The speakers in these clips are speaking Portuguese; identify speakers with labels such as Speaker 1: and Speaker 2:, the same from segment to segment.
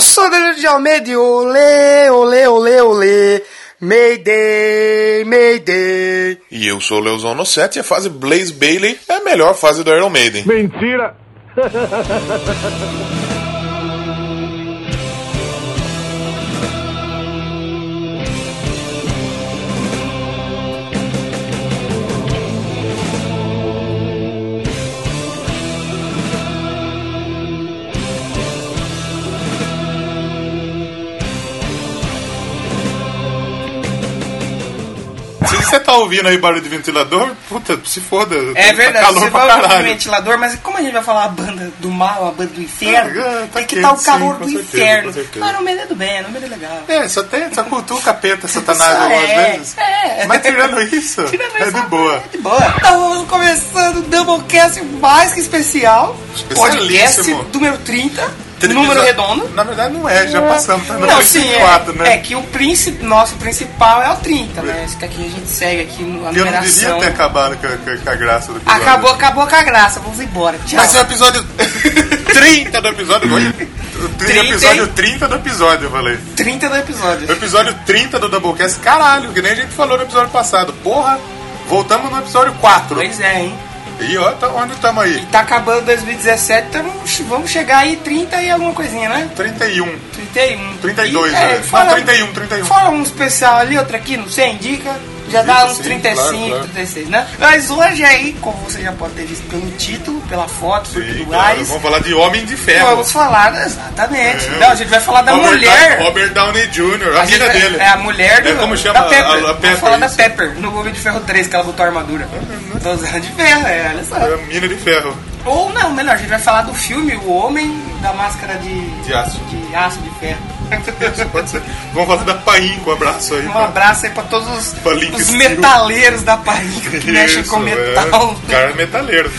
Speaker 1: sou o Danilo de Almeida e olê, olê, olê, olê, Mayday, Mayday.
Speaker 2: E eu sou o Leozão no set e a fase Blaze Bailey é a melhor fase do Iron Maiden.
Speaker 3: Mentira!
Speaker 2: Se você tá ouvindo aí barulho de ventilador, puta, se foda.
Speaker 4: É
Speaker 2: tá
Speaker 4: verdade,
Speaker 2: calor
Speaker 4: você
Speaker 2: pra
Speaker 4: vai ouvir o
Speaker 2: caralho.
Speaker 4: ventilador, mas como a gente vai falar a banda do mal, a banda do inferno,
Speaker 2: Ah, tá
Speaker 4: tem que
Speaker 2: quente,
Speaker 4: estar o calor
Speaker 2: sim, com
Speaker 4: do
Speaker 2: certeza,
Speaker 4: inferno.
Speaker 2: com certeza.
Speaker 4: Mas não me é do bem, não me é legal.
Speaker 2: É, só, tem, só cultua o capeta satanás
Speaker 4: Só
Speaker 2: algumas
Speaker 4: é,
Speaker 2: vezes.
Speaker 4: é.
Speaker 2: Mas tirando isso,
Speaker 4: Tirando
Speaker 2: é
Speaker 4: isso,
Speaker 2: de boa.
Speaker 4: É de boa. Estamos começando o Doublecast mais que especial. Podcast
Speaker 2: Especialíssimo.
Speaker 4: número 30,
Speaker 2: Teve
Speaker 4: número
Speaker 2: episódio-
Speaker 4: redondo.
Speaker 2: Na verdade não é, já passamos, tá no
Speaker 4: Não, sim, é,
Speaker 2: 24, né?
Speaker 4: é que o príncipe, nosso principal é o 30, né? Esse que aqui a gente segue aqui no, a
Speaker 2: eu não devia
Speaker 4: numeração.
Speaker 2: ter acabado com, a- com a- com a graça do episódio.
Speaker 4: Acabou, acabou com a graça, vamos embora. Tchau.
Speaker 2: Vai ser o episódio 30 do episódio. Olha, o tri-
Speaker 4: 30,
Speaker 2: episódio
Speaker 4: hein?
Speaker 2: 30 do episódio, eu falei.
Speaker 4: 30 do episódio.
Speaker 2: O episódio 30 do Doublecast, caralho, que nem a gente falou no episódio passado. Porra, voltamos no episódio 4.
Speaker 4: Pois é, hein?
Speaker 2: E olha tá- onde estamos
Speaker 4: E
Speaker 2: aí.
Speaker 4: tá acabando 2017, então vamos- vamos chegar aí 30 e alguma coisinha, né?
Speaker 2: 31.
Speaker 4: 31.
Speaker 2: 32,
Speaker 4: e, um. É,
Speaker 2: né? Não,
Speaker 4: fora,
Speaker 2: 31, 31.
Speaker 4: Fora um especial ali, outro aqui, não sei, indica. Já dá
Speaker 2: Sim,
Speaker 4: uns
Speaker 2: sim,
Speaker 4: 35,
Speaker 2: claro, claro.
Speaker 4: 36, né? Mas hoje aí, como você já pode ter visto pelo título, pela foto, por
Speaker 2: Sim, claro,
Speaker 4: lugares,
Speaker 2: vamos falar de Homem de Ferro.
Speaker 4: vamos falar, né? exatamente.
Speaker 2: É.
Speaker 4: Não, a gente vai falar da
Speaker 2: Robert
Speaker 4: mulher.
Speaker 2: Downey- Robert Downey Jr., a,
Speaker 4: gente
Speaker 2: amiga
Speaker 4: vai-
Speaker 2: dele.
Speaker 4: É a mulher do,
Speaker 2: É como chama
Speaker 4: da Pepper.
Speaker 2: a- a- a Pepper,
Speaker 4: Vamos falar da
Speaker 2: isso. né?
Speaker 4: Pepper, no Homem de Ferro 3, que ela botou a armadura. Tô usando de ferro, é, olha só.
Speaker 2: É a mina de ferro.
Speaker 4: Ou não, melhor, a gente vai falar do filme O Homem da Máscara de,
Speaker 2: De aço.
Speaker 4: de Aço de Ferro.
Speaker 2: Isso, pode ser. Vamos falar da Paim com um abraço aí.
Speaker 4: Um
Speaker 2: pra-
Speaker 4: abraço aí pra todos os,
Speaker 2: Pra Link
Speaker 4: os
Speaker 2: Steel.
Speaker 4: metaleiros da Paris que mexem
Speaker 2: Isso,
Speaker 4: com metal. Um
Speaker 2: É, o cara é metaleiro.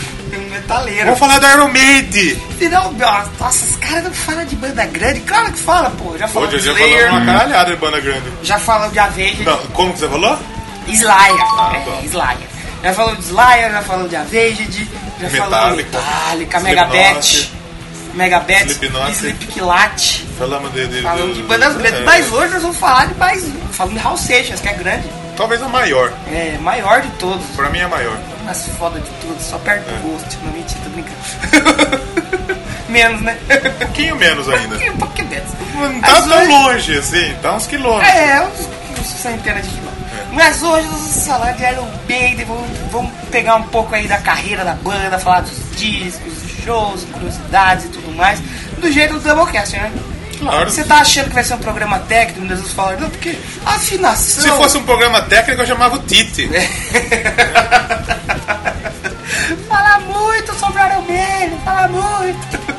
Speaker 4: Metaleiro.
Speaker 2: Vamos falar da Iron Maiden.
Speaker 4: Final, nossa, os caras não falam de banda grande. Claro que fala, pô. Já falou
Speaker 2: Hoje
Speaker 4: de
Speaker 2: eu já falamos
Speaker 4: Slayer,
Speaker 2: uma caralhada de banda grande.
Speaker 4: já falou de Avenger.
Speaker 2: Não, como que você falou?
Speaker 4: Slayer.
Speaker 2: tá.
Speaker 4: é, Slayer. Já falou de Slayer, já falou de Avenged, já falou de
Speaker 2: Metallica.
Speaker 4: Metallica,
Speaker 2: Slipknot.
Speaker 4: Megabeth, Megabeth,
Speaker 2: Slipknot.
Speaker 4: Slipknot.
Speaker 2: Falamos de. de-
Speaker 4: Falando
Speaker 2: de-
Speaker 4: de bandas
Speaker 2: de-
Speaker 4: grandes.
Speaker 2: é,
Speaker 4: Mas hoje nós vamos falar de mais um. Falando de Hal Seixas, que é grande.
Speaker 2: Talvez a maior.
Speaker 4: É maior de todos.
Speaker 2: Pra mim é a maior.
Speaker 4: Mais foda de todos. Só perto do Ghost. Não, mentira, tô brincando. Menos, né?
Speaker 2: Um pouquinho menos ainda.
Speaker 4: Um pouquinho menos.
Speaker 2: Não tá
Speaker 4: Mas
Speaker 2: tão
Speaker 4: hoje-
Speaker 2: longe assim, tá uns quilômetros.
Speaker 4: É, uns, uns centenas de quilômetros.
Speaker 2: É.
Speaker 4: Mas hoje nós vamos falar de Iron Maiden, então vamos, vamos pegar um pouco aí da carreira da banda, falar dos discos, dos shows, curiosidades e tudo mais, do jeito do Doublecast, né?
Speaker 2: Claro.
Speaker 4: Você tá achando que vai ser um programa técnico, meu Deus, falar, não, porque a afinação...
Speaker 2: Se fosse um programa técnico, eu chamava o Tite.
Speaker 4: É. Fala muito sobre o Iron Maiden, fala muito.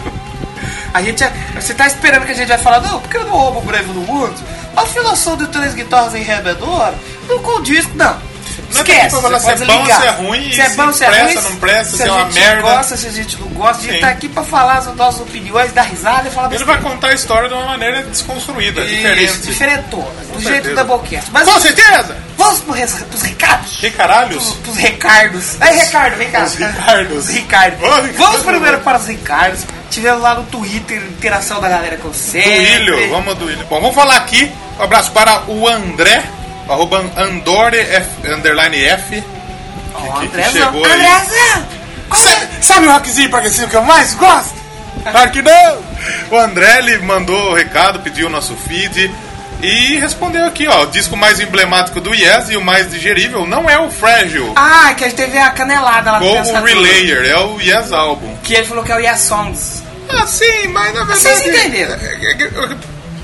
Speaker 4: A gente, você tá esperando que a gente vai falar, não, porque eu não roubo o Brave do Mundo? A filação de três guitarras em rebedor não condiz,
Speaker 2: é
Speaker 4: não.
Speaker 2: tem
Speaker 4: Esquece,
Speaker 2: pra falar
Speaker 4: você pode
Speaker 2: se é bom,
Speaker 4: ligar.
Speaker 2: se é ruim,
Speaker 4: se é
Speaker 2: se
Speaker 4: bom, se é
Speaker 2: presta,
Speaker 4: ruim,
Speaker 2: não presta, se é
Speaker 4: a
Speaker 2: uma
Speaker 4: gente
Speaker 2: merda.
Speaker 4: gosta, se a gente não gosta, a gente
Speaker 2: Sim.
Speaker 4: tá aqui pra falar as nossas opiniões, dar risada e falar
Speaker 2: Ele vai contar a história de uma maneira desconstruída,
Speaker 4: Isso,
Speaker 2: diferente.
Speaker 4: diferentona, do jeito
Speaker 2: certeza.
Speaker 4: da boquete. Mas
Speaker 2: Com certeza!
Speaker 4: vamos pro res- pros recados.
Speaker 2: Que caralhos?
Speaker 4: Pros, pros Ricardos. Aí, Ricardo, vem cá.
Speaker 2: Os Ricardos.
Speaker 4: Os Ricardo.
Speaker 2: Ô, Ricardo.
Speaker 4: Vamos primeiro para os Ricardos. Tivemos lá no Twitter interação da galera com
Speaker 2: Do
Speaker 4: sempre.
Speaker 2: Ilho, vamos do Ilho. Bom, vamos falar aqui. Um abraço para o André, arroba Andore F, underline F.
Speaker 4: Ó,
Speaker 2: que- que
Speaker 4: Andrezão.
Speaker 2: chegou aí.
Speaker 4: Andrezão!
Speaker 2: Sabe, sabe o rockzinho paguecinho que eu mais gosto? Claro que não! O André ele mandou o recado, pediu o nosso feed e respondeu aqui, ó. O disco mais emblemático do Yes e o mais digerível não é o Fragile
Speaker 4: Ah, que a gente teve a canelada lá
Speaker 2: ou
Speaker 4: no Pensador.
Speaker 2: o Relayer, é o Yes álbum.
Speaker 4: Que ele falou que é o Yes Songs.
Speaker 2: Ah, sim, mas na verdade. é,
Speaker 4: Vocês entenderam?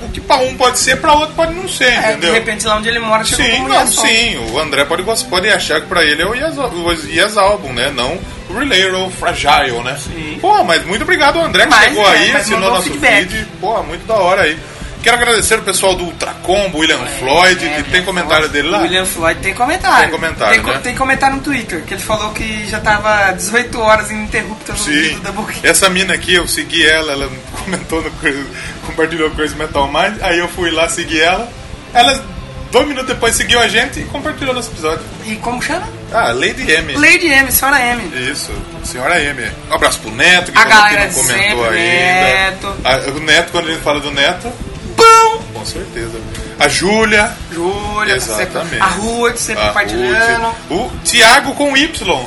Speaker 2: O que pra um pode ser, pra outro pode não ser,
Speaker 4: É, de
Speaker 2: entendeu?
Speaker 4: repente lá onde ele mora chegou
Speaker 2: Sim,
Speaker 4: como
Speaker 2: não,
Speaker 4: Yes Songs.
Speaker 2: sim. O André pode, gost- pode achar que pra ele é o Yes, o Yes Album, né? Não o Relayer ou Fragile, né?
Speaker 4: Sim.
Speaker 2: Pô, mas muito obrigado, André, que
Speaker 4: Mas,
Speaker 2: chegou
Speaker 4: é,
Speaker 2: aí,
Speaker 4: mas
Speaker 2: assinou
Speaker 4: mandou
Speaker 2: nosso
Speaker 4: feedback.
Speaker 2: feed. Pô, muito da hora aí. Quero agradecer o pessoal do Ultracombo, William Floyd,
Speaker 4: É,
Speaker 2: que tem comentário dele lá.
Speaker 4: William Floyd tem
Speaker 2: Tem
Speaker 4: comentário.
Speaker 2: comentário,
Speaker 4: Tem, co-
Speaker 2: né?
Speaker 4: tem comentário no Twitter, que ele falou que já tava 18 horas ininterruptas no
Speaker 2: Sim.
Speaker 4: vídeo da boquete.
Speaker 2: Essa mina aqui, eu segui ela, ela comentou no Crazy- compartilhou o Crazy Metal Mind, aí eu fui lá seguir ela. Ela Dois minutos depois seguiu a gente e compartilhou nosso episódio.
Speaker 4: E como chama?
Speaker 2: Ah, Lady M.
Speaker 4: Lady M, senhora M.
Speaker 2: Isso, senhora M. Um abraço pro Neto, que,
Speaker 4: A
Speaker 2: falou que
Speaker 4: galera é
Speaker 2: não comentou
Speaker 4: sempre,
Speaker 2: ainda.
Speaker 4: Neto.
Speaker 2: A- o Neto, quando a gente fala do Neto,
Speaker 4: Pão!
Speaker 2: com certeza. A Júlia.
Speaker 4: Júlia, tá sempre-
Speaker 2: Exatamente.
Speaker 4: a Ruth sempre
Speaker 2: a
Speaker 4: tá compartilhando.
Speaker 2: Ruth, O Thiago com Y.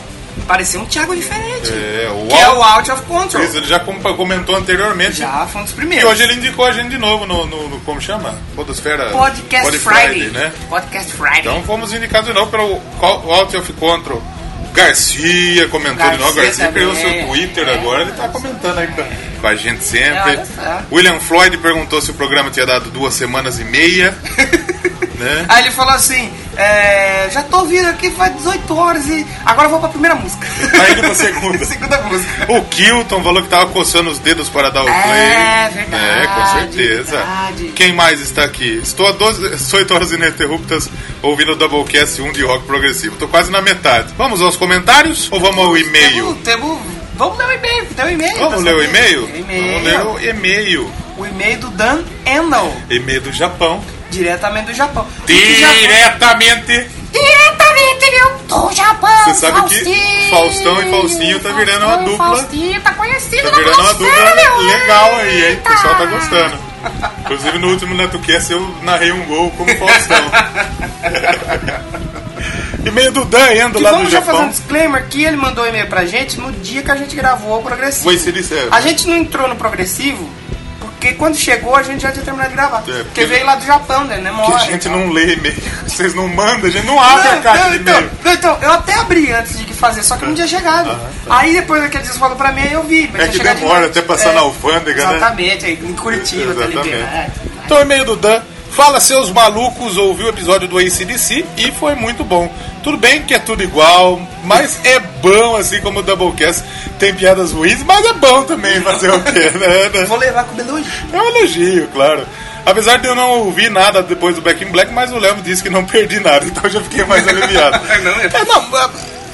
Speaker 4: Parecia um Thiago diferente.
Speaker 2: É, o
Speaker 4: que é
Speaker 2: Al-
Speaker 4: o Out of Control.
Speaker 2: Isso, ele já com- comentou anteriormente.
Speaker 4: Já foi um dos
Speaker 2: E
Speaker 4: primeiros.
Speaker 2: hoje ele indicou a gente de novo no, no- no- como chama? Podosfera.
Speaker 4: Podcast
Speaker 2: Pod
Speaker 4: Friday.
Speaker 2: né?
Speaker 4: Podcast Friday.
Speaker 2: Então fomos indicados de novo pelo Co- Out of Control. Garcia comentou de novo.
Speaker 4: Garcia
Speaker 2: Garcia criou
Speaker 4: também.
Speaker 2: seu Twitter agora, ele tá comentando aí com, com a gente sempre.
Speaker 4: É, olha só.
Speaker 2: William Floyd perguntou se o programa tinha dado duas semanas e meia. né?
Speaker 4: Aí ele falou assim: é, já tô ouvindo aqui faz 18 horas e agora eu vou pra primeira música.
Speaker 2: Tá indo pra segunda.
Speaker 4: segunda música.
Speaker 2: O Kilton falou que tava coçando os dedos para dar o play.
Speaker 4: É, verdade,
Speaker 2: É, com certeza.
Speaker 4: verdade.
Speaker 2: Quem mais está aqui? Estou há 12, 18 horas ininterruptas ouvindo o Doublecast 1 de rock progressivo. Tô quase na metade. Vamos aos comentários ou vamos ao e-mail?
Speaker 4: Temos- temos- vamos ler o e-mail, tem o e-mail.
Speaker 2: Vamos
Speaker 4: tá
Speaker 2: ler o
Speaker 4: sabendo?
Speaker 2: e-mail?
Speaker 4: Tem e-mail.
Speaker 2: Vamos ler o e-mail.
Speaker 4: O e-mail do Dan Endel,
Speaker 2: E-mail do Japão.
Speaker 4: diretamente do Japão. Do Japão.
Speaker 2: Diretamente.
Speaker 5: Diretamente do Japão!
Speaker 2: Você sabe que Faustão e Faustinho tá virando uma
Speaker 5: Faustão e
Speaker 2: dupla.
Speaker 5: Faustinho tá conhecido
Speaker 2: Tá
Speaker 5: na
Speaker 2: virando uma
Speaker 5: Faustão,
Speaker 2: dupla
Speaker 5: meu.
Speaker 2: legal aí, hein? O
Speaker 5: Eita.
Speaker 2: pessoal tá gostando. Inclusive no último NetoCast eu narrei um gol como Faustão. e meio do Dan indo
Speaker 4: E
Speaker 2: lá no
Speaker 4: vamos já fazer um
Speaker 2: Japão.
Speaker 4: disclaimer que ele mandou um e-mail pra gente no dia que a gente gravou o Progressivo.
Speaker 2: Foi sincero.
Speaker 4: A gente não entrou no Progressivo porque quando chegou a gente já tinha terminado de gravar.
Speaker 2: É, porque-
Speaker 4: porque veio lá do Japão, né?
Speaker 2: Que
Speaker 4: Demora.
Speaker 2: a gente não lê e-mail. Vocês não mandam, a gente não
Speaker 4: Não,
Speaker 2: abre a caixa
Speaker 4: não,
Speaker 2: de
Speaker 4: então,
Speaker 2: e-mail.
Speaker 4: não, então, eu até abri antes de que fazer, só que não tinha chegado. Aí depois daquele dias falou pra mim, aí eu vi. mas
Speaker 2: tá. É
Speaker 4: tinha
Speaker 2: que
Speaker 4: chegado de
Speaker 2: demora
Speaker 4: novo.
Speaker 2: até passar na alfândega, né?
Speaker 4: Exatamente, aí em Curitiba, tá ligado? É.
Speaker 2: Então, e-mail do Dan. Fala, seus malucos, ouviu o episódio do ACDC e foi muito bom. Tudo bem que é tudo igual, mas é bom, assim como o Doublecast tem piadas ruins, mas é bom também fazer o quê, né?
Speaker 4: Vou levar com elogio.
Speaker 2: É um elogio, claro. Apesar de eu não ouvir nada depois do Back in Black, mas o Léo me disse que não perdi nada, então eu já fiquei mais aliviado.
Speaker 4: Não, é-
Speaker 2: É, não, é,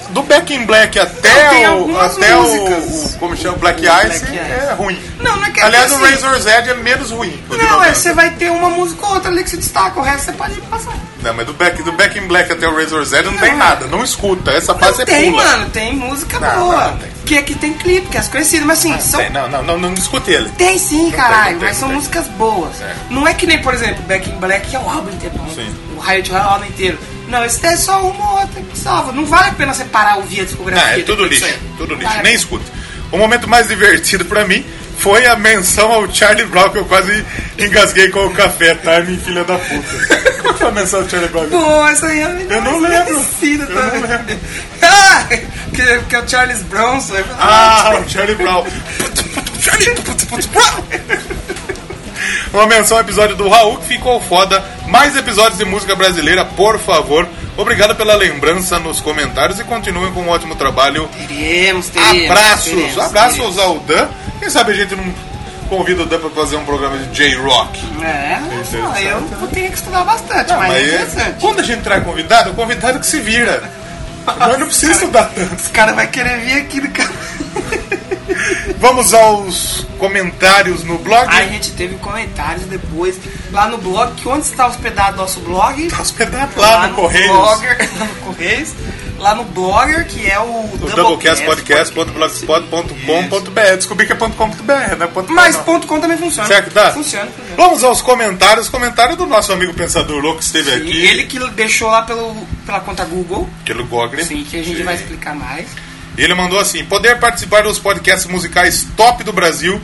Speaker 2: do Back in Black
Speaker 4: Não, tem
Speaker 2: até o.
Speaker 4: algumas
Speaker 2: Até o,
Speaker 4: músicas.
Speaker 2: o. Como chama? Black
Speaker 4: Black
Speaker 2: Ice
Speaker 4: Ice.
Speaker 2: é ruim.
Speaker 4: Não, não é que-
Speaker 2: Aliás, o
Speaker 4: assim-
Speaker 2: Razor's Edge é menos ruim. o de
Speaker 4: Não, é,
Speaker 2: 90.
Speaker 4: você vai ter uma música ou outra ali que se destaca, o resto você pode passar.
Speaker 2: Não, mas do Back, do Back in Black até o Razor's Edge não, tem
Speaker 4: Não.
Speaker 2: nada, não escuta. Essa
Speaker 4: Não
Speaker 2: fase é
Speaker 4: tem,
Speaker 2: pula.
Speaker 4: mano, tem música
Speaker 2: Não,
Speaker 4: boa.
Speaker 2: não, não tem.
Speaker 4: que aqui tem clipe, que é conhecido, mas assim, são
Speaker 2: Tem, não, não, não, não escute ele.
Speaker 4: Tem
Speaker 2: tem,
Speaker 4: sim, caralho,
Speaker 2: não tem,
Speaker 4: mas são
Speaker 2: não tem.
Speaker 4: músicas boas.
Speaker 2: É.
Speaker 4: Não é que nem, por exemplo, Back in Black, que é o álbum inteiro, bom,
Speaker 2: Sim.
Speaker 4: o Riot é o álbum inteiro. Não, esse daí é só uma ou outra que salva. Não vale a pena você parar ouvir a
Speaker 2: Não,
Speaker 4: discografia.
Speaker 2: é tudo
Speaker 4: depois
Speaker 2: lixo,
Speaker 4: disso aí.
Speaker 2: tudo lixo,
Speaker 4: Vale.
Speaker 2: nem escute. O momento mais divertido pra mim foi a menção ao Charlie Brown, que eu quase engasguei com o café, tá? Minha filha da puta. Qual foi a menção ao Charlie Brown?
Speaker 4: Pô, essa aí é a melhor
Speaker 2: Eu não
Speaker 4: mais
Speaker 2: lembro.
Speaker 4: conhecida
Speaker 2: Eu não
Speaker 4: também.
Speaker 2: lembro.
Speaker 4: Ah, que, que é o Charles Bronson. é verdade.
Speaker 2: Ah, o Charlie Brown. Charlie Brown. Uma menção ao episódio do Raul que ficou foda. Mais episódios de música brasileira, por favor. Obrigado pela lembrança nos comentários e continuem com um ótimo trabalho.
Speaker 4: Teremos, teremos.
Speaker 2: Abraços,
Speaker 4: teremos,
Speaker 2: abraços
Speaker 4: teremos.
Speaker 2: ao Dan. Quem sabe a gente não convida o Dan pra fazer um programa de J-Rock.
Speaker 4: É,
Speaker 2: Interessante.
Speaker 4: só, eu vou ter que estudar bastante, mas é
Speaker 2: Mas
Speaker 4: interessante.
Speaker 2: quando a gente traz convidado, é o convidado que se vira. Mas não precisa estudar tanto.
Speaker 4: Os caras vão querer vir aqui no canal.
Speaker 2: Vamos aos comentários no blog.
Speaker 4: Aí a gente teve comentários depois lá no blog, que onde está hospedado nosso blog?
Speaker 2: Tá hospedado lá, no Correios.
Speaker 4: Blogger, lá no Correios, lá no blogger, que é o,
Speaker 2: O
Speaker 4: Doublecast
Speaker 2: doublecastpodcast.blogspot.com.br Descobri que é .com.br, né? .com
Speaker 4: Mas
Speaker 2: não.
Speaker 4: ponto .com também funciona.
Speaker 2: Será que dá?
Speaker 4: Funciona. funciona.
Speaker 2: Vamos aos comentários. Comentário do nosso amigo Pensador Louco que esteve aqui.
Speaker 4: E ele que deixou lá pelo, pela conta Google,
Speaker 2: Pelo Gogre.
Speaker 4: sim, que a gente vai explicar mais.
Speaker 2: Ele mandou assim: poder participar dos podcasts musicais top do Brasil,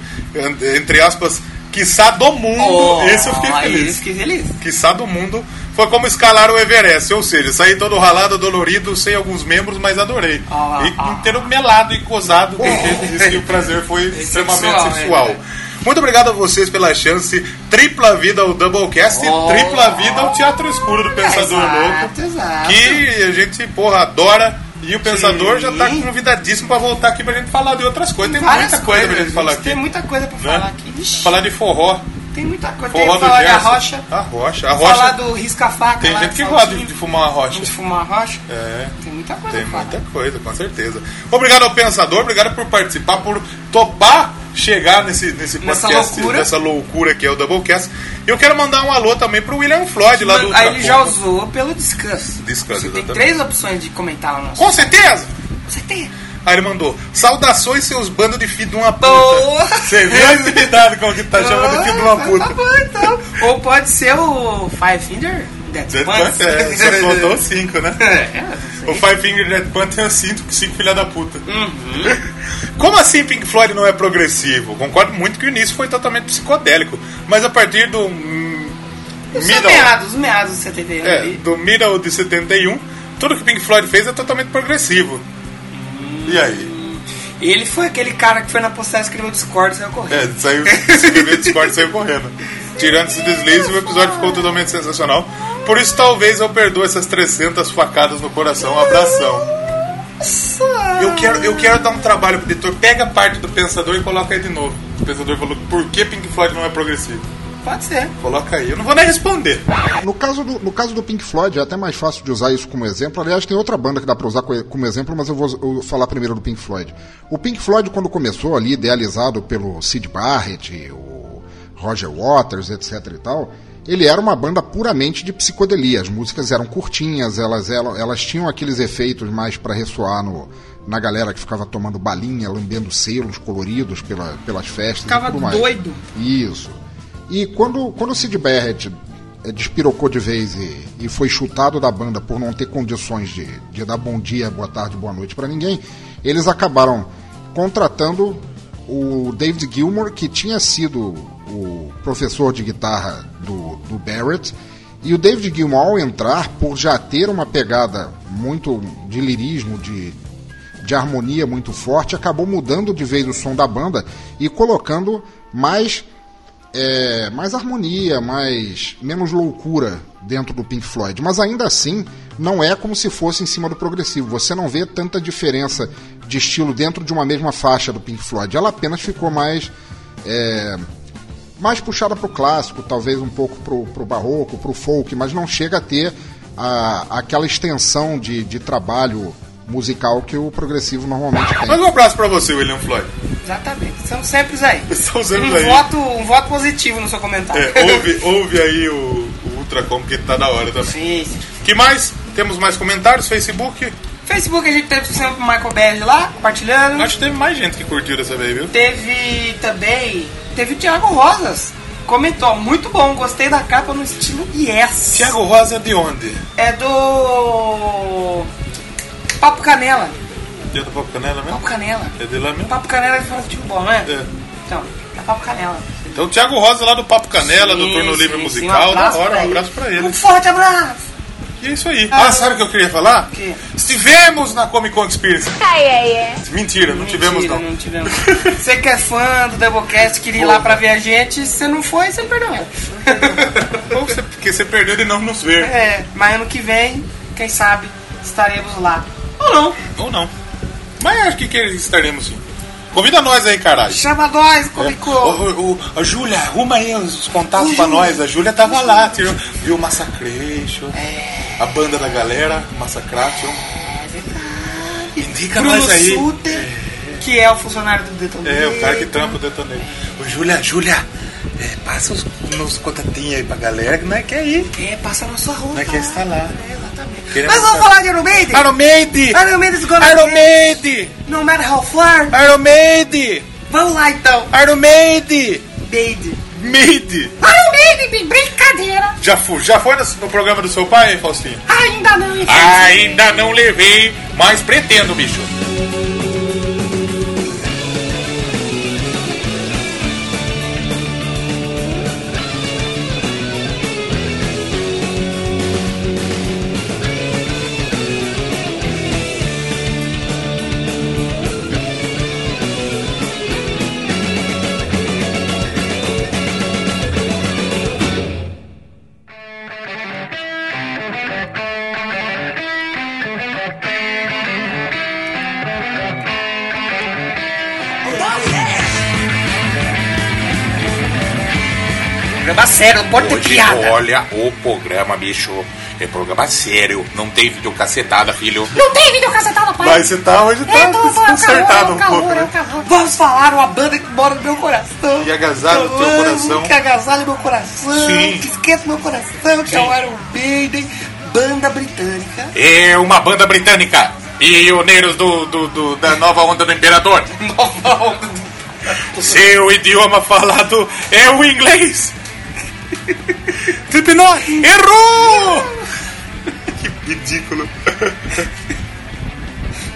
Speaker 2: entre aspas, quiçá do mundo. Esse eu fiquei
Speaker 4: Oh, aí
Speaker 2: feliz.
Speaker 4: Esse fiquei feliz.
Speaker 2: quiçá do mundo, foi como escalar o Everest, ou seja, saí todo ralado, dolorido, sem alguns membros, mas adorei.
Speaker 4: Ah,
Speaker 2: e
Speaker 4: ah.
Speaker 2: inteiro melado e cosado, porque disse que o prazer foi extremamente
Speaker 4: sexual,
Speaker 2: sexual.
Speaker 4: é, é.
Speaker 2: Muito obrigado a vocês pela chance. Tripla vida ao Doublecast
Speaker 4: Oh.
Speaker 2: e tripla vida ao Teatro Escuro do Pensador
Speaker 4: exato,
Speaker 2: Louco.
Speaker 4: exato.
Speaker 2: Que a gente, porra, adora. E o Pensador já tá
Speaker 4: Sim.
Speaker 2: convidadíssimo pra voltar aqui pra gente falar de outras coisas. Tem
Speaker 4: Várias
Speaker 2: muita coisa pra
Speaker 4: coisas,
Speaker 2: gente falar aqui.
Speaker 4: Tem muita coisa pra
Speaker 2: né?
Speaker 4: falar aqui. Ixi,
Speaker 2: Falar de forró.
Speaker 4: Tem muita coisa.
Speaker 2: Forró
Speaker 4: tem que
Speaker 2: do
Speaker 4: falar da
Speaker 2: Gerson.
Speaker 4: rocha.
Speaker 2: A rocha. A rocha.
Speaker 4: Falar do risca-faca.
Speaker 2: Tem
Speaker 4: lá,
Speaker 2: gente que
Speaker 4: do
Speaker 2: gosta
Speaker 4: saltinho.
Speaker 2: de fumar uma rocha.
Speaker 4: de fumar rocha.
Speaker 2: É.
Speaker 4: Tem muita coisa.
Speaker 2: Tem
Speaker 4: pra
Speaker 2: muita
Speaker 4: falar.
Speaker 2: coisa, com certeza. Obrigado ao Pensador, obrigado por participar, por topar chegar nesse, nesse
Speaker 4: Nessa
Speaker 2: podcast,
Speaker 4: loucura.
Speaker 2: nessa loucura que é o Doublecast. E eu quero mandar um alô também pro William Floyd lá do
Speaker 4: Aí ele já
Speaker 2: Ultrapompa.
Speaker 4: usou pelo descanso.
Speaker 2: Descanso,
Speaker 4: Você tem
Speaker 2: exatamente.
Speaker 4: três opções de comentar lá no nosso.
Speaker 2: Com certeza!
Speaker 4: Você tem.
Speaker 2: Aí ele mandou: Saudações, seus bandos de filho de uma puta.
Speaker 4: Boa.
Speaker 2: Você viu a intimidade como que tá chamando de filho de uma
Speaker 4: Tá
Speaker 2: puta?
Speaker 4: bom, então. Ou pode ser o Five Finger Death
Speaker 2: Dead
Speaker 4: Punch.
Speaker 2: Panther, é, só faltou cinco, né?
Speaker 4: É, não sei.
Speaker 2: O Five Finger Dead Panther é cinco, cinco filha da puta. Como assim Pink Floyd não é progressivo? Concordo muito que o início foi totalmente psicodélico, mas a partir do. hum,
Speaker 4: Os meados, os meados de 71
Speaker 2: É,
Speaker 4: ali.
Speaker 2: do Middle de 71, tudo que Pink Floyd fez é totalmente progressivo. E aí?
Speaker 4: Ele foi aquele cara que foi na postagem e escreveu Discord e saiu correndo.
Speaker 2: É, saiu, escreveu Discord saiu correndo. Tirando esse deslize, o episódio ficou totalmente sensacional. Por isso, talvez eu perdoe essas 300 facadas no coração. Abração. Eu quero, eu quero dar um trabalho pro editor. Pega a parte do pensador e coloca aí de novo. O pensador falou: por que Pink Floyd não é progressivo?
Speaker 4: Pode ser.
Speaker 2: Coloca aí. Eu não vou nem responder.
Speaker 6: No caso, do, no caso do Pink Floyd, é até mais fácil de usar isso como exemplo. Aliás, tem outra banda que dá pra usar co- como exemplo, mas eu vou eu vou falar primeiro do Pink Floyd. O Pink Floyd, quando começou ali, idealizado pelo Sid Barrett, o Roger Waters, etc e tal, ele era uma banda puramente de psicodelia. As músicas eram curtinhas, elas, elas, elas tinham aqueles efeitos mais pra ressoar no, na galera que ficava tomando balinha, lambendo selos coloridos pela, pelas festas
Speaker 4: Ficava
Speaker 6: e tudo mais.
Speaker 4: doido.
Speaker 6: Isso. E quando, quando o Sid Barrett eh, despirocou de vez e, e foi chutado da banda por não ter condições de, de dar bom dia, boa tarde, boa noite pra ninguém, eles acabaram contratando o David Gilmour, que tinha sido o professor de guitarra do, do Barrett. E o David Gilmour, ao entrar, por já ter uma pegada muito de lirismo, de, de harmonia muito forte, acabou mudando de vez o som da banda e colocando mais é, mais harmonia, mais menos loucura dentro do Pink Floyd. Mas ainda assim, não é como se fosse em cima do progressivo. Você não vê tanta diferença de estilo dentro de uma mesma faixa do Pink Floyd. Ela apenas ficou mais é, mais puxada pro clássico, talvez um pouco pro, pro barroco, pro folk, mas não chega a ter a, aquela extensão de, de trabalho musical que o progressivo normalmente
Speaker 2: Mas
Speaker 6: tem.
Speaker 2: um abraço pra você, William Floyd.
Speaker 4: Exatamente. São sempre os aí.
Speaker 2: São sempre
Speaker 4: um
Speaker 2: aí.
Speaker 4: voto, um voto positivo no seu comentário.
Speaker 2: É, ouve, ouve aí o, o Ultracom que tá da hora também.
Speaker 4: Sim, sim.
Speaker 2: Que mais? Temos mais comentários? Facebook?
Speaker 4: Facebook a gente teve sempre o Michael Berg lá, compartilhando.
Speaker 2: Acho que teve mais gente que curtiu dessa vez, viu?
Speaker 4: Teve também. Teve o Thiago Rosas. Comentou, muito bom, gostei da capa no estilo Yes.
Speaker 2: Tiago Rosa de onde?
Speaker 4: É do. Papo Canela.
Speaker 2: De do Papo Canela mesmo?
Speaker 4: Papo Canela.
Speaker 2: É de lá mesmo?
Speaker 4: Papo Canela é fala de futebol, não é?
Speaker 2: É.
Speaker 4: Então, é Papo Canela.
Speaker 2: Então, Tiago Rosa lá do Papo Canela, do
Speaker 4: Sim,
Speaker 2: Turno
Speaker 4: sim,
Speaker 2: Livre
Speaker 4: sim,
Speaker 2: Musical. da hora,
Speaker 4: pra
Speaker 2: um abraço pra ele.
Speaker 4: Um forte abraço!
Speaker 2: E é isso aí.
Speaker 4: Ah,
Speaker 2: Ah, sabe o que eu queria falar?
Speaker 4: quê?
Speaker 2: Estivemos na Comic Con Experience. Mentira, não tivemos
Speaker 4: Mentira,
Speaker 2: não.
Speaker 4: não tivemos. Você que é fã do Doublecast, queria ir lá pra ver a gente, se você não foi, você perdeu.
Speaker 2: Ou você- Porque você perdeu de não nos ver.
Speaker 4: É, mas ano que vem, quem sabe, estaremos lá. Ou não.
Speaker 2: Ou não. Mas acho que, que estaremos sim. Convida nós aí, caralho.
Speaker 4: Chama nós, Comic
Speaker 2: É. Ô, ô, ô, a Júlia, arruma aí os contatos pra nós. A Júlia tava lá, tirou, viu o Massacration,
Speaker 4: É.
Speaker 2: a banda da galera, Massacration. Indica
Speaker 4: Bruno
Speaker 2: nós aí.
Speaker 4: Suter, que é o funcionário do Detonado.
Speaker 2: É, o cara que trampa o detonei. Ô, Júlia, Júlia, é, passa os nos contatinhos aí pra galera que não é que é ir.
Speaker 4: É, passa na sua roupa.
Speaker 2: Não é que está lá.
Speaker 4: É, exatamente.
Speaker 2: Queremos
Speaker 4: Mas vamos
Speaker 2: saber.
Speaker 4: falar de Iron Maiden?
Speaker 2: Iron Maiden!
Speaker 4: Iron Maiden is gonna
Speaker 2: Iron
Speaker 4: be-
Speaker 2: Maiden!
Speaker 4: No matter how far.
Speaker 2: Iron Maiden!
Speaker 4: Vamos lá então,
Speaker 2: Iron Maiden!
Speaker 4: Maiden.
Speaker 2: Maiden!
Speaker 5: Ai, o baby, brincadeira.
Speaker 2: Já, fu- já foi no, no programa do seu pai, Faustinho?
Speaker 5: Ainda não, infelizmente.
Speaker 2: Ah. Ainda não levei, mas pretendo, bicho. Hoje,
Speaker 4: Programa sério, não pode ter piada.
Speaker 2: é olha o programa, bicho.
Speaker 7: É programa sério, não tem videocacetada, filho.
Speaker 8: Não tem videocacetada, pai.
Speaker 7: Mas você tá hoje tá
Speaker 8: é, tô, tô,
Speaker 7: desconcertado
Speaker 8: é o calor,
Speaker 7: um pouco,
Speaker 8: É
Speaker 7: né?
Speaker 8: o calor, é o calor.
Speaker 4: Vamos falar uma banda que mora no meu coração.
Speaker 7: E agasalha o
Speaker 4: Eu
Speaker 7: teu
Speaker 4: amo,
Speaker 7: coração.
Speaker 4: Que agasalha meu coração.
Speaker 7: Sim.
Speaker 4: Que esquenta meu coração. Que é
Speaker 7: Sim.
Speaker 4: o Iron Maiden. Banda britânica.
Speaker 7: É uma banda britânica. Pioneiros do, do, do- da nova onda do imperador.
Speaker 4: Nova onda do
Speaker 7: Seu idioma falado é o inglês. Tipinó, errou! que ridículo.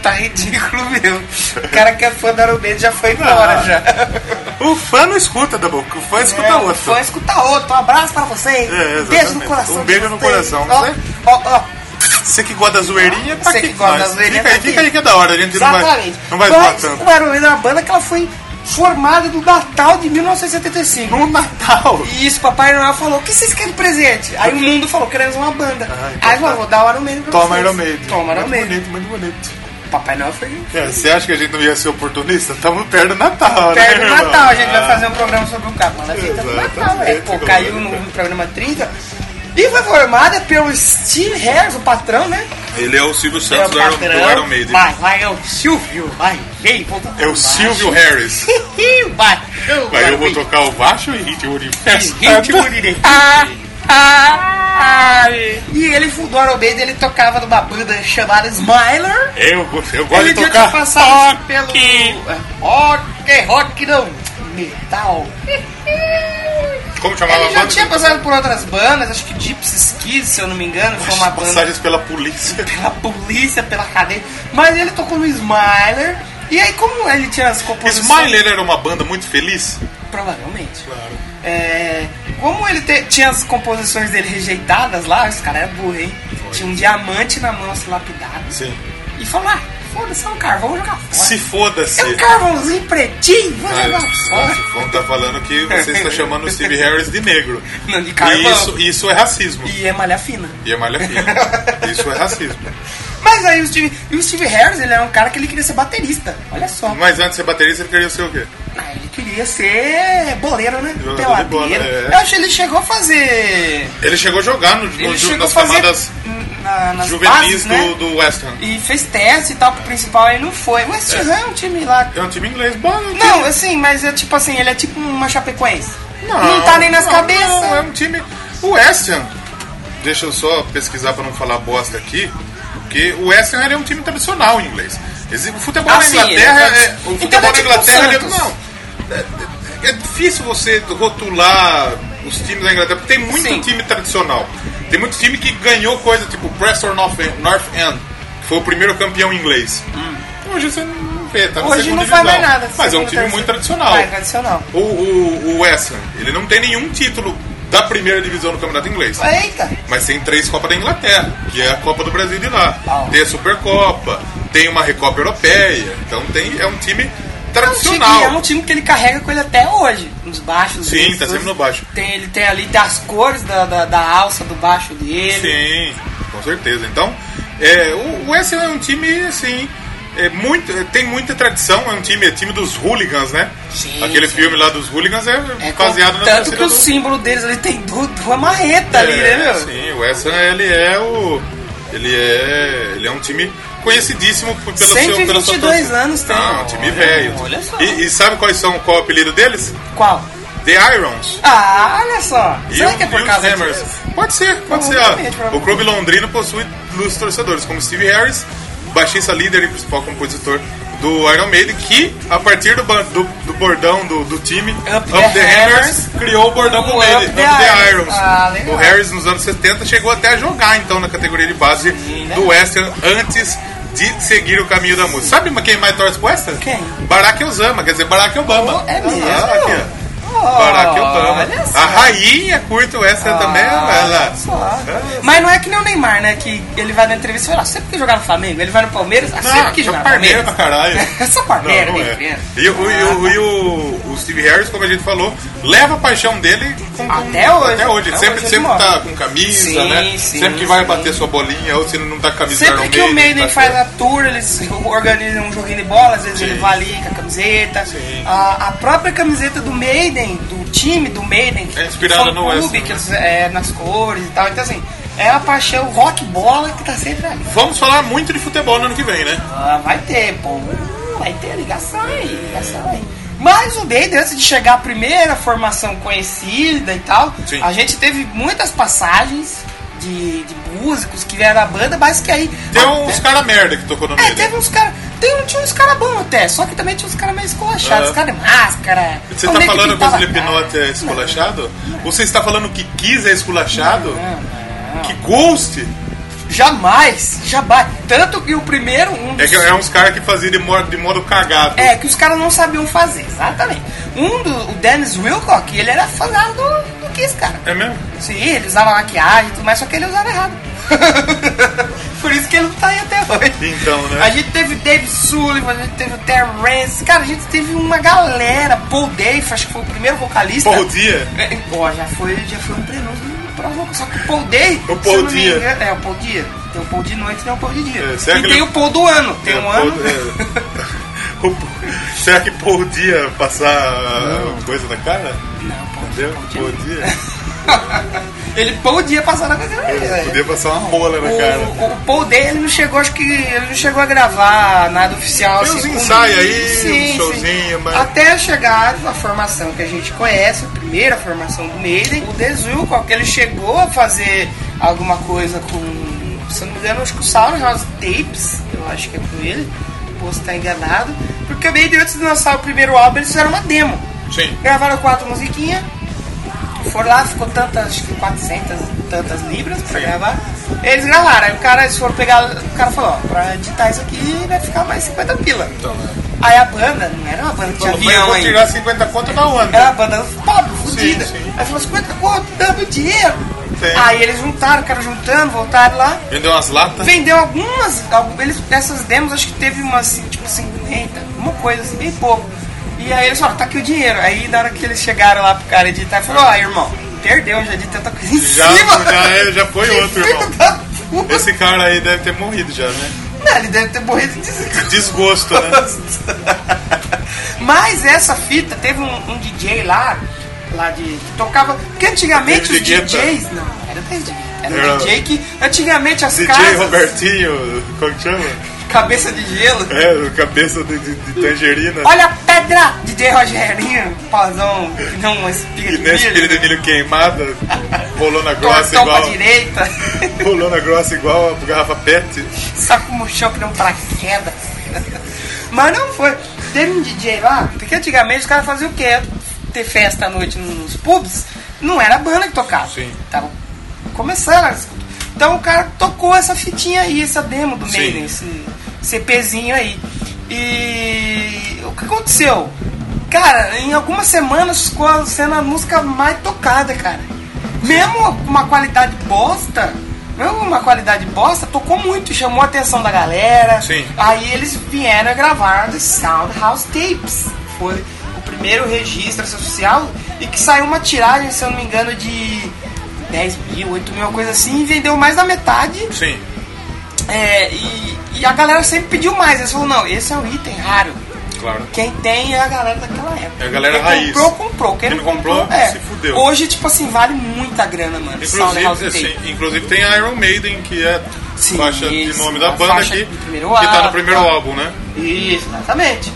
Speaker 4: Tá ridículo mesmo. O cara que é fã do Iron Maiden já foi embora
Speaker 7: Ah,
Speaker 4: já.
Speaker 7: O fã não escuta, Dabuco. O fã escuta
Speaker 4: É,
Speaker 7: outro.
Speaker 4: Foi escutar outro. Um abraço pra vocês.
Speaker 7: É,
Speaker 4: um beijo no
Speaker 7: exatamente.
Speaker 4: coração.
Speaker 7: Um beijo
Speaker 4: de
Speaker 7: no
Speaker 4: vocês.
Speaker 7: coração,
Speaker 4: Ó,
Speaker 7: né?
Speaker 4: ó, ó.
Speaker 7: Você que gosta da zoeirinha, tá
Speaker 4: Você
Speaker 7: aqui
Speaker 4: que
Speaker 7: com
Speaker 4: gosta
Speaker 7: nós.
Speaker 4: da zoeirinha,
Speaker 7: Fica
Speaker 4: tá
Speaker 7: aí,
Speaker 4: aqui.
Speaker 7: fica aí que é da hora. A gente
Speaker 4: Exatamente.
Speaker 7: não vai, não vai
Speaker 4: Mas
Speaker 7: zoar tanto.
Speaker 4: o Iron Maiden é uma banda que ela foi formada no Natal de 1975.
Speaker 7: No Natal.
Speaker 4: E isso, Papai Noel falou, o que vocês querem de presente? Aí o mundo falou, queremos uma banda.
Speaker 7: Ah, então
Speaker 4: Aí eu
Speaker 7: tá.
Speaker 4: vou dar o Iron Maiden pra
Speaker 7: Toma
Speaker 4: vocês.
Speaker 7: Iron Maiden.
Speaker 4: Toma Iron
Speaker 7: Muito
Speaker 4: Maiden.
Speaker 7: bonito, muito bonito.
Speaker 4: Papai Noel foi...
Speaker 7: É, você acha que a gente não ia ser oportunista? Tamo perto do Natal, né?
Speaker 4: Perto do
Speaker 7: irmão?
Speaker 4: Natal, a gente
Speaker 7: Ah,
Speaker 4: vai fazer um programa sobre o Capão da Fita do tá Natal.
Speaker 7: Exatamente,
Speaker 4: velho. Pô,
Speaker 7: galera.
Speaker 4: caiu no programa 30. E foi formada pelo Steve Harris, o patrão, né?
Speaker 7: Ele é o Silvio Santos do
Speaker 4: É o
Speaker 7: Iron- do
Speaker 4: patrão.
Speaker 7: Iron Maiden.
Speaker 4: Vai, vai, é o Silvio. Vai, vem, volta
Speaker 7: É o Silvio Harris.
Speaker 4: Vai,
Speaker 7: Aí eu vou tocar o baixo e ritmo de festa.
Speaker 4: Ritmo de ah, ah, ah. E ele fundou o Iron Maiden, ele tocava numa banda chamada Smiler.
Speaker 7: Eu, gosto- eu gosto
Speaker 4: ele
Speaker 7: de
Speaker 4: devia
Speaker 7: tocar.
Speaker 4: ter passado
Speaker 7: rock.
Speaker 4: pelo... é, Rock, rock não, metal.
Speaker 7: Como chamava
Speaker 4: Ele
Speaker 7: a
Speaker 4: já
Speaker 7: banda?
Speaker 4: tinha passado por outras bandas, acho que Gypsy Kids, se eu não me engano, foi uma banda
Speaker 7: Passagens pela polícia.
Speaker 4: pela polícia, pela cadeia. Mas ele tocou no Smiler. E aí, como ele tinha as composições...
Speaker 7: Smiler era uma banda muito feliz?
Speaker 4: Provavelmente. Claro. É, como ele te- tinha as composições dele rejeitadas lá, os caras eram burros, hein? Tinha um diamante na mão, assim, lapidado.
Speaker 7: Sim.
Speaker 4: E falou, ah, foda-se, é um carvão, vamos jogar fora.
Speaker 7: Se foda-se.
Speaker 4: É um carvãozinho pretinho, vou
Speaker 7: Ah,
Speaker 4: jogar
Speaker 7: O
Speaker 4: fora.
Speaker 7: Sifon tá falando que você está chamando o Steve Harris de negro.
Speaker 4: Não, de
Speaker 7: E
Speaker 4: carvão.
Speaker 7: isso, isso é racismo.
Speaker 4: E é malha fina.
Speaker 7: E é malha fina. Isso é racismo.
Speaker 4: Mas aí o Steve, e o Steve Harris, ele era um cara que ele queria ser baterista. Olha só.
Speaker 7: Mas antes de ser baterista, ele queria ser o quê?
Speaker 4: Ah, ele queria ser boleiro, né?
Speaker 7: Jogador de
Speaker 4: Peladeiro.
Speaker 7: bola, é.
Speaker 4: Eu acho que ele chegou a fazer.
Speaker 7: Ele chegou a jogar no, no,
Speaker 4: Ele
Speaker 7: ju-
Speaker 4: chegou a
Speaker 7: nas
Speaker 4: fazer.
Speaker 7: um camadas
Speaker 4: na- nas
Speaker 7: juvenis
Speaker 4: bases, né?
Speaker 7: do, do West Ham.
Speaker 4: E fez teste e tal pro principal e não foi. O West Ham é um time lá.
Speaker 7: É um time inglês. Bom, é um time-
Speaker 4: Não, assim, mas é tipo assim, ele é tipo uma Chapecoense. não tá nem nas
Speaker 7: não,
Speaker 4: cabeças.
Speaker 7: Não, é um time. O West Ham. Deixa eu só pesquisar pra não falar bosta aqui. Porque o West Ham ele é um time tradicional inglês. Exi- O futebol
Speaker 4: Ah,
Speaker 7: na
Speaker 4: sim,
Speaker 7: Inglaterra.
Speaker 4: ele é-
Speaker 7: é- o
Speaker 4: Então
Speaker 7: futebol
Speaker 4: é
Speaker 7: na
Speaker 4: tipo
Speaker 7: Inglaterra. ele é-
Speaker 4: Santos.
Speaker 7: não. É, é difícil você rotular os times da Inglaterra. Porque tem muito
Speaker 4: Sim.
Speaker 7: time tradicional. Tem muito time que ganhou coisa tipo Preston North End, North End que foi o primeiro campeão inglês. Hoje você não vê, tá na
Speaker 4: Hum. Hoje
Speaker 7: segunda
Speaker 4: não faz mais
Speaker 7: divisão.
Speaker 4: nada.
Speaker 7: Mas
Speaker 4: Segunda,
Speaker 7: é um time
Speaker 4: terceira.
Speaker 7: muito tradicional.
Speaker 4: Ah, é tradicional.
Speaker 7: O, o, o West Ham, ele não tem nenhum título da primeira divisão do Campeonato Inglês.
Speaker 4: Eita! é
Speaker 7: Mas tem três Copas da Inglaterra, que é a Copa do Brasil de lá.
Speaker 4: Ah.
Speaker 7: Tem a Supercopa, tem uma Recopa Europeia. Então tem, é um
Speaker 4: É um, time,
Speaker 7: time
Speaker 4: é um
Speaker 7: tradicional.
Speaker 4: time que ele carrega com ele até hoje. Nos baixos.
Speaker 7: Sim,
Speaker 4: dele,
Speaker 7: tá
Speaker 4: todos.
Speaker 7: sempre no baixo.
Speaker 4: Tem, ele tem ali tem as cores da, da, da alça do baixo dele.
Speaker 7: Sim, com certeza. Então, é, o, o West Ham é um time, assim, é muito, é, tem muita tradição. É um time, é time dos hooligans, né?
Speaker 4: Sim,
Speaker 7: Aquele
Speaker 4: sim.
Speaker 7: filme lá dos hooligans é,
Speaker 4: É, com-
Speaker 7: baseado na
Speaker 4: tanto
Speaker 7: torcida
Speaker 4: que o
Speaker 7: do-
Speaker 4: símbolo deles ali tem du- duas marretas ali, né,
Speaker 7: É,
Speaker 4: meu?
Speaker 7: Sim, o West Ham ele é o ele é ele é um time conhecidíssimo por- pelo seu pelo seu
Speaker 4: 122
Speaker 7: torcedor.
Speaker 4: anos tem.
Speaker 7: Ah, um time
Speaker 4: Olha,
Speaker 7: velho.
Speaker 4: olha só.
Speaker 7: E, e sabe quais são qual é o apelido deles?
Speaker 4: Qual?
Speaker 7: The Irons.
Speaker 4: Ah, olha só. Será
Speaker 7: o-
Speaker 4: que é por
Speaker 7: os
Speaker 4: causa
Speaker 7: Hammers.
Speaker 4: disso?
Speaker 7: Pode ser, pode ser.
Speaker 4: Provavelmente,
Speaker 7: ó. o clube londrino possui luz torcedores como Steve Harris, baixista líder e principal compositor do Iron Maiden, que a partir do, ban- do, do bordão do, do time
Speaker 4: Up the Hammers,
Speaker 7: criou o bordão
Speaker 4: o
Speaker 7: pro Maiden,
Speaker 4: Up the
Speaker 7: Up the
Speaker 4: Irons.
Speaker 7: Irons.
Speaker 4: Ah, legal.
Speaker 7: o Harris nos anos 70 chegou até a jogar então na categoria de base
Speaker 4: né?
Speaker 7: do Western antes de seguir o caminho da música. Sabe quem mais torce pro Western?
Speaker 4: Quem?
Speaker 7: Barack Obama, quer dizer, Barack Obama.
Speaker 4: Oh, é mesmo?
Speaker 7: Ah, aqui, ó.
Speaker 4: Oh,
Speaker 7: Barack Obama. Ah,
Speaker 4: olha só. Ah.
Speaker 7: A rainha curta o essa também, ela.
Speaker 4: Só. Mas não é que nem o Neymar, né? Que ele vai na entrevista e fala, "Ah, sempre que jogar no Flamengo, ele vai no Palmeiras, ah, sempre que
Speaker 7: sou
Speaker 4: jogar no
Speaker 7: parmeiro pra
Speaker 4: Palmeiras.
Speaker 7: caralho.
Speaker 4: Sou parmeiro,
Speaker 7: Não, não
Speaker 4: bem
Speaker 7: é.
Speaker 4: criança.
Speaker 7: E, o, e o- e o- o Steve Harris, como a gente falou, leva a paixão dele com, com-
Speaker 4: Até hoje.
Speaker 7: Até hoje.
Speaker 4: Até
Speaker 7: sempre
Speaker 4: hoje ele
Speaker 7: sempre
Speaker 4: mostra.
Speaker 7: tá com camisa,
Speaker 4: Sim,
Speaker 7: né?
Speaker 4: sim,
Speaker 7: sempre que vai
Speaker 4: sim.
Speaker 7: bater sua bolinha, ou se ele não tá com a camisa do
Speaker 4: Sempre
Speaker 7: Iron
Speaker 4: que o Maiden
Speaker 7: tá
Speaker 4: faz
Speaker 7: certo.
Speaker 4: a tour, eles organizam um joguinho de bola, às vezes
Speaker 7: Sim.
Speaker 4: ele vai ali com a camiseta.
Speaker 7: Sim.
Speaker 4: A, a própria camiseta do Maiden, do time do Maiden, que
Speaker 7: É inspirada
Speaker 4: são
Speaker 7: no
Speaker 4: clube,
Speaker 7: West Ham,
Speaker 4: que
Speaker 7: né?
Speaker 4: eles- é, nas cores e tal. Então assim, é a paixão rock bola que tá sempre ali.
Speaker 7: Vamos falar muito de futebol no ano que vem, né?
Speaker 4: Ah, vai ter, pô. Hum, Vai ter ligação aí, ligação aí. Mas o Dade, antes de chegar à primeira formação conhecida e tal,
Speaker 7: Sim.
Speaker 4: a gente teve muitas passagens de, de músicos que vieram da banda, mas que aí.
Speaker 7: Tem
Speaker 4: até-
Speaker 7: uns cara merda que tocou no
Speaker 4: Ah, É,
Speaker 7: meio.
Speaker 4: teve uns caras. Tem, tinha uns caras bons até, só que também tinha uns caras meio escolachados,
Speaker 7: Aham.
Speaker 4: os caras de máscara.
Speaker 7: É. Você
Speaker 4: um
Speaker 7: tá
Speaker 4: nego
Speaker 7: falando que o
Speaker 4: pintava
Speaker 7: Slipknot é
Speaker 4: cara.
Speaker 7: esculachado? Você está falando que Kiss é esculachado?
Speaker 4: Não, não.
Speaker 7: Que Ghost?
Speaker 4: Jamais, jamais. Tanto que o primeiro, um
Speaker 7: É,
Speaker 4: dos
Speaker 7: que é uns caras que faziam de modo, de modo cagado.
Speaker 4: É, que os caras não sabiam fazer, exatamente. Um do o Dennis Wilcock, ele era fanado do, do Kiss, cara.
Speaker 7: É mesmo?
Speaker 4: Sim, ele usava maquiagem e tudo mais, só que ele usava errado. Por isso que ele não tá aí até hoje.
Speaker 7: Então, né?
Speaker 4: A gente teve Dave Sullivan, a gente teve o Terrence, cara, a gente teve uma galera. Paul Dave, acho que foi o primeiro vocalista.
Speaker 7: Paul Dia?
Speaker 4: É, Pô, já foi, já foi um prenúncio do próximo. Só que o Paul Day.
Speaker 7: O Paul
Speaker 4: se eu não me
Speaker 7: Dia.
Speaker 4: engano- É, o Paul Dia. Tem o Paul de noite e tem o Paul de dia.
Speaker 7: É,
Speaker 4: e
Speaker 7: será que
Speaker 4: tem
Speaker 7: ele-
Speaker 4: o Paul do ano. Tem
Speaker 7: É,
Speaker 4: um ano.
Speaker 7: Paul- é. O Paul- Será que Paul Dia passar coisa na cara?
Speaker 4: Não, Paul
Speaker 7: Entendeu? Paul Dia?
Speaker 4: Ele podia passar na
Speaker 7: É,
Speaker 4: é, coisa dele.
Speaker 7: Podia passar uma rola na cara.
Speaker 4: O, o Paul Day, ele não chegou, acho que ele não chegou a gravar nada oficial. assim,
Speaker 7: Tem uns
Speaker 4: com
Speaker 7: ensaios
Speaker 4: ninguém.
Speaker 7: aí, um showzinho, mas-
Speaker 4: Até chegar a formação que a gente conhece, a primeira formação do Maiden, o Desil, qual que ele chegou a fazer alguma coisa com, se eu não me engano, acho que o Sauron House Tapes, eu acho que é com ele, posso estar enganado, porque o Maiden antes de lançar o primeiro álbum, eles fizeram uma demo.
Speaker 7: Sim.
Speaker 4: Gravaram quatro musiquinhas. Foram lá, ficou tantas, acho que 400 e tantas libras pra gravar. Eles gravaram, aí o cara, eles foram pegar, o cara falou, ó, pra editar isso aqui vai ficar mais 50 pila.
Speaker 7: Tá
Speaker 4: Aí a banda, não era uma banda que tinha
Speaker 7: Mas eu
Speaker 4: avião
Speaker 7: vou
Speaker 4: ainda.
Speaker 7: tirar 50 conto da onda.
Speaker 4: Era uma banda pobre, fodida.
Speaker 7: sim.
Speaker 4: Aí falou, 50 conto, dando dinheiro.
Speaker 7: Sim.
Speaker 4: Aí eles juntaram, o cara juntando, voltaram lá.
Speaker 7: Vendeu umas latas?
Speaker 4: Vendeu algumas, algumas eles, dessas demos, acho que teve umas, assim, tipo 50, uma coisa assim, bem pouco. E aí eles falaram, tá aqui o dinheiro. Aí na hora que eles chegaram lá pro cara editar, ele falou, ó, irmão, perdeu, já de tanta coisa em
Speaker 7: Já,
Speaker 4: cima.
Speaker 7: já, é, já foi outro,
Speaker 4: Filho
Speaker 7: irmão.
Speaker 4: da puta.
Speaker 7: Esse cara aí deve ter morrido já, né?
Speaker 4: Não, ele deve ter morrido de desgosto.
Speaker 7: Desgosto, né?
Speaker 4: Mas essa fita, teve um, um DJ lá, lá de. que tocava. Porque antigamente os
Speaker 7: David Guetta.
Speaker 4: DJs. Não, era David Guetta. Era
Speaker 7: Era-
Speaker 4: um DJ que. Antigamente as
Speaker 7: DJ
Speaker 4: casas.
Speaker 7: Robertinho, como que chama?
Speaker 4: Cabeça de gelo.
Speaker 7: É, o cabeça de, de- de tangerina.
Speaker 4: Olha a pedra de De Rogerinho, pauzão, que não um uma espiga
Speaker 7: E
Speaker 4: de
Speaker 7: nesse
Speaker 4: milho,
Speaker 7: espelho é de milho queimada, rolou na grossa
Speaker 4: tortão pra
Speaker 7: igual.
Speaker 4: direita,
Speaker 7: Rolou na grossa igual a garrafa pet.
Speaker 4: saco murchão que não um paraquedas. Mas não foi. Teve um DJ lá, porque antigamente os caras faziam o quê? Ter festa à noite nos pubs, não era a banda que tocava.
Speaker 7: Sim.
Speaker 4: Tava começando. a- Então o cara tocou essa fitinha aí, essa demo do
Speaker 7: Sim.
Speaker 4: Maiden, esse CPzinho aí. E o que aconteceu? Cara, em algumas semanas ficou sendo a música mais tocada, cara. Mesmo com uma qualidade bosta, mesmo com uma qualidade bosta, tocou muito, chamou a atenção da galera.
Speaker 7: Sim.
Speaker 4: Aí eles vieram a gravar The Sound House Tapes. Foi o primeiro registro social e que saiu uma tiragem, se eu não me engano, de 10 mil, 8 mil, uma coisa assim, e vendeu mais da metade.
Speaker 7: Sim.
Speaker 4: É, e, e a galera sempre pediu mais. Eles falaram, não, esse é um item raro.
Speaker 7: Claro.
Speaker 4: Quem tem é a galera daquela época.
Speaker 7: É a galera
Speaker 4: Quem
Speaker 7: raiz.
Speaker 4: comprou, comprou. Quem,
Speaker 7: Quem
Speaker 4: não
Speaker 7: não comprou,
Speaker 4: é.
Speaker 7: se fudeu.
Speaker 4: Hoje, tipo assim, vale muita grana, mano. Sound House
Speaker 7: Inclusive, assim,
Speaker 4: Tape.
Speaker 7: inclusive tem a Iron Maiden, que é
Speaker 4: Sim,
Speaker 7: faixa de
Speaker 4: sim,
Speaker 7: nome
Speaker 4: a
Speaker 7: da banda
Speaker 4: faixa
Speaker 7: aqui,
Speaker 4: do
Speaker 7: que
Speaker 4: primeiro
Speaker 7: tá
Speaker 4: álbum,
Speaker 7: no primeiro
Speaker 4: tá.
Speaker 7: álbum, né?
Speaker 4: Isso, exatamente.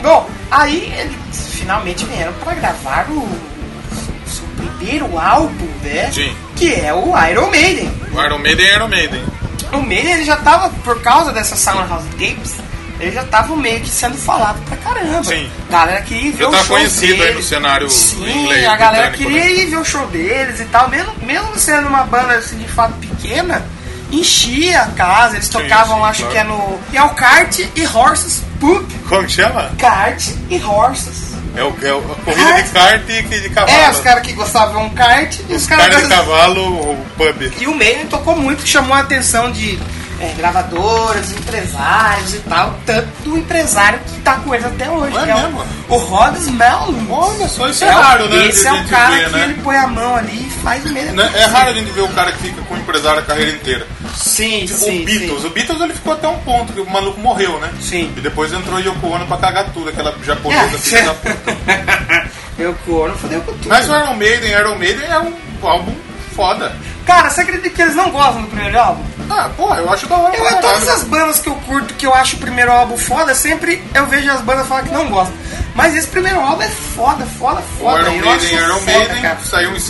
Speaker 4: Bom, aí eles finalmente vieram pra gravar o, o seu primeiro álbum, né?
Speaker 7: Sim.
Speaker 4: Que é o Iron Maiden.
Speaker 7: O Iron Maiden é Iron Maiden.
Speaker 4: O Maiden ele já tava, por causa dessa Sound House Tapes, ele já tava meio que sendo falado pra caramba.
Speaker 7: Sim.
Speaker 4: Galera queria ir ver
Speaker 7: Já
Speaker 4: o
Speaker 7: tá
Speaker 4: show
Speaker 7: conhecido aí
Speaker 4: deles.
Speaker 7: no cenário
Speaker 4: Sim,
Speaker 7: inglês,
Speaker 4: a galera
Speaker 7: britânico,
Speaker 4: queria
Speaker 7: né?
Speaker 4: ir ver o show deles e tal. Mesmo, mesmo sendo uma banda assim, de fato pequena, enchia a casa. Eles tocavam,
Speaker 7: sim,
Speaker 4: acho
Speaker 7: claro.
Speaker 4: que é no... E é o Kart e Horses Poop.
Speaker 7: Como que chama?
Speaker 4: Kart e Horses.
Speaker 7: É, o, é o- a corrida de kart e que- de cavalo.
Speaker 4: Ah, É, os caras que gostavam de kart e os caras...
Speaker 7: Cara de cavalo, o pub.
Speaker 4: E o Maiden tocou muito, chamou a atenção de é, gravadoras, empresários e tal, tanto do empresário que tá com eles até hoje.
Speaker 7: É
Speaker 4: que o-
Speaker 7: mesmo?
Speaker 4: O Rod Smell.
Speaker 7: Olha só, isso é raro, né,
Speaker 4: Esse
Speaker 7: de
Speaker 4: é o
Speaker 7: gente
Speaker 4: cara
Speaker 7: ver,
Speaker 4: que
Speaker 7: né?
Speaker 4: ele põe a mão ali e faz o Maiden.
Speaker 7: Né? É raro a gente ver o cara que fica com o empresário a carreira inteira.
Speaker 4: Sim,
Speaker 7: Tipo
Speaker 4: sim,
Speaker 7: o Beatles. O Beatles ele ficou até um ponto que o maluco morreu, né?
Speaker 4: Sim. É.
Speaker 7: E depois entrou Yoko Ono pra cagar tudo, aquela japonesa
Speaker 4: sim.
Speaker 7: filha da puta.
Speaker 4: Eu coro, fodeu com tudo.
Speaker 7: Mas o Iron Maiden, Iron Maiden é um álbum foda.
Speaker 4: Cara, você acredita que eles não gostam do primeiro álbum?
Speaker 7: Ah, porra, eu acho da hora.
Speaker 4: Eu,
Speaker 7: pra
Speaker 4: eu- todas
Speaker 7: caralho.
Speaker 4: as bandas que eu curto, que eu acho o primeiro álbum foda, sempre eu vejo as bandas falar que não gostam. Mas esse primeiro álbum é foda, foda,
Speaker 7: O
Speaker 4: foda.
Speaker 7: Iron
Speaker 4: Eu acho
Speaker 7: Maiden, Iron
Speaker 4: foda,
Speaker 7: Maiden
Speaker 4: cara.
Speaker 7: saiu em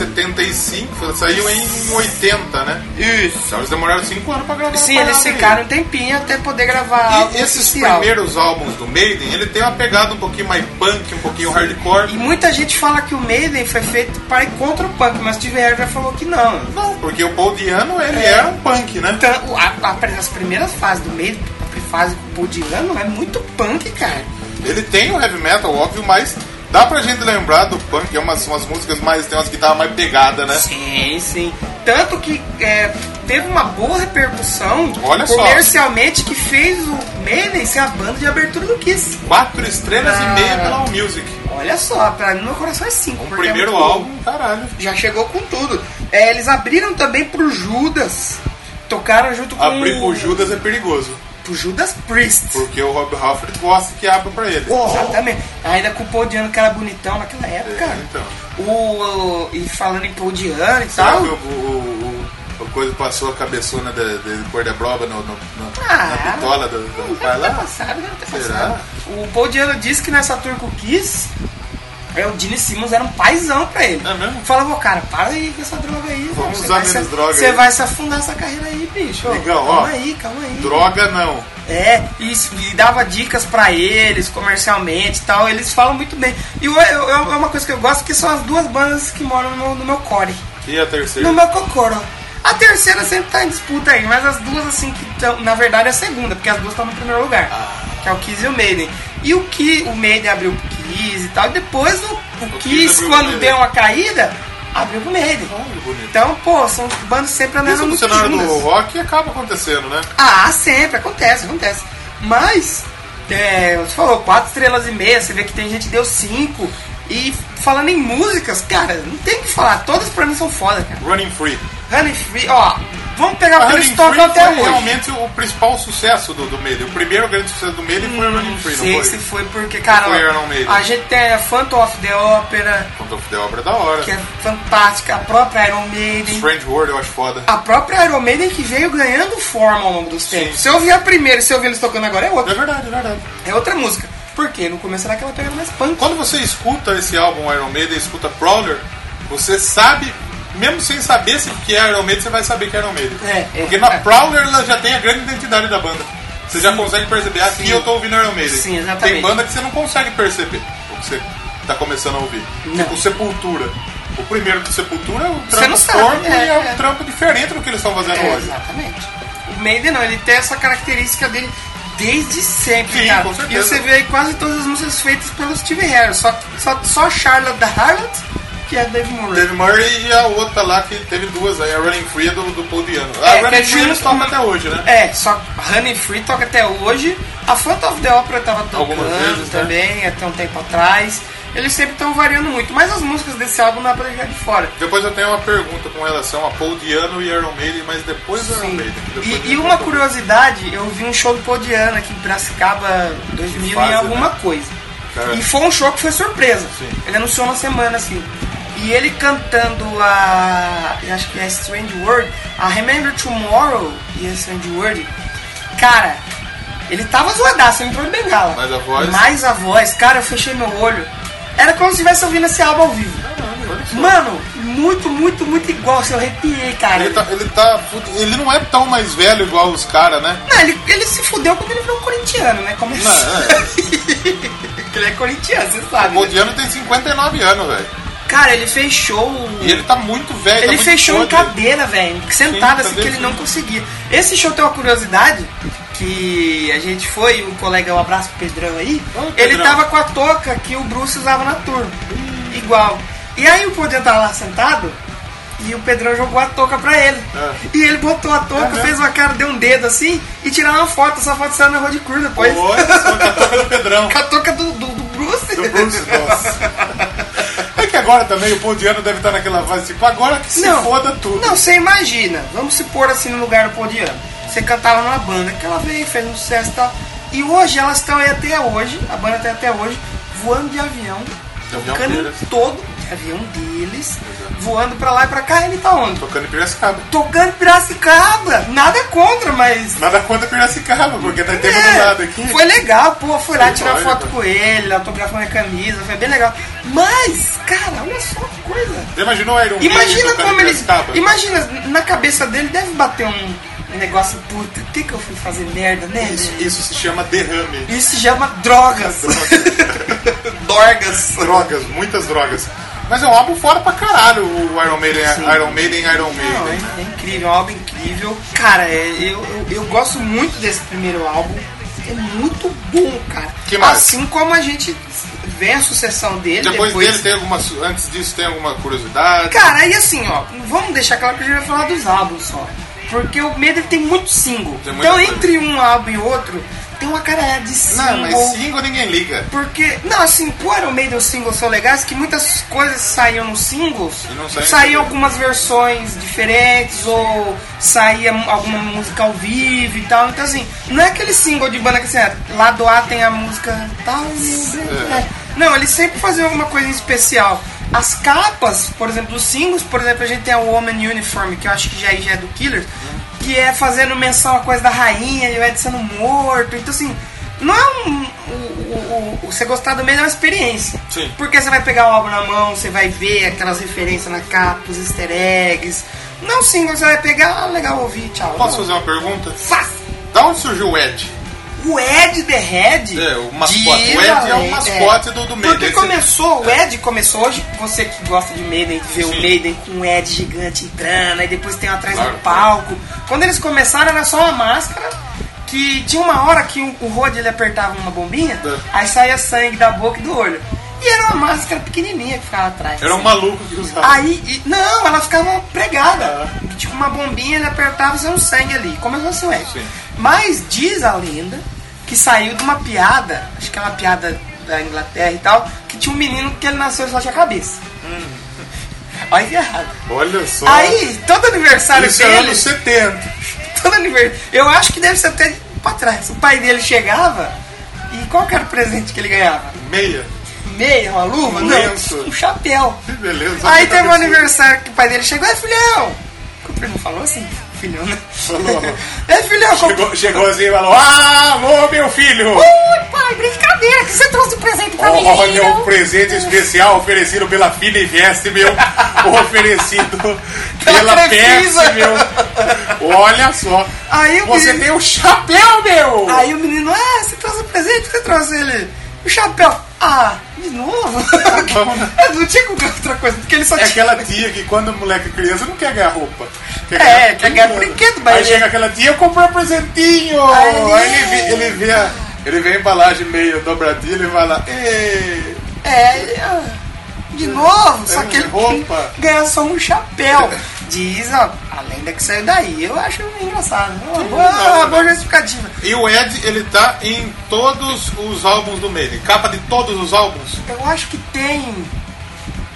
Speaker 7: 75, saiu em 80, né?
Speaker 4: Isso.
Speaker 7: Então eles demoraram 5 anos pra gravar.
Speaker 4: Sim,
Speaker 7: a
Speaker 4: eles
Speaker 7: parada aí.
Speaker 4: ficaram um tempinho até poder gravar
Speaker 7: E
Speaker 4: álbum
Speaker 7: esses
Speaker 4: oficial.
Speaker 7: primeiros álbuns do Maiden, ele tem uma pegada um pouquinho mais punk, um pouquinho hardcore.
Speaker 4: E muita gente fala que o Maiden foi feito para ir contra o punk, mas o Steve Harris já falou que não.
Speaker 7: Não, porque o Paul Diano, ele
Speaker 4: É.
Speaker 7: era um punk, né?
Speaker 4: Então, a- a- as primeiras fases do Maiden, a fase com o Paul Dillano, é muito punk, cara.
Speaker 7: Ele tem o heavy metal, óbvio, mas dá pra gente lembrar do punk, é umas, umas músicas mais. tem umas guitarras mais pegadas, né?
Speaker 4: Sim, sim. Tanto que é, teve uma boa repercussão
Speaker 7: Olha só.
Speaker 4: comercialmente que fez o Maiden ser a banda de abertura do Kiss.
Speaker 7: Quatro estrelas
Speaker 4: Ah.
Speaker 7: e meia pela All Music.
Speaker 4: Olha só, pra mim meu coração é cinco.
Speaker 7: Um
Speaker 4: porque é
Speaker 7: primeiro
Speaker 4: muito bom.
Speaker 7: álbum, caralho.
Speaker 4: Já chegou com tudo. É, eles abriram também pro Judas. Tocaram junto com
Speaker 7: Abrir pro Judas é perigoso,
Speaker 4: pro Judas Priest.
Speaker 7: porque o Rob Halford gosta que abra pra ele.
Speaker 4: Exatamente. Ainda com o Paul Diano, que era bonitão naquela época.
Speaker 7: É, então.
Speaker 4: O, e falando em Paul Diano e
Speaker 7: Será
Speaker 4: tal.
Speaker 7: que o, o, o- o coisa passou a cabeçona de, de cor da broba no, no- no- na
Speaker 4: Ah. tá
Speaker 7: pitola do, do pai
Speaker 4: Deve ter
Speaker 7: lá?
Speaker 4: passado, deve ter
Speaker 7: Será?
Speaker 4: passado. O Paul Diano disse que nessa tour com o Kiss, é, o Gene Simmons era um paizão pra ele.
Speaker 7: É mesmo?
Speaker 4: Falava, "Ô, cara, para aí com essa droga aí. mano.
Speaker 7: Vamos
Speaker 4: Você
Speaker 7: usar
Speaker 4: vai se-
Speaker 7: menos droga
Speaker 4: Você
Speaker 7: aí."
Speaker 4: vai se afundar essa carreira aí, bicho. Ô,
Speaker 7: Amigão,
Speaker 4: calma
Speaker 7: ó,
Speaker 4: aí, calma aí.
Speaker 7: Droga não.
Speaker 4: É, e, s- e dava dicas pra eles comercialmente e tal. Eles falam muito bem. E eu- eu- eu- é uma coisa que eu gosto, que são as duas bandas que moram no, no meu core.
Speaker 7: E é a terceira?
Speaker 4: No meu cocoro. A terceira sempre tá em disputa aí, mas as duas, assim, que estão. Na verdade, é a segunda, porque as duas estão no primeiro lugar.
Speaker 7: Ah.
Speaker 4: Que é o Kiss e o Maiden. E o que o Maiden abriu pro Kiss e tal. E depois o, o
Speaker 7: Kiss
Speaker 4: Kiss,
Speaker 7: abriu pro
Speaker 4: quando
Speaker 7: Maiden.
Speaker 4: deu uma caída, abriu pro Maiden.
Speaker 7: que bonito.
Speaker 4: Então, pô, são os bandos sempre
Speaker 7: Isso
Speaker 4: andaram
Speaker 7: no
Speaker 4: muito
Speaker 7: cenário do
Speaker 4: juntas.
Speaker 7: rock acaba acontecendo, né?
Speaker 4: Ah, sempre, acontece, acontece. Mas, é, você falou, quatro estrelas e meia, você vê que tem gente que deu cinco. E falando em músicas, cara, não tem o que falar, todas pra mim são foda, cara.
Speaker 7: Running Free.
Speaker 4: Honey Free, ó, vamos pegar o
Speaker 7: A
Speaker 4: que
Speaker 7: Running
Speaker 4: eles
Speaker 7: Free
Speaker 4: tocam até
Speaker 7: foi
Speaker 4: hoje.
Speaker 7: realmente o principal sucesso do, do Maiden. O primeiro grande sucesso do Maiden foi o um Running
Speaker 4: Não
Speaker 7: Free, não
Speaker 4: sei
Speaker 7: foi?
Speaker 4: se foi porque, cara,
Speaker 7: Foi Iron Maiden.
Speaker 4: a gente tem a Phantom of the Opera,
Speaker 7: Quando eu fui da obra da hora.
Speaker 4: que é fantástica, a própria Iron Maiden.
Speaker 7: Strange World eu acho foda.
Speaker 4: A própria Iron Maiden que veio ganhando forma ao longo dos
Speaker 7: Sim.
Speaker 4: tempos. Se eu ouvir a primeira e se eu ouvir eles tocando agora, é
Speaker 7: É
Speaker 4: outra.
Speaker 7: verdade, é verdade.
Speaker 4: É outra música. Porque no começo era aquela pegada mais punk.
Speaker 7: Quando você escuta esse álbum Iron Maiden, escuta Prowler, você sabe, mesmo sem saber se que é Iron Maiden, você vai saber que é Iron Maiden.
Speaker 4: É, é.
Speaker 7: Porque na Prowler ela já tem a grande identidade da banda. Você já consegue perceber, "Ah, aqui
Speaker 4: Sim.
Speaker 7: eu tô ouvindo Iron Maiden.
Speaker 4: Sim, exatamente.
Speaker 7: Tem banda que você não consegue perceber, o que você tá começando a ouvir.
Speaker 4: Não.
Speaker 7: Tipo Sepultura. O primeiro do Sepultura é um
Speaker 4: Você não
Speaker 7: trampo
Speaker 4: sabe,
Speaker 7: corpo
Speaker 4: é,
Speaker 7: e é um
Speaker 4: é.
Speaker 7: trampo diferente do que eles estão fazendo
Speaker 4: É,
Speaker 7: hoje.
Speaker 4: exatamente. O Maiden não, ele tem essa característica dele desde sempre,
Speaker 7: Sim,
Speaker 4: cara.
Speaker 7: com
Speaker 4: e
Speaker 7: certeza.
Speaker 4: você vê aí quase todas as músicas feitas pelo Steve Harris. Só, só, só Charlotte da Harlot, que é a Dave Murray.
Speaker 7: Dave Murray e a outra lá que teve duas aí, a Running Free é do, do Paul Diano. A
Speaker 4: É, que
Speaker 7: Running
Speaker 4: é
Speaker 7: Free eles
Speaker 4: junto com-
Speaker 7: tocam até hoje, né?
Speaker 4: É, só Honey Free toca até hoje. A Phantom of the Opera tava tocando
Speaker 7: Algumas vezes, né?
Speaker 4: também, até um tempo atrás. Eles sempre estão variando muito, mas as músicas desse álbum não dá pra deixar de fora.
Speaker 7: Depois eu tenho uma pergunta com relação a Paul Diano e Iron Maiden, mas depois do Iron
Speaker 4: Sim.
Speaker 7: Maiden. Depois
Speaker 4: E, e
Speaker 7: eu
Speaker 4: uma
Speaker 7: conto.
Speaker 4: curiosidade, eu vi um show do Podiana aqui em Piracicaba 2000
Speaker 7: fase,
Speaker 4: e alguma
Speaker 7: né?
Speaker 4: coisa.
Speaker 7: Cara.
Speaker 4: E foi um show que foi surpresa.
Speaker 7: Sim.
Speaker 4: Ele anunciou na semana assim. E ele cantando a. eu Acho que é Strange World, a Remember Tomorrow e a Strange World. Cara, ele tava zoadaço, ele entrou de bengala.
Speaker 7: Mas a voz?
Speaker 4: Mas a voz, cara, eu fechei meu olho. Era como se estivesse ouvindo esse álbum ao vivo.
Speaker 7: Caralho, olha só.
Speaker 4: Mano, muito, muito, muito igual. assim, Eu arrepiei, cara.
Speaker 7: Ele tá, ele tá. puto, Ele não é tão mais velho igual os caras, né?
Speaker 4: Não, ele, ele se fudeu quando ele virou corintiano, né? Como
Speaker 7: Não,
Speaker 4: ele é corintiano, você sabe.
Speaker 7: Paul
Speaker 4: né?
Speaker 7: Diano tem 59 anos, velho.
Speaker 4: Cara, ele fechou.
Speaker 7: E ele tá muito velho.
Speaker 4: Ele
Speaker 7: tá muito
Speaker 4: fechou em
Speaker 7: podre.
Speaker 4: cadeira, velho.
Speaker 7: Sim, tá
Speaker 4: Sentado, assim,
Speaker 7: cadeira,
Speaker 4: que ele
Speaker 7: sim.
Speaker 4: não conseguia. Esse show tem uma curiosidade. Que a gente foi, um colega, um abraço pro Pedrão aí.
Speaker 7: Ô,
Speaker 4: ele
Speaker 7: Pedrão.
Speaker 4: tava com a touca que o Bruce usava na tour. Igual. E aí o Poder tava lá sentado. E o Pedrão jogou a touca pra ele.
Speaker 7: Ah.
Speaker 4: E ele botou a touca,
Speaker 7: mesmo?
Speaker 4: fez uma cara, deu um dedo assim. E tiraram uma foto. Essa foto saiu na Rua de Cur depois.
Speaker 7: Olha só, tá tocando Pedrão.
Speaker 4: Com a touca do, do, do Bruce.
Speaker 7: Do Bruce, nossa. É que agora também o Paul Diano deve estar naquela fase tipo, agora que se foda tudo.
Speaker 4: Não, você imagina. Vamos se pôr assim no lugar do Podiano. Você cantava numa banda que ela veio, fez um sucesso e tal. E hoje elas estão aí até hoje, a banda tá aí até hoje, voando de avião,
Speaker 7: De avião
Speaker 4: tocando
Speaker 7: deles.
Speaker 4: em todo de avião deles. voando pra lá e pra cá, ele tá onde?
Speaker 7: Tocando em Piracicaba.
Speaker 4: Tocando Piracicaba! Nada contra, mas.
Speaker 7: Nada contra Piracicaba, porque tá tendo
Speaker 4: É,
Speaker 7: do lado aqui.
Speaker 4: Foi legal, pô, fui lá
Speaker 7: Foi
Speaker 4: tirar
Speaker 7: jóia,
Speaker 4: foto
Speaker 7: pô.
Speaker 4: com ele, autografar minha camisa, foi bem legal. Mas, cara, olha só que coisa.
Speaker 7: Já imaginou o Iron Maiden
Speaker 4: Imagina
Speaker 7: tocando em
Speaker 4: como ele.
Speaker 7: Piracicaba?
Speaker 4: Imagina, na cabeça dele deve bater um um negócio, puta, o que que eu fui fazer merda, né?
Speaker 7: Isso,
Speaker 4: gente?
Speaker 7: isso se chama derrame.
Speaker 4: Isso é se chama drogas. Dorgas.
Speaker 7: drogas, muitas drogas. Mas é um álbum fora pra caralho o Iron Maiden,
Speaker 4: Sim.
Speaker 7: Iron Maiden,
Speaker 4: Não,
Speaker 7: Iron Maiden.
Speaker 4: é, é incrível, é um álbum incrível. Cara, é, eu, eu, eu gosto muito desse primeiro álbum. É muito bom, cara.
Speaker 7: Que mais?
Speaker 4: Assim como a gente vê a sucessão dele.
Speaker 7: Depois dele tem alguma. su- Antes disso tem alguma curiosidade.
Speaker 4: Cara, e assim, ó, vamos deixar claro que a gente vai falar dos álbuns só. Porque o Medo ele tem muito single.
Speaker 7: Tem muita
Speaker 4: então,
Speaker 7: coisa.
Speaker 4: entre um álbum e outro, tem uma cara de single.
Speaker 7: Não, mas single ninguém liga.
Speaker 4: Porque, não, assim, pro Iron Maiden os singles são legais, que muitas coisas saíam nos singles,
Speaker 7: E não saíam
Speaker 4: saíam
Speaker 7: em CD.
Speaker 4: algumas versões diferentes, ou saía m- alguma música ao vivo e tal. Então, assim, não é aquele single de banda que assim, ah, lado A tem a música tal,
Speaker 7: É.
Speaker 4: meu Deus, né? Não, eles sempre faziam alguma coisa em especial. As capas, por exemplo, dos singles, por exemplo, a gente tem a Woman Uniform, que eu acho que já, já é do Killers,
Speaker 7: Uhum.
Speaker 4: que é fazendo menção a coisa da rainha e o Ed sendo morto. Então, assim, não é um. o- o- o- o- Você gostar do meio é uma experiência.
Speaker 7: Sim.
Speaker 4: Porque você vai pegar o álbum na mão, você vai ver aquelas referências na capa, os easter eggs. Não single, você vai pegar, ah, legal ouvir, tchau. Não.
Speaker 7: Posso fazer uma pergunta?
Speaker 4: Fácil.
Speaker 7: Da onde surgiu o Ed?
Speaker 4: O Ed The Head.
Speaker 7: É, o mascote.
Speaker 4: diz
Speaker 7: O Ed é o
Speaker 4: a lenda,
Speaker 7: mascote do- do Maiden.
Speaker 4: Porque
Speaker 7: Esse-
Speaker 4: começou, o Ed começou hoje, você que gosta de Maiden, vê o
Speaker 7: Sim.
Speaker 4: Maiden com o Ed gigante entrando, aí depois tem um atrás
Speaker 7: Claro.
Speaker 4: do palco. Quando eles começaram era só uma máscara. Que tinha uma hora que o o Rod ele apertava uma bombinha,
Speaker 7: É.
Speaker 4: aí saía sangue da boca e do olho. E era uma máscara pequenininha que ficava atrás.
Speaker 7: Era um
Speaker 4: assim.
Speaker 7: maluco que usava.
Speaker 4: Aí, e- não, ela ficava pregada.
Speaker 7: Ah.
Speaker 4: Tipo uma bombinha, ele apertava e saiu um sangue ali. Começou assim, ué.
Speaker 7: Sim.
Speaker 4: Mas diz a lenda que saiu de uma piada, acho que é uma piada da Inglaterra e tal, que tinha um menino que ele nasceu só tinha cabeça.
Speaker 7: Hum.
Speaker 4: Olha que errado.
Speaker 7: Olha só.
Speaker 4: Aí, todo aniversário
Speaker 7: Isso é
Speaker 4: dele.
Speaker 7: anos 70.
Speaker 4: Todo aniversário. Eu acho que deve ser até pra trás. O pai dele chegava e qual que era o presente que ele ganhava?
Speaker 7: Meia.
Speaker 4: Meia, uma luva?
Speaker 7: Um
Speaker 4: Não,
Speaker 7: lenço.
Speaker 4: um chapéu.
Speaker 7: Que beleza.
Speaker 4: Aí
Speaker 7: Muita
Speaker 4: teve um
Speaker 7: pessoa.
Speaker 4: aniversário que o pai dele chegou, é filhão! Comprei, não falou assim, filhão, né?
Speaker 7: Falou.
Speaker 4: É filhão, comprei.
Speaker 7: Chegou, chegou assim e falou: Alô, meu filho!
Speaker 8: Ui, pai, brincadeira, que você trouxe de presente pra mim.
Speaker 7: Olha
Speaker 4: então.
Speaker 7: um presente especial oferecido pela Fina Invest, meu. oferecido
Speaker 4: Pela
Speaker 7: pela Pepsi,
Speaker 4: Crefisa.
Speaker 7: meu. Olha só.
Speaker 4: Aí o
Speaker 7: Você
Speaker 4: menino-
Speaker 7: tem um chapéu, meu.
Speaker 4: Aí o menino, ah, você trouxe um presente, por que você trouxe ele? O chapéu. Ah, de novo?
Speaker 7: bom, né?
Speaker 4: Eu não tinha comprado outra coisa, porque ele só
Speaker 7: É
Speaker 4: tinha.
Speaker 7: aquela tia que quando o moleque é criança não quer ganhar roupa.
Speaker 4: É, quer ganhar brinquedo, mas
Speaker 7: Aí
Speaker 4: ele-
Speaker 7: chega aquela tia, eu comprei um presentinho.
Speaker 4: Aí- é.
Speaker 7: Aí ele vê, ele vê a, ele vê a embalagem meio dobradinha, ele vai lá. "Ei,
Speaker 4: É, ah, de novo, só que ele
Speaker 7: É, Roupa.
Speaker 4: ganha só um chapéu. Diz, ó, a lenda que saiu daí, eu acho engraçado. Uma boa, uma
Speaker 7: né?
Speaker 4: boa justificativa.
Speaker 7: E o Ed, ele tá em todos os álbuns do Maiden. Capa de todos os álbuns.
Speaker 4: Eu acho que tem.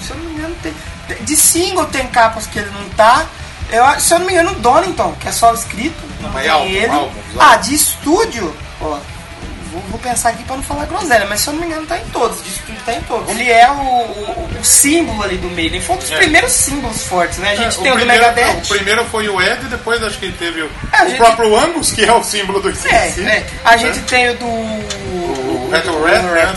Speaker 4: Se eu não me engano, tem. tem- De single tem capas que ele não tá. Eu, acho- se eu não me engano, o Donington, que é só escrito. Não,
Speaker 7: mas
Speaker 4: tem
Speaker 7: é álbum,
Speaker 4: ele.
Speaker 7: álbum, álbum.
Speaker 4: Ah, de estúdio, ó. Vou, vou pensar aqui pra não falar groselha, mas se eu não me engano, tá em todos. De estúdio tá em todos. Ele é o, o- o símbolo ali do Maiden. Foi um dos
Speaker 7: É.
Speaker 4: primeiros símbolos fortes, né? A gente
Speaker 7: É,
Speaker 4: tem o, do
Speaker 7: primeiro,
Speaker 4: Megadeth.
Speaker 7: não, o primeiro foi o Ed, depois acho que teve o,
Speaker 4: É, a
Speaker 7: o
Speaker 4: gente-
Speaker 7: próprio Angus, que é o símbolo do
Speaker 4: É,
Speaker 7: ICC.
Speaker 4: né? A gente tem o do. O
Speaker 7: Rattle Red, né?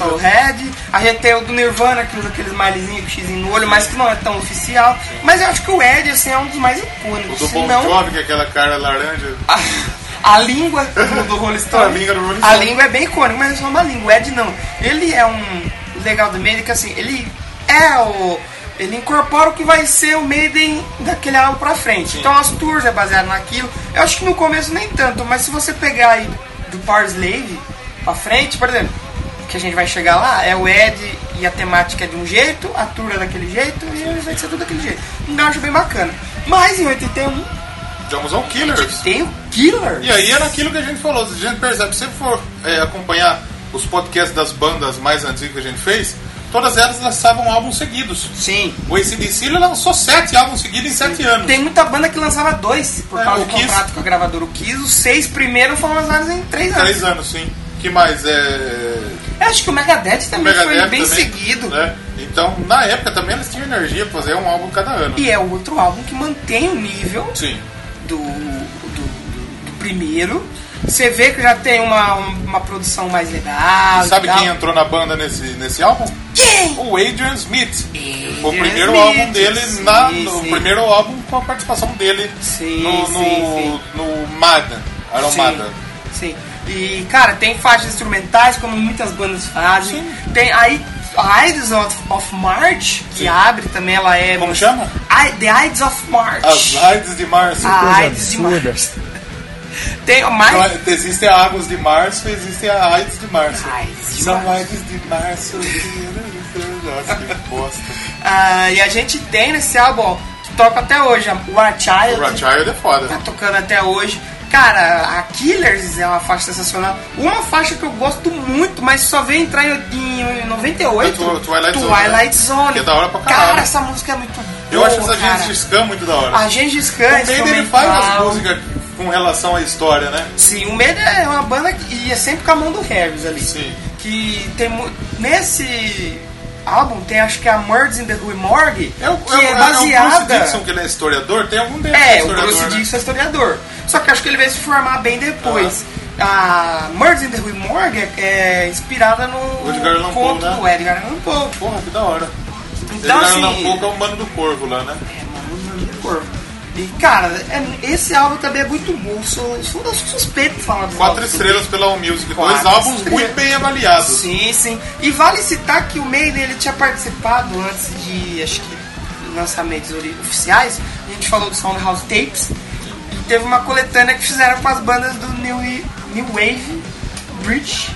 Speaker 4: Red. A gente tem o do Nirvana, que usa aqueles malezinhos com xizinho no olho, mas que não é tão oficial. Mas eu acho que o Ed, assim, é um dos mais
Speaker 7: O
Speaker 4: icônicos.
Speaker 7: do Bon
Speaker 4: se não,
Speaker 7: Jovi, que é aquela cara laranja.
Speaker 4: a, a língua do, do Rolling Stone.
Speaker 7: A língua do Rolling
Speaker 4: A
Speaker 7: Stone.
Speaker 4: língua é bem icônica, mas não é uma língua. O Ed não. Ele é um o legal do Maiden que assim, ele é o. Ele incorpora o que vai ser o Maiden daquele álbum pra frente. Então as tours é baseado naquilo. Eu acho que no começo nem tanto, mas se você pegar aí do Power Slave pra frente, por exemplo, que a gente vai chegar lá, é o Ed e a temática é de um jeito, a tour é daquele jeito e vai ser tudo daquele jeito. Então eu acho bem bacana. Mas em 81
Speaker 7: Vamos ao Killers.
Speaker 4: tem o Killer.
Speaker 7: E aí era aquilo que a gente falou. A gente percebe, se você for é, acompanhar os podcasts das bandas mais antigas que a gente fez, todas elas lançavam álbuns seguidos.
Speaker 4: Sim.
Speaker 7: O ACDC ele lançou sete álbuns seguidos em sete anos.
Speaker 4: Tem muita banda que lançava dois por
Speaker 7: É,
Speaker 4: causa
Speaker 7: o
Speaker 4: do
Speaker 7: Kiss.
Speaker 4: contrato com a gravadora. O Kiss, os seis primeiros foram lançados em três anos.
Speaker 7: Três anos, sim. que mais? É,
Speaker 4: Eu acho que o Megadeth também foi
Speaker 7: Megadeth
Speaker 4: bem
Speaker 7: também,
Speaker 4: seguido.
Speaker 7: né? Então, na época também eles tinham energia pra fazer um álbum cada ano.
Speaker 4: E é o outro álbum que mantém o nível
Speaker 7: Sim.
Speaker 4: do, do, do primeiro. Você vê que já tem uma, um, uma produção mais Ah, legal. e
Speaker 7: Sabe
Speaker 4: tal.
Speaker 7: quem é entrou na banda nesse, nesse álbum?
Speaker 4: Quem?
Speaker 7: O Adrian Smith.
Speaker 4: Adrian
Speaker 7: o primeiro
Speaker 4: Smith,
Speaker 7: álbum dele,
Speaker 4: sim,
Speaker 7: na, no
Speaker 4: sim.
Speaker 7: primeiro álbum com a participação dele
Speaker 4: Sim,
Speaker 7: no, no,
Speaker 4: sim, sim.
Speaker 7: no Madan, Iron Maiden.
Speaker 4: Sim. E, cara, tem faixas instrumentais, como muitas bandas fazem.
Speaker 7: Sim.
Speaker 4: Tem aí a Ides of, of March, que
Speaker 7: Sim.
Speaker 4: abre também, ela é.
Speaker 7: Como chama?
Speaker 4: I- The Ides of March.
Speaker 7: As Lides de Março.
Speaker 4: a
Speaker 1: coisa
Speaker 4: Ides de
Speaker 1: absurda.
Speaker 4: March. Tem
Speaker 7: Não
Speaker 4: mais.
Speaker 7: é- Existe a Águas de Março e existe a AIDS de Março.
Speaker 4: AIDS de
Speaker 7: São
Speaker 4: Março.
Speaker 7: AIDS de Março. Nossa, que bosta.
Speaker 4: Ah, e a gente tem nesse álbum, ó, que toca até hoje, a War
Speaker 7: O
Speaker 4: Child.
Speaker 7: Ratchild é foda.
Speaker 4: tá tocando até hoje. Cara, a Killers é uma faixa sensacional. Uma faixa que eu gosto muito, mas só veio entrar em, em 98.
Speaker 7: É Twi- Twilight Zone,
Speaker 4: Twilight
Speaker 7: né?
Speaker 4: Zone.
Speaker 7: Que é da hora pra caralho.
Speaker 4: Cara, essa música é muito boa.
Speaker 7: Eu acho essa
Speaker 4: cara.
Speaker 7: gente de Scan muito da hora.
Speaker 4: A Gengis Khan é
Speaker 7: o Maiden ele faz as
Speaker 4: instrumental.
Speaker 7: músicas com relação à história, né?
Speaker 4: Sim, o Medo é uma banda que ia sempre com a mão do Harris ali.
Speaker 7: Sim.
Speaker 4: Que tem. mu- Nesse álbum tem acho que é a Murds in the Rue Morgue,
Speaker 7: É o,
Speaker 4: que
Speaker 7: é, o-
Speaker 4: é,
Speaker 7: é o
Speaker 4: baseada.
Speaker 7: Bruce Dixon, que ele é historiador, tem algum deles que
Speaker 4: É, o
Speaker 7: historiador,
Speaker 4: Bruce
Speaker 7: né?
Speaker 4: Dixon é historiador. Só que acho que ele veio se formar bem depois. A
Speaker 7: Tá.
Speaker 4: Murder in the Rue Morgue é inspirada no
Speaker 7: O Edgar Allan
Speaker 4: conto
Speaker 7: Poe, né?
Speaker 4: do Edgar Allan Poe.
Speaker 7: Porra, que da hora.
Speaker 4: Então,
Speaker 7: ele
Speaker 4: assim-
Speaker 7: pouco é o mano do corvo lá, né?
Speaker 4: É, mano, mano do corpo. E, cara, é- esse álbum também é muito bom. Sou, sou, sou suspeito de falar desse
Speaker 7: Quatro
Speaker 4: álbum.
Speaker 7: estrelas pela All Music. Dois
Speaker 4: Quatro
Speaker 7: álbuns
Speaker 4: estrelas.
Speaker 7: muito bem avaliados.
Speaker 4: Sim, sim. E vale citar que o Maiden ele tinha participado antes de, acho que, lançamentos ori- oficiais. A gente falou do Soundhouse Tapes. E teve uma coletânea que fizeram com as bandas do New, I- New Wave Bridge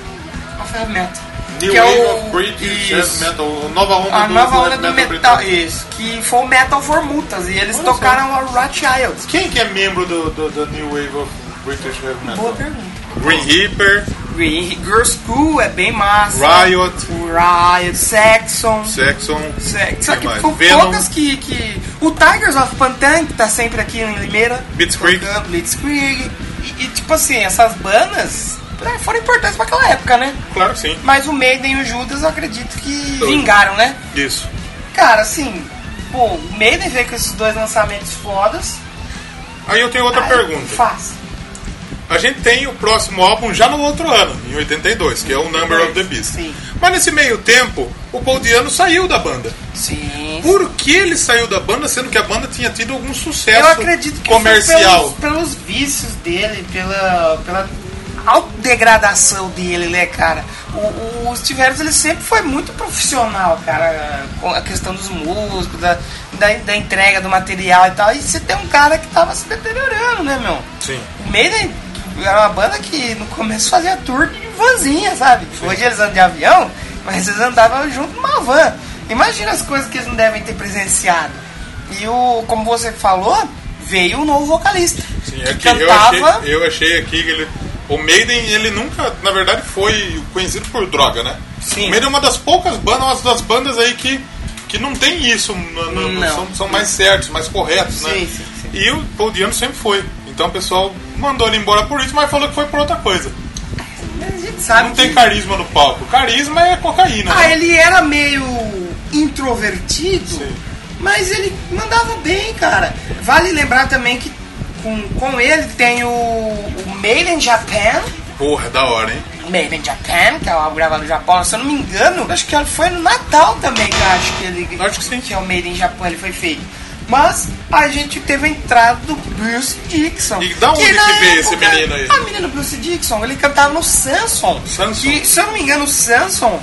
Speaker 4: of Metal.
Speaker 7: New
Speaker 4: que é
Speaker 7: Wave
Speaker 4: o-
Speaker 7: of British
Speaker 4: Isso.
Speaker 7: Heavy Metal, a nova onda
Speaker 4: A
Speaker 7: do
Speaker 4: nova
Speaker 7: do
Speaker 4: onda do metal,
Speaker 7: britânico.
Speaker 4: isso, que foi o Metal for Mutas, e eles
Speaker 7: Olha só.
Speaker 4: tocaram a Rothschild.
Speaker 7: Quem que é membro do, do, do New Wave of British Heavy
Speaker 4: Boa
Speaker 7: Metal?
Speaker 4: pergunta.
Speaker 7: Green Reaper,
Speaker 4: Green Girl School é bem massa.
Speaker 7: Riot,
Speaker 4: O Riot, Saxon.
Speaker 7: Saxon.
Speaker 4: Certo. Só
Speaker 7: Quem
Speaker 4: que
Speaker 7: mais?
Speaker 4: são
Speaker 7: Venom.
Speaker 4: poucas que, que. O Tigers of Pantan, que tá sempre aqui em Limeira.
Speaker 7: Blitzkrieg.
Speaker 4: tocando, Blitzkrieg. E, e, tipo assim, essas bandas né, foram importantes pra aquela época, né?
Speaker 7: Claro que sim.
Speaker 4: Mas o Maiden e o Judas eu acredito que
Speaker 7: Dois.
Speaker 4: vingaram, né?
Speaker 7: Isso.
Speaker 4: Cara, assim. Pô, o Maiden veio com esses dois lançamentos fodas.
Speaker 7: Aí eu tenho outra
Speaker 4: Aí,
Speaker 7: pergunta.
Speaker 4: Faz.
Speaker 7: A gente tem o próximo álbum já no outro ano, em 82, que é o Number of the Beast.
Speaker 4: Sim.
Speaker 7: Mas nesse meio tempo, o Paul Diano saiu da banda.
Speaker 4: Sim.
Speaker 7: Por que ele saiu da banda, sendo que a banda tinha tido algum sucesso
Speaker 4: Eu acredito que foi
Speaker 7: comercial?
Speaker 4: Pelos, pelos vícios dele, pela, pela autodegradação dele, né, cara? O, o Steve Harris, ele sempre foi muito profissional, cara, com a questão dos músicos, da, da, da entrega do material e tal. E você tem um cara que tava se deteriorando, né, meu?
Speaker 7: Sim.
Speaker 4: O Maiden era uma banda que no começo fazia tour de vanzinha, sabe? Hoje eles andam de avião, mas eles andavam junto numa van. Imagina as coisas que eles não devem ter presenciado. E o, como você falou, veio o novo vocalista.
Speaker 7: Sim,
Speaker 4: que
Speaker 7: é que eu
Speaker 4: cantava.
Speaker 7: achei, eu achei aqui que ele. O Maiden, ele nunca, na verdade, foi conhecido por droga, né?
Speaker 4: Sim.
Speaker 7: O Maiden é uma das poucas bandas, uma das bandas aí que, que não tem isso. no- no-
Speaker 4: Não.
Speaker 7: São, são mais certos, mais corretos, né?
Speaker 4: Sim, sim, sim.
Speaker 7: E o Paul Diano sempre foi. Então o pessoal mandou ele embora por isso, mas falou que foi por outra coisa.
Speaker 4: A gente sabe
Speaker 7: Não
Speaker 4: que-
Speaker 7: tem carisma no palco. Carisma é cocaína.
Speaker 4: Ah,
Speaker 7: né?
Speaker 4: ele era meio introvertido,
Speaker 7: Sim.
Speaker 4: mas ele mandava bem, cara. Vale lembrar também que com, com ele tem o, o Made in Japan.
Speaker 7: Porra, da hora, hein?
Speaker 4: Made in Japan, que é o álbum gravado no Japão, se eu não me engano, acho que foi no Natal também que eu acho que ele.
Speaker 7: Acho que sim.
Speaker 4: é o Made in Japan, ele foi feito. Mas a gente teve a entrada do Bruce Dixon.
Speaker 7: E da onde
Speaker 4: na
Speaker 7: que veio esse menino aí?
Speaker 4: A menina do Bruce Dixon, ele cantava no Samson.
Speaker 7: Samson.
Speaker 4: Que, se eu não me engano, o Samson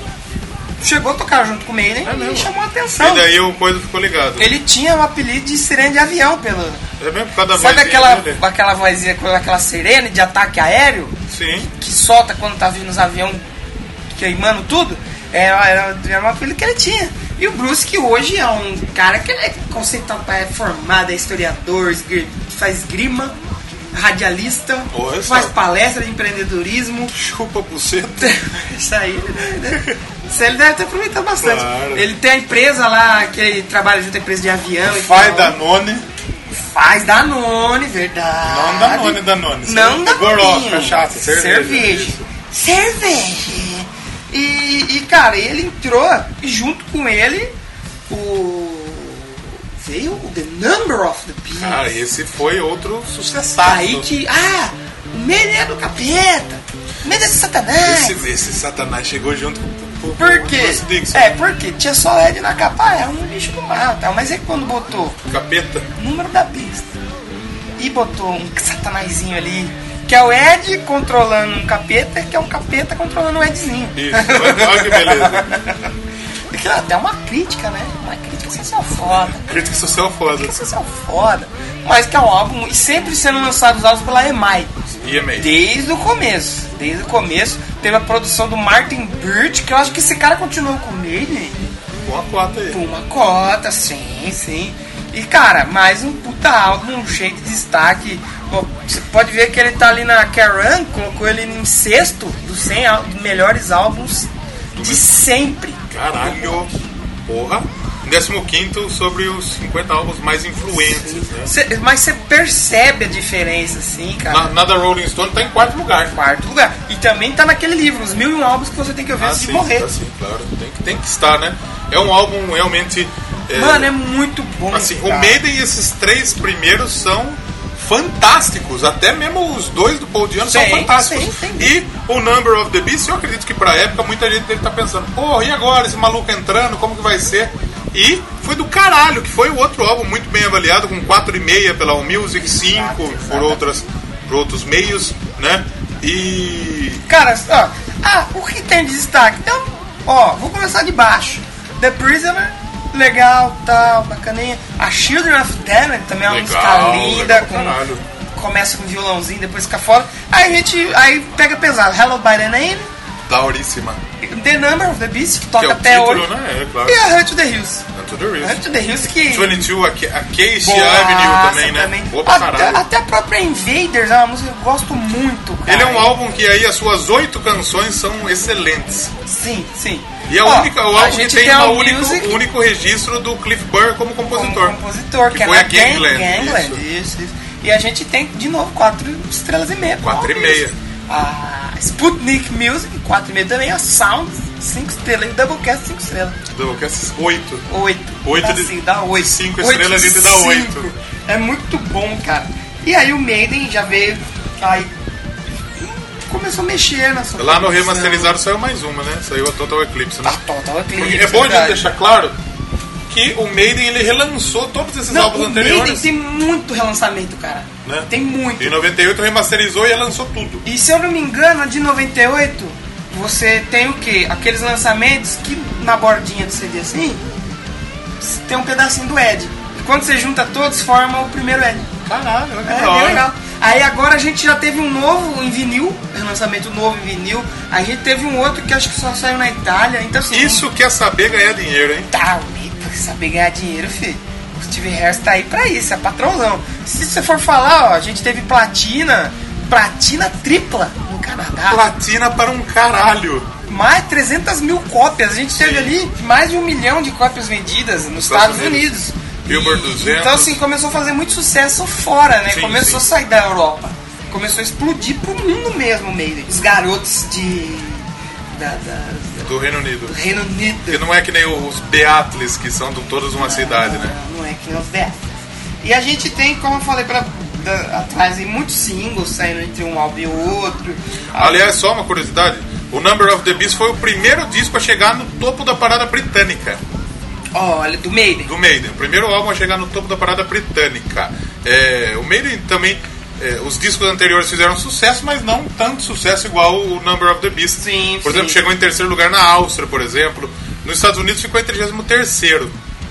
Speaker 4: chegou a tocar junto com o Maiden e
Speaker 7: É mesmo?
Speaker 4: chamou a atenção.
Speaker 7: E daí o coisa ficou ligado.
Speaker 4: Ele tinha o apelido de sirene de avião pelo.
Speaker 7: É mesmo por causa da
Speaker 4: Sabe
Speaker 7: vozinha
Speaker 4: aquela,
Speaker 7: dele? né?
Speaker 4: aquela vozinha, aquela sirene de ataque aéreo?
Speaker 7: Sim.
Speaker 4: que solta quando tá vindo os aviões queimando tudo, era, era, era uma coisa que ele tinha. E o Bruce, que hoje é um cara que ele é conceituado, é formado, é historiador, esgri- faz grima, radialista,
Speaker 7: Olha só.
Speaker 4: faz palestra de empreendedorismo.
Speaker 7: Chupa buceta.
Speaker 4: Isso aí, ele deve- isso aí ele deve ter aproveitado bastante.
Speaker 7: Claro.
Speaker 4: Ele tem a empresa lá, que ele trabalha junto à empresa de avião. e
Speaker 7: Vai
Speaker 4: tal.
Speaker 7: Danone.
Speaker 4: Faz Danone, verdade.
Speaker 7: Não Danone, Danone. Você é
Speaker 4: Não
Speaker 7: pegou
Speaker 4: Danoninho.
Speaker 7: rock, cachaça, cerveja,
Speaker 4: cerveja.
Speaker 7: isso.
Speaker 4: cerveja. E, e, cara, ele entrou e junto com ele o. Veio o The Number of the Beast.
Speaker 7: Ah, esse foi outro sucessaço.
Speaker 4: Aí que. Ah! O Medo é do capeta! O Medo é de Satanás!
Speaker 7: Esse, esse satanás chegou junto com com- com-
Speaker 4: Por
Speaker 7: com o
Speaker 4: quê?
Speaker 7: Bruce Dixon.
Speaker 4: É, porque tinha só Ed na capa, é um lixo do mal, tal. mas é que quando botou
Speaker 7: Capeta.
Speaker 4: número da besta. E botou um satanazinho ali, que é o Ed controlando um capeta, que é um capeta controlando o Edzinho.
Speaker 7: Isso, olha olha que beleza.
Speaker 4: Aquilo é até uma crítica, né? Uma crítica social foda.
Speaker 7: Crítica social foda.
Speaker 4: Crítica social foda. Mas que é um álbum, e sempre sendo lançados álbuns pela EMI.
Speaker 7: EMA.
Speaker 4: Desde o começo. Desde o começo. Teve a produção do Martin Birch, que eu acho que esse cara continuou com ele.
Speaker 7: Uma cota
Speaker 4: Por
Speaker 7: aí.
Speaker 4: uma cota, sim, sim. E cara, mais um puta álbum cheio de destaque. Ó, Você pode ver que ele tá ali na Kerrang, colocou ele em sexto dos 100 ál- melhores álbuns de sempre.
Speaker 7: Caralho. Porra. 15 sobre os 50 álbuns mais influentes, né?
Speaker 4: Cê- mas você percebe a diferença, assim, cara.
Speaker 7: Na- Nada Rolling Stone tá em quarto lugar.
Speaker 4: Quarto lugar. E também tá naquele livro, os mil e um álbuns que você tem que ouvir
Speaker 7: Ah,
Speaker 4: antes de
Speaker 7: sim,
Speaker 4: morrer.
Speaker 7: tá sim, claro. Tem que, tem que estar, né? É um álbum realmente. é,
Speaker 4: Mano, é muito bom.
Speaker 7: Assim,
Speaker 4: cara.
Speaker 7: o Maiden e esses três primeiros são fantásticos. Até mesmo os dois do Paul Diano são
Speaker 4: Sim,
Speaker 7: fantásticos.
Speaker 4: sim, sim.
Speaker 7: E o Number of the Beast, eu acredito que pra época muita gente deve estar pensando, pô, e agora esse maluco entrando, como que vai ser? E foi do caralho, que foi o outro álbum muito bem avaliado, com 4,5 pela All Music, 5 por, outras, por outros meios, né? E.
Speaker 4: Cara, ó, ah, o que tem de destaque? Então, ó, vou começar de baixo. The Prisoner, legal, tal, bacaninha. A Children of Damned também é uma
Speaker 7: Legal,
Speaker 4: música linda,
Speaker 7: legal pra caralho.
Speaker 4: com, começa com violãozinho, depois fica fora. Aí a gente aí pega pesado. Hello by the Name,
Speaker 7: Dauríssima.
Speaker 4: The Number of the Beast, que
Speaker 7: Que
Speaker 4: toca
Speaker 7: é o
Speaker 4: até
Speaker 7: título,
Speaker 4: hoje. É
Speaker 7: né? É, claro.
Speaker 4: E a Hunt to the Hills.
Speaker 7: Unto the Rift.
Speaker 4: Hunt to the Hills que.
Speaker 7: 22, a, Ke- a Casey
Speaker 4: Boaça
Speaker 7: Avenue também, né? Boa pra
Speaker 4: Até,
Speaker 7: caralho.
Speaker 4: até a própria Invaders é uma música que eu gosto muito. Cara.
Speaker 7: Ele é um álbum que aí as suas oito canções são excelentes.
Speaker 4: Sim, sim.
Speaker 7: E é
Speaker 4: Ó,
Speaker 7: o único- o álbum que
Speaker 4: gente
Speaker 7: tem
Speaker 4: a
Speaker 7: o único,
Speaker 4: Music-
Speaker 7: único registro do Cliff Burr como
Speaker 4: como
Speaker 7: compositor.
Speaker 4: compositor, que,
Speaker 7: que foi
Speaker 4: é
Speaker 7: a Gangland. isso.
Speaker 4: Isso. isso. E a gente tem, de novo, quatro estrelas e meia.
Speaker 7: Quatro e
Speaker 4: Ó,
Speaker 7: meia.
Speaker 4: isso. A Sputnik Music, quatro e meia também. A Sound, cinco estrelas. E o Doublecast, cinco estrelas.
Speaker 7: Do que essas oito.
Speaker 4: Oito.
Speaker 7: Oito
Speaker 4: Dá
Speaker 7: de-
Speaker 4: cinco, dá oito.
Speaker 7: cinco
Speaker 4: Oito
Speaker 7: estrelas,
Speaker 4: de
Speaker 7: ele dá
Speaker 4: cinco.
Speaker 7: oito.
Speaker 4: É muito bom, cara. E aí o Maiden já veio... Aí começou a mexer na sua
Speaker 7: Lá no
Speaker 4: produção.
Speaker 7: remasterizado saiu mais uma, né? Saiu a Total Eclipse, né?
Speaker 4: Ah, Total Eclipse,
Speaker 7: Porque é bom a gente
Speaker 4: verdade.
Speaker 7: deixar claro que o Maiden ele relançou todos esses
Speaker 4: Não,
Speaker 7: álbuns
Speaker 4: o Maiden
Speaker 7: anteriores.
Speaker 4: tem muito relançamento, cara.
Speaker 7: né?
Speaker 4: Tem muito.
Speaker 7: Em 98 remasterizou e lançou tudo.
Speaker 4: E se eu não me engano, a de 98, você tem o quê? Aqueles lançamentos que na bordinha do CD assim, tem um pedacinho do Ed. E quando você junta todos, forma o primeiro Ed.
Speaker 7: Caralho,
Speaker 4: É, bem legal. Aí agora a gente já teve um novo em vinil, um lançamento novo em vinil. A gente teve um outro que acho que só saiu na Itália. Então assim,
Speaker 7: Isso quer saber ganhar dinheiro, hein?
Speaker 4: Tá, o Maiden saber ganhar dinheiro, filho. O Steve Harris tá aí pra isso, é patrãozão. Se você for falar, ó, a gente teve platina, platina tripla no Canadá.
Speaker 7: Platina para um caralho.
Speaker 4: Mais 300 mil cópias. A gente teve ali mais de um milhão de cópias vendidas nos Estados,
Speaker 7: Estados
Speaker 4: Unidos.
Speaker 7: Unidos. Billboard 200.
Speaker 4: Então, assim, começou a fazer muito sucesso fora, né?
Speaker 7: Sim,
Speaker 4: começou
Speaker 7: sim.
Speaker 4: a sair da Europa. Começou a explodir pro mundo mesmo, meio. Os garotos de. da- da-
Speaker 7: Do Reino Unido.
Speaker 4: do Reino Unido.
Speaker 7: Porque não é que nem os Beatles, que são de todos uma cidade, né?
Speaker 4: Não é que não é. E a gente tem, como eu falei pra, da- atrás, tem muitos singles saindo entre um álbum e outro.
Speaker 7: Aliás, só uma curiosidade: o Number of the Beast foi o primeiro disco a chegar no topo da parada britânica
Speaker 4: Olha, do Maiden.
Speaker 7: do Maiden. O primeiro álbum a chegar no topo da parada britânica. É, o Maiden também. é, os discos anteriores fizeram sucesso, mas não tanto sucesso igual o Number of the Beast.
Speaker 4: Sim,
Speaker 7: por exemplo,
Speaker 4: sim.
Speaker 7: chegou em terceiro lugar na Áustria, por exemplo. Nos Estados Unidos ficou em 33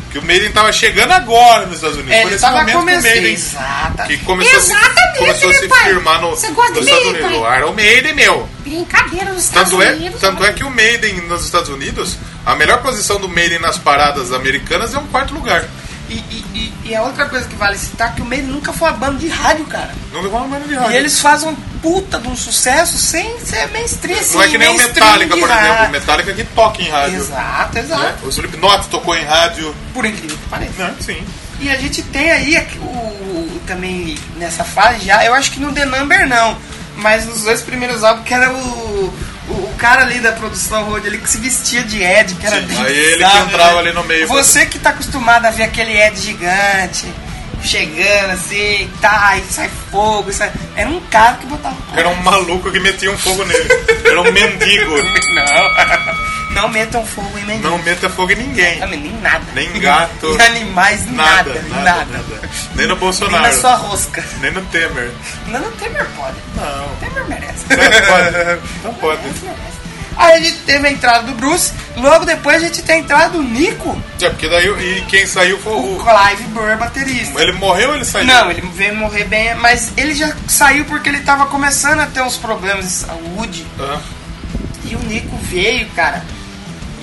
Speaker 7: que o Maiden tava chegando agora nos Estados Unidos.
Speaker 4: É,
Speaker 7: Foi
Speaker 4: ele
Speaker 7: nesse
Speaker 4: tava
Speaker 7: momento que o
Speaker 4: começando.
Speaker 7: Maiden-
Speaker 4: Exatamente.
Speaker 7: Que começou, a se-
Speaker 8: Exatamente,
Speaker 7: começou a
Speaker 8: meu
Speaker 7: se
Speaker 8: pai.
Speaker 7: firmar no, nos
Speaker 8: Você gosta de
Speaker 7: Estados
Speaker 8: mim,
Speaker 7: Unidos.
Speaker 8: pai?
Speaker 7: Iron Maiden, meu.
Speaker 8: Brincadeira nos
Speaker 4: Tá
Speaker 8: Estados
Speaker 7: Tanto é,
Speaker 8: Unidos.
Speaker 7: tanto é que o Maiden nos Estados Unidos, a melhor posição do Maiden nas paradas americanas é um quarto lugar.
Speaker 4: E, e, e, e a outra coisa que vale citar é que o Maiden nunca foi uma banda de rádio, cara.
Speaker 7: Não levou uma merda de rádio.
Speaker 4: E eles fazem um puta de um sucesso sem ser mainstream.
Speaker 7: não é
Speaker 4: assim,
Speaker 7: que nem o
Speaker 4: mainstream
Speaker 7: Metallica,
Speaker 4: de
Speaker 7: por exemplo. O
Speaker 4: rádio.
Speaker 7: Metallica Né? que toca em rádio.
Speaker 4: Exato,
Speaker 7: Né?
Speaker 4: exato.
Speaker 7: O Slipknot tocou em rádio.
Speaker 4: Por incrível que pareça.
Speaker 7: Né? Sim.
Speaker 4: E a gente tem aí aqui o, o- também nessa fase já, eu acho que no The Number não, mas nos dois primeiros álbuns, que era o, o, o cara ali da produção Road, ele que se vestia de Ed, que era
Speaker 7: Sim,
Speaker 4: bem
Speaker 7: aí ele
Speaker 4: bizarro,
Speaker 7: que entrava ali no meio.
Speaker 4: Você que tá acostumado a ver aquele Ed gigante, chegando assim, tá, e sai fogo, e sai... Era um cara que botava...
Speaker 7: Era um maluco que metia um fogo nele. Era um mendigo.
Speaker 4: Não, não metam fogo em ninguém.
Speaker 7: Não meta fogo em ninguém.
Speaker 4: Também, nem nada.
Speaker 7: Nem gato.
Speaker 4: Em animais, nada,
Speaker 7: Nada,
Speaker 4: nada.
Speaker 7: nada, nada. Nem no
Speaker 4: Nem na
Speaker 7: Bolsonaro.
Speaker 4: sua rosca.
Speaker 7: Nem no Temer.
Speaker 4: Não, não Temer pode.
Speaker 7: Não.
Speaker 4: Temer merece.
Speaker 7: Não pode. Não pode.
Speaker 4: Aí a gente teve a entrada do Bruce, logo depois a gente tem a entrada do Nico,
Speaker 7: É, porque daí e quem saiu foi
Speaker 4: o
Speaker 7: o.
Speaker 4: Clive Burr, baterista.
Speaker 7: Ele morreu ou ele saiu?
Speaker 4: Não, ele veio morrer bem, mas ele já saiu porque ele tava começando a ter uns problemas de saúde.
Speaker 7: Ah,
Speaker 4: E o Nico veio, cara.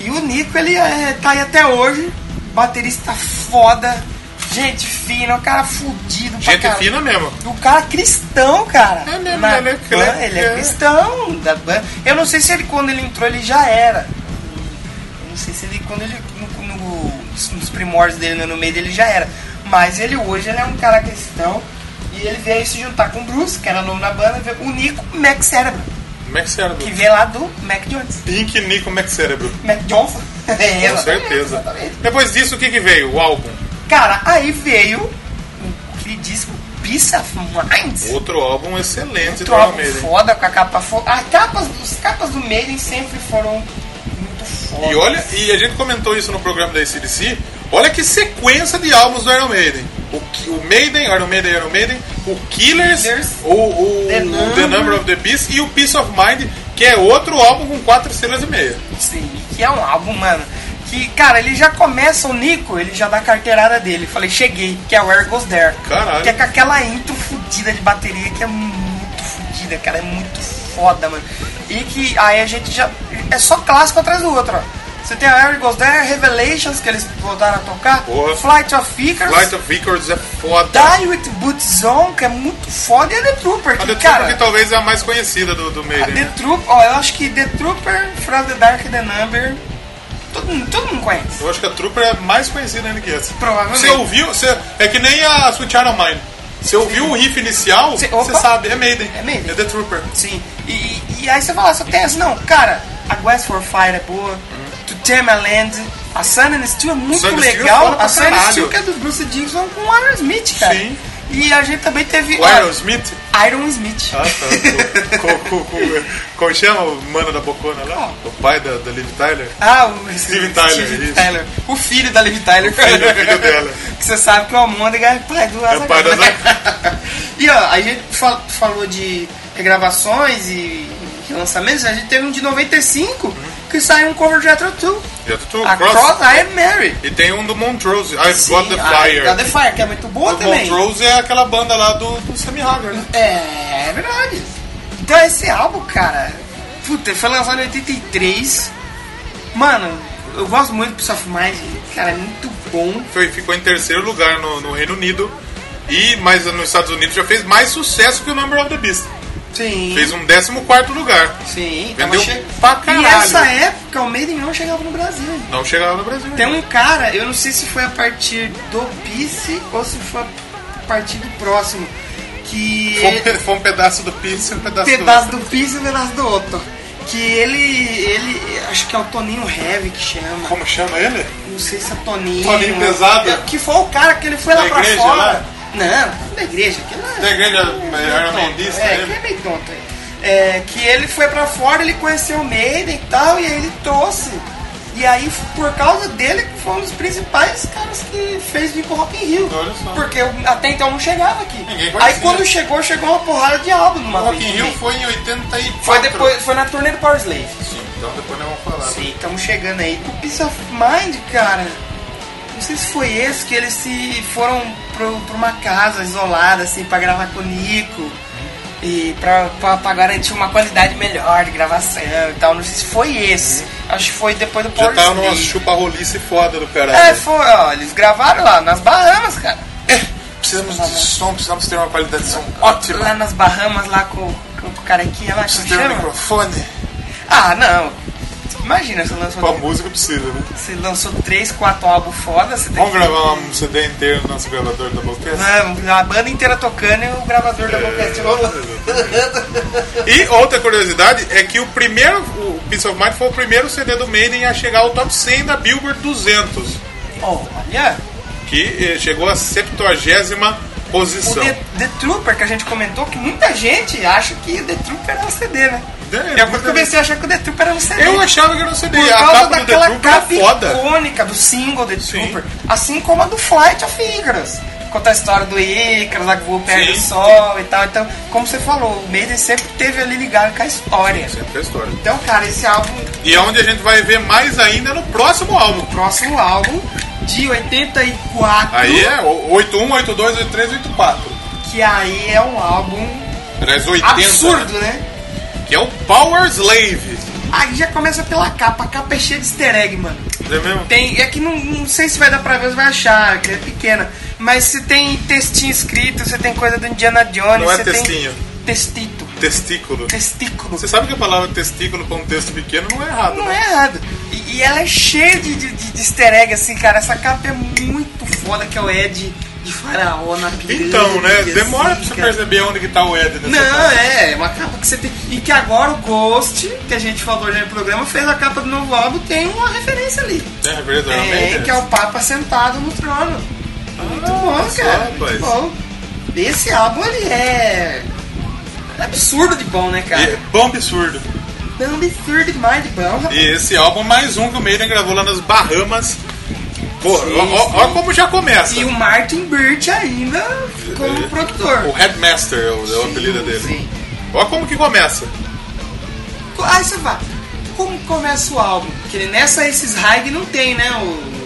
Speaker 4: E o Nico, ele é, tá aí até hoje, baterista foda, gente fina, um cara fudido pra
Speaker 7: gente
Speaker 4: caralho.
Speaker 7: fina mesmo.
Speaker 4: O cara cristão, cara.
Speaker 7: É mesmo,
Speaker 4: Na
Speaker 7: ele é
Speaker 4: ban-
Speaker 7: crente,
Speaker 4: ele é
Speaker 7: é.
Speaker 4: cristão da banda. Eu não sei se ele quando ele entrou ele já era. Eu não sei se ele quando ele no- no- nos primórdios dele, no meio dele já era. Mas ele hoje ele é um cara cristão e ele veio se juntar com o Bruce, que era novo na banda, veio com o Nico Mac Cérebro,
Speaker 7: Como é que cérebro?
Speaker 4: que veio lá do Mac Jones.
Speaker 7: Pink Nico Mac Cérebro.
Speaker 4: Mac Johnson. É,
Speaker 7: Com
Speaker 4: ela.
Speaker 7: certeza.
Speaker 4: Exatamente.
Speaker 7: Depois disso, o que, que veio? O álbum.
Speaker 4: Cara, aí veio aquele disco Peace of Minds.
Speaker 7: Outro álbum excelente do
Speaker 4: Troca
Speaker 7: Almeida.
Speaker 4: foda com a capa foda. As capas, as capas do Maiden sempre foram muito foda.
Speaker 7: E olha, e a gente comentou isso no programa da ACDC. Olha que sequência de álbuns do Iron Maiden. O, Ki- o Maiden, Iron Maiden, Iron Maiden, o Killers,
Speaker 4: Killers,
Speaker 7: o, o-
Speaker 4: The
Speaker 7: o
Speaker 4: Number.
Speaker 7: The Number of the Beast e o Peace of Mind, que é outro álbum com quatro estrelas e meia.
Speaker 4: Sim, que é um álbum, mano. Que, cara, ele já começa o Nico, ele já dá a carteirada dele. Falei, cheguei, que é Where Goes There.
Speaker 7: Caralho.
Speaker 4: Que é com aquela intro fodida de bateria que é muito fodida, cara. É muito foda, mano. E que aí a gente já. É só clássico atrás do outro, ó. Você tem a Where Goes There, Revelations, que eles voltaram a tocar.
Speaker 7: Porra.
Speaker 4: Flight of Icarus.
Speaker 7: Light of Records é foda.
Speaker 4: Die with Boots On, que é muito foda, e a The Trooper, que,
Speaker 7: A The
Speaker 4: cara.
Speaker 7: Trooper que talvez é a mais conhecida do, do
Speaker 4: a
Speaker 7: Maiden.
Speaker 4: The
Speaker 7: né?
Speaker 4: Trooper, ó, eu acho que The Trooper, From the Dark The Number, todo mundo, todo mundo conhece.
Speaker 7: Eu acho que a Trooper é mais conhecida ainda que essa.
Speaker 4: Provavelmente.
Speaker 7: Você ouviu, você, é que nem a Sweet Child of Mine. Você ouviu o riff inicial,
Speaker 4: Você-
Speaker 7: você,
Speaker 4: opa.
Speaker 7: sabe, é Maiden.
Speaker 4: É Maiden.
Speaker 7: É The Trooper.
Speaker 4: Sim, e, e- e aí você fala, só tem essa, não, cara, a West for Fire é boa, To Tame a Land, a Sun and Steel é muito
Speaker 7: Uhum. Sun and Steel é
Speaker 4: legal,
Speaker 7: foda pra
Speaker 4: a Sun and Steel
Speaker 7: caralho.
Speaker 4: que é do Bruce Dickinson com o Iron Smith, cara.
Speaker 7: Sim.
Speaker 4: E a gente também teve
Speaker 7: O Iron Smith.
Speaker 4: ah, Iron Smith.
Speaker 7: Ah, tá. Co- co- co- co- Como chama o mano da bocona lá? O pai da, da Liv Tyler?
Speaker 4: Ah, o
Speaker 7: Steve Tyler,
Speaker 4: Steve
Speaker 7: isso.
Speaker 4: Tyler. O filho da Liv Tyler.
Speaker 7: filho- o filho dela.
Speaker 4: que você sabe que o Almôndega é pai do Azaghal.
Speaker 7: pai do Azaghal.
Speaker 4: e ó, a gente fa- falou de regravações e e lançamentos. A gente teve um de 95 que saiu um cover de Retro 2.
Speaker 7: Já tô
Speaker 4: A
Speaker 7: cross.
Speaker 4: Ah, Cross I Am Mary.
Speaker 7: E tem um do Montrose, I've
Speaker 4: Sim,
Speaker 7: Got the
Speaker 4: a-
Speaker 7: Fire.
Speaker 4: Got the Fire, que é muito boa
Speaker 7: o
Speaker 4: também.
Speaker 7: Montrose é aquela banda lá do, do Sammy Hagar, né?
Speaker 4: É, é verdade. Então esse álbum, cara, puta, foi lançado em 83. Mano, eu gosto muito do Peace of Mind, cara, é muito bom.
Speaker 7: Foi, ficou em terceiro lugar no, no Reino Unido. E, mas nos Estados Unidos já fez mais sucesso que o Number of the Beast.
Speaker 4: Sim.
Speaker 7: Fez um 14 lugar.
Speaker 4: Sim, tava
Speaker 7: Vendeu
Speaker 4: che-
Speaker 7: pra caralho.
Speaker 4: E nessa época o Maiden não chegava no Brasil.
Speaker 7: Não chegava no Brasil. então.
Speaker 4: Tem um cara, eu não sei se foi a partir do Pice ou se foi a partir do próximo, que
Speaker 7: Foi um,
Speaker 4: ele-
Speaker 7: pe- foi um pedaço do Piece e um pedaço,
Speaker 4: pedaço do Pice e um pedaço do outro. Que ele, ele, acho que é o Toninho Heavy que chama.
Speaker 7: do... Como chama ele?
Speaker 4: Não sei se é Toninho.
Speaker 7: Toninho Pesado?
Speaker 4: É, Que foi o cara que ele foi lá
Speaker 7: Da
Speaker 4: pra
Speaker 7: igreja,
Speaker 4: fora.
Speaker 7: lá?
Speaker 4: Não, da igreja. Que lá,
Speaker 7: Da igreja
Speaker 4: é,
Speaker 7: é, armandista,
Speaker 4: É,
Speaker 7: ele.
Speaker 4: que é meio tonto aí. É, que ele foi pra fora, ele conheceu o Maiden e tal, e aí ele trouxe. E aí, por causa dele, que foi um dos principais caras que fez vir pro Rock in Rio.
Speaker 7: Olha só.
Speaker 4: Porque eu- até então não chegava aqui.
Speaker 7: Ninguém conhecia.
Speaker 4: Aí quando chegou, chegou uma porrada de álbum numa
Speaker 7: O Rock in
Speaker 4: vez
Speaker 7: Rio
Speaker 4: também.
Speaker 7: foi em 84.
Speaker 4: Foi depois, foi na turnê do Power Slave.
Speaker 7: Sim, então depois nós vamos falar.
Speaker 4: Sim, estamos chegando aí. O Peace of Mind, cara. Não sei se foi esse que eles se foram pro, pra uma casa isolada, assim, pra gravar com o Nico. E pra, pra, pra garantir uma qualidade melhor de gravação e tal. Não sei se foi esse. Acho que foi depois do
Speaker 7: Já
Speaker 4: Power
Speaker 7: tava numa
Speaker 4: Slave.
Speaker 7: chupa-rolice foda do né? caralho.
Speaker 4: É, foi, ó. Eles gravaram lá nas Bahamas, cara.
Speaker 7: Precisamos de som, precisamos ter uma qualidade de som
Speaker 4: Lá
Speaker 7: ótima.
Speaker 4: nas Bahamas, lá com, com o carequinha lá. Como
Speaker 7: Precisamos ter um
Speaker 4: chama?
Speaker 7: microfone.
Speaker 4: Ah, não. Imagina, você lançou,
Speaker 7: Pra música precisa, né?
Speaker 4: você lançou 3, 4 álbuns foda, você tem
Speaker 7: Vamos
Speaker 4: que...
Speaker 7: gravar um CD inteiro no nosso gravador da Boquete?
Speaker 4: Mano, a banda inteira tocando e o gravador da Boquete rolando.
Speaker 7: E outra curiosidade é que o primeiro, o Peace of Mind foi o primeiro CD do Maiden a chegar ao top 100 da Billboard 200,
Speaker 4: assim, Olha,
Speaker 7: que eh, chegou à 70
Speaker 4: o
Speaker 7: posição.
Speaker 4: The, The Trooper que a gente comentou, que muita gente acha que o The Trooper era um CD, né?
Speaker 7: É,
Speaker 4: É, eu comecei a achar que o The Trooper era um CD.
Speaker 7: Eu achava que era um CD,
Speaker 4: Por
Speaker 7: a
Speaker 4: causa
Speaker 7: capa do The
Speaker 4: daquela
Speaker 7: Trooper é
Speaker 4: capa
Speaker 7: foda.
Speaker 4: icônica do single The
Speaker 7: Sim.
Speaker 4: Trooper, assim como a do Flight of Icarus. Conta a história do Icarus, lá que voou perto do
Speaker 7: Sim.
Speaker 4: sol e tal. Então, como você falou, o Maiden sempre teve ali ligado com a história.
Speaker 7: Sempre a história.
Speaker 4: Então, cara, esse álbum,
Speaker 7: E é onde a gente vai ver mais ainda no próximo álbum.
Speaker 4: próximo álbum de 84,
Speaker 7: Aí é o- 81, 82, 83, 84.
Speaker 4: que aí é um álbum
Speaker 7: Aliás, 80.
Speaker 4: absurdo, né?
Speaker 7: Que é o Power Slave.
Speaker 4: Aí já começa pela capa. A capa é cheia de easter egg, mano.
Speaker 7: Não é mesmo?
Speaker 4: Tem, é que não, não sei se vai dar pra ver, você vai achar, que é pequena. Mas você tem textinho escrito, você tem coisa do Indiana Jones.
Speaker 7: Não é
Speaker 4: você
Speaker 7: textinho.
Speaker 4: Tem textito.
Speaker 7: Testículo.
Speaker 4: Testículo.
Speaker 7: Você sabe que a palavra testículo pra um texto pequeno não é errado,
Speaker 4: Não
Speaker 7: né?
Speaker 4: é errado. E, e ela é cheia de, de, de easter egg, assim, cara. Essa capa é muito foda, que é o Ed de faraó na pirâmide.
Speaker 7: Então, né?
Speaker 4: assim,
Speaker 7: Demora pra você
Speaker 4: cara.
Speaker 7: perceber onde que tá o Ed nessa
Speaker 4: Não,
Speaker 7: parte.
Speaker 4: é, é uma capa que você tem. E que agora o Ghost, que a gente falou já no programa, fez a capa do novo álbum, tem uma referência ali.
Speaker 7: É, verdadeiramente.
Speaker 4: É, que é o Papa sentado no trono. Muito bom,
Speaker 7: Ah, só,
Speaker 4: cara.
Speaker 7: rapaz.
Speaker 4: Muito bom. Esse álbum ele é. é absurdo de bom, né,
Speaker 7: E-
Speaker 4: cara?
Speaker 7: bom absurdo.
Speaker 4: É um absurdo demais de bom, rapaz.
Speaker 7: E esse álbum, mais um que o Maiden gravou lá nas Bahamas. Pô,
Speaker 4: Sim,
Speaker 7: ó- ó-
Speaker 4: sim.
Speaker 7: ó como já começa.
Speaker 4: E o Martin Birch ainda como
Speaker 7: O
Speaker 4: produtor.
Speaker 7: Headmaster é o, é o
Speaker 4: Sim,
Speaker 7: apelido dele.
Speaker 4: sim.
Speaker 7: Olha como que começa.
Speaker 4: Aí você vai. é Como começa o álbum? Porque nessa esses Haig não tem, né? O,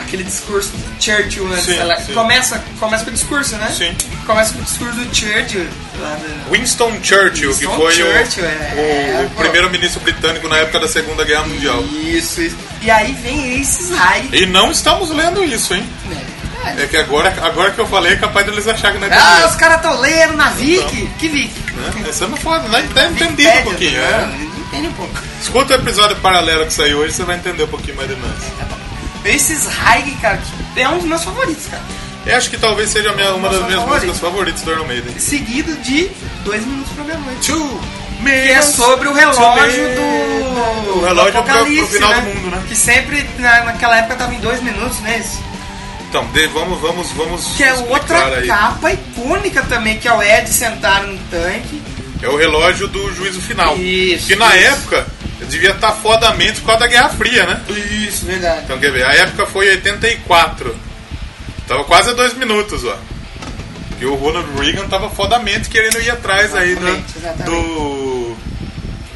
Speaker 4: aquele discurso do Churchill antes.
Speaker 7: Sim,
Speaker 4: ela
Speaker 7: sim.
Speaker 4: Começa, começa com o discurso, né?
Speaker 7: Sim.
Speaker 4: Começa com o discurso do Churchill. Lá da-
Speaker 7: Winston Churchill,
Speaker 4: Winston
Speaker 7: que foi o-
Speaker 4: Churchill,
Speaker 7: o,
Speaker 4: é,
Speaker 7: o
Speaker 4: pô.
Speaker 7: primeiro-ministro britânico na época da Segunda Guerra Mundial.
Speaker 4: Isso, isso. E aí vem esses Haig.
Speaker 7: E não estamos lendo isso, hein?
Speaker 4: né?
Speaker 7: É que agora, agora que eu falei, é capaz deles acharem que não é
Speaker 4: Ah,
Speaker 7: comunista,
Speaker 4: os caras tão lendo na Vic. Que Vic?
Speaker 7: né? Isso Então. é uma foda, né? Tá entendido
Speaker 4: Wikipedia,
Speaker 7: um pouquinho.
Speaker 4: né?
Speaker 7: é.
Speaker 4: Entende um pouco.
Speaker 7: Escuta o episódio paralelo que saiu hoje, você vai entender um pouquinho mais de nós.
Speaker 4: Esses Haig, cara, que é um dos meus favoritos, cara.
Speaker 7: Eu acho que talvez seja a minha- uma das
Speaker 4: Nossa,
Speaker 7: minhas
Speaker 4: favorito.
Speaker 7: músicas favoritas do Iron Maiden.
Speaker 4: Seguido de dois minutos pra minha mãe.
Speaker 7: Two
Speaker 4: Que é sobre o relógio do.
Speaker 7: O relógio
Speaker 4: do
Speaker 7: pro- pro
Speaker 4: Apocalipse,
Speaker 7: final do mundo, né?
Speaker 4: Que sempre, na- naquela época, tava em dois minutos, né? Isso.
Speaker 7: Então, de- vamos, vamos, vamos.
Speaker 4: Que é
Speaker 7: explicar
Speaker 4: outra
Speaker 7: aí.
Speaker 4: capa icônica também, que é o Ed sentado no tanque.
Speaker 7: É o relógio do juízo final.
Speaker 4: Isso,
Speaker 7: Que na
Speaker 4: isso.
Speaker 7: época devia tá estar fodamente por causa da Guerra Fria, né?
Speaker 4: Isso, verdade.
Speaker 7: Então quer ver, a época foi 84. Tava quase a dois minutos, ó. E o Ronald Reagan tava fodamente querendo ir atrás aí do.
Speaker 4: Exatamente, exatamente.
Speaker 7: do-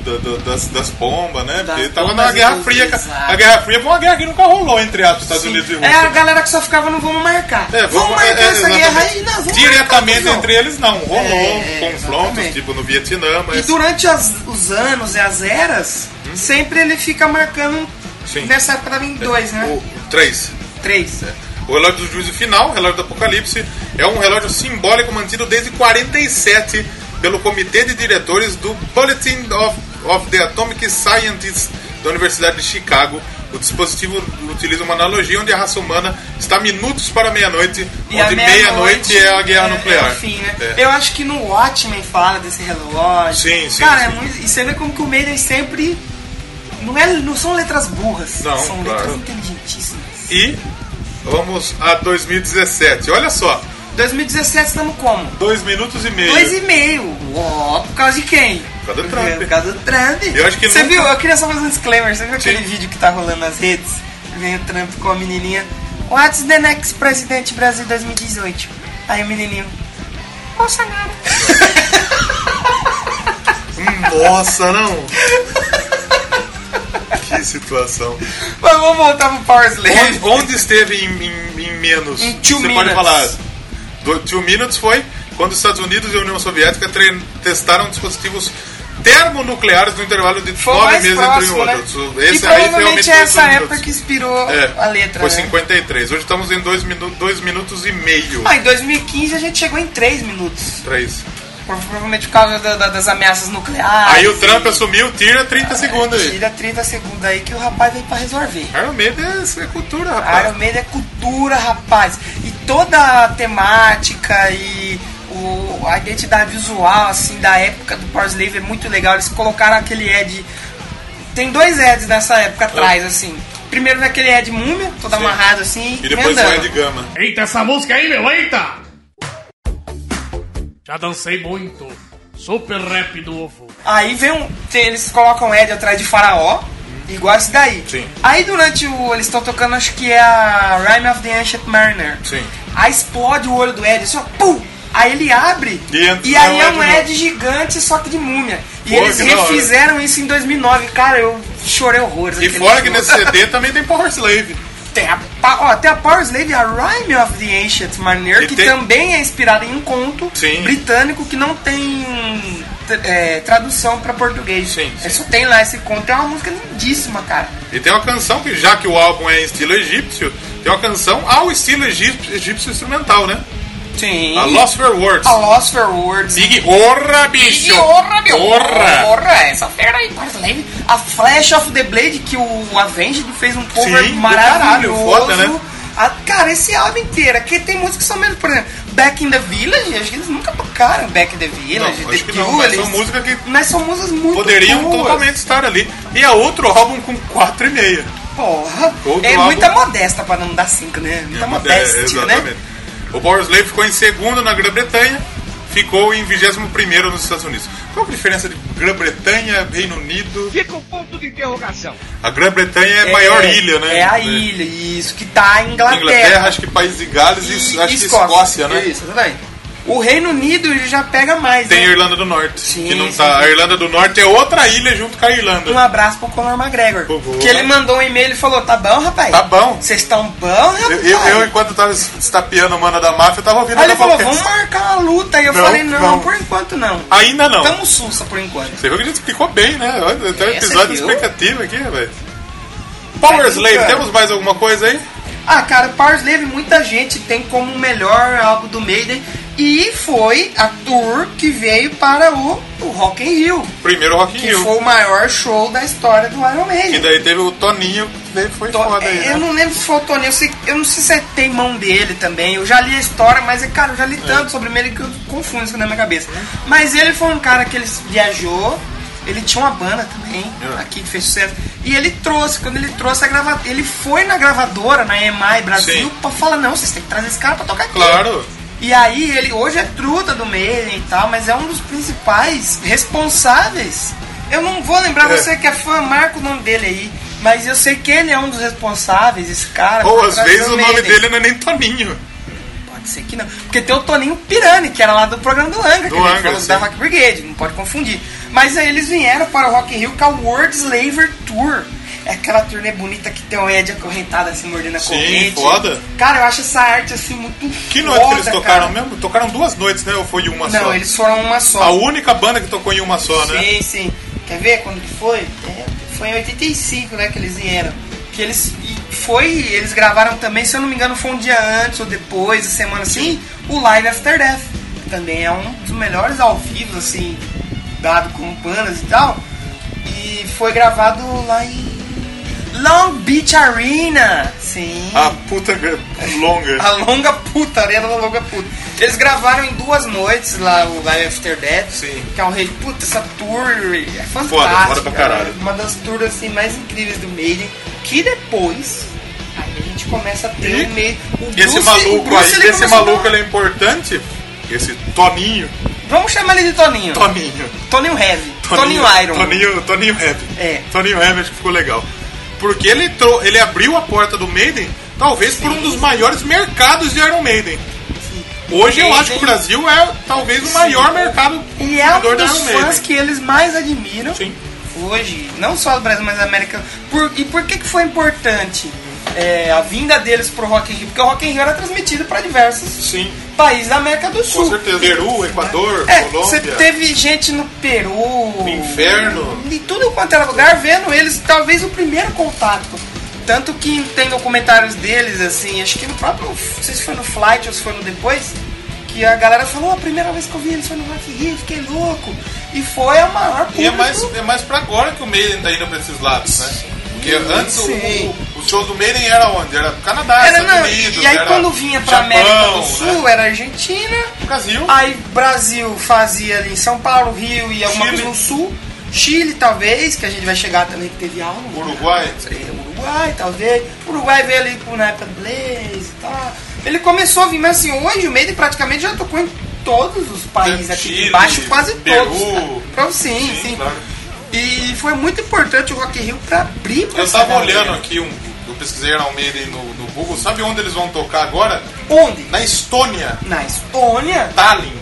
Speaker 7: do- do- das, das bombas, né? Porque
Speaker 4: Das
Speaker 7: tava
Speaker 4: bombas
Speaker 7: na
Speaker 4: e
Speaker 7: Guerra
Speaker 4: dos-
Speaker 7: Fria. ca-
Speaker 4: exato.
Speaker 7: A Guerra Fria foi uma guerra que nunca rolou entre as Estados Unidos
Speaker 4: Sim.
Speaker 7: e Rússia.
Speaker 4: É a galera que só ficava no vamos marcar.
Speaker 7: É,
Speaker 4: vamos, marcar
Speaker 7: é,
Speaker 4: essa
Speaker 7: exatamente.
Speaker 4: guerra aí, nós vamos
Speaker 7: Diretamente
Speaker 4: marcar,
Speaker 7: entre eles, não. Rolou
Speaker 4: É, é,
Speaker 7: confrontos,
Speaker 4: exatamente.
Speaker 7: tipo no Vietnã,
Speaker 4: E
Speaker 7: mas.
Speaker 4: durante as- os anos e as eras, sempre ele fica marcando.
Speaker 7: Hum? Sim. É,
Speaker 4: Nessa época tava em dois, né?
Speaker 7: O, É. três.
Speaker 4: Três.
Speaker 7: O relógio do juízo final, o relógio do apocalipse, é um relógio simbólico mantido desde 47 pelo comitê de diretores do Bulletin of, of the Atomic Scientists da Universidade de Chicago. O dispositivo utiliza uma analogia onde a raça humana está minutos para a meia-noite,
Speaker 4: E a
Speaker 7: onde meia-noite é a guerra
Speaker 4: é-
Speaker 7: nuclear.
Speaker 4: é o fim, né?
Speaker 7: É.
Speaker 4: Eu acho que no Watchmen fala desse relógio.
Speaker 7: Sim, sim,
Speaker 4: Cara,
Speaker 7: sim.
Speaker 4: É muito, e você vê como que o Maiden sempre. Não, é, não são letras burras,
Speaker 7: Não,
Speaker 4: são
Speaker 7: claro.
Speaker 4: letras inteligentíssimas.
Speaker 7: E vamos a 2017. Olha só,
Speaker 4: 2017 estamos como?
Speaker 7: dois minutos e meio.
Speaker 4: Dois e meio. Ó, por causa de quem?
Speaker 7: Por causa do Trump.
Speaker 4: Por causa do Trump.
Speaker 7: Eu acho que
Speaker 4: Você
Speaker 7: nunca-
Speaker 4: viu? Eu queria só fazer um disclaimer. Você viu aquele
Speaker 7: Sim.
Speaker 4: vídeo que tá rolando nas redes? Vem o Trump com a menininha. What's the next president Brasil 2018? Aí o menininho.
Speaker 8: Bolsonaro.
Speaker 7: Nossa, não! que situação.
Speaker 4: Mas vamos voltar pro Power Slave.
Speaker 7: Onde, onde esteve em, em- em menos?
Speaker 4: Em two
Speaker 7: Você pode
Speaker 4: minutes.
Speaker 7: falar. Do, two minutes foi quando os Estados Unidos e a União Soviética tre- testaram dispositivos termonucleares no intervalo de
Speaker 4: Foi o
Speaker 7: nove
Speaker 4: mais
Speaker 7: meses entre um
Speaker 4: próximo,
Speaker 7: e
Speaker 4: né?
Speaker 7: outro.
Speaker 4: e
Speaker 7: Esse aí realmente
Speaker 4: provavelmente é
Speaker 7: foi
Speaker 4: essa
Speaker 7: dois
Speaker 4: época
Speaker 7: minutos.
Speaker 4: que inspirou
Speaker 7: É,
Speaker 4: a letra,
Speaker 7: Foi
Speaker 4: né?
Speaker 7: 53. Hoje estamos em 2 dois minu dois minutos e meio.
Speaker 4: Ah, em 2015 a gente chegou em 3 minutos.
Speaker 7: Três.
Speaker 4: Provavelmente por causa da- da- das ameaças nucleares.
Speaker 7: Aí o Trump assumiu, tira 30 segundos aí.
Speaker 4: Ah, Tira 30 segundos aí que o rapaz vem pra resolver.
Speaker 7: Iron Maiden é isso é cultura,
Speaker 4: Iron
Speaker 7: rapaz.
Speaker 4: Maiden é cultura, rapaz. E toda a temática e o, a identidade visual, assim, da época do Power Slave é muito legal. Eles colocaram aquele Ed... Tem dois Eds nessa
Speaker 7: Ah.
Speaker 4: época atrás, assim. Primeiro naquele Ed Múmia, todo amarrado, assim,
Speaker 7: E depois o
Speaker 4: emendando.
Speaker 7: Ed Gama.
Speaker 9: Eita, essa música aí, meu, eita! Já dancei muito. Super rap novo.
Speaker 4: Aí vem um. tem- eles colocam Ed atrás de Faraó, igual esse daí.
Speaker 7: Uhum. Sim.
Speaker 4: Aí durante o. Eles estão tocando, acho que é a Rhyme of the Ancient Mariner.
Speaker 7: Sim.
Speaker 4: Aí explode o olho do Ed, assim, ó, pum! Aí ele abre
Speaker 7: E entra-
Speaker 4: e aí
Speaker 7: é
Speaker 4: é
Speaker 7: um
Speaker 4: um
Speaker 7: Ed
Speaker 4: Ed gigante, só que de múmia. E
Speaker 7: Pô,
Speaker 4: eles
Speaker 7: que da hora.
Speaker 4: refizeram isso em 2009. Cara, eu chorei horrores.
Speaker 7: E
Speaker 4: aquele
Speaker 7: fora que
Speaker 4: jogo.
Speaker 7: nesse CD também tem Power Slave.
Speaker 4: Tem a, pa- ó, tem a Power Slave, a Rhyme of the Ancient Mariner,
Speaker 7: E
Speaker 4: que
Speaker 7: tem-
Speaker 4: também é inspirada em um conto
Speaker 7: Sim.
Speaker 4: britânico que não tem tr- é, tradução pra português.
Speaker 7: Sim,
Speaker 4: É,
Speaker 7: sim.
Speaker 4: Só tem lá esse conto. É uma música lindíssima, cara.
Speaker 7: E tem uma canção que, já que o álbum é em estilo egípcio, tem uma canção ao estilo egípcio, egípcio instrumental, né?
Speaker 4: Sim.
Speaker 7: A Lost for Words.
Speaker 4: A Lost for Words.
Speaker 7: Big Horra, bicho!
Speaker 2: é
Speaker 4: E honra, meu!
Speaker 7: Horra!
Speaker 4: Honra, essa fera aí, Power Slave. A Flash of the Blade, que o Avenged fez um cover
Speaker 7: Sim, do
Speaker 4: maravilhoso.
Speaker 7: caralho, foda, né?
Speaker 4: Ah, cara, esse álbum inteiro, aqui tem músicas que são menos, por exemplo, Back in the Village, acho que eles nunca tocaram Back in the Village,
Speaker 7: Não,
Speaker 4: The
Speaker 7: acho que não, mas
Speaker 4: Duelist.
Speaker 7: são músicas que
Speaker 4: Mas são músicas muito
Speaker 7: poderiam
Speaker 4: boas.
Speaker 7: totalmente estar ali. E é outro álbum com 4,5.
Speaker 4: Porra,
Speaker 7: Outro
Speaker 4: é
Speaker 7: álbum. É
Speaker 4: muita modesta pra não dar 5, né? Muita modéstia, né?
Speaker 7: O Power Slave ficou em segundo na Grã-Bretanha, ficou em 21 nos Estados Unidos. Qual é a diferença de Grã-Bretanha, Reino Unido?
Speaker 5: Fica um ponto de interrogação.
Speaker 7: A Grã-Bretanha é a maior ilha, né?
Speaker 4: É a ilha, isso, que tá a
Speaker 7: É. Inglaterra, acho que País de Gales e, acho que Escócia, né?
Speaker 4: Isso, tá aí. O Reino Unido ele já pega mais,
Speaker 7: Tem
Speaker 4: né?
Speaker 7: a Irlanda do Norte,
Speaker 4: Sim,
Speaker 7: que não
Speaker 4: sim.
Speaker 7: tá. A Irlanda do Norte é outra ilha junto com a Irlanda.
Speaker 4: Um abraço pro Conor McGregor.
Speaker 7: Por favor.
Speaker 4: Que ele mandou um e-mail e falou: Tá bom, rapaz?
Speaker 7: Tá bom.
Speaker 4: Vocês estão bom, rapaz?
Speaker 7: Eu, eu- eu, enquanto tava estapeando a mana da máfia, eu tava ouvindo
Speaker 4: Aí ele
Speaker 7: ela
Speaker 4: falou:
Speaker 7: falar,
Speaker 4: Vamos marcar uma luta. Aí eu
Speaker 7: Não,
Speaker 4: falei: Não,
Speaker 7: não.
Speaker 4: por enquanto não.
Speaker 7: Ainda não.
Speaker 4: Tamo sussa por enquanto.
Speaker 7: Você viu que a gente explicou bem, né? Olha, Até o
Speaker 4: Essa
Speaker 7: episódio de
Speaker 4: viu?
Speaker 7: expectativa aqui, velho. Power
Speaker 4: Tá
Speaker 7: Slave,
Speaker 4: brincando.
Speaker 7: temos mais alguma coisa aí?
Speaker 4: Ah, cara, Power Slave muita gente tem como o melhor álbum do Maiden. E foi a tour que veio para o, o Rock in Rio.
Speaker 7: Primeiro Rock in
Speaker 4: Que
Speaker 7: Rio.
Speaker 4: foi o maior show da história do Iron Maiden.
Speaker 7: E daí teve o Toninho, que daí foi
Speaker 4: To-
Speaker 7: foda aí,
Speaker 4: é, eu
Speaker 7: né?
Speaker 4: não lembro se foi o Tony, eu, sei- eu não sei se é- tem mão dele também. Eu já li a história, mas, é, cara, eu já li tanto sobre ele que eu confundo isso na minha cabeça. Mas ele foi um cara que ele viajou, ele tinha uma banda também,
Speaker 7: É.
Speaker 4: aqui que fez sucesso. E ele trouxe, quando ele trouxe a gravadora, ele foi na gravadora, na EMI Brasil,
Speaker 7: Sim.
Speaker 4: pra falar: não, vocês têm que trazer esse cara pra tocar aqui.
Speaker 7: Claro.
Speaker 4: E aí ele hoje é truta do Maiden e tal, mas é um dos principais responsáveis. Eu não vou lembrar
Speaker 7: É.
Speaker 4: você que é fã, marca o nome dele aí, mas eu sei que ele é um dos responsáveis, esse cara.
Speaker 7: Ou
Speaker 4: por
Speaker 7: às
Speaker 4: trás
Speaker 7: vezes
Speaker 4: do
Speaker 7: o nome
Speaker 4: Maiden.
Speaker 7: dele é- não é nem Toninho.
Speaker 4: Pode ser que não. Porque tem o Toninho Pirani, que era lá do programa do Angra, que
Speaker 7: Do
Speaker 4: ele
Speaker 7: Angra,
Speaker 4: falou da
Speaker 7: sim.
Speaker 4: Rock Brigade, não pode confundir. Mas aí eles vieram para o Rock in Rio com a World Slaver Tour. É aquela turnê bonita que tem o Ed acorrentado assim, mordendo a
Speaker 7: Sim,
Speaker 4: corrente.
Speaker 7: foda.
Speaker 4: Cara, eu acho essa arte assim muito
Speaker 7: Que
Speaker 4: foda,
Speaker 7: noite que eles tocaram
Speaker 4: cara.
Speaker 7: mesmo? Tocaram duas noites, né? Ou foi uma
Speaker 4: Não,
Speaker 7: só?
Speaker 4: eles foram uma só.
Speaker 7: A única banda que tocou em uma só, né?
Speaker 4: Sim, sim. Quer ver quando que foi? É, foi em 85, né, que eles vieram. Que eles e foi, eles gravaram também, se eu não me engano, foi um dia antes ou depois, a semana assim, o Live After Death. que Também é um dos melhores ao vivo, assim, dado como bandas e tal. E foi gravado lá em Long Beach Arena. Sim.
Speaker 7: A puta gra- longa.
Speaker 4: A longa puta, a arena da longa puta. Eles gravaram em duas noites lá o Live After Death,
Speaker 7: Sim.
Speaker 4: que é um rei. Puta, essa tour é fantástica.
Speaker 7: foda pra caralho.
Speaker 4: cara. Uma das tours assim, mais incríveis do Maiden, que depois aí a gente começa a ter
Speaker 7: E
Speaker 4: o Maiden. O
Speaker 7: Esse
Speaker 4: Bruce- o
Speaker 7: maluco
Speaker 4: Bruce,
Speaker 7: aí,
Speaker 4: ele
Speaker 7: esse
Speaker 4: começou a
Speaker 7: maluco
Speaker 4: dar-
Speaker 7: ele é importante. Esse Toninho.
Speaker 4: Vamos chamar ele de Toninho.
Speaker 7: Toninho.
Speaker 4: Toninho Heavy. Toninho, Iron.
Speaker 7: Toninho, Toninho Heavy.
Speaker 4: É.
Speaker 7: Toninho Heavy acho que ficou legal. Porque ele, trou- ele abriu a porta do Maiden, talvez por um dos maiores mercados de Iron Maiden. Hoje eu
Speaker 4: Maiden-
Speaker 7: acho que o Brasil é talvez o maior mercado
Speaker 4: E é um
Speaker 7: consumidor da
Speaker 4: dos
Speaker 7: Iron
Speaker 4: fãs
Speaker 7: Maiden.
Speaker 4: que eles mais admiram.
Speaker 7: Sim.
Speaker 4: Hoje, não só do Brasil, mas da América. Por- e por que, que foi importante é, a vinda deles pro Rock in Rio? Porque o Rock in Rio era transmitido para diversos
Speaker 7: Sim,
Speaker 4: países da América do Sul.
Speaker 7: com certeza. Peru, Equador,
Speaker 4: É, você
Speaker 7: Colômbia.
Speaker 4: teve gente no Peru,
Speaker 7: No inferno.
Speaker 4: em tudo quanto era lugar, vendo eles, talvez o primeiro contato. Tanto que tem documentários deles, assim, acho que no próprio, não sei se foi no Flight ou se foi no Depois, que a galera falou, a primeira vez que eu vi eles foi no Rock in Rio, fiquei louco. E foi a maior
Speaker 7: E é
Speaker 4: público.
Speaker 7: mais, é mais pra agora que o Maiden tá indo pra esses lados, né? Porque antes o,
Speaker 4: sim.
Speaker 7: o, o show do Maiden era onde? Era Canadá,
Speaker 4: Era,
Speaker 7: Estados
Speaker 4: não,
Speaker 7: Unidos,
Speaker 4: e aí
Speaker 7: era
Speaker 4: quando vinha pra
Speaker 7: Japão,
Speaker 4: América do Sul,
Speaker 7: né?
Speaker 4: era Argentina.
Speaker 7: Brasil.
Speaker 4: Aí Brasil fazia ali em São Paulo, Rio e alguma
Speaker 7: Chile.
Speaker 4: coisa no Sul. Chile, talvez, que a gente vai chegar também, que teve aula. no
Speaker 7: Uruguai.
Speaker 4: sei, Uruguai, talvez. O Uruguai veio ali por- na época do Blaze e tal. Ele começou a vir, mas assim, hoje o Maiden praticamente já tocou em todos os países aqui
Speaker 7: Chile,
Speaker 4: de baixo, quase
Speaker 7: Peru.
Speaker 4: todos. né? Então, sim,
Speaker 7: Sim,
Speaker 4: sim.
Speaker 7: claro.
Speaker 4: E foi muito importante o Rock in Rio pra abrir pra
Speaker 7: Eu
Speaker 4: essa
Speaker 7: tava
Speaker 4: galera.
Speaker 7: olhando aqui, um, eu pesquisei era o Maiden no, no Google. Sabe onde eles vão tocar agora?
Speaker 4: Onde?
Speaker 7: Na Estônia,
Speaker 4: Na Estônia,
Speaker 7: Tallinn.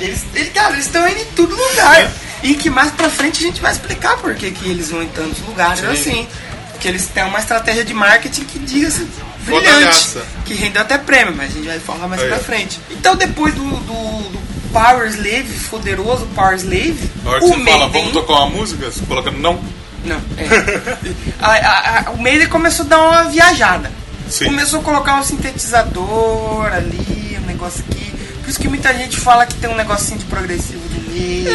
Speaker 4: eles, eles, cara, eles estão indo em todo lugar. E que mais pra frente a gente vai explicar por que, que eles vão em tantos lugares
Speaker 7: Sim.
Speaker 4: assim. Porque eles têm uma estratégia de marketing que diga assim, brilhante.
Speaker 7: Fodalhaça.
Speaker 4: Que rendeu até prêmio, mas a gente vai falar mais
Speaker 7: É.
Speaker 4: pra frente. Então depois do, do, do Power Slave, poderoso Power Slave,
Speaker 7: Na hora que
Speaker 4: o
Speaker 7: você fala,
Speaker 4: Maiden-
Speaker 7: vamos tocar uma música, você coloca não.
Speaker 4: não, é. A- a- a- o Maiden começou a dar uma viajada.
Speaker 7: Sim.
Speaker 4: Começou a colocar um sintetizador ali, um negócio aqui. Por isso que muita gente fala que tem um negocinho de progressivo do Maiden.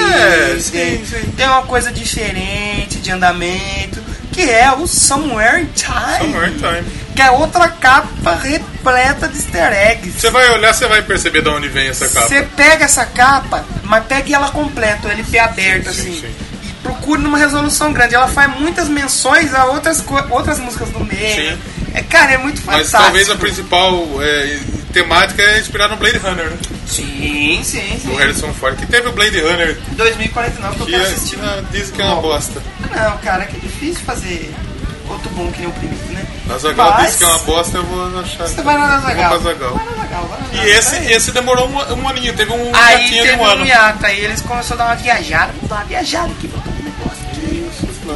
Speaker 7: É, sim, sim.
Speaker 4: Tem uma coisa diferente de andamento, que é o Somewhere in Time.
Speaker 7: Somewhere in Time.
Speaker 4: Que é outra capa repleta de easter eggs.
Speaker 7: Você vai olhar, você vai perceber de onde vem essa capa.
Speaker 4: Você pega essa capa, mas pegue ela completa, o LP aberto,
Speaker 7: Sim,
Speaker 4: assim.
Speaker 7: sim.
Speaker 4: E procure numa resolução grande. Ela faz muitas menções a outras, co- outras músicas do meio.
Speaker 7: Sim.
Speaker 4: É, cara, é muito
Speaker 7: Mas
Speaker 4: fantástico.
Speaker 7: talvez a principal é, temática é inspirar no Blade Runner, né?
Speaker 4: Sim, sim,
Speaker 7: Do
Speaker 4: sim.
Speaker 7: Harrison Ford, que teve o Blade Runner,
Speaker 4: 2049 que eu
Speaker 7: que
Speaker 4: quero assistir.
Speaker 7: é, diz que é uma bosta.
Speaker 4: Não, cara, é que difícil fazer outro bom que nem o primeiro, né?
Speaker 7: A Zagal
Speaker 4: Mas
Speaker 7: disse que é uma bosta, eu vou achar.
Speaker 4: Você vai na Zagal.
Speaker 7: Vou pra Zagal.
Speaker 4: Vai na Zagal, vai na
Speaker 7: E
Speaker 4: Zagal,
Speaker 7: esse,
Speaker 4: vai.
Speaker 7: esse demorou um, um aninho, teve um
Speaker 4: Aí
Speaker 7: gatinho
Speaker 4: teve
Speaker 7: de um ano.
Speaker 4: um hiato, aí eles começaram a dar uma viajada, vamos dar uma viajada aqui, vamos dar um negócio aqui,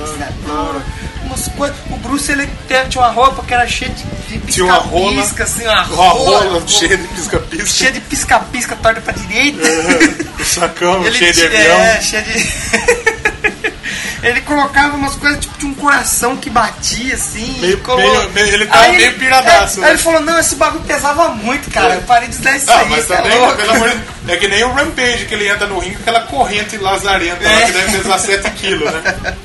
Speaker 4: sintetizador, umas coisas. O Bruce ele te- tinha uma roupa que era cheia de, de
Speaker 7: Tinha uma rola.
Speaker 4: pisca-pisca, assim, uma
Speaker 7: Uma
Speaker 4: rola,
Speaker 7: rola cheia de pisca-pisca.
Speaker 4: cheia de pisca-pisca, torta pra direita.
Speaker 7: O sacão
Speaker 4: Ele
Speaker 7: cheio de
Speaker 4: ti-
Speaker 7: avião.
Speaker 4: É, cheia de. ele colocava umas coisas tipo de um coração que batia assim.
Speaker 7: Meio-
Speaker 4: e colo-
Speaker 7: meio- meio- ele tava
Speaker 4: Aí
Speaker 7: meio piradaço,
Speaker 4: é,
Speaker 7: né?
Speaker 4: Aí ele falou: Não, esse bagulho pesava muito, cara. Eu parei de usar isso
Speaker 7: Ah,
Speaker 4: aí.
Speaker 7: mas
Speaker 4: cê é
Speaker 7: também,
Speaker 4: louco."
Speaker 7: pelo amor de Deus, é que nem o Rampage, que ele entra no ringue com aquela corrente lazarenta lá,
Speaker 4: É.
Speaker 7: que deve pesar 7 quilos, né?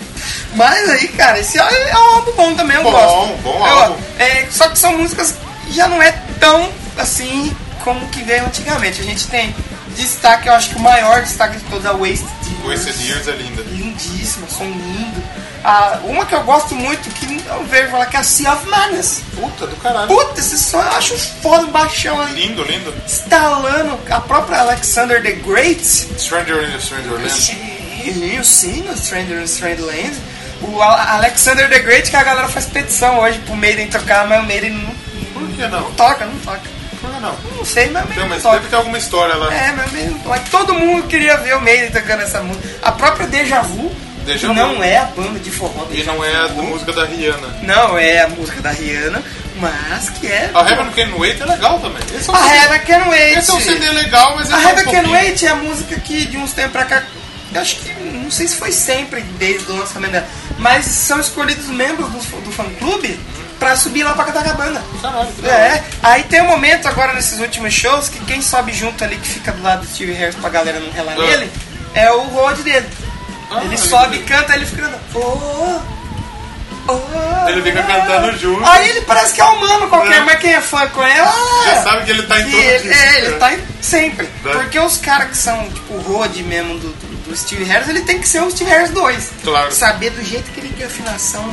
Speaker 4: Mas aí, cara, esse é um álbum bom também, eu
Speaker 7: Bom,
Speaker 4: gosto.
Speaker 7: bom
Speaker 4: Eu-
Speaker 7: álbum.
Speaker 4: é, só que são músicas que já não é tão assim como que veio antigamente. A gente tem destaque, eu acho que o maior destaque de toda a Waste Years.
Speaker 7: Wasted Years é linda.
Speaker 4: Lindíssima, som lindo. Ah, uma que eu gosto muito, que eu vejo falar que é a Sea of Madness.
Speaker 7: Puta do caralho.
Speaker 4: Puta, esse som eu acho foda, um baixão ali.
Speaker 7: Lindo, lindo.
Speaker 4: Estalando a própria Alexander the Great.
Speaker 7: Stranger in a Stranger Land.
Speaker 4: Sim, sim, no Stranger in Strangeland. O A- Alexander the Great, que a galera faz petição hoje pro Maiden tocar, mas o Maiden não,
Speaker 7: Por que não?
Speaker 4: não toca, não toca.
Speaker 7: Por que não?
Speaker 4: Não sei, mas o
Speaker 7: Então,
Speaker 4: Maiden não
Speaker 7: mas
Speaker 4: toca.
Speaker 7: deve ter alguma história lá.
Speaker 4: É, mas o Maiden não toca. Todo mundo queria ver o Maiden tocando essa música. A própria Deja Vu,
Speaker 7: Deja
Speaker 4: que
Speaker 7: Vu.
Speaker 4: não é a banda de forró
Speaker 7: E
Speaker 4: Deja
Speaker 7: não é a
Speaker 4: Vu.
Speaker 7: música da Rihanna.
Speaker 4: Não, é a música da Rihanna, mas que é...
Speaker 7: A Heaven Can Wait é legal também. Esse é um,
Speaker 4: A Heaven Can Wait.
Speaker 7: esse é um CD legal, mas é
Speaker 4: A
Speaker 7: só um
Speaker 4: Heaven Can
Speaker 7: pouquinho.
Speaker 4: Wait é a música que de uns tempos pra cá. Eu acho que não sei se foi sempre desde o lançamento dela, mas são escolhidos membros do, f- do fã clube pra subir lá pra cantar com a banda.
Speaker 7: Caralho, que da hora.
Speaker 4: É, aí tem um momento agora nesses últimos shows que quem sobe junto ali, que fica do lado do Steve Harris pra galera não relar
Speaker 7: Ah.
Speaker 4: nele, é o Rod dele.
Speaker 7: Ah,
Speaker 4: ele
Speaker 7: ele-
Speaker 4: sobe e canta, ele fica cantando. "Oh, oh".
Speaker 7: Ele fica cantando junto.
Speaker 4: Aí ele parece que é humano qualquer,
Speaker 7: É.
Speaker 4: mas quem é fã com ele. "Ah,
Speaker 7: Já sabe que ele tá em todo
Speaker 4: e ele,
Speaker 7: disco,
Speaker 4: é, ele
Speaker 7: né?
Speaker 4: tá em- sempre.
Speaker 7: Né?
Speaker 4: Porque os caras que são, tipo, o road mesmo do, do, do Steve Harris, ele tem que ser o Steve Harris 2.
Speaker 7: Claro.
Speaker 4: Saber do jeito que ele tem afinação,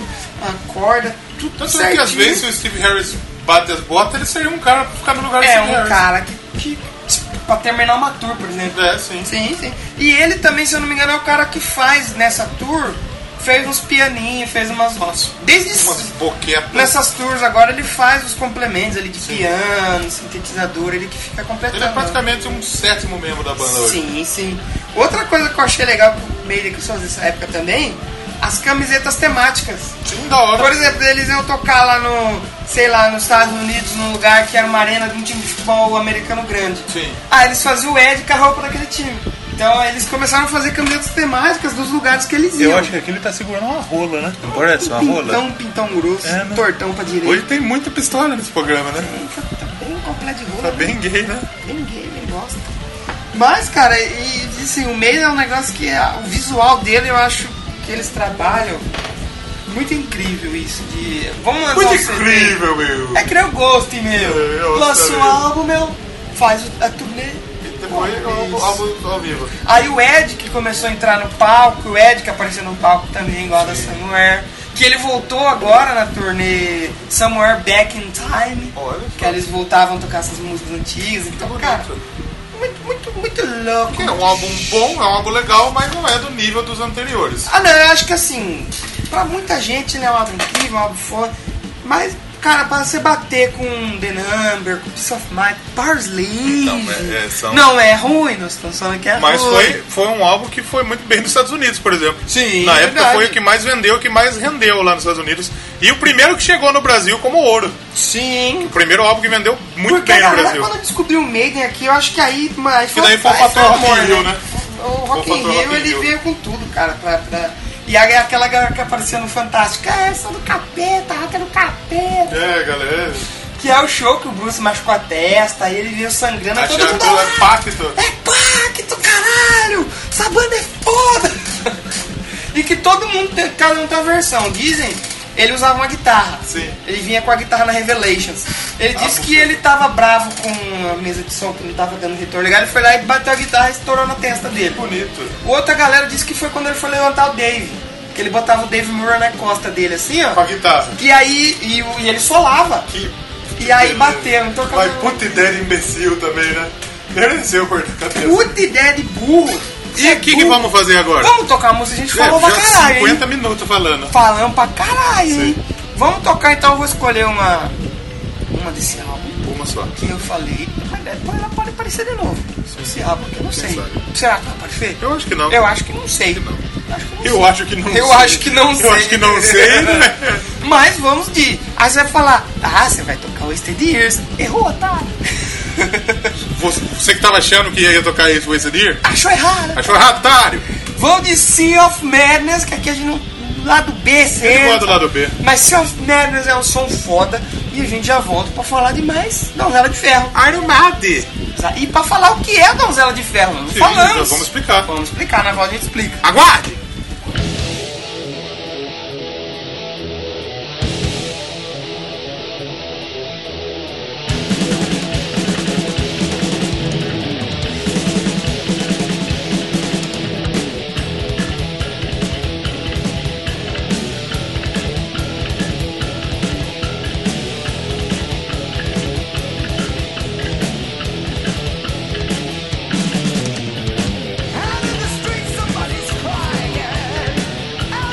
Speaker 4: a corda, tudo
Speaker 7: Tanto é que
Speaker 4: certinho.
Speaker 7: às vezes se o Steve Harris bate as botas, ele seria um cara pra ficar no lugar do
Speaker 4: É
Speaker 7: Steve
Speaker 4: um
Speaker 7: Harris.
Speaker 4: cara que, que pra terminar uma tour, por exemplo.
Speaker 7: É, sim.
Speaker 4: Sim, sim. E ele também, se eu não me engano, é o cara que faz nessa tour, fez uns pianinhos, fez umas nossas. Desde
Speaker 7: Umas boquetas.
Speaker 4: nessas tours agora ele faz os complementos ali de piano, sintetizador, ele que fica completando.
Speaker 7: Ele é praticamente um sétimo membro da banda hoje.
Speaker 4: Sim, sim. Outra coisa que eu achei legal pro Maiden que eu nessa época também, as camisetas temáticas. Então,
Speaker 7: Sim, da hora.
Speaker 4: Por exemplo, eles iam tocar lá no, sei lá, nos Estados Unidos, num lugar que era uma arena de um time de futebol americano grande.
Speaker 7: Sim.
Speaker 4: Ah, eles faziam o Ed com a roupa daquele time. Então eles começaram a fazer camisetas temáticas dos lugares que eles iam.
Speaker 7: que aqui ele tá segurando uma rola, né? Não parece uma
Speaker 4: Pintão, pintão grosso,
Speaker 7: É, né?
Speaker 4: tortão pra direita.
Speaker 7: Hoje tem muita pistola nesse programa, né?
Speaker 4: Tá bem completo de
Speaker 7: Tá
Speaker 4: rola,
Speaker 7: bem gay, né?
Speaker 4: Ninguém nem gosta. Mas, cara, e assim, o meio é um negócio que ah, o visual dele eu acho que eles trabalham muito incrível isso de. Vamos lançar
Speaker 7: Muito
Speaker 4: um CD.
Speaker 7: incrível, meu.
Speaker 4: É que nem o Ghost, meu.
Speaker 7: É, eu
Speaker 4: Lança um
Speaker 7: sabia.
Speaker 4: álbum, meu, faz o- a turnê.
Speaker 7: Depois eu
Speaker 4: Isso.
Speaker 7: um ao, ao vivo.
Speaker 4: Aí o Ed que começou a entrar no palco, o Ed que apareceu no palco também, igual a da Somewhere. Que ele voltou agora na turnê Somewhere Back in Time.
Speaker 7: Olha só.
Speaker 4: que eles voltavam a tocar essas músicas antigas. Então,
Speaker 7: bonito.
Speaker 4: cara, muito, muito, muito louco.
Speaker 7: É um álbum bom, é um álbum legal, mas não é do nível dos anteriores.
Speaker 4: Ah, não, eu acho que assim, pra muita gente, né, é um álbum incrível, um álbum foda. Mas, cara, pra você bater com The Number, com Peace of Mind, Parsley.
Speaker 7: Então, é- é, são-
Speaker 4: Não, é ruim, nós estamos falando que é
Speaker 7: Mas
Speaker 4: ruim.
Speaker 7: foi, foi um álbum que foi muito bem nos Estados Unidos, por exemplo.
Speaker 4: Sim,
Speaker 7: Na época
Speaker 4: verdade.
Speaker 7: foi o que mais vendeu, o que mais rendeu lá nos Estados Unidos. E o primeiro que chegou no Brasil como ouro.
Speaker 4: Sim.
Speaker 7: O primeiro álbum que vendeu muito
Speaker 4: Porque
Speaker 7: bem
Speaker 4: a
Speaker 7: no
Speaker 4: galera,
Speaker 7: Brasil.
Speaker 4: quando eu descobri o Maiden aqui, eu acho que aí, mano, aí
Speaker 7: Que daí foi o
Speaker 4: aí
Speaker 7: fator Rock in
Speaker 4: amor,
Speaker 7: Rio, né?
Speaker 4: O Rock
Speaker 7: Foi o
Speaker 4: in
Speaker 7: fator
Speaker 4: Rio,
Speaker 7: Rock in
Speaker 4: ele
Speaker 7: Rio.
Speaker 4: veio com tudo, cara, pra... pra- E aí aquela galera que apareceu no Fantástico, é essa do capeta, a rata do capeta.
Speaker 7: É, galera.
Speaker 4: Que é o show que o Bruce machucou a testa, aí ele veio sangrando, aí todo
Speaker 7: Achando
Speaker 4: mundo...
Speaker 7: que era
Speaker 4: "Ah,
Speaker 7: pacto.
Speaker 4: É pacto, caralho! Essa banda é foda! e que todo mundo tem, cada um tem uma versão. Dizem, ele usava uma guitarra.
Speaker 7: Sim. Ah,
Speaker 4: Ele vinha com a guitarra na Revelations. Ele disse que ele tava bravo com a mesa de som que não tava dando retorno legal. Ele foi lá e bateu a guitarra e estourou na testa dele.
Speaker 7: Bonito.
Speaker 4: Outra galera disse que foi quando ele foi levantar o Dave. Que ele botava o Dave Murray na costa dele, assim,
Speaker 7: Com a
Speaker 4: ó.
Speaker 7: guitarra.
Speaker 4: E aí, e, o- e ele solava.
Speaker 7: Que...
Speaker 4: E aí bateu, então
Speaker 7: Mas
Speaker 4: acabou.
Speaker 7: puta ideia de imbecil também, né? Mereceu cortar a cabeça.
Speaker 4: Puta ideia de burro!
Speaker 7: E o que, que vamos fazer agora?
Speaker 4: Vamos tocar a música, a gente
Speaker 7: É,
Speaker 4: falou pra
Speaker 7: já
Speaker 4: caralho, hein?
Speaker 7: 50 minutos falando.
Speaker 4: Falamos pra caralho, hein?
Speaker 7: Sim.
Speaker 4: Vamos tocar então, eu vou escolher uma. Uma desse álbum
Speaker 7: Uma só.
Speaker 4: que eu falei, mas depois ela pode aparecer de novo. Esse álbum que eu não sei.
Speaker 7: sabe?
Speaker 4: Será que vai aparecer?
Speaker 7: Eu acho que não.
Speaker 4: Eu acho que não sei. Acho que não sei.
Speaker 7: Eu acho que não
Speaker 4: Eu
Speaker 7: sei.
Speaker 4: acho que não sei.
Speaker 7: Eu acho que não sei, né?
Speaker 4: Mas vamos de. Aí você vai falar, ah, você vai tocar o Wasted Years. Errou, tá? otário.
Speaker 7: Você, você que tava achando que ia tocar isso, esse Deer?
Speaker 4: Achou errado.
Speaker 7: Achou errado, otário?
Speaker 4: Vamos de Sea of Madness, que aqui a gente não. Lado B,
Speaker 7: Ele
Speaker 4: certo?
Speaker 7: gosta do lado B.
Speaker 4: Mas Sea of Madness é um som foda e a gente já volta pra falar de mais Donzela de Ferro.
Speaker 7: Armade.
Speaker 4: E pra falar o que é Donzela de Ferro, não
Speaker 7: Sim, nós
Speaker 4: falamos.
Speaker 7: vamos Ah. explicar.
Speaker 4: Vamos explicar, na volta a gente explica.
Speaker 7: Aguarde!
Speaker 5: Out in the street, somebody's crying.
Speaker 8: Oh, Oh,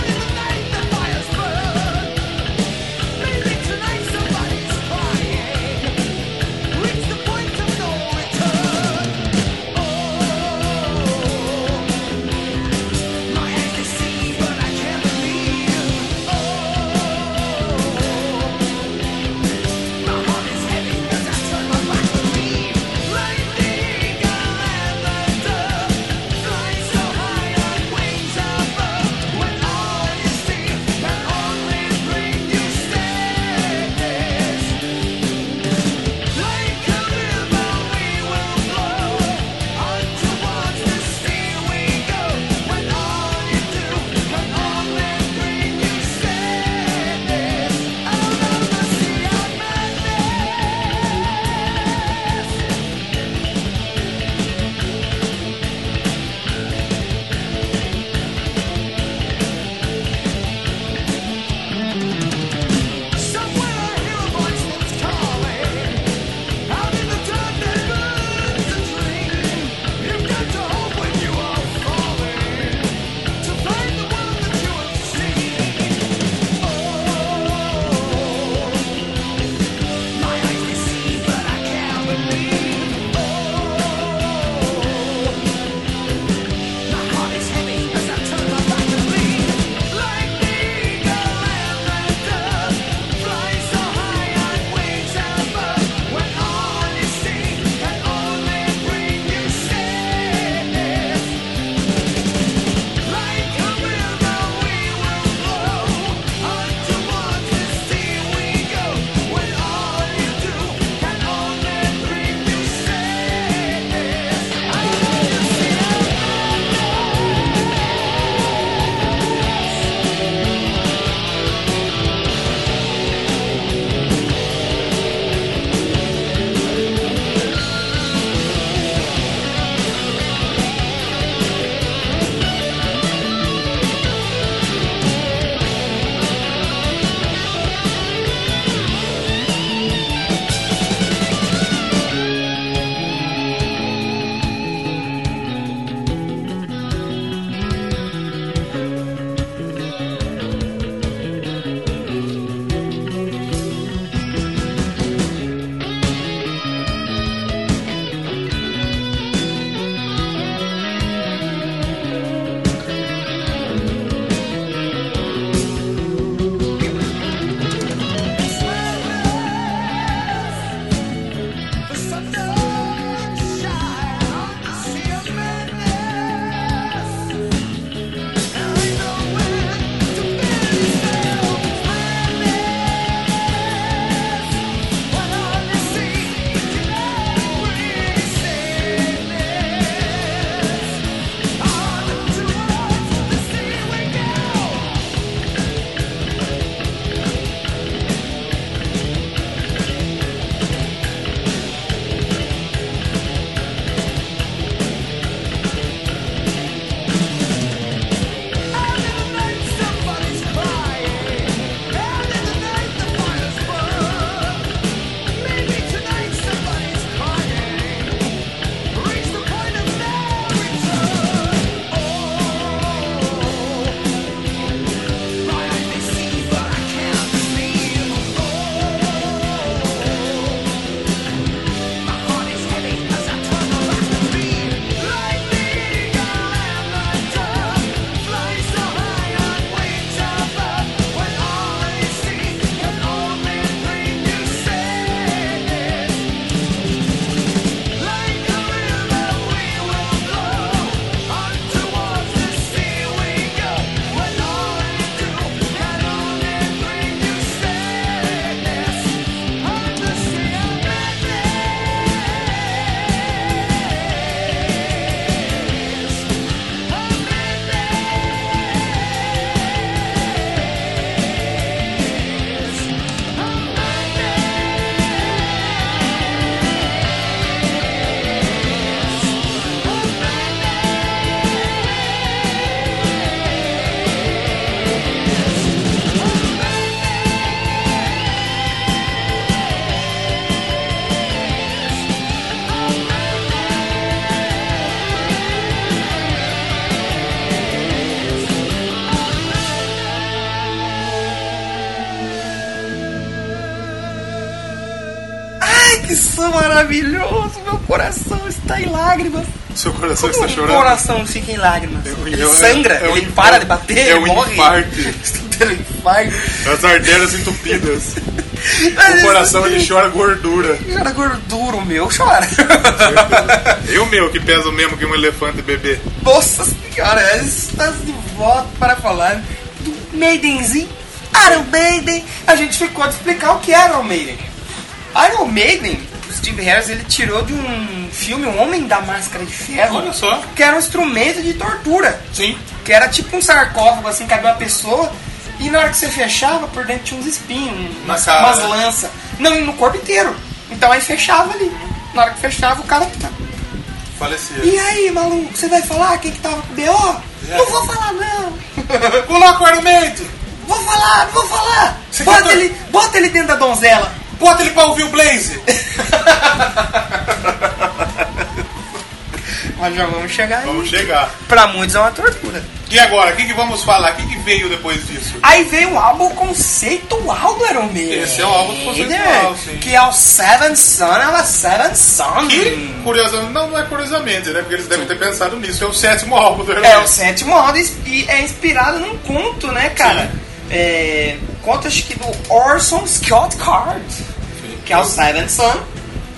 Speaker 8: Oh.
Speaker 4: coração maravilhoso, meu coração está em lágrimas.
Speaker 7: Seu um coração
Speaker 4: Como
Speaker 7: está
Speaker 4: o
Speaker 7: tá chorando.
Speaker 4: coração fica em lágrimas?
Speaker 7: É um-
Speaker 4: ele
Speaker 7: é um-
Speaker 4: sangra,
Speaker 7: é um
Speaker 4: ele
Speaker 7: infarto.
Speaker 4: para de bater,
Speaker 7: É
Speaker 4: ele
Speaker 7: um
Speaker 4: morre.
Speaker 7: infarto.
Speaker 4: Estou tendo infarto.
Speaker 7: As artérias entupidas.
Speaker 4: Mas
Speaker 7: O coração
Speaker 4: isso-
Speaker 7: ele chora gordura.
Speaker 4: Chora gordura, o é meu, chora.
Speaker 7: E o meu que pesa o mesmo que um elefante bebê.
Speaker 4: Nossa senhora, estás de volta para falar do Maidenzinho, Iron Maiden. A gente ficou de explicar o que é Iron Maiden. Iron Maiden, o Steve Harris, ele tirou de um filme O Homem da Máscara de Ferro.
Speaker 7: Olha só.
Speaker 4: Que era um instrumento de tortura.
Speaker 7: Sim.
Speaker 4: Que era tipo um sarcófago, assim, cabia uma pessoa. E na hora que você fechava, por dentro tinha uns espinhos, um-
Speaker 7: Na
Speaker 4: umas,
Speaker 7: cara,
Speaker 4: umas
Speaker 7: né?
Speaker 4: lanças. Não, no corpo inteiro. Então aí fechava ali. Na hora que fechava, o cara
Speaker 7: Falecia.
Speaker 4: e aí, maluco, você vai falar quem que tava com o B.O.? Não vou falar, não.
Speaker 7: Coloca o argumento.
Speaker 4: Vou falar, não vou falar.
Speaker 7: Você
Speaker 4: bota,
Speaker 7: quer-
Speaker 4: ele, bota ele dentro da donzela.
Speaker 7: Bota ele pra ouvir o Blaze.
Speaker 4: Nós já vamos chegar aí.
Speaker 7: Vamos chegar.
Speaker 4: Pra muitos é uma tortura.
Speaker 7: E agora, o que, que vamos falar? O que, que veio depois disso?
Speaker 4: Aí veio um álbum conceitual do Iron Maiden.
Speaker 7: Esse é um álbum conceitual, sim.
Speaker 4: Que é o Seven Son of a Seven Son.
Speaker 7: Que, curiosamente, não, não é curiosamente, né? Porque eles devem ter pensado nisso. É o sétimo álbum do Iron
Speaker 4: É o
Speaker 7: Maiden.
Speaker 4: sétimo álbum e é inspirado num conto, né, cara? É, conto acho que do Orson Scott Card, que é o Silent Son.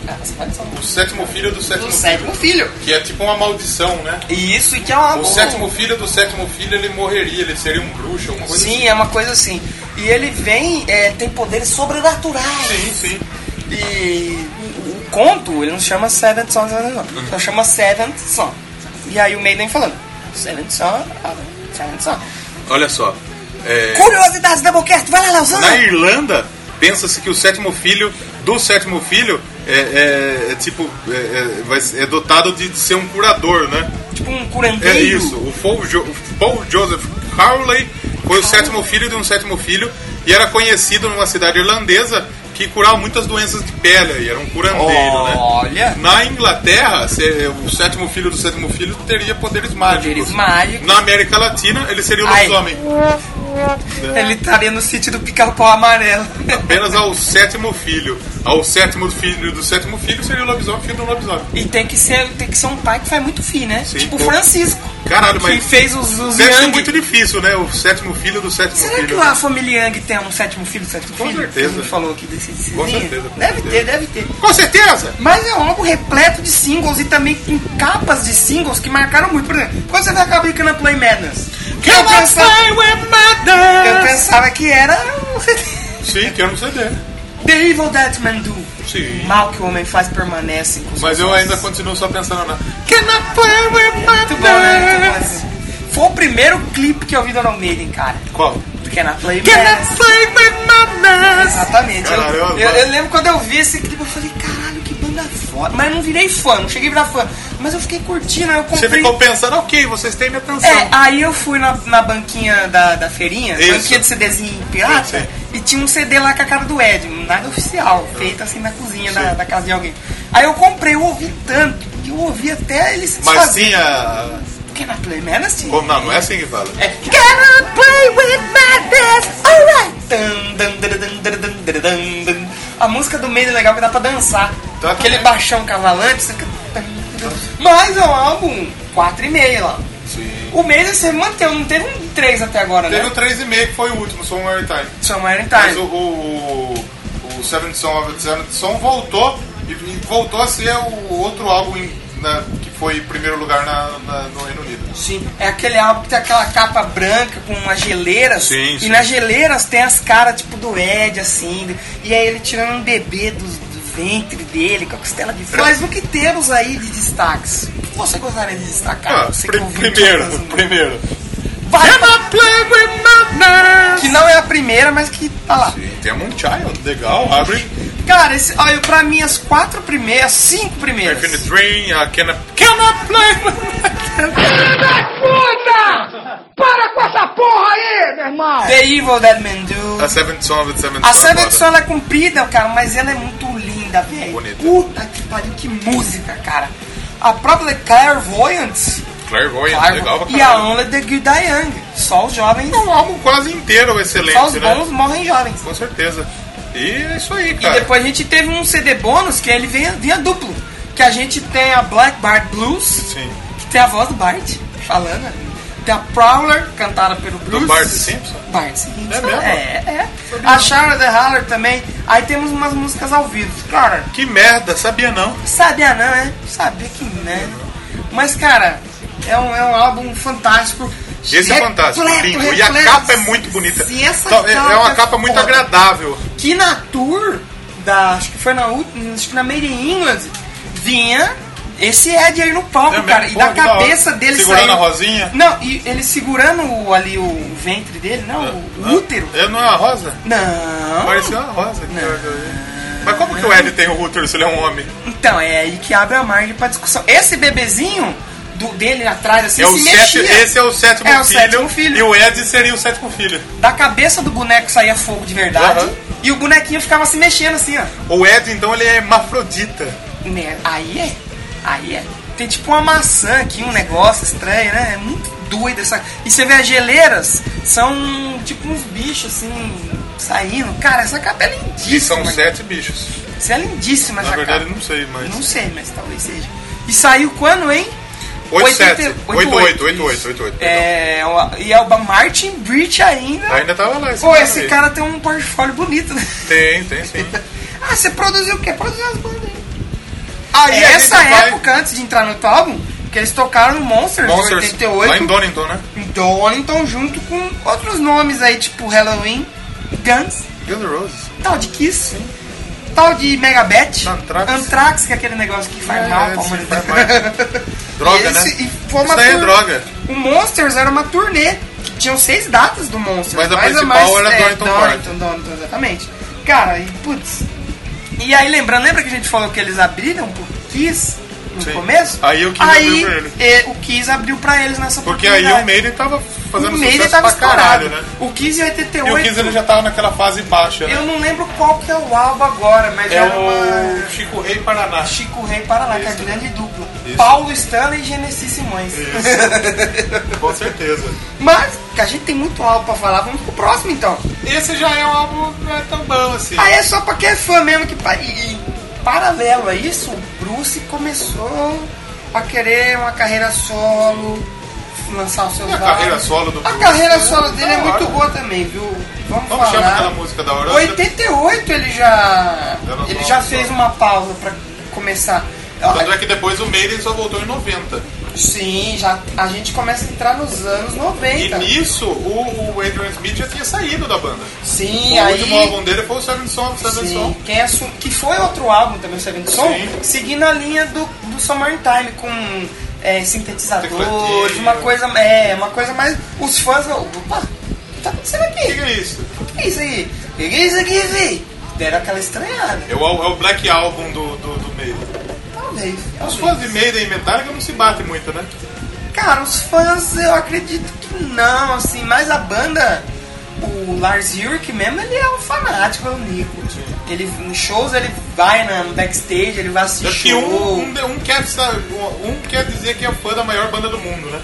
Speaker 4: É, o Silent Son.
Speaker 7: O sétimo filho do sétimo
Speaker 4: do sétimo filho.
Speaker 7: filho. Que é tipo uma maldição, né?
Speaker 4: E isso e que é uma
Speaker 7: O
Speaker 4: boa-
Speaker 7: sétimo filho do sétimo filho, ele morreria, ele seria um bruxo, alguma coisa
Speaker 4: Sim, é uma coisa assim. E ele vem, é, tem poderes sobrenaturais.
Speaker 7: assim. Sim, sim.
Speaker 4: E o o conto, ele não chama Seventh Son, Seventh
Speaker 7: Uhum.
Speaker 4: Son. Só chama Seventh Son. E aí o Maiden falando, Seventh Son, ah, Seventh Son.
Speaker 7: Olha só. é,
Speaker 4: Curiosidades da Boquete, vai lá, Lausana!
Speaker 7: Na Irlanda, pensa-se que o sétimo filho do sétimo filho é, é- é tipo é, é- vai ser- é dotado de, de ser um curador, né?
Speaker 4: Tipo um
Speaker 7: É
Speaker 4: curandeiro.
Speaker 7: isso. O Paul, Jo- o Paul Joseph Crowley foi o sétimo filho de um sétimo filho e era conhecido numa cidade irlandesa que curava muitas doenças de pele e era um curandeiro,
Speaker 4: Olha.
Speaker 7: né? Na Inglaterra, se- o sétimo filho do sétimo filho teria poderes mágicos.
Speaker 4: Poderes mágicos.
Speaker 7: Na América Latina, ele seria o
Speaker 4: Ai.
Speaker 7: lobisomem. É.
Speaker 4: Ele estaria no sítio do pica-pau amarelo.
Speaker 7: apenas ao sétimo filho. Ao sétimo filho do sétimo filho seria o lobisomem, filho do lobisomem.
Speaker 4: E tem que, ser, tem que ser um pai que faz muito filho, né?
Speaker 7: Sim,
Speaker 4: tipo o
Speaker 7: pô.
Speaker 4: Francisco.
Speaker 7: Caralho,
Speaker 4: que
Speaker 7: mas
Speaker 4: fez os, os
Speaker 7: deve ser
Speaker 4: Yang.
Speaker 7: é muito difícil, né? O sétimo filho do sétimo
Speaker 4: Será que
Speaker 7: filho.
Speaker 4: lá a família Yang tem um sétimo filho, sétimo
Speaker 7: Com
Speaker 4: filho?
Speaker 7: certeza.
Speaker 4: Todo mundo falou aqui desse, desse
Speaker 7: Com
Speaker 4: desenho.
Speaker 7: certeza, com
Speaker 4: Deve ter,
Speaker 7: certeza.
Speaker 4: deve ter.
Speaker 7: Com certeza!
Speaker 4: Mas é um álbum repleto de singles e também com capas de singles que marcaram muito. Por exemplo, quando você vai acabar brincando Play Madness? eu, pensava, eu pensava que era um CD.
Speaker 7: Sim, quero um CD.
Speaker 4: The Evil That Man Do.
Speaker 7: Sim.
Speaker 4: O mal que o homem faz permanece. com os
Speaker 7: Mas eu
Speaker 4: homens.
Speaker 7: ainda continuo só pensando na.
Speaker 4: Muito bom, né? Muito bom. Foi o primeiro clipe que eu vi do Iron Maiden, cara.
Speaker 7: Qual?
Speaker 4: Do Can I Play Madness. Exatamente. Eu,
Speaker 7: Caralho, eu adoro.
Speaker 4: eu- eu lembro quando eu vi esse clipe, eu falei, caralho, que banda foda. Mas eu não virei fã, não cheguei a virar fã. Mas eu fiquei curtindo, aí eu
Speaker 7: Você
Speaker 4: comprei.
Speaker 7: ficou pensando, ok, vocês têm minha atenção.
Speaker 4: É, aí eu fui na, na banquinha da, da feirinha,
Speaker 7: Isso.
Speaker 4: banquinha de CDzinho pirata,
Speaker 7: Sim, sim.
Speaker 4: e tinha um CD lá com a cara do Ed, um nada oficial, feito assim na cozinha da, da casa de alguém. Aí eu comprei, eu ouvi tanto, que eu ouvi até ele se
Speaker 7: Mas
Speaker 4: desfazer.
Speaker 7: sim, a.
Speaker 4: Porque na Play Menace tinha.
Speaker 7: Como não, não é assim que fala.
Speaker 4: É. Gotta play with my death, alright! Dun, dun, dun, dun, dun, dun, dun, dun, dun. A música do meio é legal que dá pra dançar.
Speaker 7: Tá.
Speaker 4: Aquele baixão cavalante, você fica- Mas é um álbum 4,5 lá.
Speaker 7: Sim.
Speaker 4: O Maiden você manteve, não teve um 3 até agora,
Speaker 7: Teve
Speaker 4: né? tá
Speaker 7: o 3,5 que foi o último, só um Time.
Speaker 4: Só Maior Time.
Speaker 7: Mas o, o, o Seventh Son of the Seventh Son voltou e, e voltou a ser o outro álbum em- na- que foi em primeiro lugar na- na- no Reino Unido.
Speaker 4: Sim, é aquele álbum que tem aquela capa branca com umas geleiras.
Speaker 7: Sim,
Speaker 4: E
Speaker 7: sim.
Speaker 4: nas geleiras tem as caras tipo do Ed, assim. E aí ele tirando um bebê do, do ventre dele, com a costela de fora. Mas o que temos aí de destaques? O que você gostaria de destacar?
Speaker 7: Ah,
Speaker 4: Você que
Speaker 7: pri-
Speaker 4: ouviu todas
Speaker 7: primeiro,
Speaker 4: as-
Speaker 7: primeiro.
Speaker 4: Vai, tá. que não é a primeira, mas que tá lá.
Speaker 7: Sim, tem a Moonchild, legal. Abre
Speaker 4: Cara, esse, olha, pra mim as quatro primeiras, cinco primeiras.
Speaker 7: Infinite Train, a Can I-
Speaker 8: Para com essa porra aí, meu irmão!
Speaker 4: The Evil Dead Man Do.
Speaker 7: a Seventh Son of the Seventh
Speaker 4: A
Speaker 7: Son
Speaker 4: Seven
Speaker 7: agora.
Speaker 4: Son ela é comprida, cara, mas ela é muito linda, velho.
Speaker 7: Bonita.
Speaker 4: Puta que pariu, que música, cara. A própria Clairvoyant,
Speaker 7: Clairvoyant,
Speaker 4: Clairvo-
Speaker 7: legal pra
Speaker 4: e a
Speaker 7: caralho.
Speaker 4: Only the Good Young. Só os jovens,
Speaker 7: É um álbum quase inteiro excelente,
Speaker 4: só os
Speaker 7: né?
Speaker 4: bons morrem jovens.
Speaker 7: Com certeza. E E é isso aí,
Speaker 4: E
Speaker 7: cara.
Speaker 4: depois a gente teve um CD bônus que ele vinha, vinha duplo. Que a gente tem a Black Bart Blues,
Speaker 7: Sim.
Speaker 4: que tem a voz do Bart falando ali. Tem a Prowler, cantada pelo Blues.
Speaker 7: Bart Simpson?
Speaker 4: Bart Simpson.
Speaker 7: É mesmo?
Speaker 4: É, é. A Sharon The Haller também. Aí temos umas músicas ao vivo. Cara,
Speaker 7: Que merda, sabia não?
Speaker 4: Sabia não, né? Sabia que merda. Mas, cara, é um, é um álbum fantástico.
Speaker 7: Esse é fantástico,
Speaker 4: Repleto,
Speaker 7: lindo. E a
Speaker 4: repleto.
Speaker 7: capa é muito bonita.
Speaker 4: Se essa
Speaker 7: Então, é- é uma
Speaker 4: é
Speaker 7: capa muito
Speaker 4: foda.
Speaker 7: agradável.
Speaker 4: Que na tour, da, acho que foi na última, acho que na Made in England, vinha esse Ed aí no palco,
Speaker 7: É mesmo?
Speaker 4: cara. E
Speaker 7: Pô,
Speaker 4: da
Speaker 7: que da hora.
Speaker 4: cabeça dele
Speaker 7: Segurando
Speaker 4: saiu-
Speaker 7: a rosinha?
Speaker 4: Não, e ele segurando o- ali o ventre dele, não, o, o útero.
Speaker 7: É, não é uma rosa?
Speaker 4: Não.
Speaker 7: Pareceu uma rosa. que eu olhei. Mas como que o Ed tem o útero se ele é um homem?
Speaker 4: Então, é aí que abre a margem pra discussão. Esse bebezinho do, dele atrás, assim,
Speaker 7: É o
Speaker 4: se
Speaker 7: sete,
Speaker 4: mexia.
Speaker 7: esse é o sétimo
Speaker 4: É o
Speaker 7: filho.
Speaker 4: sétimo filho.
Speaker 7: E o Ed seria o sétimo filho.
Speaker 4: Da cabeça do boneco saía fogo de verdade.
Speaker 7: Aham.
Speaker 4: E o bonequinho ficava se mexendo assim, ó.
Speaker 7: O Ed, então, ele é hermafrodita.
Speaker 4: Né? Aí é. Aí é. Tem tipo uma maçã aqui, um negócio estranho, né? É muito doido essa. E você vê as geleiras, são tipo uns bichos assim, saindo. Cara, essa capa é
Speaker 7: E
Speaker 4: lindíssima.
Speaker 7: são sete bichos.
Speaker 4: Isso é lindíssima
Speaker 7: Na
Speaker 4: essa
Speaker 7: verdade,
Speaker 4: capa.
Speaker 7: não sei, mas...
Speaker 4: Não sei, mas talvez seja. E saiu quando, hein?
Speaker 7: 87.
Speaker 4: 88,
Speaker 7: 88,
Speaker 4: isso.
Speaker 7: 88, 88.
Speaker 4: É, o- e é o Martin Bridge ainda.
Speaker 7: Então, Ainda tá tava lá.
Speaker 4: Pô, esse
Speaker 7: aí.
Speaker 4: cara tem um portfólio bonito, né?
Speaker 7: Tem, tem sim.
Speaker 4: Ah, você produziu o quê? Produziu as bandas aí.
Speaker 7: Aí a gente
Speaker 4: Essa
Speaker 7: vai-
Speaker 4: época, antes de entrar no álbum, que eles tocaram no Monsters,
Speaker 7: Monsters,
Speaker 4: de 88,
Speaker 7: lá em Donington, né?
Speaker 4: em Donington, junto com outros nomes aí, tipo Halloween, Guns,
Speaker 7: Guns N' Roses.
Speaker 4: tal de Kiss, tal de Megadeth,
Speaker 7: Anthrax.
Speaker 4: Anthrax, que é aquele negócio que faz
Speaker 7: É,
Speaker 4: mal
Speaker 7: é,
Speaker 4: pra
Speaker 7: sim,
Speaker 4: humanidade.
Speaker 7: faz Droga,
Speaker 4: Esse-
Speaker 7: né?
Speaker 4: e foi uma
Speaker 7: Isso daí é
Speaker 4: tur-
Speaker 7: droga.
Speaker 4: O Monsters era uma turnê que tinham seis datas do Monsters.
Speaker 7: Mas a
Speaker 4: mais
Speaker 7: principal era Donington Park.
Speaker 4: Donington, Donington, exatamente. Cara, e putz. E aí, lembrando, lembra que a gente falou que eles abriram pro Kiss no
Speaker 7: Sim.
Speaker 4: começo?
Speaker 7: Aí o Kiss
Speaker 4: Aí,
Speaker 7: abriu pra
Speaker 4: eh, o Kiss abriu pra eles nessa
Speaker 7: Porque aí o
Speaker 4: meio
Speaker 7: Maiden tava fazendo
Speaker 4: o Maiden
Speaker 7: sucesso
Speaker 4: tava
Speaker 7: pra caralho,
Speaker 4: estourado.
Speaker 7: né?
Speaker 4: O Kiss em
Speaker 7: E
Speaker 4: 88.
Speaker 7: o Kiss ele já tava naquela fase baixa, né?
Speaker 4: Eu não lembro qual que é o álbum agora, mas
Speaker 7: É
Speaker 4: era
Speaker 7: o
Speaker 4: uma...
Speaker 7: Chico Rei Paraná.
Speaker 4: Chico Rei Paraná, que é a
Speaker 7: Isso.
Speaker 4: grande dupla.
Speaker 7: Isso.
Speaker 4: Paulo Stanley e Genesis Simões.
Speaker 7: Com certeza.
Speaker 4: Mas, que a gente tem muito álbum pra falar, vamos pro próximo então.
Speaker 7: Esse já é um álbum não é tão bom assim.
Speaker 4: Aí é só pra quem é fã mesmo que. pa- E, e paralelo a isso, o Bruce começou a querer uma carreira solo, lançar os seus
Speaker 7: E a
Speaker 4: álbuns.
Speaker 7: carreira solo do
Speaker 4: A
Speaker 7: Bruce,
Speaker 4: carreira
Speaker 7: né?
Speaker 4: solo dele é
Speaker 7: Da
Speaker 4: muito
Speaker 7: hora.
Speaker 4: boa também, viu? Vamos
Speaker 7: Como chama aquela
Speaker 4: falar.
Speaker 7: música da hora?
Speaker 4: 88 ele já.
Speaker 7: Era só
Speaker 4: Ele já
Speaker 7: uma
Speaker 4: fez
Speaker 7: só.
Speaker 4: uma pausa pra começar.
Speaker 7: Tanto é que depois o Maiden só voltou em 90.
Speaker 4: Sim, já, a gente começa a entrar nos anos 90.
Speaker 7: E nisso, o, o Adrian Smith já tinha saído da banda.
Speaker 4: Sim,
Speaker 7: o
Speaker 4: aí.
Speaker 7: último álbum dele foi o Seven Song, Seven
Speaker 4: Sim,
Speaker 7: Song.
Speaker 4: quem assu- que foi outro álbum também, o Seven Song,
Speaker 7: Sim.
Speaker 4: seguindo a linha do, do Summertime, com é, sintetizadores,
Speaker 7: Tecladinho.
Speaker 4: uma coisa, é, uma coisa mais. Os fãs. Opa, o que tá acontecendo
Speaker 7: O que
Speaker 4: aqui?
Speaker 7: é isso?
Speaker 4: O que é isso aí? O que é isso aqui, véi? Deram aquela estranhada.
Speaker 7: É o, é o Black Album do, do, do Maiden.
Speaker 4: Talvez.
Speaker 7: É Os
Speaker 4: talvez.
Speaker 7: fãs de Maiden e Metallica não se batem muito, né?
Speaker 4: Cara, os fãs eu acredito que não, assim, mas a banda, o Lars Ulrich mesmo, ele é um fanático, é um Nico. Ele, em shows ele vai na, no backstage, ele vai assistir
Speaker 7: Acho que
Speaker 4: show.
Speaker 7: um, um, um quer, sa- um quer dizer que é fã da maior banda do mundo, né?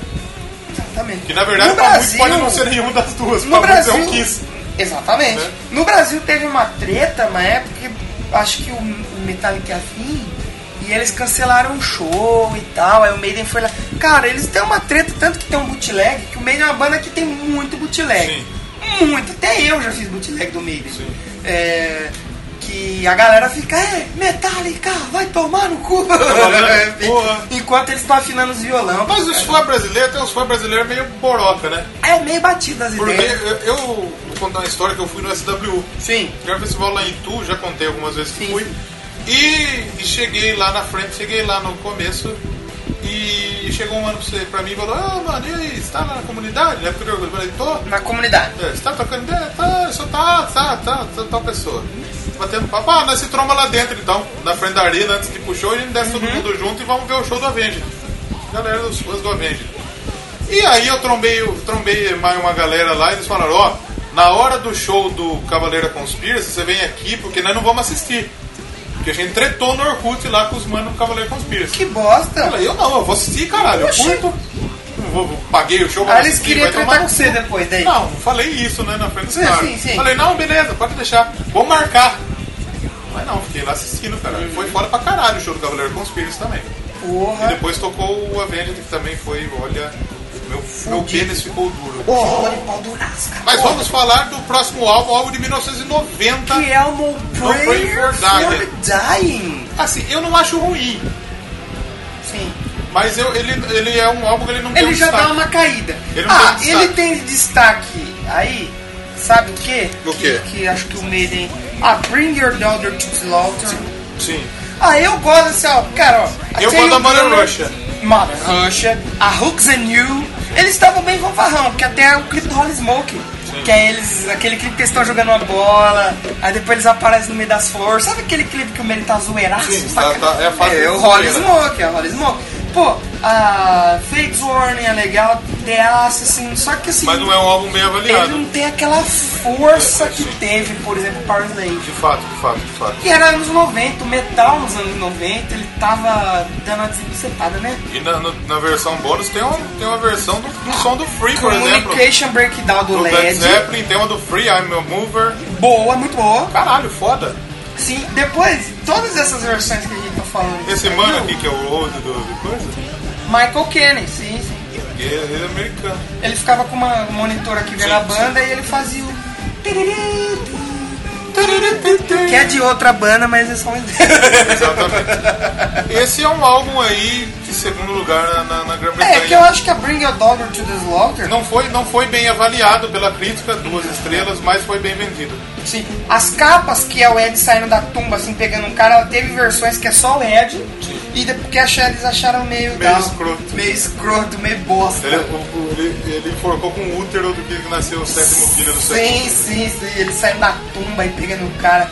Speaker 4: Exatamente.
Speaker 7: Que na verdade
Speaker 4: no
Speaker 7: pra
Speaker 4: Brasil,
Speaker 7: muitos pode não ser nenhum das duas.
Speaker 4: no
Speaker 7: pra muitos
Speaker 4: Brasil,
Speaker 7: é um Kiss.
Speaker 4: Exatamente.
Speaker 7: Né?
Speaker 4: No Brasil teve uma treta na época, que acho que o, o Metallica vim e eles cancelaram o show e tal. Aí o Maiden foi lá. Cara, eles têm uma treta, tanto que tem um bootleg, que o Maiden é uma banda que tem muito bootleg.
Speaker 7: Sim.
Speaker 4: Muito, até eu já fiz bootleg do Maiden. É, que a galera fica, é, Metallica, vai tomar no cu.
Speaker 7: Porra.
Speaker 4: Enquanto eles estão afinando os violão.
Speaker 7: Mas os fãs brasileiros tem uns fãs brasileiros meio boroca, né?
Speaker 4: É meio batido as
Speaker 7: Porque
Speaker 4: ideias. né?
Speaker 7: eu, eu vou contar uma história que eu fui no SWU.
Speaker 4: Sim.
Speaker 7: Que era um festival lá em Itu, já contei algumas vezes que
Speaker 4: Sim,
Speaker 7: fui.
Speaker 4: sim.
Speaker 7: E, e cheguei lá na frente, cheguei lá no começo e chegou um mano pra, você- pra mim e falou, ah mano, e aí, você tá lá na comunidade? Na época eu falei, tô.
Speaker 4: Na comunidade.
Speaker 7: É, Você tá tocando ideia? Tá, só tá, tá, tá, tá, tal pessoa. Batendo papo, ah, nós se tromba lá dentro então, na frente da arena, antes de ir pro show, a gente desce todo
Speaker 4: Uhum.
Speaker 7: mundo junto e vamos ver o show do Avenged. Galera dos fãs do Avenged. E aí eu trombei, eu trombei mais uma galera lá e eles falaram, ó, na hora do show do Cavaleira Conspiracy, você vem aqui porque nós não vamos assistir. Porque a gente tretou no Orkut lá com os manos do Cavaleira Conspiracy.
Speaker 4: Que bosta!
Speaker 7: Eu falei, eu não, eu vou assistir, caralho, eu
Speaker 4: Oxi.
Speaker 7: curto. vou, paguei o show,
Speaker 4: Aí
Speaker 7: mas
Speaker 4: eles
Speaker 7: aqui,
Speaker 4: queriam
Speaker 7: vai tomar
Speaker 4: tratar
Speaker 7: no
Speaker 4: você depois, daí.
Speaker 7: Não, falei isso, né, na frente do
Speaker 4: Sim,
Speaker 7: cara.
Speaker 4: sim, sim.
Speaker 7: Falei, não, beleza, pode deixar. Vou marcar. Mas não, fiquei lá assistindo, cara. Foi fora pra caralho o show do Cavaleiro Conspiracy também. E
Speaker 4: Porra.
Speaker 7: depois tocou o Avenged, que também foi, olha, meu, meu
Speaker 4: Fudido.
Speaker 7: pênis ficou duro.
Speaker 4: Porra de pau duraço, cara.
Speaker 7: Mas
Speaker 4: Porra.
Speaker 7: vamos falar do próximo álbum, álbum de 1990.
Speaker 4: Que é uma
Speaker 7: Pray
Speaker 4: prayer
Speaker 7: for Dying.
Speaker 4: for dying.
Speaker 7: Assim, eu não acho ruim,
Speaker 4: Sim.
Speaker 7: mas eu, ele, ele é um álbum que ele não tem um
Speaker 4: Ele já
Speaker 7: destaque.
Speaker 4: dá uma caída.
Speaker 7: Ele não
Speaker 4: ah,
Speaker 7: tem destaque.
Speaker 4: ele tem destaque aí, sabe o quê?
Speaker 7: O quê?
Speaker 4: Que, que acho que o Maiden. Ah, Bring Your Daughter to Slaughter.
Speaker 7: Sim.
Speaker 4: Ah, eu gosto desse álbum, cara, ó.
Speaker 7: Eu
Speaker 4: Tail
Speaker 7: gosto da Mother
Speaker 4: Gunner,
Speaker 7: Russia.
Speaker 4: Mother Russia, a Hooks and You. Eles estavam bem fanfarrão, porque até o clipe do Holy Smoke. Que é eles, aquele clipe que eles estão jogando uma bola, aí depois eles aparecem no meio das flores. Sabe aquele clipe que o Mary tá zoeiraço?
Speaker 7: Sim,
Speaker 4: pra
Speaker 7: tá- tá- é a fase
Speaker 4: é,
Speaker 7: da
Speaker 4: o Holy
Speaker 7: zoeira.
Speaker 4: Smoke, é o Holy Smoke. Pô, a Fate Warning é legal, The Ass, assim, só que assim.
Speaker 7: Mas não é um álbum bem
Speaker 4: Ele
Speaker 7: avaliado.
Speaker 4: não tem aquela força que teve, por exemplo, Power Slave.
Speaker 7: De fato, de fato, de fato.
Speaker 4: E era anos 90, o metal nos anos 90, ele tava dando uma desembucetada, né?
Speaker 7: E na, no- na versão bônus tem uma, tem uma versão do, do som do Free, por exemplo.
Speaker 4: Communication Breakdown do,
Speaker 7: Do Led
Speaker 4: LED,
Speaker 7: Zeppelin, tem uma do Free, I'm a Mover.
Speaker 4: boa, muito boa.
Speaker 7: Caralho, foda.
Speaker 4: Sim, depois, todas essas versões que a gente tá falando.
Speaker 7: Esse
Speaker 4: aqui,
Speaker 7: mano aqui que é o old do, do coisa,
Speaker 4: Michael Kenny, sim, sim.
Speaker 7: que é- ele é americano.
Speaker 4: Ele ficava com uma, um monitor aqui vendo a
Speaker 7: Sim,
Speaker 4: banda e ele fazia o... Que é de outra banda, mas é só um exemplo.
Speaker 7: Exatamente. Esse é um álbum aí de segundo lugar na, na- na
Speaker 4: É, que eu
Speaker 7: Grã-Bretanha.
Speaker 4: acho que a Bring Your Daughter to the Slaughter...
Speaker 7: Não foi, não foi bem avaliado pela crítica, duas estrelas, mas foi bem vendido.
Speaker 4: Sim. As capas que é o Ed saindo da tumba, assim, pegando um cara, ela teve versões que é só o Ed. E de- porque acharam, eles acharam meio.
Speaker 7: Meio
Speaker 4: down,
Speaker 7: escroto.
Speaker 4: Meio escroto, meio bosta.
Speaker 7: Ele, é o- o- ele, ele enforcou com o útero do que nasceu o sétimo filho do século.
Speaker 4: Sim, sim, sim. Ele saindo da tumba e pegando o cara.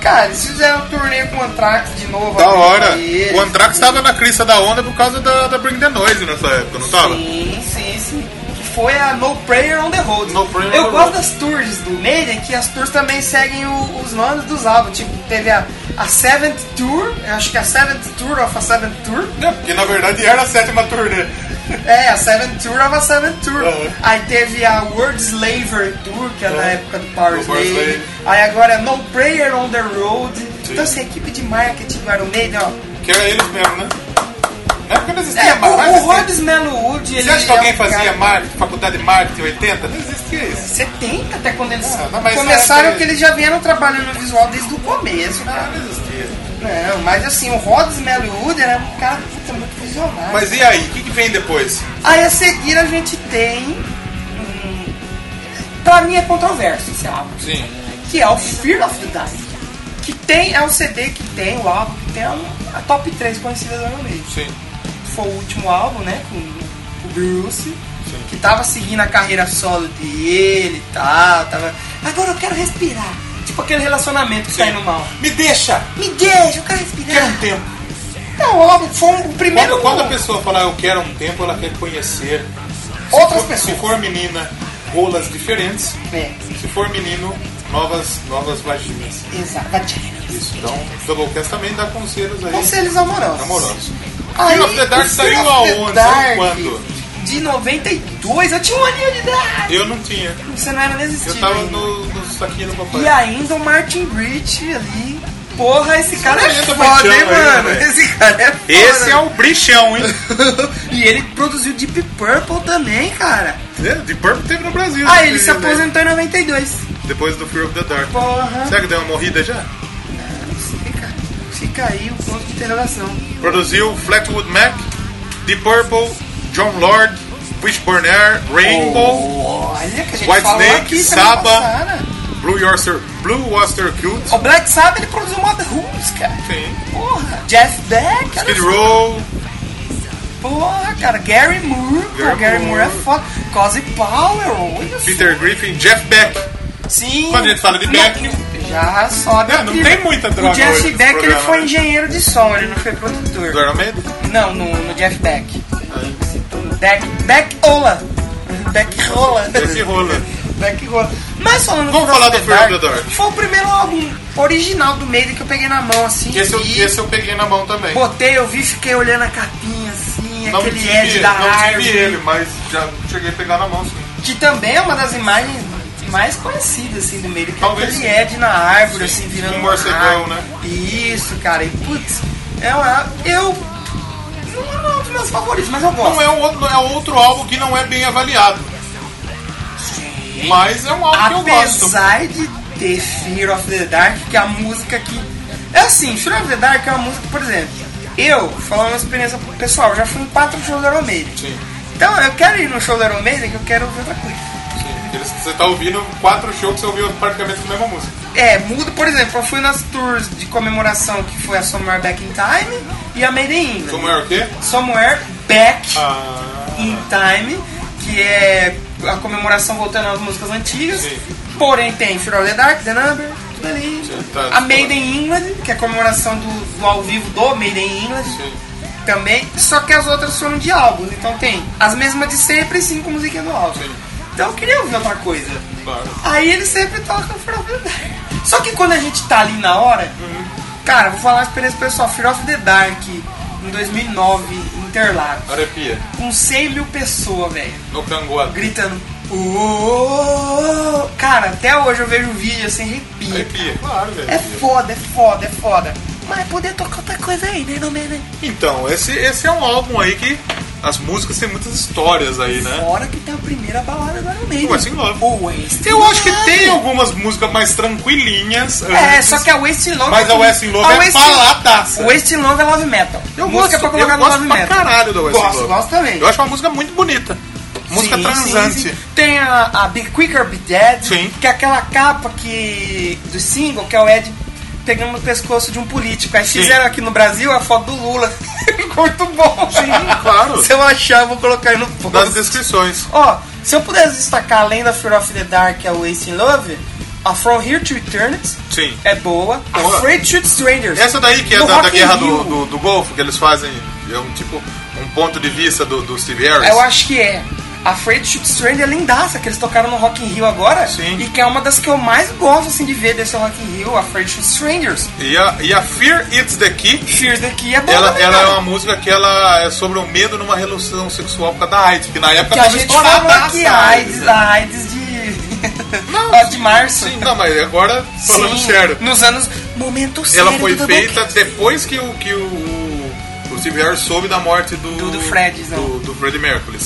Speaker 4: Cara, eles fizeram um torneio com o Anthrax de novo.
Speaker 7: Da
Speaker 4: abrindo
Speaker 7: hora.
Speaker 4: pra eles.
Speaker 7: O Anthrax estava na crista da onda por causa da, da Bring the Noise nessa época, não tava?
Speaker 4: Sim, sim, sim. Que foi a No Prayer on the Road.
Speaker 7: No Prayer on
Speaker 4: Eu
Speaker 7: the
Speaker 4: gosto
Speaker 7: Road.
Speaker 4: das tours do Maiden, que as tours também seguem o- os nomes dos álbuns. Tipo, teve a, a Seventh Tour, eu acho que é a Seventh Tour of a Seventh Tour.
Speaker 7: É, porque na verdade era a sétima turnê.
Speaker 4: É, a Seventh Tour of a Seventh Tour.
Speaker 7: Aham.
Speaker 4: Aí teve a World Slaver Tour, que é da época do Power
Speaker 7: Uhum. Do Power
Speaker 4: Slave.
Speaker 7: Slave.
Speaker 4: Aí agora é No Prayer on the Road.
Speaker 7: Sim.
Speaker 4: Então, essa equipe de marketing do Iron Maiden, ó.
Speaker 7: Que era eles mesmo, né? Na época não existia
Speaker 4: É,
Speaker 7: mais.
Speaker 4: o, o Rhodes Mello Wood, ele
Speaker 7: Você acha que
Speaker 4: é
Speaker 7: alguém
Speaker 4: um
Speaker 7: fazia
Speaker 4: cara-
Speaker 7: marketing, faculdade de marketing em 80? Não existia isso.
Speaker 4: 70 até quando eles
Speaker 7: Ah, não, mas
Speaker 4: começaram,
Speaker 7: sabe-
Speaker 4: que eles já vieram trabalhando no visual desde o começo,
Speaker 7: Ah,
Speaker 4: cara.
Speaker 7: não existia.
Speaker 4: Não, mas assim, o Rhodes Mello Wood era um cara puta, muito visionário.
Speaker 7: Mas e aí? O que, que vem depois?
Speaker 4: Aí a seguir a gente tem. hum, pra mim é controverso esse álbum.
Speaker 7: Sim.
Speaker 4: que é o Fear of the Dark. Que tem, é um CD que tem, o álbum que tem a, a top 3 conhecida do Iron Maiden.
Speaker 7: Sim.
Speaker 4: Foi o último álbum, né, com o Bruce, que tava seguindo a carreira solo dele e tal, tava... Agora eu quero respirar. Tipo aquele relacionamento que tá indo mal.
Speaker 7: Me deixa!
Speaker 4: Me deixa, eu quero respirar.
Speaker 7: Quero um tempo.
Speaker 4: Não, o álbum foi o primeiro...
Speaker 7: Quando, quando a pessoa falar eu quero um tempo, ela quer conhecer
Speaker 4: Outras
Speaker 7: Se for-
Speaker 4: pessoas.
Speaker 7: Se for menina, rolas diferentes.
Speaker 4: É,
Speaker 7: Se for menino, novas, novas vaginas.
Speaker 4: exato. Vagina.
Speaker 7: Isso. Então, o Doublecast também dá conselhos aí.
Speaker 4: Conselhos amorosos.
Speaker 7: Amorosos.
Speaker 4: Aí,
Speaker 7: Fear of the Dark
Speaker 4: o
Speaker 7: saiu
Speaker 4: Fear of the
Speaker 7: aonde?
Speaker 4: Dark,
Speaker 7: Quando?
Speaker 4: De 92, eu tinha um aninho de idade.
Speaker 7: Eu não tinha.
Speaker 4: Você não era nem
Speaker 7: Eu
Speaker 4: existido.
Speaker 7: tava
Speaker 4: ainda.
Speaker 7: no, no saquinho do papai.
Speaker 4: E ainda o Martin Bridge ali. Porra, esse cara é
Speaker 7: ainda
Speaker 4: foda,
Speaker 7: baixão
Speaker 4: hein,
Speaker 7: ainda,
Speaker 4: mano?
Speaker 7: velho.
Speaker 4: esse cara é foda.
Speaker 7: Esse é o brichão, hein?
Speaker 4: E ele produziu Deep Purple também, cara.
Speaker 7: É, De Purple teve no Brasil.
Speaker 4: Ah, ele
Speaker 7: inclusive,
Speaker 4: se aposentou em 92.
Speaker 7: né? Depois do Fear of the Dark.
Speaker 4: Porra.
Speaker 7: Será que deu uma morrida já?
Speaker 4: Fica, fica aí o ponto de interrogação.
Speaker 7: Produziu Fleetwood Mac, The Purple, John Lord, Wishbone Air, Rainbow,
Speaker 4: Olha que a gente
Speaker 7: White
Speaker 4: falou
Speaker 7: Snake,
Speaker 4: aqui semana
Speaker 7: Saba.
Speaker 4: passada.
Speaker 7: Blue Oyster, Blue Oyster Cult,
Speaker 4: O Black Sabbath, ele produziu Mod Rules, cara.
Speaker 7: Sim.
Speaker 4: Porra. Jeff Beck. olha
Speaker 7: Skid
Speaker 4: só.
Speaker 7: Row,
Speaker 4: Porra, cara. Gary Moore. pô,
Speaker 7: Gary
Speaker 4: Gary, Moore é
Speaker 7: Moore.
Speaker 4: foda. Cosy Powell. Olha só.
Speaker 7: Peter Griffin, Jeff Beck.
Speaker 4: Sim.
Speaker 7: Quando a gente fala de Beck-
Speaker 4: Não, Já sobe.
Speaker 7: Não, não
Speaker 4: aqui.
Speaker 7: tem muita droga
Speaker 4: O
Speaker 7: hoje
Speaker 4: Jeff
Speaker 7: nesse
Speaker 4: Beck ele
Speaker 7: programa,
Speaker 4: foi
Speaker 7: né?
Speaker 4: engenheiro de som, ele não foi
Speaker 7: Do
Speaker 4: produtor.
Speaker 7: Iron Maiden?
Speaker 4: Não, no, no Jeff Beck. Beck. Beck Ola. Beck Rola.
Speaker 7: Esse rola.
Speaker 4: Beck Rola. Mas falando
Speaker 7: Vamos
Speaker 4: do
Speaker 7: falar do
Speaker 4: Fear of the
Speaker 7: Fear of the Dark.
Speaker 4: Foi o primeiro álbum original do Maiden que eu peguei na mão assim.
Speaker 7: Esse é eu,
Speaker 4: e
Speaker 7: esse eu peguei na mão também.
Speaker 4: Botei, eu vi, fiquei olhando a capinha assim. tinha aquele Ed da
Speaker 7: não
Speaker 4: árvore.
Speaker 7: tive ele, mas já cheguei a pegar na mão, sim.
Speaker 4: Que também é uma das imagens mais conhecidas, assim, do meio. Que
Speaker 7: Talvez
Speaker 4: é
Speaker 7: sim.
Speaker 4: aquele Ed na árvore, assim, virando
Speaker 7: Um morcegão,
Speaker 4: uma árvore.
Speaker 7: né?
Speaker 4: Isso, cara. E, putz, é uma... Eu... Não é um dos meus favoritos, mas eu gosto.
Speaker 7: Não é, um outro, é outro álbum que não é bem avaliado,
Speaker 4: Sim.
Speaker 7: mas é um álbum que eu gosto.
Speaker 4: Apesar de ter Fear of the Dark, que é a música que. É assim, Fear of the Dark é uma música, por exemplo, eu, falando uma experiência pessoal, eu já fui em quatro shows do Iron Maiden.
Speaker 7: Sim.
Speaker 4: Então eu quero ir no show do Iron Maiden que eu quero ouvir outra coisa.
Speaker 7: Eles- Você tá ouvindo quatro shows que você ouviu praticamente a mesma música.
Speaker 4: É, muda, por exemplo, eu fui nas tours de comemoração que foi a Somewhere Back in Time e a Made in England.
Speaker 7: Como é o quê?
Speaker 4: Somewhere Back
Speaker 7: Ah,
Speaker 4: in Time, que é a comemoração voltando às músicas antigas.
Speaker 7: Sim.
Speaker 4: Porém, tem Fear of the Dark, The Number, tudo ali.
Speaker 7: Sim, tá,
Speaker 4: a
Speaker 7: tá.
Speaker 4: Made in England, que é a comemoração do, do ao vivo do Made in England.
Speaker 7: Sim.
Speaker 4: Também. Só que as outras foram de álbuns, então tem as mesmas de sempre e cinco musiquinhas do álbum.
Speaker 7: Sim.
Speaker 4: Então eu queria ouvir outra coisa.
Speaker 7: claro.
Speaker 4: Aí ele sempre toca Fear of the Dark. Só que quando a gente tá ali na hora,
Speaker 7: Uhum.
Speaker 4: cara, vou falar uma experiência pessoal. Fear of the Dark, em 2009, Interlagos
Speaker 7: Arepia.
Speaker 4: com 100 mil pessoas, velho,
Speaker 7: No cangoado.
Speaker 4: gritando. "Uou!" Cara, até hoje eu vejo o vídeo assim, arrepia.
Speaker 7: Arepia, claro,
Speaker 4: É
Speaker 7: velho.
Speaker 4: foda, é foda, é foda. Mas poder tocar outra coisa aí, né, no meio, né?
Speaker 7: Então, esse, esse é um álbum aí que as músicas têm muitas histórias aí, né? assim,
Speaker 4: Fora que tem a primeira balada do Iron Maiden.
Speaker 7: Wasting Love.
Speaker 4: O Wasting
Speaker 7: Eu acho que
Speaker 4: Love.
Speaker 7: tem algumas músicas mais tranquilinhas.
Speaker 4: É,
Speaker 7: antes.
Speaker 4: só que a Wasting Love... um
Speaker 7: Mas a Wasting Love
Speaker 4: a
Speaker 7: é
Speaker 4: Wasting-
Speaker 7: baladaça.
Speaker 4: Wasting Love é love metal.
Speaker 7: Eu
Speaker 4: Música é pra colocar
Speaker 7: eu
Speaker 4: no
Speaker 7: gosto
Speaker 4: love
Speaker 7: pra
Speaker 4: metal.
Speaker 7: caralho da West
Speaker 4: Gosto, gosto também.
Speaker 7: Eu acho uma música muito bonita. Música
Speaker 4: Sim,
Speaker 7: transante.
Speaker 4: sim, sim. Tem a, a Be Quicker Be Dead,
Speaker 7: Sim.
Speaker 4: que é aquela capa que do single, que é o Ed pegando no pescoço de um político. Aí fizeram aqui no Brasil a foto do Lula. Ficou muito bom. Sim,
Speaker 7: claro.
Speaker 4: Se eu achar, eu vou colocar aí no post.
Speaker 7: Das descrições.
Speaker 4: Ó, se eu pudesse destacar além da Fear of the Dark, é a Wasting Love, a From Here to Eternity
Speaker 7: Sim.
Speaker 4: é boa. A
Speaker 7: Boa.
Speaker 4: Afraid to Shoot Strangers.
Speaker 7: Essa daí que é
Speaker 4: do
Speaker 7: da, da
Speaker 4: Rock in
Speaker 7: guerra
Speaker 4: Rio.
Speaker 7: do, do, do Golfo, que eles fazem. É um tipo um ponto de vista do, do Steve Harris.
Speaker 4: Eu acho que é. A Freight Ship Stranger é lindaça, que eles tocaram no Rock in Rio agora.
Speaker 7: Sim.
Speaker 4: E que é uma das que eu mais gosto, assim, de ver desse Rock in Rio, a Freight Ship Strangers.
Speaker 7: E, a, e a Fear It's the Key.
Speaker 4: Fears daqui é boa
Speaker 7: Ela,
Speaker 4: também,
Speaker 7: ela é
Speaker 4: cara.
Speaker 7: uma música que ela é sobre o medo numa relação sexual por causa da AIDS, que na época
Speaker 4: Que a
Speaker 7: tava
Speaker 4: gente
Speaker 7: estouradaça
Speaker 4: falou aqui, a AIDS,
Speaker 7: né?
Speaker 4: a AIDS de... Ó, de março.
Speaker 7: Sim, não, mas agora falando
Speaker 4: Sim,
Speaker 7: sério.
Speaker 4: Nos anos... Momento sério
Speaker 7: Ela foi
Speaker 4: do
Speaker 7: feita
Speaker 4: Doublecast.
Speaker 7: depois que o, que o, o Steve Harris soube da morte do.
Speaker 4: Do- do Fred, não.
Speaker 7: do, do Freddie Mercury.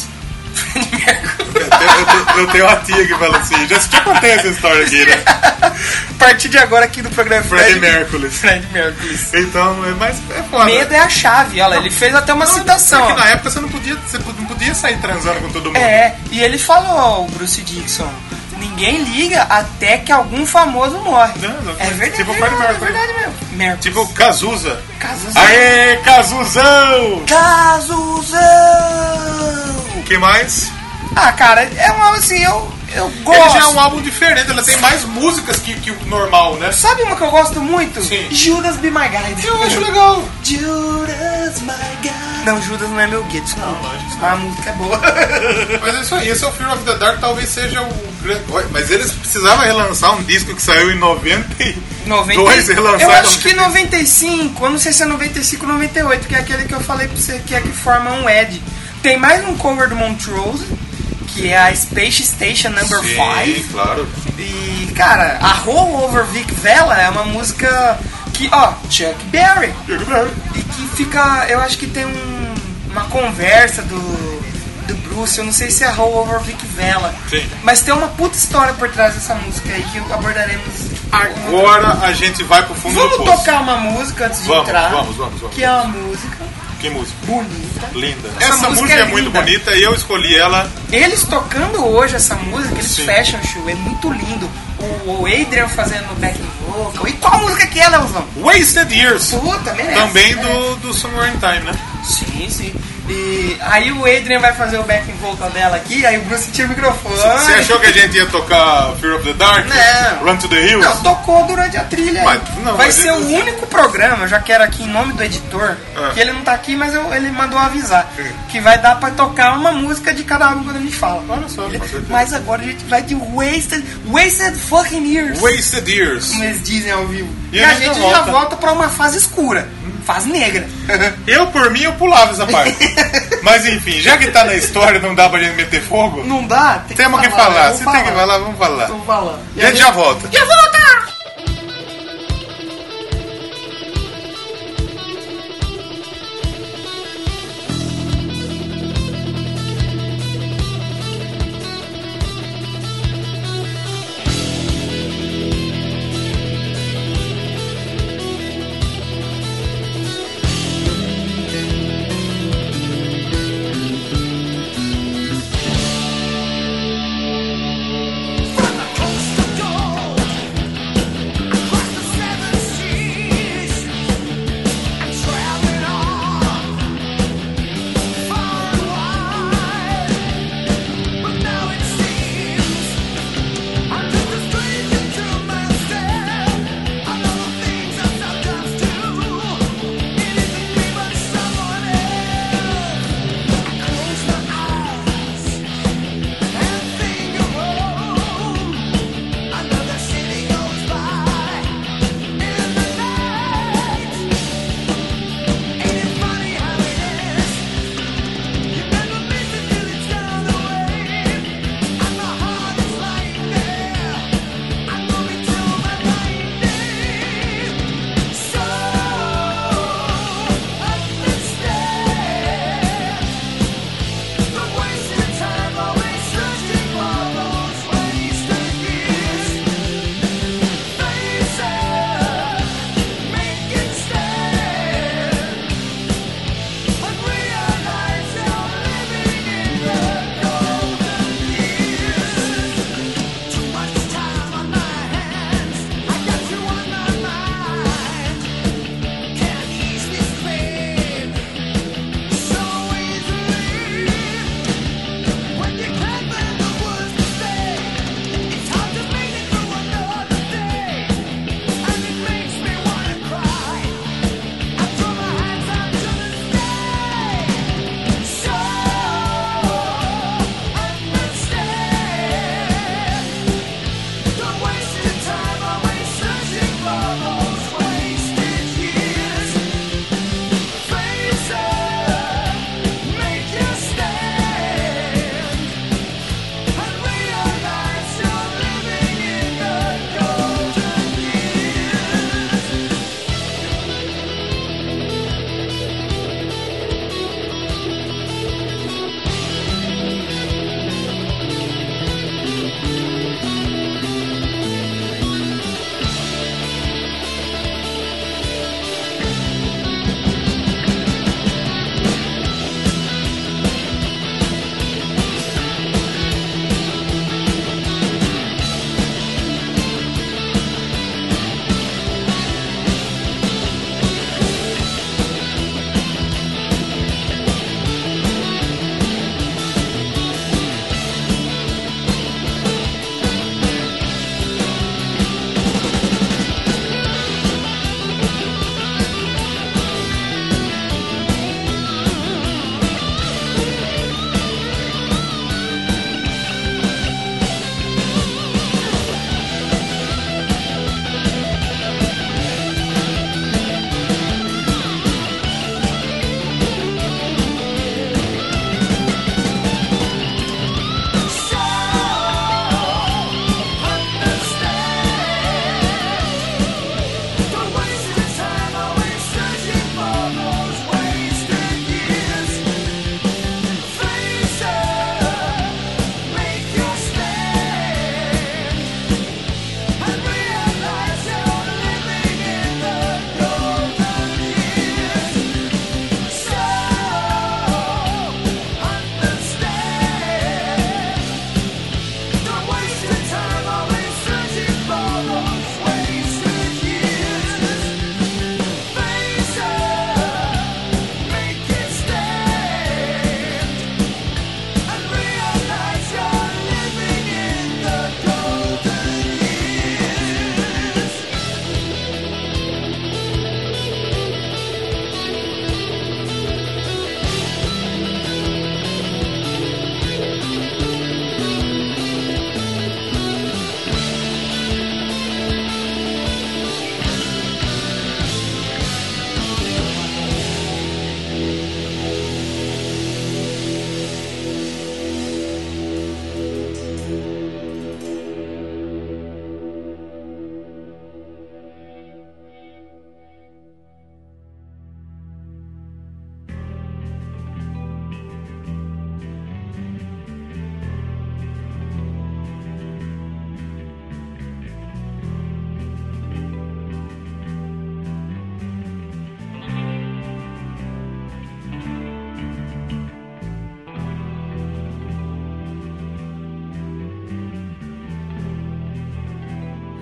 Speaker 7: Eu tenho, eu tenho- eu tenho uma tia que fala assim, já já contei essa história aqui, né?
Speaker 4: A partir de agora aqui do programa
Speaker 7: Freddie Mercury.
Speaker 4: Fred Mercury.
Speaker 7: Então, é, mas é foda.
Speaker 4: Medo é a chave, olha, ele fez até uma citação.
Speaker 7: Porque
Speaker 4: ó.
Speaker 7: na época você não podia, você não podia sair transando com todo mundo.
Speaker 4: É, e ele falou, o Bruce Dixon, ninguém liga até que algum famoso morre.
Speaker 7: Não, não,
Speaker 4: é verdade.
Speaker 7: tipo o
Speaker 4: é
Speaker 7: Freddie
Speaker 4: verdade,
Speaker 7: Mercury.
Speaker 4: É verdade mesmo. Mercury.
Speaker 7: Tipo o Cazuza.
Speaker 4: Cazuza.
Speaker 7: Aê, Cazuzão!
Speaker 4: Casuzão!
Speaker 7: O que mais?
Speaker 4: Ah, cara, é um álbum assim, eu, eu
Speaker 7: Ele
Speaker 4: gosto.
Speaker 7: já é um álbum diferente, ela tem mais músicas que, que o normal, né?
Speaker 4: Sabe uma que eu gosto muito?
Speaker 7: Sim.
Speaker 4: Judas Be My Guide.
Speaker 7: Eu acho legal.
Speaker 4: Judas My Guide. Não, Judas não é meu guia, desculpa.
Speaker 7: Não, lógico que
Speaker 4: A música é boa.
Speaker 7: Mas é isso aí, esse é o Fear of the Dark, talvez seja o grande. Olha, Mas eles precisavam relançar um disco que saiu em 92,
Speaker 4: 90...
Speaker 7: relançaram. um
Speaker 4: Eu acho que 95, eu não sei se é 95 ou 98, que é aquele que eu falei pra você, que é que forma um Ed. Tem mais um cover do Montrose, que é a Space Station Number
Speaker 7: Sim,
Speaker 4: 5.
Speaker 7: claro.
Speaker 4: E, cara, a Roll Over Vic Vela é uma música que, ó, Chuck Berry. E que fica, eu acho que tem um- uma conversa do, do Bruce, eu não sei se é Roll Over Vic Vela.
Speaker 7: Sim.
Speaker 4: Mas tem uma puta história por trás dessa música aí que abordaremos
Speaker 7: Agora a gente vai pro fundo
Speaker 4: Vamos
Speaker 7: do poço.
Speaker 4: tocar uma música antes de
Speaker 7: Vamos,
Speaker 4: entrar.
Speaker 7: vamos, vamos, vamos.
Speaker 4: Que é uma música
Speaker 7: Que música?
Speaker 4: bonita.
Speaker 7: Linda.
Speaker 4: Essa
Speaker 7: Essa,
Speaker 4: música
Speaker 7: música,
Speaker 4: é
Speaker 7: é, muito
Speaker 4: linda.
Speaker 7: bonita e eu escolhi ela.
Speaker 4: Eles tocando hoje essa música, eles
Speaker 7: Sim.
Speaker 4: fecham o show, é muito lindo. O, o Adrian fazendo back vocal. E qual música que é, Leozão?
Speaker 7: Wasted Years.
Speaker 4: Puta, merece.
Speaker 7: Também
Speaker 4: merece.
Speaker 7: do, do Somewhere in Time, né?
Speaker 4: Sim, sim. E aí o Adrian vai fazer o back vocal dela aqui, aí o Bruce tira o microfone.
Speaker 7: Você achou que a gente ia tocar Fear of the Dark?
Speaker 4: Não.
Speaker 7: Run to the Hills?
Speaker 4: Não, tocou durante a trilha. aí.
Speaker 7: Mas, não,
Speaker 4: Vai
Speaker 7: mas
Speaker 4: ser
Speaker 7: ele-
Speaker 4: o único programa, já quero aqui em nome do editor,
Speaker 7: Ah.
Speaker 4: que ele não tá aqui, mas eu- ele mandou avisar.
Speaker 7: Sim.
Speaker 4: Que vai dar pra tocar uma música de cada álbum quando ele fala.
Speaker 7: Olha só, com certeza.
Speaker 4: Mas agora a gente vai de Wasted, wasted Fucking Years.
Speaker 7: Wasted Years.
Speaker 4: Como eles dizem ao vivo.
Speaker 7: E
Speaker 4: E, a
Speaker 7: a gente
Speaker 4: gente
Speaker 7: volta. Hum.
Speaker 4: já volta pra uma fase escura. faz negra.
Speaker 7: Eu, por mim, eu pulava essa parte. Mas enfim, já que tá na história não dá pra gente meter fogo,
Speaker 4: Não dá? Tem
Speaker 7: temos que
Speaker 4: falar.
Speaker 7: falar.
Speaker 4: vamos
Speaker 7: Se tem que falar, vamos falar.
Speaker 4: Vamos falar.
Speaker 7: E a gente já volta.
Speaker 4: Já volta!
Speaker 5: From the coast of gold,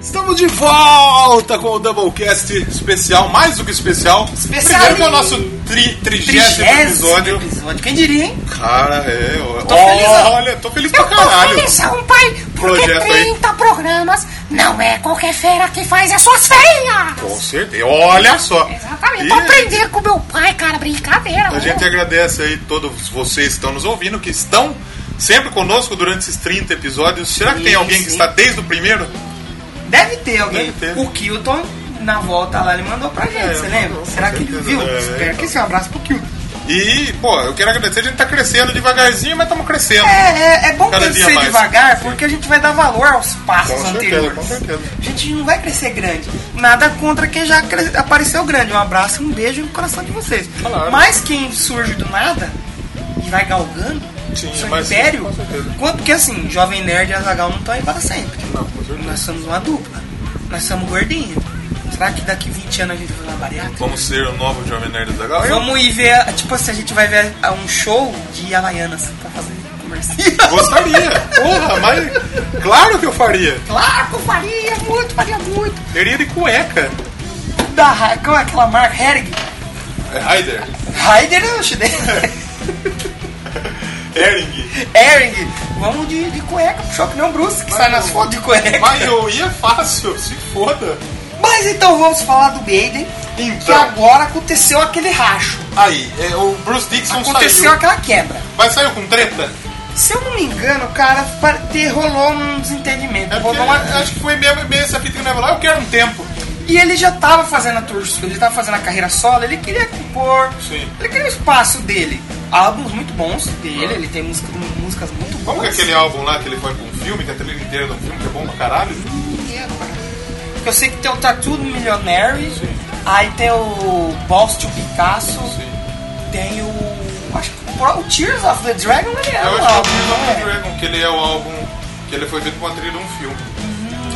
Speaker 7: Estamos de volta com o Doublecast especial, mais do que especial.
Speaker 4: Especial
Speaker 7: Primeiro que é o
Speaker 4: em-
Speaker 7: nosso tri, trigésimo episódio.
Speaker 4: episódio. Quem diria, hein?
Speaker 7: Cara, é. ó,
Speaker 4: Tô felizão.
Speaker 7: olha, tô feliz pra caralho.
Speaker 5: pai, porque
Speaker 7: Projeto aí.
Speaker 5: 30 programas não é qualquer feira que faz essas feiras.
Speaker 7: Com certeza. Olha só.
Speaker 5: Exatamente.
Speaker 7: E
Speaker 5: Tô aprendendo com meu pai, cara, brincadeira. né?
Speaker 7: A
Speaker 5: mano.
Speaker 7: gente é- agradece aí todos vocês que estão nos ouvindo, que estão sempre conosco durante esses 30 episódios. Será que tem
Speaker 4: Sim,
Speaker 7: alguém que
Speaker 4: sim.
Speaker 7: está desde o primeiro?
Speaker 4: Deve ter alguém.
Speaker 7: Deve ter.
Speaker 4: O Kilton, na volta lá, ele mandou pra gente,
Speaker 7: É,
Speaker 4: você
Speaker 7: mandou,
Speaker 4: lembra?
Speaker 7: com
Speaker 4: Será que ele
Speaker 7: certeza.
Speaker 4: viu?
Speaker 7: É,
Speaker 4: Espero que sim. Um abraço pro Kilton.
Speaker 7: E, pô, eu quero agradecer. A gente tá crescendo devagarzinho, mas estamos crescendo.
Speaker 4: É, é, é bom
Speaker 7: Cada dia
Speaker 4: crescer
Speaker 7: mais.
Speaker 4: devagar, porque a gente vai dar valor aos passos
Speaker 7: Com certeza,
Speaker 4: anteriores.
Speaker 7: com certeza.
Speaker 4: A gente não vai crescer grande. Nada contra quem já cre- apareceu grande. Um abraço, um beijo no coração de vocês.
Speaker 7: Claro.
Speaker 4: Mas quem surge do nada e vai galgando
Speaker 7: Sim,
Speaker 4: seu
Speaker 7: mas-
Speaker 4: império,
Speaker 7: com certeza.
Speaker 4: quanto porque assim, Jovem Nerd e Azagal não estão aí para sempre.
Speaker 7: Não, com certeza.
Speaker 4: Nós somos uma dupla. Nós somos gordinhos. Será que daqui 20 anos a gente vai na bariátrica?
Speaker 7: Vamos ser o novo Jovem Nerd da Galera.
Speaker 4: Vamos ir ver, tipo assim, a gente vai ver ah, um show de Havaianas pra fazer comercial.
Speaker 7: Gostaria. Porra, mas claro que eu faria.
Speaker 4: Claro Ah, que eu faria muito, faria muito.
Speaker 7: Eu iria de cueca.
Speaker 4: Da, como é aquela marca? Herring?
Speaker 7: É Raider.
Speaker 4: Raider eu acho dele.
Speaker 7: Ering.
Speaker 4: Herring. Vamos de, de cueca pro shopping, não Bruce, que sai nas fotos de cueca.
Speaker 7: Mas eu ia fácil, se foda.
Speaker 4: Mas então vamos falar do Maiden, que
Speaker 7: Então.
Speaker 4: agora aconteceu aquele racho.
Speaker 7: Aí, é, o Bruce Dixon
Speaker 4: Aconteceu
Speaker 7: saiu.
Speaker 4: aquela quebra.
Speaker 7: Mas saiu com treta?
Speaker 4: Se eu não me engano, cara, par- te- rolou um desentendimento.
Speaker 7: É porque,
Speaker 4: rolou uma...
Speaker 7: Acho que foi meio, meio essa fita que não é lá. Eu quero um tempo.
Speaker 4: E ele já tava fazendo a tour, ele tava fazendo a carreira solo, ele queria compor,
Speaker 7: Sim.
Speaker 4: ele queria o espaço dele. Álbuns muito bons dele, ele tem música- músicas muito boas.
Speaker 7: Como que é aquele álbum lá que ele foi pra um filme, que a trilha inteira de um filme que é bom pra caralho?
Speaker 4: Porque Eu sei que tem o Tattoo do Millionaire, aí tem o Balls to Picasso, tem o. Acho que o pro- o Tears of the Dragon ele é
Speaker 7: eu
Speaker 4: um
Speaker 7: acho que é o
Speaker 4: álbum,
Speaker 7: Tears
Speaker 4: não
Speaker 7: of the
Speaker 4: é?
Speaker 7: Dragon, que ele é o álbum que ele foi feito com a trilha de um filme.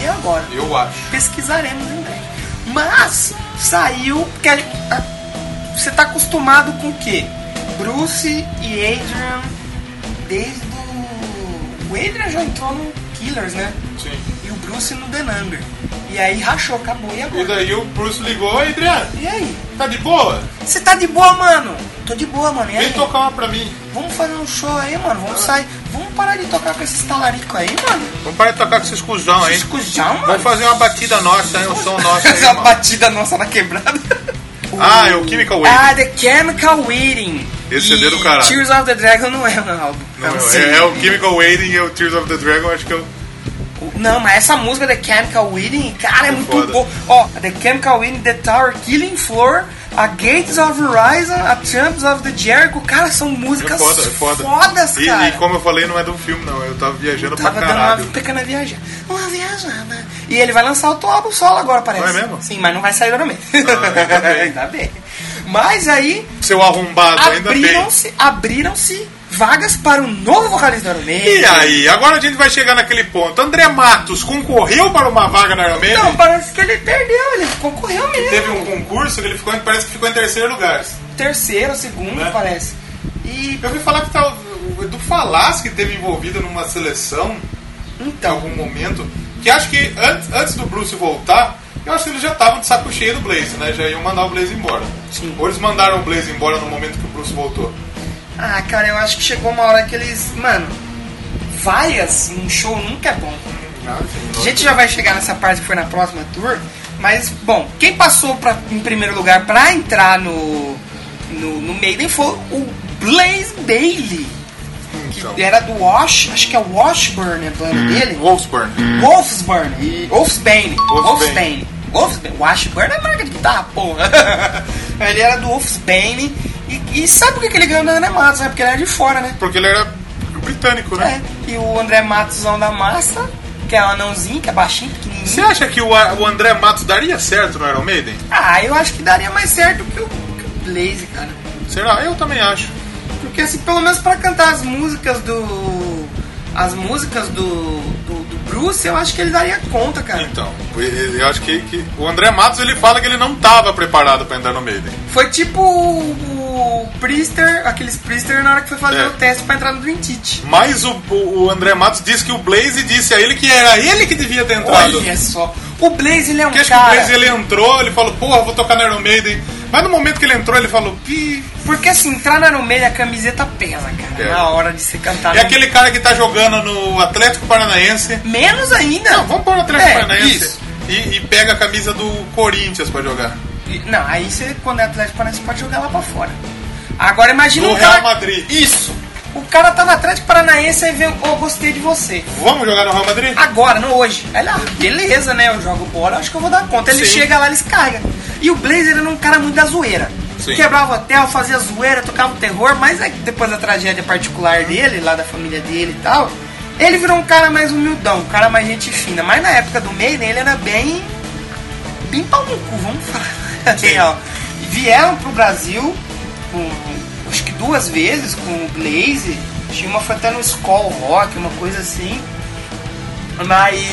Speaker 4: E agora?
Speaker 7: Eu acho.
Speaker 4: Pesquisaremos em breve. Mas saiu. Porque a- a- você tá acostumado com o quê? Bruce e Adrian desde o. O Adrian já entrou no Killers, né?
Speaker 7: Sim.
Speaker 4: E o Bruce no The Number. E aí rachou, acabou. E
Speaker 7: E
Speaker 4: agora?
Speaker 7: daí o Bruce ligou, "Oi, Adriano,
Speaker 4: E aí?
Speaker 7: tá de boa?
Speaker 4: Você tá de boa, mano? Tô de boa, mano. E
Speaker 7: Vem
Speaker 4: aí?
Speaker 7: tocar uma pra mim.
Speaker 4: Vamos fazer um show aí, mano. Vamos sair. Vamos parar de tocar com esses talarico aí, mano.
Speaker 7: Vamos parar de tocar com esses cuzão aí.
Speaker 4: Esses cujão, mano.
Speaker 7: Vamos fazer uma batida nossa, hein? Um som nosso aí,
Speaker 4: Essa
Speaker 7: mano.
Speaker 4: batida nossa na quebrada.
Speaker 7: Ah, é o Chemical Wave.
Speaker 4: Ah, The Chemical Waiting.
Speaker 7: Esse
Speaker 4: E
Speaker 7: CD do caralho.
Speaker 4: Tears of the Dragon não é um álbum.
Speaker 7: Não,
Speaker 4: um
Speaker 7: é,
Speaker 4: CD.
Speaker 7: é o Chemical Waiting e o Tears of the Dragon, acho que eu. é
Speaker 4: Não, mas essa música The Chemical Waiting, cara, é muito
Speaker 7: foda.
Speaker 4: boa. Ó, The Chemical Waiting, The Tower Killing Floor, A Gates of Horizon, A Tramps of the Jericho, cara, são
Speaker 7: É
Speaker 4: músicas
Speaker 7: foda, é foda.
Speaker 4: fodas,
Speaker 7: e,
Speaker 4: cara.
Speaker 7: e como eu falei, não é do filme, não. Eu tava viajando
Speaker 4: Tava
Speaker 7: pra
Speaker 4: dando uma
Speaker 7: caralho.
Speaker 4: pequena viagem. Uma viajada. E ele vai lançar outro álbum solo agora, parece.
Speaker 7: Não é mesmo? Ah,
Speaker 4: Sim, mas não vai sair do nome.
Speaker 7: ainda bem.
Speaker 4: ainda bem. Mas aí,
Speaker 7: Seu arrombado, ainda bem.
Speaker 4: abriram-se abriram-se vagas para um novo vocalista do Iron Maiden.
Speaker 7: E aí, agora a gente vai chegar naquele ponto. André Matos concorreu para uma vaga na Iron Maiden?
Speaker 4: Então, parece que ele perdeu, ele concorreu mesmo.
Speaker 7: Teve um concurso que ele ficou, em- parece que ficou em terceiro lugar.
Speaker 4: Terceiro, segundo,
Speaker 7: Né?
Speaker 4: parece. E,
Speaker 7: Eu ouvi falar que tá, o Edu Falaschi teve envolvido numa seleção em
Speaker 4: então,
Speaker 7: algum momento. Que acho que antes, antes do Bruce voltar, eu acho que eles já estavam de saco cheio do Blaze, né? Já iam mandar o Blaze embora.
Speaker 4: Sim.
Speaker 7: Ou eles mandaram o Blaze embora no momento que o Bruce voltou.
Speaker 4: ah, cara, eu acho que chegou uma hora que eles, mano, vaias num show nunca é bom. A gente já vai chegar nessa parte que foi na próxima tour. Mas, bom, quem passou pra, em primeiro lugar pra entrar no, no, no Maiden foi o Blaze Bailey. Que era do Wash, acho que é Washburn a banda dele.
Speaker 7: Wolfsburn.
Speaker 4: Wolfsburn. Wolfsbane.
Speaker 7: Wolfsbane.
Speaker 4: Wolfsbane. Wolfsbane. Washburn é marca de guitarra, porra. ele era do Wolfsbane. E, e sabe por que que ele ganhou da Ana Matos, né? Porque ele era de fora, né?
Speaker 7: Porque ele era britânico, né?
Speaker 4: É. E o André Matosão da Massa, que é um anãozinho, que é baixinho, pequenininho.
Speaker 7: Você acha que o, A- o André Matos daria certo no Iron Maiden?
Speaker 4: Ah, eu acho que daria mais certo que o, que o Blaze, cara.
Speaker 7: Será? Eu também acho.
Speaker 4: Porque assim, pelo menos pra cantar as músicas do. As músicas do. do, do Bruce, eu acho que ele daria conta, cara.
Speaker 7: Então, eu acho que, que o André Matos ele fala que ele não estava preparado para entrar no Maiden.
Speaker 4: Foi tipo o, o Priester, aqueles Priester na hora que foi fazer
Speaker 7: É.
Speaker 4: o teste pra entrar no Dream Teat.
Speaker 7: Mas o, o o André Matos disse que o Blaze disse a ele que era ele que devia ter entrado.
Speaker 4: Olha só. O Blaze, ele é um
Speaker 7: Porque acho que o
Speaker 4: cara...
Speaker 7: Blaze ele entrou, ele falou, porra, vou tocar no Iron Maiden. Mas no momento que ele entrou, ele falou, pi.
Speaker 4: Porque assim, entrar na Iron Maiden, a camiseta pesa, cara.
Speaker 7: É.
Speaker 4: Na hora de ser cantar.
Speaker 7: É aquele cara que tá jogando no Atlético Paranaense.
Speaker 4: Menos ainda.
Speaker 7: Não, vamos pôr no Atlético
Speaker 4: É,
Speaker 7: Paranaense.
Speaker 4: isso.
Speaker 7: E, e pega a camisa do Corinthians pra jogar.
Speaker 4: E- Não, aí você, quando é Atlético Paranaense, pode jogar lá pra fora. Agora imagina
Speaker 7: Do
Speaker 4: um cara...
Speaker 7: Real Madrid.
Speaker 4: Isso. O cara tá no Atlético Paranaense e vê, ô, gostei de você.
Speaker 7: Vamos jogar no Real Madrid?
Speaker 4: Agora, não hoje. Aí ele, ah, beleza, né? Eu jogo bola, acho que eu vou dar conta. Ele
Speaker 7: Sim.
Speaker 4: chega lá, ele se carga. E o Blazer era um cara muito da zoeira.
Speaker 7: Sim.
Speaker 4: Quebrava hotel, fazia zoeira, tocava o terror, mas aí depois da tragédia particular dele, lá da família dele e tal, ele virou um cara mais humildão, um cara mais gente fina. Mas na época do Maiden ele era bem. bem pau no cu, vamos falar. Assim, ó. Vieram pro Brasil, com, acho que duas vezes, com o Blaze. Tinha uma foi até no Skull Rock, uma coisa assim. Mas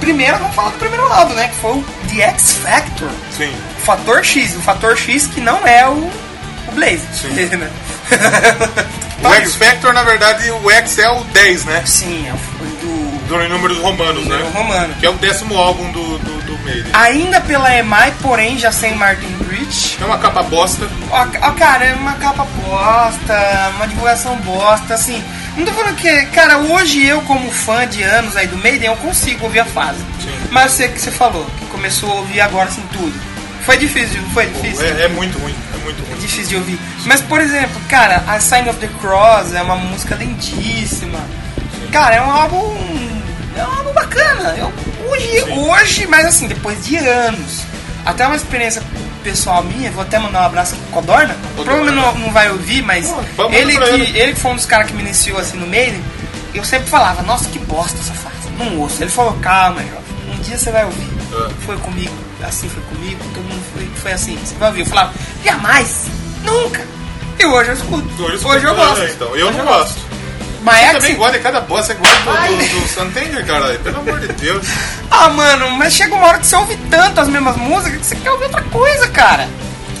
Speaker 4: primeiro vamos falar do primeiro lado, né? Que foi o The X Factor.
Speaker 7: Sim.
Speaker 4: O fator X, o fator X que não é o, o Blaze.
Speaker 7: Sim.
Speaker 4: né?
Speaker 7: O X Factor, na verdade, o X é o 10, né?
Speaker 4: Sim, é o do
Speaker 7: Do números romanos, né?
Speaker 4: do Romano.
Speaker 7: Que é o décimo álbum do, do, do Maiden.
Speaker 4: Ainda pela EMI, porém já sem Martin Bridge.
Speaker 7: É uma capa bosta.
Speaker 4: Ó, ca- ó, cara, é uma capa bosta, uma divulgação bosta, assim. Não tô falando que, cara, hoje eu, como fã de anos aí do Maiden, eu consigo ouvir a fase.
Speaker 7: Sim.
Speaker 4: Mas você que você falou, que começou a ouvir agora assim tudo. Foi difícil, não foi difícil?
Speaker 7: É, é muito ruim. É muito ruim.
Speaker 4: difícil de ouvir. Mas, por exemplo, cara, A Sign of the Cross é uma música lindíssima. Cara, é um álbum. É um álbum bacana. Eu, hoje, hoje, mas assim, depois de anos. Até uma experiência pessoal minha, vou até mandar um abraço aqui pro Codorna. Provavelmente não, não vai ouvir, mas
Speaker 7: Pô, manda
Speaker 4: ele,
Speaker 7: pra
Speaker 4: que,
Speaker 7: ele.
Speaker 4: ele. que foi um dos caras que me iniciou assim no meio, eu sempre falava, nossa, que bosta essa fase. Não ouço. Ele falou, calma, jovem, um dia você vai ouvir.
Speaker 7: É.
Speaker 4: Foi comigo, assim foi comigo, todo mundo foi, foi assim, você vai ouvir. Eu falava, jamais, nunca. E hoje eu escuto.
Speaker 7: Hoje eu
Speaker 4: Hoje,
Speaker 7: escuto,
Speaker 4: eu gosto.
Speaker 7: né, então. Eu
Speaker 4: Hoje
Speaker 7: não gosto.
Speaker 4: Mas é
Speaker 7: Você
Speaker 4: que
Speaker 7: também
Speaker 4: assim,
Speaker 7: gosta de cada bosta, você gosta do, do, do Santander, cara. Pelo amor de Deus.
Speaker 4: Ah, mano, mas chega uma hora que você ouve tanto as mesmas músicas que você quer ouvir outra coisa, cara.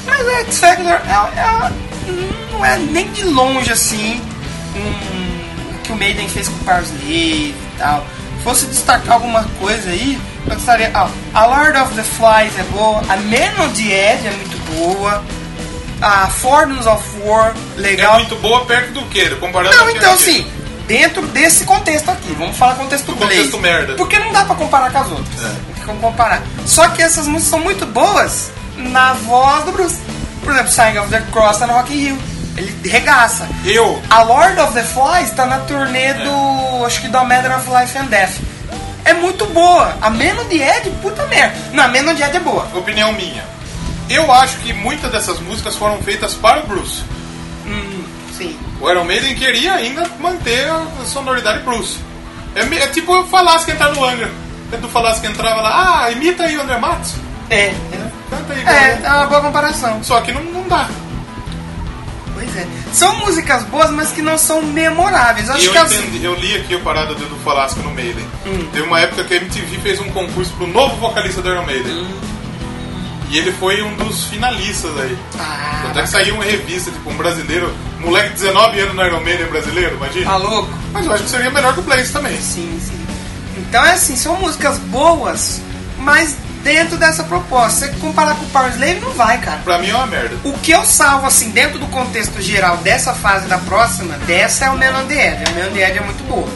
Speaker 4: Mas o X Factor é- é- não é nem de longe assim um, o que o Maiden fez com o Parsley e tal. Fosse destacar alguma coisa aí, eu gostaria. Ah, a Lord of the Flies é boa, a Man on the Edge é muito boa, a Fortunes of War,
Speaker 7: É
Speaker 4: legal.
Speaker 7: muito boa perto do que? Comparando
Speaker 4: Não,
Speaker 7: com
Speaker 4: então
Speaker 7: aquele-
Speaker 4: assim, dentro desse contexto aqui, vamos falar contexto
Speaker 7: Do
Speaker 4: Blaze.
Speaker 7: contexto merda. É.
Speaker 4: Porque não dá pra comparar com as outras. Não tem como comparar. Só que essas músicas são muito boas na voz do Bruce. Por exemplo, Sign of the Cross tá no Rock in Rio. Ele regaça.
Speaker 7: Eu. É.
Speaker 4: A Lord of the Flies tá na turnê do. Acho que do A Matter of Life and Death. É muito boa. A Menon de Ed, puta merda. Não, a Menon de Ed é boa.
Speaker 7: Opinião minha. Eu acho que muitas dessas músicas foram feitas para o Bruce.
Speaker 4: Sim.
Speaker 7: O Iron Maiden queria ainda manter a sonoridade Bruce. É, me- é tipo eu falasse que entrar no Angra. Quando tu falasse que entrava lá, ah, imita aí o André Matos.
Speaker 4: É.
Speaker 7: Canta aí,
Speaker 4: É,
Speaker 7: galera.
Speaker 4: é uma boa comparação.
Speaker 7: Só que não, não dá.
Speaker 4: Pois é. São músicas boas, mas que não são memoráveis. Acho
Speaker 7: Eu,
Speaker 4: que as-
Speaker 7: entendi, eu li aqui a parada do, do Falasco no Maiden. Teve uma época que a MTV fez um concurso pro novo vocalista do Iron Maiden. E ele foi um dos finalistas aí.
Speaker 4: Ah,
Speaker 7: Até que saiu uma revista, tipo, um brasileiro, moleque de 19 anos no Iron Maiden brasileiro, imagina.
Speaker 4: tá louco?
Speaker 7: Mas eu acho que seria melhor que o Blaze também.
Speaker 4: Sim, sim. Então é assim, são músicas boas, mas dentro dessa proposta. Você comparar com o Power Slave, não vai, cara.
Speaker 7: Pra mim é uma merda.
Speaker 4: O que eu salvo, assim, dentro do contexto geral dessa fase da próxima, dessa é o Man on the Edge. A Man on the Edge é muito boa.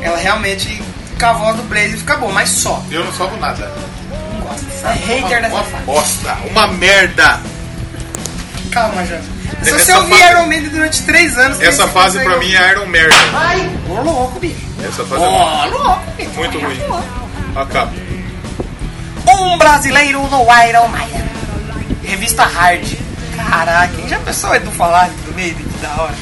Speaker 4: Ela realmente, com a voz do Blaze, fica boa, mas só.
Speaker 7: Eu não salvo nada.
Speaker 4: Não gosto. É hater
Speaker 7: uma
Speaker 4: dessa fase.
Speaker 7: bosta, uma merda.
Speaker 4: Calma, Jânio. Se
Speaker 7: Essa
Speaker 4: você ouvir
Speaker 7: fase-
Speaker 4: Iron Maiden durante três anos...
Speaker 7: Essa
Speaker 4: você
Speaker 7: fase
Speaker 4: consegue
Speaker 7: pra mim é Iron Merda.
Speaker 4: ouvir. Ô, louco, bicho.
Speaker 7: Essa fase
Speaker 4: Ô, louco, bicho.
Speaker 7: é muito ruim. Acaba.
Speaker 4: Um brasileiro no Iron Maiden. Revista Hard. Caraca, quem já pensou Edu falar do Maiden? Que da hora.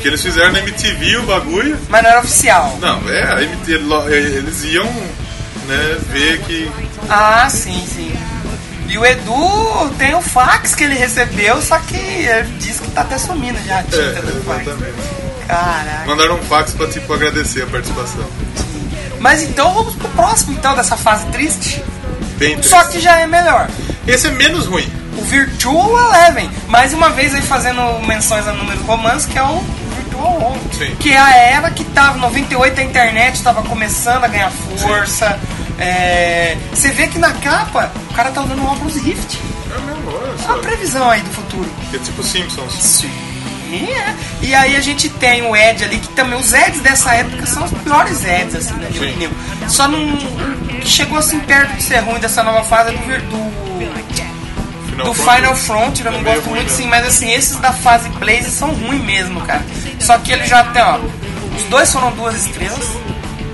Speaker 7: Que eles fizeram na MTV o bagulho.
Speaker 4: Mas não era oficial.
Speaker 7: Não, é, a MT, lo- é, eles iam né, ver que.
Speaker 4: Ah, sim, sim. E o Edu tem o fax que ele recebeu, só que ele diz que tá até sumindo já a
Speaker 7: É,
Speaker 4: tinta do fax.
Speaker 7: exatamente.
Speaker 4: Caraca.
Speaker 7: Mandaram um fax pra tipo agradecer a participação.
Speaker 4: Mas então vamos pro próximo então dessa fase triste.
Speaker 7: Bem
Speaker 4: Só que
Speaker 7: triste.
Speaker 4: já é melhor.
Speaker 7: Esse é menos ruim.
Speaker 4: O Virtual Eleven. Mais uma vez aí fazendo menções a números romanos, que é o Virtual Eleven.
Speaker 7: Sim.
Speaker 4: Que é a era que tava, 98 a internet tava começando a ganhar força. É, você vê que na capa o cara tá usando um óculos Rift.
Speaker 7: É mesmo, olha
Speaker 4: É uma
Speaker 7: só.
Speaker 4: previsão aí do futuro.
Speaker 7: É tipo Simpsons.
Speaker 4: Sim. é. E aí a gente tem o Ed ali, que também os Eds dessa época são os piores Eds, assim, na minha
Speaker 7: Sim.
Speaker 4: opinião. Só não. o que Chegou assim perto de ser ruim dessa nova fase do, vir- do,
Speaker 7: Final
Speaker 4: do
Speaker 7: Fantasy.
Speaker 4: Final Front, eu não
Speaker 7: Também é
Speaker 4: gosto
Speaker 7: ruim
Speaker 4: muito
Speaker 7: mesmo.
Speaker 4: sim, mas assim, esses da fase Blaze são ruins mesmo, cara. Só que ele já tem, ó. Os dois foram duas estrelas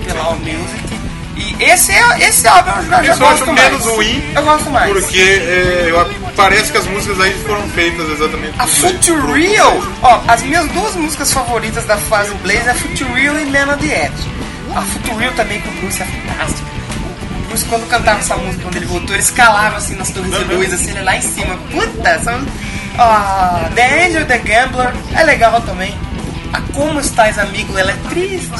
Speaker 4: pela All Music. E esse é esse álbum eu já, já
Speaker 7: Esse eu
Speaker 4: gosto
Speaker 7: acho
Speaker 4: mais.
Speaker 7: menos ruim,
Speaker 4: Eu gosto mais.
Speaker 7: Porque é, eu, parece que as músicas aí foram feitas exatamente
Speaker 4: A
Speaker 7: pro Blaze.
Speaker 4: Futureal, ó, as minhas duas músicas favoritas da fase Blaze é Futureal e Man on the Edge. A Futureal também com o Bruce é fantástica. O Bruce, quando cantava essa música, quando ele voltou, ele escalava assim nas torres de luz, assim, ele lá em cima. Puta, essa música. Ó, The Angel, The Gambler, é legal também. A Como Estás, Amigo, ela é triste.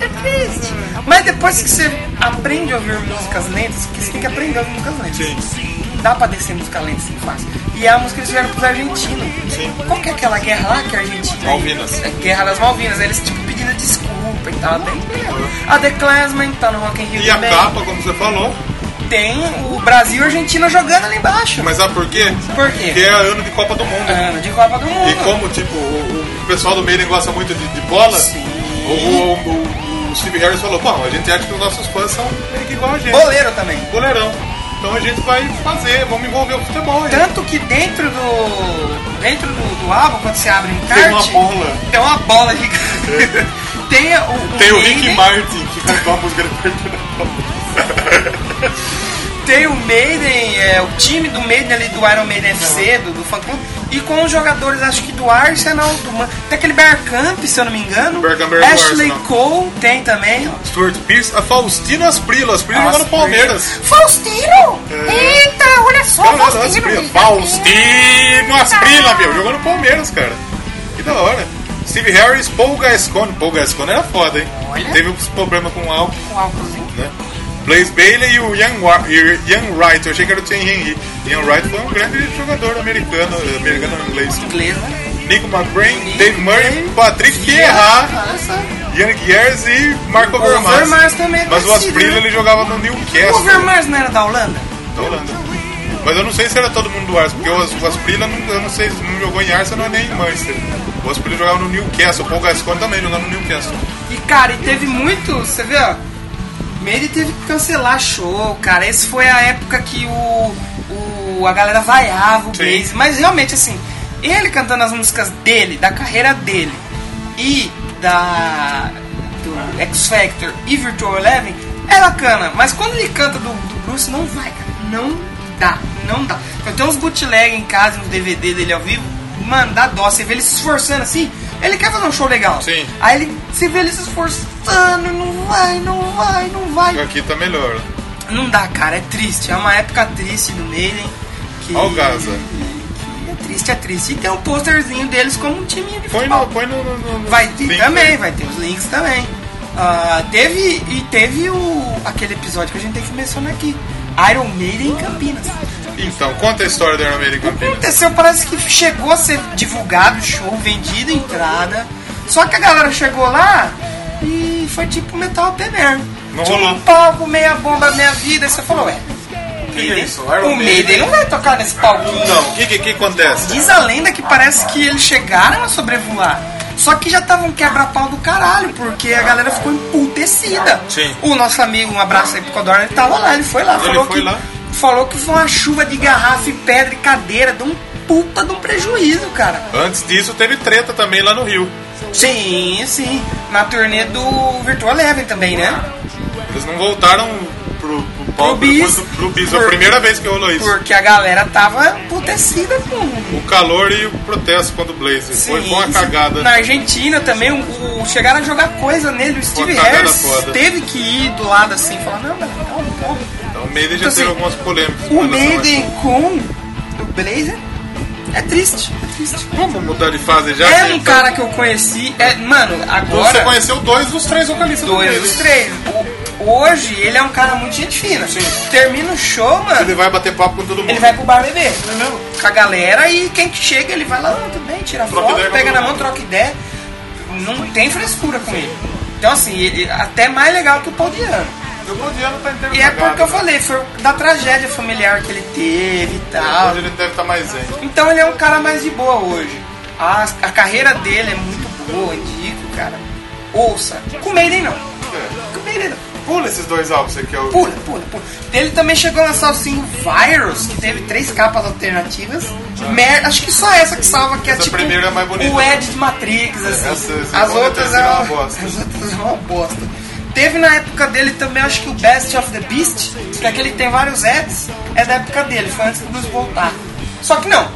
Speaker 4: É triste. Mas depois que você aprende a ouvir músicas lentas, porque você tem que aprender a ouvir músicas lentas. Não Dá pra descer música lenta assim fácil. E a música eles fizeram pros argentinos. Qual que é aquela guerra lá que a Argentina?
Speaker 7: Malvinas.
Speaker 4: É, Guerra das Malvinas. Eles tipo pedindo desculpa e tal. Bem legal. A The Clansman tá no Rock in Rio
Speaker 7: E a
Speaker 4: também.
Speaker 7: capa, como você falou.
Speaker 4: Tem o Brasil e a Argentina jogando ali embaixo.
Speaker 7: Mas sabe por quê?
Speaker 4: Por quê?
Speaker 7: Porque é ano de Copa do Mundo.
Speaker 4: Ano de Copa do Mundo.
Speaker 7: E como, tipo, o, o pessoal do Maiden gosta muito de, de bola,
Speaker 4: Sim.
Speaker 7: o, o- o- o Steve Harris falou, bom, a gente acha que os nossos fãs são meio que igual a gente.
Speaker 4: Boleiro também.
Speaker 7: Goleirão. Então a gente vai fazer, vamos envolver o futebol. aí.
Speaker 4: Tanto que dentro do. Dentro do, do álbum, quando você abre um kart.
Speaker 7: uma bola. É.
Speaker 4: Tem uma bola gigante. tem o.
Speaker 7: Tem o
Speaker 4: Maiden,
Speaker 7: Rick Martin que cantou a música de abertura da Copa.
Speaker 4: Tem o Maiden, é, o time do Maiden ali do Iron Maiden FC, do, do fã clube. E com os jogadores, acho que do Arsenal, do Man... Tem aquele Bergkamp, se eu não me engano.
Speaker 7: Bergkamp era do
Speaker 4: Ashley
Speaker 7: Arsenal.
Speaker 4: Cole tem também.
Speaker 7: Stuart Pierce, a Faustino Asprila. Asprila
Speaker 4: Nossa,
Speaker 7: jogou no Palmeiras.
Speaker 5: Faustino!
Speaker 7: É.
Speaker 5: Eita, olha só,
Speaker 7: Cara, nossa, Asprila.
Speaker 5: Faustino! tá
Speaker 7: Faustino Asprila, meu. Jogou no Palmeiras, cara. Que da hora. Steve Harris, Paul Gascon. Paul Gascon era foda, hein?
Speaker 4: Olha.
Speaker 7: Teve uns problemas com o álcool.
Speaker 4: Um álcoolzinho.
Speaker 7: né? Blaze Bailey e o Ian, Wa- e o Ian Wright, eu achei que era o Chen Henry. Ian Wright foi um grande jogador americano, eh, americano não, inglês.
Speaker 4: Inglês, né?
Speaker 7: Nico McBrain, Dave Murray, Patrick Vieira,
Speaker 4: Nossa.
Speaker 7: Ian Gears e Marco
Speaker 4: O Overmars
Speaker 7: Overmars.
Speaker 4: também é
Speaker 7: Mas o
Speaker 4: conhecido,
Speaker 7: Asprilla
Speaker 4: né?
Speaker 7: ele é assim. jogava no
Speaker 4: O
Speaker 7: Newcastle,
Speaker 4: Overmars não era da Holanda?
Speaker 7: da Holanda. Mas eu não sei se era todo mundo do Arsenal, porque o As- o Asprilla não, eu não sei se não jogou em Arsenal nem em Manchester. O Asprilla jogava no Newcastle, o Paul Gascoigne também jogava no Newcastle.
Speaker 4: E, cara, e teve muito. Você vê, ó. Mary teve que cancelar show, cara. Esse foi a época que o. o a galera vaiava o
Speaker 7: Sim.
Speaker 4: Blaze. Mas realmente, assim, ele cantando as músicas dele, da carreira dele e da. do X Factor e Virtual Eleven é bacana. Mas quando ele canta do, do Bruce, não vai, cara. Não dá, não dá. Eu tenho uns bootleg em casa, uns DVD dele ao vivo. Mano, dá dó. Você vê ele se esforçando assim. Ele quer fazer um show legal.
Speaker 7: Sim.
Speaker 4: Aí ele se vê ele se esforçando, não vai, não vai, não vai.
Speaker 7: Aqui tá melhor.
Speaker 4: Não dá, cara, é triste. É uma época triste do Maiden. Que,
Speaker 7: Ó o Gaza.
Speaker 4: que é triste, é triste. E tem um posterzinho deles como um timinho de
Speaker 7: Põe
Speaker 4: futebol.
Speaker 7: no, põe no, no- no- no
Speaker 4: Vai ter
Speaker 7: link
Speaker 4: também,
Speaker 7: aí.
Speaker 4: vai ter os links também. Ah, teve e teve o aquele episódio que a gente tem que mencionar aqui. Iron Maiden em Campinas.
Speaker 7: Então, conta a história do Iron Maiden em Campinas.
Speaker 4: aconteceu? Parece que chegou a ser divulgado o show, vendido a entrada. Só que a galera chegou lá e foi tipo metal até mesmo.
Speaker 7: Não
Speaker 4: Tinha
Speaker 7: rolou.
Speaker 4: Um palco, meia bomba, meia vida. E você falou, ué,
Speaker 7: que é isso? Iron
Speaker 4: o Maiden
Speaker 7: Maiden?
Speaker 4: não vai tocar nesse palquinho.
Speaker 7: Não, o que, que que acontece?
Speaker 4: Diz a lenda que parece que eles chegaram a sobrevoar. Só que já tava um quebra-pau do caralho, porque a galera ficou emputecida.
Speaker 7: Sim.
Speaker 4: O nosso amigo, um abraço aí pro Codorna, ele tava lá, ele foi lá. falou
Speaker 7: foi
Speaker 4: que,
Speaker 7: lá.
Speaker 4: Falou que foi uma chuva de garrafa e pedra e cadeira, deu um puta de um prejuízo, cara.
Speaker 7: Antes disso, teve treta também lá no Rio.
Speaker 4: Sim, sim. Na turnê do Virtual Eleven também, né?
Speaker 7: Eles não voltaram pro, pro palco
Speaker 4: Pro
Speaker 7: depois
Speaker 4: bis.
Speaker 7: do- pro bis. Foi
Speaker 4: Por-
Speaker 7: a primeira vez que rolou isso.
Speaker 4: Porque a galera tava emputecida com
Speaker 7: O calor e o protesto contra o Blaze. Foi
Speaker 4: Sim,
Speaker 7: foi uma
Speaker 4: isso. Tá.
Speaker 7: cagada.
Speaker 4: Na Argentina também, o, o- chegaram a jogar coisa nele. O Steve
Speaker 7: uma cagada
Speaker 4: Harris
Speaker 7: foda.
Speaker 4: teve que ir do lado assim, falar, não, galera, calma, calma.
Speaker 7: Então, o Maiden já
Speaker 4: Então,
Speaker 7: teve
Speaker 4: assim,
Speaker 7: algumas polêmicas. com
Speaker 4: O
Speaker 7: relação a
Speaker 4: Maiden
Speaker 7: isso.
Speaker 4: com o Blazer é triste. É, triste.
Speaker 7: Vamos mudar de fase já?
Speaker 4: É
Speaker 7: gente?
Speaker 4: um cara que eu conheci. É, mano,
Speaker 7: Então,
Speaker 4: agora.
Speaker 7: Você conheceu dois dos três vocalistas do
Speaker 4: Dois
Speaker 7: Maiden.
Speaker 4: dos três. O- Hoje ele é um cara muito gente fina. Termina o show, mano.
Speaker 7: Ele vai bater papo com todo mundo.
Speaker 4: Ele vai pro bar beber
Speaker 7: é mesmo?
Speaker 4: com a galera e quem que chega ele vai lá, ah, tudo bem, tira
Speaker 7: Troca
Speaker 4: foto,
Speaker 7: ideia com
Speaker 4: pega na
Speaker 7: todo
Speaker 4: mão,
Speaker 7: mundo.
Speaker 4: troca ideia. Não tem frescura com ele. Então assim, ele, até mais legal que o Paul Diano.
Speaker 7: Jogou dinheiro, tá inteiro
Speaker 4: E é
Speaker 7: cagado,
Speaker 4: porque eu
Speaker 7: né?
Speaker 4: falei, foi da tragédia familiar que ele teve e tal.
Speaker 7: Ah. Hoje ele deve estar mais zen.
Speaker 4: Então ele é um cara mais de boa hoje. A, a carreira dele é muito boa, indico, cara. Ouça. Com Maiden não. Com Maiden não.
Speaker 7: Pula esses dois álbuns, é você quer ouvir.
Speaker 4: Pula, pula, pula. Ele também chegou a lançar o single Virus, que teve três capas alternativas. Mer- Acho que só essa que salva, que é
Speaker 7: Ah. Essa
Speaker 4: tipo
Speaker 7: primeira é mais bonita. É,
Speaker 4: o Ed de Matrix, assim.
Speaker 7: Essa- essa
Speaker 4: as,
Speaker 7: segunda e
Speaker 4: outras é
Speaker 7: terceira
Speaker 4: uma,
Speaker 7: é uma bosta.
Speaker 4: as outras é uma bosta. Teve na época dele também, acho que o Best of the Beast, que é aquele que tem vários ads, é da época dele, foi antes do Bruce voltar. Só que não,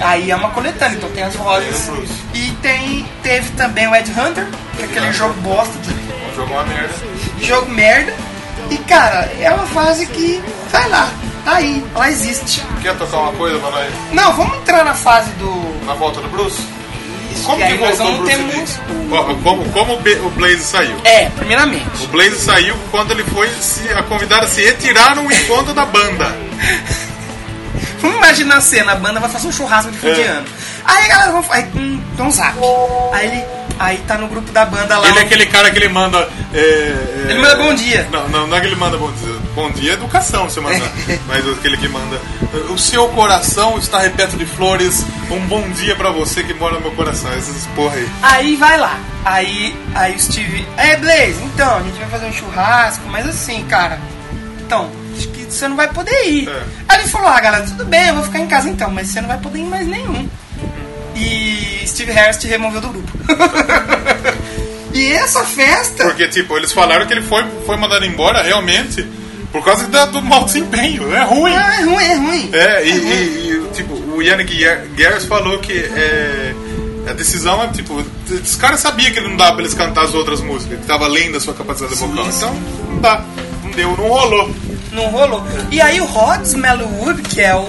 Speaker 4: aí é uma coletânea, então tem as rodas.
Speaker 7: Tem o Bruce.
Speaker 4: E tem, teve também o Ed Hunter, que é aquele jogo bosta de
Speaker 7: Jogou uma merda.
Speaker 4: jogo merda. E cara, é uma fase que, vai lá, tá aí, ela existe.
Speaker 7: Quer tocar uma coisa pra nós?
Speaker 4: Não, vamos entrar na fase do.
Speaker 7: Na volta do Bruce? Como
Speaker 4: que aí
Speaker 7: que
Speaker 4: nós
Speaker 7: voltou o
Speaker 4: vamos ter
Speaker 7: Bruce Dickinson? Como, como, como o Be- é o Blaze saiu?
Speaker 4: É, primeiramente.
Speaker 7: O Blaze saiu quando ele foi se, a convidar a se retirar num encontro da banda.
Speaker 4: Vamos imaginar a cena, a banda vai fazer um churrasco de fim de
Speaker 7: É.
Speaker 4: ano. Aí a galera vai falar, hum, Donzak. Aí ele. Aí tá no grupo da banda lá.
Speaker 7: Ele é aquele cara que ele manda. é, é,
Speaker 4: Ele manda bom dia.
Speaker 7: Não, não, não é que ele manda bom dia. Bom dia é educação você mandar. Mas é aquele que manda. O seu coração está repleto de flores. Um bom dia pra você que mora no meu coração. Essas porra aí.
Speaker 4: Aí vai lá. Aí, aí o Steve. É, Blaze, então, a gente vai fazer um churrasco, mas assim, cara. Então, acho que você não vai poder ir.
Speaker 7: É.
Speaker 4: Aí ele falou, ah, galera, tudo bem, eu vou ficar em casa então, mas você não vai poder ir em mais nenhum. E Steve Harris te removeu do grupo. e essa festa.
Speaker 7: Porque, tipo, eles falaram que ele foi, foi mandado embora realmente por causa da- do mau desempenho. É ruim.
Speaker 4: Ah, é ruim, é ruim.
Speaker 7: É, e, e- e, tipo, o Yannick Ger- Gers falou que é, a decisão é, tipo, os caras sabiam que ele não dava pra eles cantar as outras músicas, que tava além da sua capacidade vocal. Então, não dá. Não deu, não rolou.
Speaker 4: Não rolou. E aí o Rods Mellowwood, que é o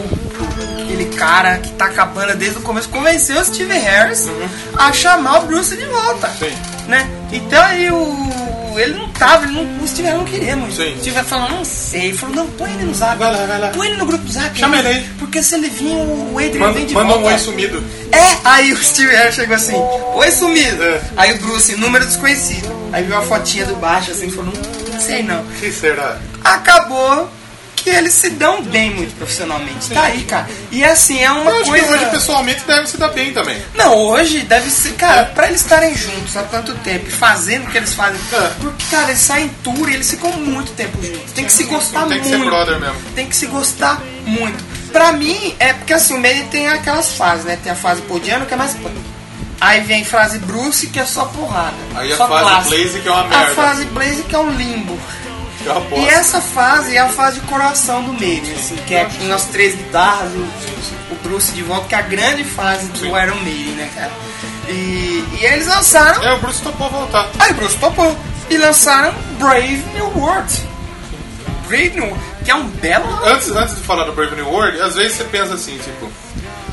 Speaker 4: aquele cara que tá com a banda desde o começo, convenceu o Steve Harris a chamar o Bruce de volta.
Speaker 7: Uhum. Sim.
Speaker 4: Né? Então aí o. Ele não tava, ele não, o Steve Harris não queria muito.
Speaker 7: Sim.
Speaker 4: O Steve Harris falou, não sei. Ele falou, não, põe ele no zap.
Speaker 7: Vai lá, vai lá.
Speaker 4: Põe ele no grupo do zap. né?
Speaker 7: Chama ele aí.
Speaker 4: Porque se ele vir, o Adrian
Speaker 7: Manda,
Speaker 4: vem de
Speaker 7: manda um
Speaker 4: volta.
Speaker 7: oi sumido.
Speaker 4: É, aí o Steve Harris chegou assim, oi sumido.
Speaker 7: É.
Speaker 4: Aí o Bruce, número desconhecido. Aí viu a fotinha do baixo, assim, falou, não, não sei não
Speaker 7: que será?
Speaker 4: acabou que eles se dão bem muito profissionalmente. Tá aí, cara. E assim, é uma
Speaker 7: Eu acho
Speaker 4: coisa.
Speaker 7: que hoje pessoalmente deve se dar bem também.
Speaker 4: Não, hoje deve ser. Cara, pra eles estarem juntos há tanto tempo e fazendo o que eles fazem.
Speaker 7: É.
Speaker 4: Porque, cara, eles saem em tour e eles ficam muito tempo juntos. Tem que se gostar
Speaker 7: Tem que
Speaker 4: muito.
Speaker 7: ser brother mesmo.
Speaker 4: Tem que se gostar muito. Pra mim, é porque assim, o meio tem aquelas fases, né? Tem a fase podiano que é mais punk. Aí vem frase Bruce que é só porrada.
Speaker 7: Aí a
Speaker 4: só
Speaker 7: fase
Speaker 4: clássico.
Speaker 7: Blaze, que é uma merda.
Speaker 4: A fase Blaze que é um limbo.
Speaker 7: Que é uma
Speaker 4: E
Speaker 7: bosta.
Speaker 4: essa fase é a fase de coração do meio, assim, que é com as três guitarras, o, o Bruce de volta, que é a grande fase do Iron Maiden, né, cara? E, e eles lançaram.
Speaker 7: É, o Bruce topou voltar.
Speaker 4: Aí o Bruce topou. E lançaram Brave New World. Brave New World, que é um belo.
Speaker 7: Antes, antes de falar do Brave New World, às vezes você pensa assim, tipo...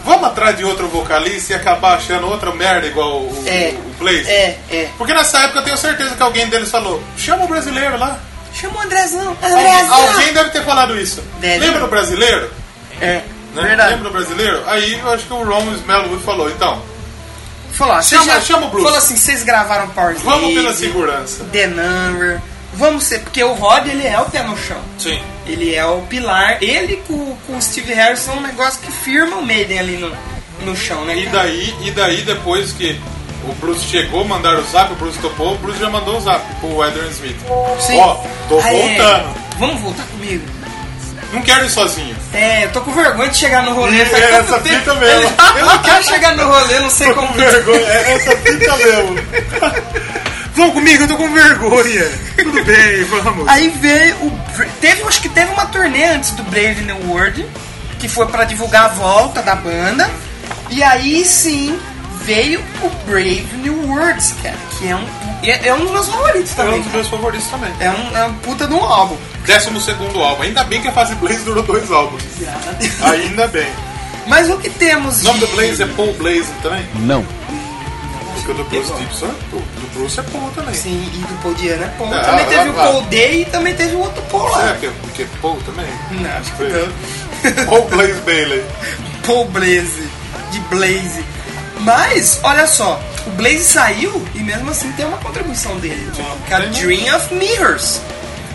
Speaker 7: Vamos atrás de outro vocalista e acabar achando outra merda igual o,
Speaker 4: É.
Speaker 7: o Blaze?
Speaker 4: É, é.
Speaker 7: Porque nessa época eu tenho certeza que alguém deles falou: chama o brasileiro lá.
Speaker 4: Chama o Andrezão.
Speaker 7: Alguém,
Speaker 4: Andrezão!
Speaker 7: alguém deve ter falado isso.
Speaker 4: Deve.
Speaker 7: Lembra do brasileiro?
Speaker 4: É,
Speaker 7: Né?
Speaker 4: verdade.
Speaker 7: Lembra do brasileiro? Aí eu acho que o Ron Smellwood falou: então,
Speaker 4: Falou, ó,
Speaker 7: Chama-
Speaker 4: vocês já-
Speaker 7: chama o Bruce.
Speaker 4: Falou assim: vocês gravaram Power
Speaker 7: vamos pela
Speaker 4: Slave,
Speaker 7: segurança.
Speaker 4: The Number. Vamos ser, porque o Rod ele é o pé no chão.
Speaker 7: Sim.
Speaker 4: Ele é o pilar. Ele com, com o Steve Harris é um negócio que firma o Maiden ali no, no chão, né?
Speaker 7: E
Speaker 4: cara?
Speaker 7: daí, e daí depois que o Bruce chegou, mandaram o zap, o Bruce topou, o Bruce já mandou o zap pro Adrian Smith.
Speaker 4: Sim.
Speaker 7: Ó, tô
Speaker 4: Ah, é.
Speaker 7: voltando.
Speaker 4: Vamos voltar comigo.
Speaker 7: Não quero ir sozinho.
Speaker 4: É, eu tô com vergonha de chegar no rolê.
Speaker 7: É,
Speaker 4: faz tanto
Speaker 7: essa
Speaker 4: tempo.
Speaker 7: fita mesmo.
Speaker 4: Ele- Eu não quero chegar no rolê, não sei como.
Speaker 7: vergonha, é essa fita mesmo. Vão comigo, eu tô com vergonha. Tudo bem, vamos.
Speaker 4: Aí veio o. Bra- Teve, acho que teve uma turnê antes do Brave New World, que foi pra divulgar a volta da banda. E aí sim veio o Brave New World, cara, que é um, é, é um dos meus favoritos
Speaker 7: É
Speaker 4: também.
Speaker 7: um dos meus favoritos também.
Speaker 4: É um, é um puta de um álbum.
Speaker 7: Décimo segundo álbum. Ainda bem que a fase Blaze durou dois álbuns. Ainda bem.
Speaker 4: Mas o que temos
Speaker 7: O nome
Speaker 4: de...
Speaker 7: do Blaze é Paul Blaze também? Não. Porque o do Bruce Dickinson é Paul. O do Bruce é Paul também.
Speaker 4: Sim, e do Paul Diana é Paul.
Speaker 7: Ah,
Speaker 4: também
Speaker 7: ah,
Speaker 4: teve o
Speaker 7: ah.
Speaker 4: Paul Day e também teve o outro Paul
Speaker 7: Será
Speaker 4: lá.
Speaker 7: que é porque é Paul também?
Speaker 4: Não, acho que
Speaker 7: Blaze.
Speaker 4: não.
Speaker 7: Paul Blaze Bailey.
Speaker 4: Paul Blaze, de Blaze. Mas, olha só, o tipo, Blaze saiu e mesmo assim tem uma contribuição dele. Que é a Dream of Mirrors.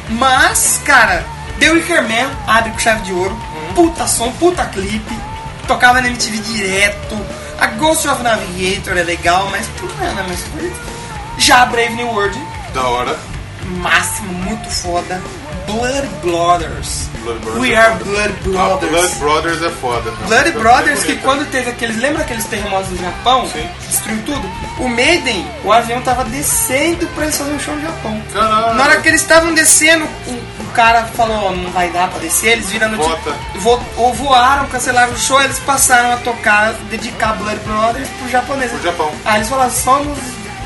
Speaker 4: Mas, cara, The Wicker Man abre com chave de ouro.
Speaker 7: Uhum.
Speaker 4: Puta som, puta clipe. Tocava na MTV direto. A Ghost of Navigator é legal, mas puta, não é mais coisa. Já a Brave New World,
Speaker 7: Da hora.
Speaker 4: máximo, muito foda. Blood Brothers.
Speaker 7: Blood Brothers
Speaker 4: We
Speaker 7: é
Speaker 4: are
Speaker 7: foda.
Speaker 4: Blood
Speaker 7: Ah,
Speaker 4: Brothers.
Speaker 7: Blood Brothers é foda. né?
Speaker 4: Blood
Speaker 7: Tá
Speaker 4: Brothers, que
Speaker 7: bonito.
Speaker 4: quando teve aqueles. Lembra aqueles terremotos do Japão?
Speaker 7: Sim.
Speaker 4: Que Destruiu tudo? O Maiden, o avião tava descendo pra eles fazerem um show no Japão.
Speaker 7: Caralho.
Speaker 4: Na hora que eles estavam descendo, o, o cara falou: "Ó, não vai dar pra descer. Eles viram no
Speaker 7: Volta.
Speaker 4: vo, Ou voaram, cancelaram o show, eles passaram a tocar, dedicar Blood Brothers pro japonês.
Speaker 7: Pro Japão.
Speaker 4: Aí eles falaram: somos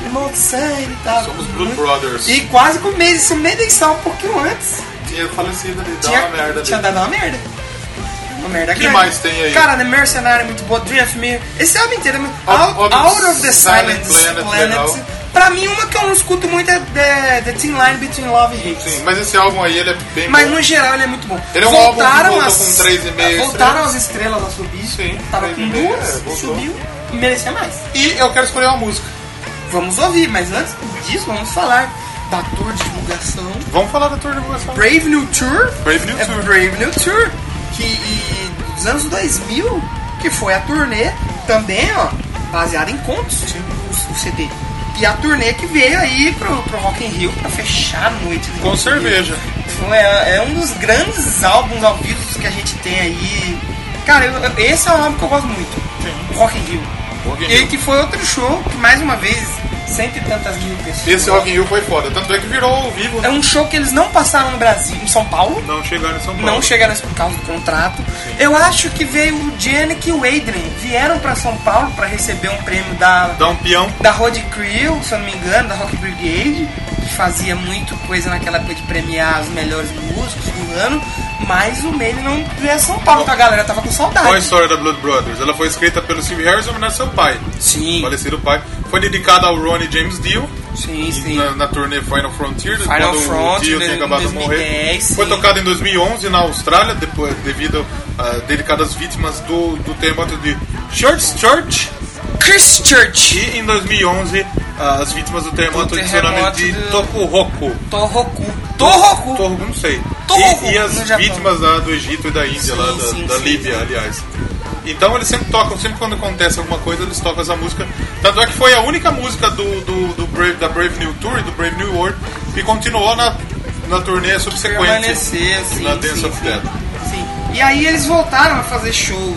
Speaker 4: irmão de sangue e tal.
Speaker 7: Somos Blood Brothers.
Speaker 4: E quase com o Maiden, se o Maiden saiu um pouquinho antes
Speaker 7: Tinha falecido ali, dá
Speaker 4: tinha,
Speaker 7: uma merda
Speaker 4: tinha
Speaker 7: ali.
Speaker 4: dado uma merda. Uma merda
Speaker 7: Que
Speaker 4: grande.
Speaker 7: mais tem aí?
Speaker 4: Cara, The Mercenary é muito boa, Dream of Me. Esse álbum inteiro é muito. Out,
Speaker 7: Out- Out
Speaker 4: Out
Speaker 7: of
Speaker 4: of the Silent
Speaker 7: Silent
Speaker 4: Planet.
Speaker 7: Planet, legal.
Speaker 4: Pra mim, uma que eu não escuto muito é The, the Thin Line Between Love e Hate.
Speaker 7: Sim, mas esse álbum aí, ele é bem
Speaker 4: Mas
Speaker 7: bom.
Speaker 4: no geral ele é muito bom.
Speaker 7: Ele é um álbum que voltou
Speaker 4: as-
Speaker 7: com três e meio
Speaker 4: Voltaram
Speaker 7: estrelas.
Speaker 4: as estrelas a subir.
Speaker 7: Sim,
Speaker 4: Tava
Speaker 7: três e
Speaker 4: com
Speaker 7: meio, é,
Speaker 4: duas,
Speaker 7: voltou.
Speaker 4: subiu e merecia mais.
Speaker 7: E eu quero escolher uma música.
Speaker 4: Vamos ouvir, mas antes disso, vamos falar da tour de divulgação.
Speaker 7: Vamos falar da tour de divulgação.
Speaker 4: Brave New Tour.
Speaker 7: Brave New
Speaker 4: é
Speaker 7: Tour.
Speaker 4: Brave New Tour. Que e, dos anos 2000, que foi a turnê também, ó, baseada em contos, o, o CD. E a turnê que veio aí pro, pro Rock in Rio pra fechar a noite. do
Speaker 7: Com
Speaker 4: Rock in
Speaker 7: cerveja.
Speaker 4: Rio. É, é um dos grandes álbuns ao vivo que a gente tem aí. Cara, eu- eu- esse é um álbum que eu gosto muito. O Rock in Rio.
Speaker 7: Rock in
Speaker 4: E
Speaker 7: Rio.
Speaker 4: que foi outro show que, mais uma vez, cento e tantas mil pessoas.
Speaker 7: Esse Rock in Rio foi foda. Tanto é que virou ao vivo.
Speaker 4: É um show que eles não passaram no Brasil, em São Paulo.
Speaker 7: Não chegaram em São Paulo.
Speaker 4: Não chegaram por causa do contrato. Eu acho que veio o Janik e o Adrian. Vieram pra São Paulo pra receber um prêmio da,
Speaker 7: Dá um peão.
Speaker 4: da Road Crew, se eu não me engano, da Rock Brigade, que fazia muito coisa naquela época de premiar os melhores músicos do ano. Mas o Meire não veio a São Paulo, então a galera tava com saudade.
Speaker 7: Qual é a história da Blood Brothers? Ela foi escrita pelo Steve Harris em homenagem ao é seu pai.
Speaker 4: Sim,
Speaker 7: Falecido pai. Foi dedicada ao Ronnie James Dio.
Speaker 4: sim, sim.
Speaker 7: Na, na turnê Final Frontier,
Speaker 4: Final
Speaker 7: quando o
Speaker 4: Frontier,
Speaker 7: Dio tinha
Speaker 4: em
Speaker 7: acabado de
Speaker 4: 2010,
Speaker 7: morrer.
Speaker 4: sim.
Speaker 7: Foi tocado em 2011 na Austrália, depois, devido a dedicado às vítimas do, do terremoto de Christchurch.
Speaker 4: Christchurch,
Speaker 7: E em 2011, as vítimas do terremoto,
Speaker 4: Do
Speaker 7: de tsunami
Speaker 4: terremoto
Speaker 7: de
Speaker 4: do-
Speaker 7: Tokuhoku.
Speaker 4: Tohoku. Tohoku!
Speaker 7: Torro, não sei.
Speaker 4: Tohoku,
Speaker 7: e, e
Speaker 4: no
Speaker 7: as
Speaker 4: Japão.
Speaker 7: vítimas lá do Egito e da Índia,
Speaker 4: tá. Sim,
Speaker 7: lá da,
Speaker 4: sim,
Speaker 7: da
Speaker 4: sim,
Speaker 7: Líbia,
Speaker 4: sim.
Speaker 7: aliás. Então eles sempre tocam, sempre quando acontece alguma coisa, eles tocam essa música. Tanto é que foi a única música do, do, do Brave, da Brave New Tour e do Brave New World que continuou na, na turnê subsequente.
Speaker 4: permanecer, sim,
Speaker 7: na
Speaker 4: sim,
Speaker 7: Dance of
Speaker 4: sim,
Speaker 7: Death.
Speaker 4: sim. E aí eles voltaram a fazer shows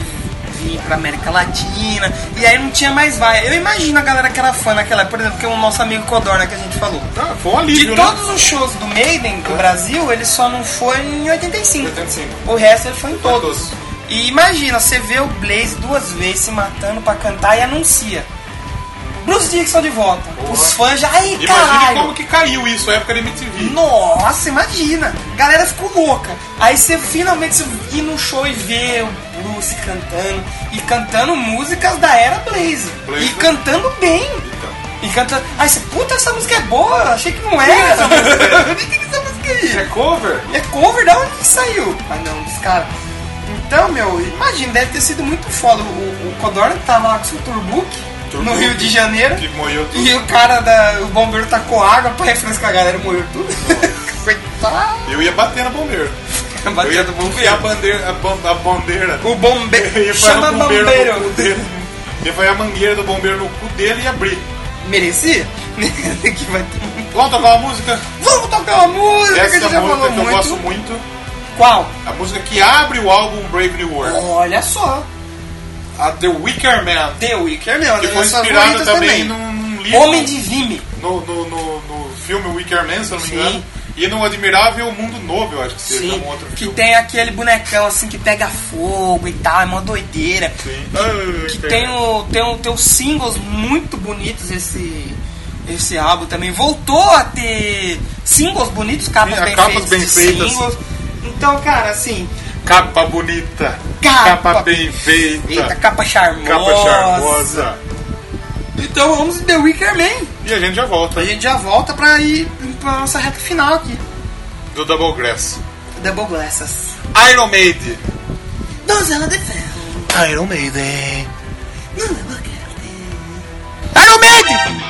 Speaker 4: vir pra América Latina, e aí não tinha mais vai. Eu imagino a galera que era fã naquela, época, por exemplo, que é o nosso amigo Codorna que a gente falou.
Speaker 7: Ah, foi um
Speaker 4: De
Speaker 7: alívio, né? É.
Speaker 4: todos os shows do Maiden do Brasil, ele só não foi em 85.
Speaker 7: 85.
Speaker 4: O resto ele foi em todos.
Speaker 7: todos.
Speaker 4: E imagina, você vê o Blaze duas vezes se matando pra cantar e anuncia. Bruce Dixon de volta. Os fãs já. Ai,
Speaker 7: Imagine
Speaker 4: caralho!
Speaker 7: como que caiu isso, a época da MTV.
Speaker 4: Nossa, imagina! A galera ficou louca. Aí você finalmente ir num show e ver o Bruce cantando. E cantando músicas da era Blaze.
Speaker 7: Blaze.
Speaker 4: E cantando bem. E cantando. Aí você, puta, essa música é boa. eu Achei que não era. De que que essa música é?
Speaker 7: cover?
Speaker 4: É cover da onde que saiu? Ah não, os caras. Então, meu, imagina, deve ter sido muito foda. O, o Codorna tava lá com seu Turbook no
Speaker 7: Turbook,
Speaker 4: Rio de Janeiro.
Speaker 7: Que morreu tudo.
Speaker 4: E o cara da. O bombeiro tacou água pra refrescar a galera, morreu tudo. Coitado.
Speaker 7: Eu ia bater na bombeira. Eu ia bombear a bandeira. A, ban- a bandeira.
Speaker 4: O bombeiro.
Speaker 7: Ele foi a
Speaker 4: Chama
Speaker 7: um bombeiro no cu
Speaker 4: bombeiro.
Speaker 7: dele. Ele foi a mangueira do bombeiro no cu dele e abrir.
Speaker 4: Merecia? que vai ter- um-
Speaker 7: Vamos tocar uma música?
Speaker 4: Vamos tocar uma música
Speaker 7: Essa
Speaker 4: que a gente
Speaker 7: é
Speaker 4: já
Speaker 7: a música
Speaker 4: falou
Speaker 7: que eu
Speaker 4: muito.
Speaker 7: gosto muito.
Speaker 4: Qual?
Speaker 7: A música que abre o álbum Brave New World.
Speaker 4: Olha só.
Speaker 7: A The Wicker Man.
Speaker 4: The Wicker Man, uma
Speaker 7: Que foi
Speaker 4: das minhas
Speaker 7: inspirada
Speaker 4: favoritas
Speaker 7: também num, num livro.
Speaker 4: Homem de Vime.
Speaker 7: no, no, no, no filme Wicker Man, se eu não me
Speaker 4: Sim.
Speaker 7: engano. E no Admirável Mundo Novo, eu acho que seja
Speaker 4: Sim,
Speaker 7: um outro
Speaker 4: que
Speaker 7: filme.
Speaker 4: tem aquele bonecão assim que pega fogo e tal, é uma doideira.
Speaker 7: Sim. Ah,
Speaker 4: que
Speaker 7: tem-
Speaker 4: tem, um- o, tem, o, tem os singles muito bonitos esse, esse álbum também. Voltou a ter singles bonitos, capas
Speaker 7: Sim,
Speaker 4: bem
Speaker 7: capas
Speaker 4: feitas.
Speaker 7: bem
Speaker 4: e
Speaker 7: feitas.
Speaker 4: Singles. Então, cara, assim,
Speaker 7: Capa bonita.
Speaker 4: Capa-
Speaker 7: bem feita.
Speaker 4: eita, capa charmosa.
Speaker 7: Tá. Capa charmosa.
Speaker 4: Então vamos em The Wicker Man.
Speaker 7: E a gente já volta
Speaker 4: A gente já volta pra ir pra nossa reta final aqui.
Speaker 7: do Double Grass.
Speaker 4: Double Glasses.
Speaker 7: Iron Maiden.
Speaker 4: Donzela de Ferro.
Speaker 7: Iron Maiden.
Speaker 4: Iron Maiden!
Speaker 10: Iron Maiden,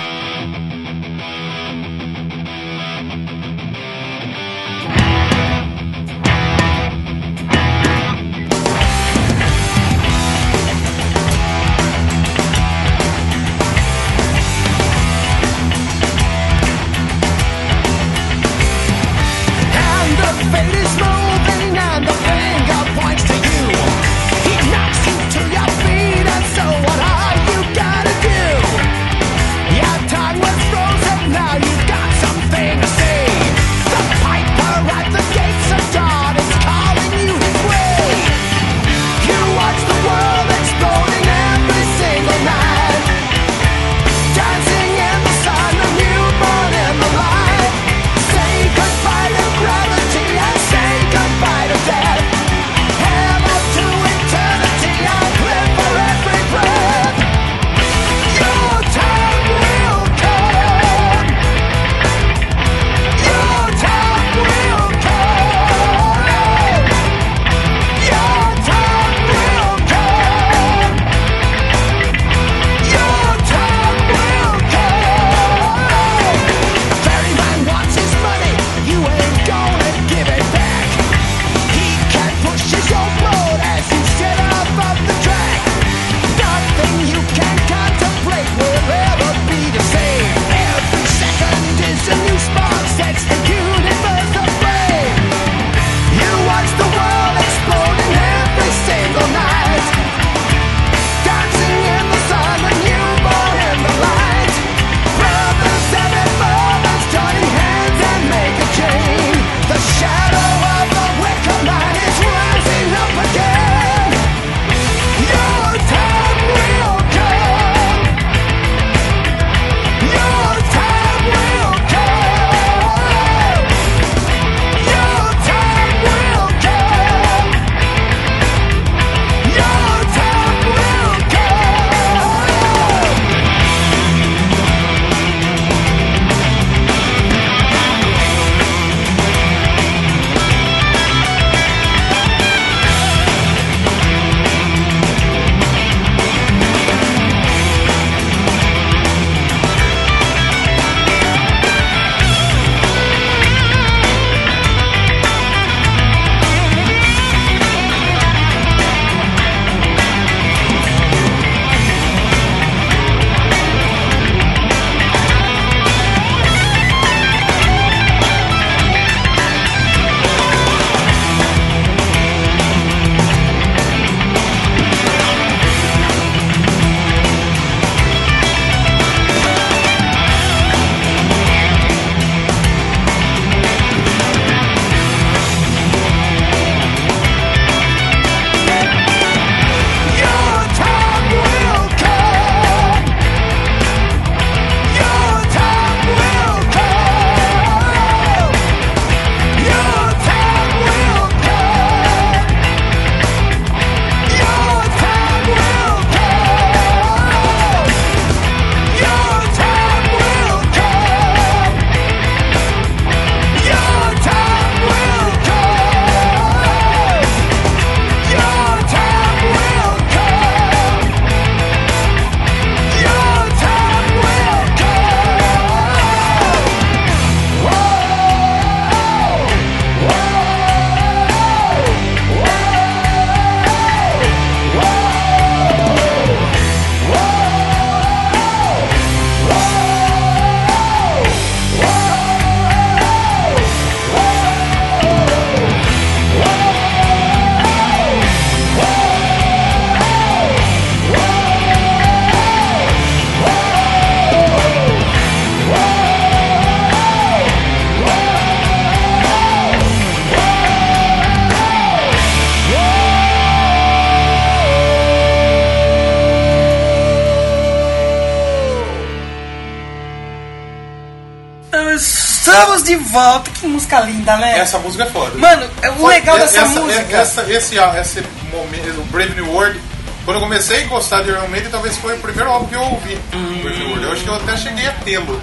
Speaker 4: Então, de volta. Que música linda, né?
Speaker 7: Essa música é foda.
Speaker 4: Mano, o
Speaker 7: Foi-
Speaker 4: legal
Speaker 7: e-
Speaker 4: dessa
Speaker 7: essa-
Speaker 4: música.
Speaker 7: e- Essa, esse, ah, esse momento, o Brave New World, quando eu comecei a gostar de Iron Maiden, talvez foi o primeiro álbum que eu ouvi. Brave New World. Eu acho que eu até cheguei a tê-lo.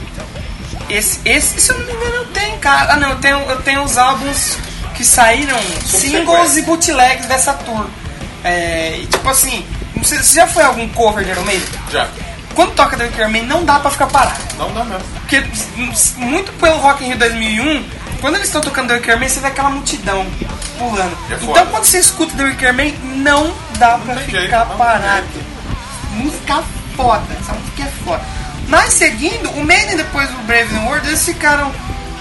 Speaker 4: Esse, esse, se eu não me engano, eu tenho, cara. Ah, não, eu tenho, eu tenho os álbuns que saíram, singles e bootlegs dessa tour. É, e tipo assim, não sei- você já foi a algum cover de Iron Maiden?
Speaker 7: Já.
Speaker 4: Quando toca The Wicker Man, não dá pra ficar parado.
Speaker 7: Não dá mesmo.
Speaker 4: Porque muito pelo Rock in Rio 2001, quando eles estão tocando The Wicker Man, você vê aquela multidão pulando.
Speaker 7: É foda.
Speaker 4: então quando você escuta The Wicker Man, não dá pra
Speaker 7: tem
Speaker 4: ficar
Speaker 7: jeito, não tem
Speaker 4: parado. Música foda, essa música é foda. Mas seguindo, o Maiden depois do Brave New World, eles ficaram...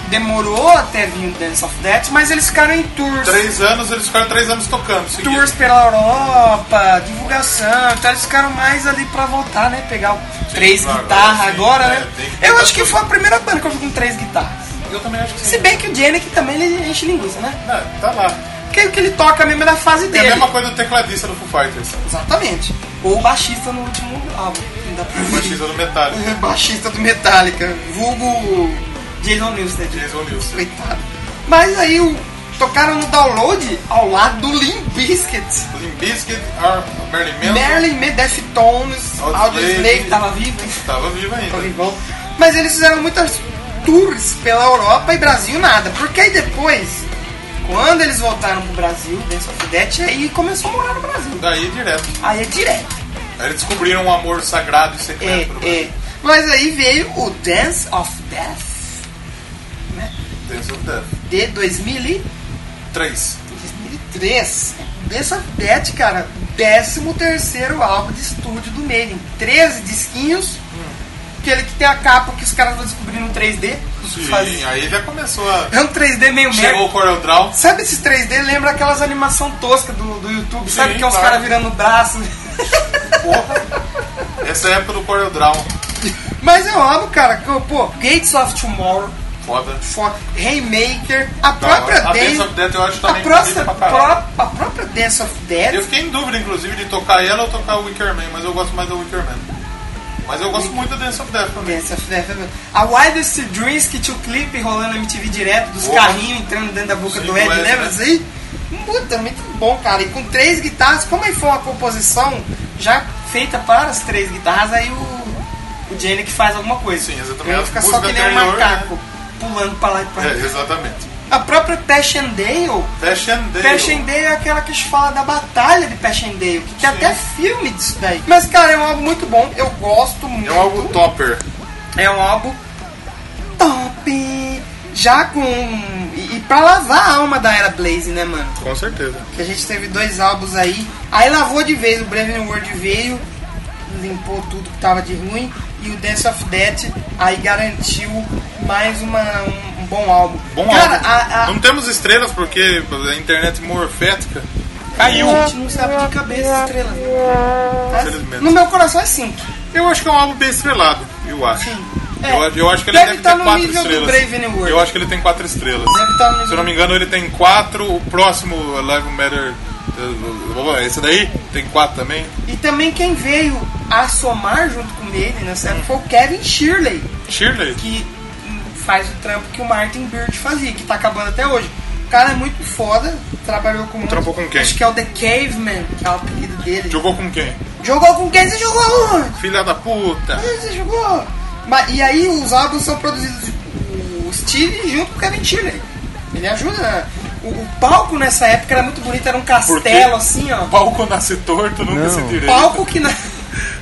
Speaker 4: Demorou até vir o Dance of Death, mas eles ficaram em tours.
Speaker 7: Três anos, eles ficaram três anos tocando. seguido.
Speaker 4: Tours pela Europa, divulgação, então eles ficaram mais ali pra voltar, né? Pegar o- três
Speaker 7: claro,
Speaker 4: guitarras
Speaker 7: sim,
Speaker 4: agora,
Speaker 7: é,
Speaker 4: né?
Speaker 7: tem que
Speaker 4: Eu
Speaker 7: botar
Speaker 4: acho que foi a primeira banda que eu vi com três guitarras.
Speaker 7: Eu também acho que
Speaker 4: Se
Speaker 7: sim.
Speaker 4: bem que o Janek também ele enche linguiça, né?
Speaker 7: Não, tá lá.
Speaker 4: Porque o que ele toca mesmo é da fase
Speaker 7: É a
Speaker 4: dele.
Speaker 7: mesma coisa do tecladista do Foo Fighters.
Speaker 4: Exatamente. Ou o baixista no último álbum. Ainda
Speaker 7: O baixista do Metallica.
Speaker 4: baixista do Metallica, vulgo Jason Newsted.
Speaker 7: Jason Newsted.
Speaker 4: Coitado. Mas aí o... tocaram no download ao lado do Limp Bizkit.
Speaker 7: Limp Bizkit, Ar- Marilyn Manson.
Speaker 4: Merlin, Me- Deftones,
Speaker 7: Audioslave.
Speaker 4: Audio Slave tava vivo, hein?
Speaker 7: Tava vivo
Speaker 4: Tava
Speaker 7: ainda.
Speaker 4: vivão. Mas eles fizeram muitas tours pela Europa e Brasil nada. Porque aí depois, quando eles voltaram pro Brasil, Dance of Death, aí começou a morar no Brasil.
Speaker 7: Daí direto.
Speaker 4: Aí é direto.
Speaker 7: Aí eles descobriram um amor sagrado e
Speaker 4: É,
Speaker 7: secreto.
Speaker 4: é. Mas aí veio o Dance of Death
Speaker 7: Dance of Death.
Speaker 4: de 2000 e-
Speaker 7: Três.
Speaker 4: 2003. Dance of Death, cara, 13 terceiro álbum de estúdio do Maiden. 13 disquinhos. Aquele que tem a capa que os caras vão descobrir no 3D.
Speaker 7: Sim,
Speaker 4: Faz-
Speaker 7: aí já começou a.
Speaker 4: É um 3D meio merda.
Speaker 7: Chegou o Corel Draw.
Speaker 4: Sabe esses 3D? Lembra aquelas animação tosca do, do YouTube,
Speaker 7: Sim,
Speaker 4: sabe? Que é os
Speaker 7: claro.
Speaker 4: caras virando o braço.
Speaker 7: Porra. Essa é a época do Corel Draw.
Speaker 4: Mas eu amo, cara. que eu- Pô, Gates of Tomorrow,
Speaker 7: Foda.
Speaker 4: Fo- Haymaker, a
Speaker 7: Da
Speaker 4: própria
Speaker 7: hora. A Dance
Speaker 4: Dance.
Speaker 7: of Death eu acho
Speaker 4: A
Speaker 7: também
Speaker 4: própria,
Speaker 7: bonita pra caralho.
Speaker 4: pró- a própria Dance of Death.
Speaker 7: Eu fiquei em dúvida, inclusive, de tocar ela ou tocar o Wicker Man, mas eu gosto mais do Wicker Man. Mas eu gosto muito da Dance of Death também.
Speaker 4: Dance of Death. A Wildest Dreams que tinha o clipe rolando na MTV direto, dos
Speaker 7: Opa.
Speaker 4: carrinhos entrando dentro da boca
Speaker 7: Sim,
Speaker 4: do Ed,
Speaker 7: do Ed,
Speaker 4: lembra
Speaker 7: né?
Speaker 4: disso aí? Puta, muito bom, cara. E com três guitarras, como aí foi uma composição já feita para as três guitarras, aí o, o Jenny que faz alguma coisa.
Speaker 7: Sim, exatamente.
Speaker 4: Ele não fica só
Speaker 7: Música
Speaker 4: que nem um
Speaker 7: anterior, né?
Speaker 4: macaco, pulando pra lá e pra
Speaker 7: É,
Speaker 4: cá.
Speaker 7: exatamente.
Speaker 4: A própria Passion Dale
Speaker 7: Fashion Day.
Speaker 4: Passchendaele é aquela que fala da batalha de Passchendaele, que tem até filme disso daí. Mas, cara, é um álbum muito bom, eu gosto muito.
Speaker 7: É um álbum topper.
Speaker 4: É um álbum top! Já com. E, e pra lavar a alma da era Blaze, né, mano?
Speaker 7: Com certeza.
Speaker 4: Que a gente teve dois álbuns aí. Aí lavou de vez, o Brave New World veio, limpou tudo que tava de ruim. E o Dance of Death aí garantiu mais uma, um, um bom álbum.
Speaker 7: Bom
Speaker 4: cara,
Speaker 7: álbum.
Speaker 4: a- a-
Speaker 7: Não temos estrelas porque a internet morfética
Speaker 4: E
Speaker 7: caiu.
Speaker 4: a gente não sabe de cabeça estrela.
Speaker 7: Infelizmente.
Speaker 4: No meu coração é 5.
Speaker 7: Eu acho que é um álbum bem estrelado, eu acho.
Speaker 4: Sim.
Speaker 7: Eu,
Speaker 4: É.
Speaker 7: acho- eu acho que ele
Speaker 4: Deve
Speaker 7: deve,
Speaker 4: tá
Speaker 7: ter
Speaker 4: no
Speaker 7: quatro
Speaker 4: nível do
Speaker 7: estrelas.
Speaker 4: Brave New World.
Speaker 7: Eu acho que ele tem quatro estrelas.
Speaker 4: Deve tá no nível-
Speaker 7: Se eu não me engano, ele tem quatro. O próximo Live Matter. eh, Esse daí tem quatro também.
Speaker 4: E também quem veio a somar junto com ele nessa época foi o Kevin Shirley,
Speaker 7: Shirley.
Speaker 4: que hum, faz o trampo que o Martin Bird fazia, que tá acabando até hoje. O cara é muito foda, trabalhou com.
Speaker 7: Trampou com quem?
Speaker 4: Acho que é o The Caveman, que é o apelido dele.
Speaker 7: Jogou com quem?
Speaker 4: Jogou com quem? Você jogou onde?
Speaker 7: Filha da puta.
Speaker 4: Você jogou? Mas, e aí os álbuns são produzidos tipo, o Steve junto com o Kevin Shirley. Ele ajuda. né? O, o palco nessa época era muito bonito, era um castelo assim, ó.
Speaker 7: Palco nasce torto, nunca se direita.
Speaker 4: Palco que na.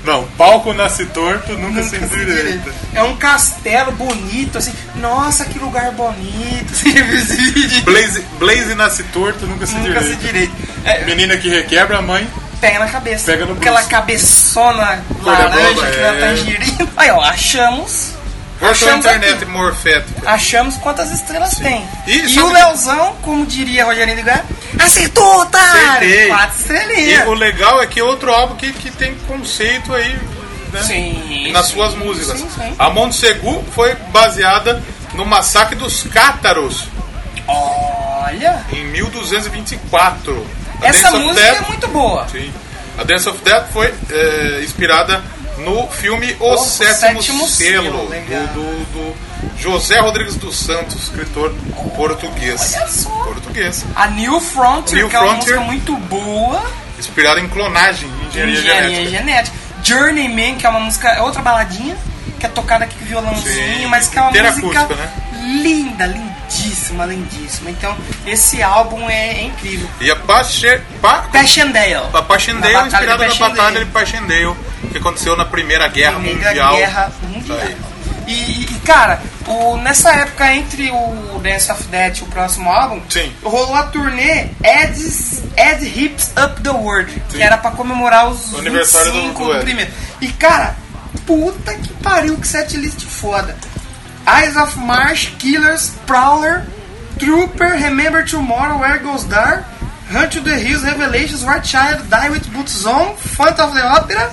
Speaker 7: Não, palco nasce torto, nunca, se
Speaker 4: Nunca se
Speaker 7: direita.
Speaker 4: direita. É um castelo bonito, assim. Nossa, que lugar bonito. Você já viu esse vídeo?
Speaker 7: Blaze, Blaze nasce torto, nunca se
Speaker 4: Nunca se
Speaker 7: direita.
Speaker 4: direita. É,
Speaker 7: Menina que requebra a mãe.
Speaker 4: pega na cabeça.
Speaker 7: Pega no
Speaker 4: Aquela
Speaker 7: bolso.
Speaker 4: cabeçona
Speaker 7: da
Speaker 4: laranja
Speaker 7: boba,
Speaker 4: que na
Speaker 7: é.
Speaker 4: tangerina. Aí, ó, achamos.
Speaker 7: Achou a
Speaker 4: Achamos
Speaker 7: internet
Speaker 4: aqui.
Speaker 7: morfética.
Speaker 4: Achamos quantas estrelas tem.
Speaker 7: E
Speaker 4: E,
Speaker 7: sabe-
Speaker 4: o Leozão, como diria Rogerinho de Guerra, acertou, tá?
Speaker 7: Acertei.
Speaker 4: Quatro
Speaker 7: E o
Speaker 4: estrelinhas.
Speaker 7: legal é que é outro álbum que, que tem conceito aí né?
Speaker 4: Sim.
Speaker 7: nas suas músicas.
Speaker 4: Sim, sim.
Speaker 7: A Montegu foi baseada no massacre dos cátaros
Speaker 4: Olha,
Speaker 7: em 1224. A
Speaker 4: essa
Speaker 7: Dance of
Speaker 4: música
Speaker 7: Death-
Speaker 4: é muito boa.
Speaker 7: Sim. A Dance of Death foi eh, inspirada no filme O,
Speaker 4: O
Speaker 7: Sétimo,
Speaker 4: Sétimo
Speaker 7: Selo,
Speaker 4: Selo, legal.
Speaker 7: do, do, do José Rodrigues dos Santos, escritor português.
Speaker 5: Olha só.
Speaker 7: Português.
Speaker 4: A New Frontier,
Speaker 7: New
Speaker 4: que é uma
Speaker 7: Frontier.
Speaker 4: música muito boa.
Speaker 7: Inspirado em clonagem, em engenharia,
Speaker 4: Engenharia
Speaker 7: genética.
Speaker 4: genética. Journeyman, que é uma música, é outra baladinha, que é tocada aqui com violãozinho,
Speaker 7: Sim,
Speaker 4: mas que é uma
Speaker 7: inteira
Speaker 4: música
Speaker 7: acústica, né?
Speaker 4: linda, lindíssima, lindíssima. Então, esse álbum é, é incrível.
Speaker 7: E a Pache, pa,
Speaker 4: Passchendaele.
Speaker 7: a Passchendaele,
Speaker 4: Na Batalha de
Speaker 7: inspirada na
Speaker 4: Passchendaele.
Speaker 7: Batalha de Passchendaele, que aconteceu na Primeira Guerra
Speaker 4: Primeira
Speaker 7: Mundial.
Speaker 4: Guerra Mundial.
Speaker 7: Tá aí.
Speaker 4: E, e- e, cara, o, nessa época entre o Dance of Death e o próximo álbum,
Speaker 7: Sim.
Speaker 4: rolou a turnê Ed's, Ed Hips Up the World,
Speaker 7: Sim.
Speaker 4: que era pra comemorar os
Speaker 7: O aniversário do-
Speaker 4: 25
Speaker 7: do Ed.
Speaker 4: primeiro. E cara, puta que pariu, que setlist foda. Eyes of March, Killers, Prowler, Trooper, Remember Tomorrow, Where Goes Dark, Hunt to the Hills, Revelations, Rothschild, Die with Boots On, Phantom of the Opera,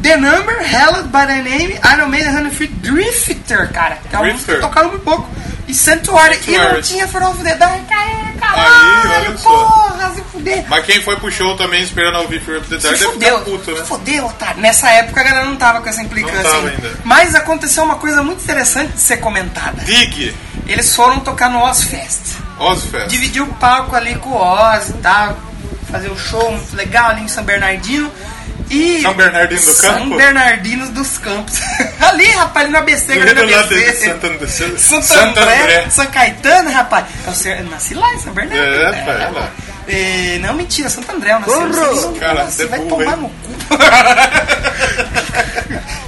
Speaker 4: The Number, Hallowed by the Name, Iron Maiden, Honey Free, Drifter, cara. Que é uma música
Speaker 7: Drifter.
Speaker 4: que tocaram muito pouco. E Santuário. E não
Speaker 7: Sanctuary.
Speaker 4: tinha From of the Dark. Ai,
Speaker 7: Aí,
Speaker 4: Caralho,
Speaker 7: olha só.
Speaker 4: porra, se fuder.
Speaker 7: Mas quem foi pro show também esperando ouvir Fear of the
Speaker 4: Se
Speaker 7: Dark deve ficar
Speaker 4: fodeu,
Speaker 7: puto, né?
Speaker 4: se fodeu, otário. Nessa época a galera não tava com essa implicância.
Speaker 7: Não tava
Speaker 4: ainda.
Speaker 7: ainda.
Speaker 4: Mas aconteceu uma coisa muito interessante de ser comentada.
Speaker 7: Dig,
Speaker 4: Eles foram tocar no Ozfest.
Speaker 7: Ozfest.
Speaker 4: Dividiu o palco ali com o Oz e tal. Fazer um show muito legal ali em São Bernardino. E.
Speaker 7: São Bernardino do
Speaker 4: São
Speaker 7: Campo?
Speaker 4: Bernardino dos Campos. ali, rapaz, ali no ABC, ali no
Speaker 7: Do lado de
Speaker 4: ABC.
Speaker 7: Santo André.
Speaker 4: Santo,
Speaker 7: Santo
Speaker 4: André,
Speaker 7: André.
Speaker 4: São Caetano, rapaz. É Eu, sei- eu nasci lá em São Bernardo.
Speaker 7: É,
Speaker 4: né?
Speaker 7: pá, é lá.
Speaker 4: É, não, mentira, Santo André, eu nasci eu não sei nem onde
Speaker 7: Cara,
Speaker 4: eu nasci,
Speaker 7: você é
Speaker 4: vai
Speaker 7: burro,
Speaker 4: tomar
Speaker 7: hein?
Speaker 4: no cu.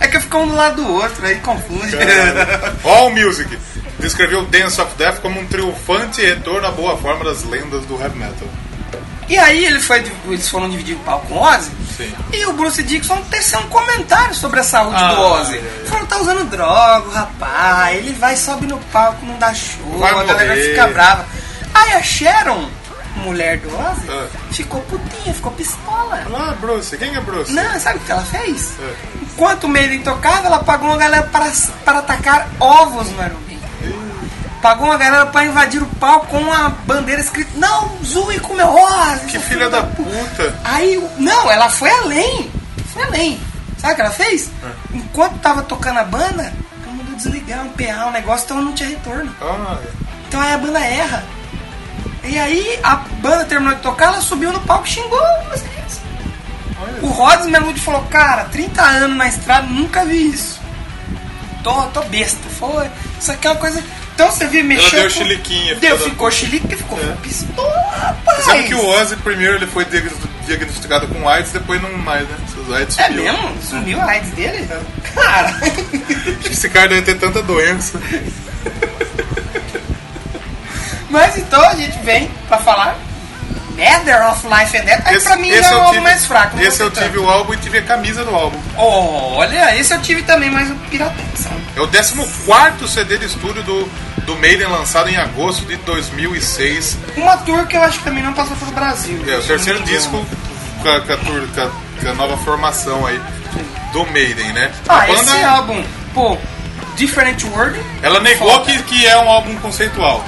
Speaker 4: é que fica um do lado do outro, aí confunde.
Speaker 7: All Music descreveu Dance of Death como um triunfante retorno à boa forma das lendas do heavy metal.
Speaker 4: E aí ele foi, eles foram dividir o palco com o Ozzy.
Speaker 7: Sim.
Speaker 4: E o Bruce Dixon teceu um comentário sobre a saúde do
Speaker 7: Ah, é,
Speaker 4: Ozzy. Falou, tá usando droga, o rapaz. Ele vai, sobe no palco, não dá show.
Speaker 7: Vai
Speaker 4: a galera
Speaker 7: morrer.
Speaker 4: fica brava. Aí a Sharon, mulher do Ozzy,
Speaker 7: Ah.
Speaker 4: ficou putinha, ficou pistola.
Speaker 7: Olá, Bruce. Quem é Bruce?
Speaker 4: Não, sabe o que ela fez?
Speaker 7: É.
Speaker 4: Enquanto o Maiden tocava, ela pagou uma galera para, para atacar ovos no Iron Maiden. Pagou uma galera para invadir o palco com uma bandeira escrita Não, zoe com meu rosa!
Speaker 7: Que filha da puta.
Speaker 4: Aí, o- não, ela foi além. Foi além. Sabe o que ela fez?
Speaker 7: É.
Speaker 4: Enquanto tava tocando a banda, ela mandou desligar, um PA, um negócio, então não tinha retorno.
Speaker 7: Ah,
Speaker 4: Então aí a banda erra. E aí a banda terminou de tocar, ela subiu no palco e xingou as crianças. O Rhodes Melody falou, cara, 30 anos na estrada, nunca vi isso. Tô, tô besta. Foi. Isso aqui é uma coisa. Então você viu mexer.
Speaker 7: deu
Speaker 4: com-
Speaker 7: chiliquinha, filha
Speaker 4: Deu,
Speaker 7: da É.
Speaker 4: ficou chilique, ficou pistola, rapaz.
Speaker 7: Sabe que o Ozzy primeiro ele foi diag- diagnosticado com AIDS, depois não mais, né? Seus AIDS
Speaker 4: É
Speaker 7: sumiu.
Speaker 4: mesmo? Sumiu a AIDS dele? Cara,
Speaker 7: Acho que Esse cara deve ter tanta doença.
Speaker 4: mas então a gente vem pra falar Matter of Life and Death. Aí pra mim já é
Speaker 7: eu
Speaker 4: um álbum
Speaker 7: tive-
Speaker 4: mais fraco. não
Speaker 7: Esse eu
Speaker 4: gostei
Speaker 7: tive o álbum e tive a camisa do álbum.
Speaker 4: tanto. Olha, esse eu tive também, mas o Piratex. né?
Speaker 7: É o 14 CD de estúdio do, do Maiden, lançado em agosto de 2006.
Speaker 4: Uma tour que eu acho que também não passou pelo Brasil.
Speaker 7: É o terceiro
Speaker 4: Não.
Speaker 7: disco com a, com a tur- com a- com a nova formação aí do Maiden, né?
Speaker 4: Ah,
Speaker 7: a banda,
Speaker 4: esse álbum, pô, Different World.
Speaker 7: ela negou
Speaker 4: Foda.
Speaker 7: que, que é um álbum conceitual.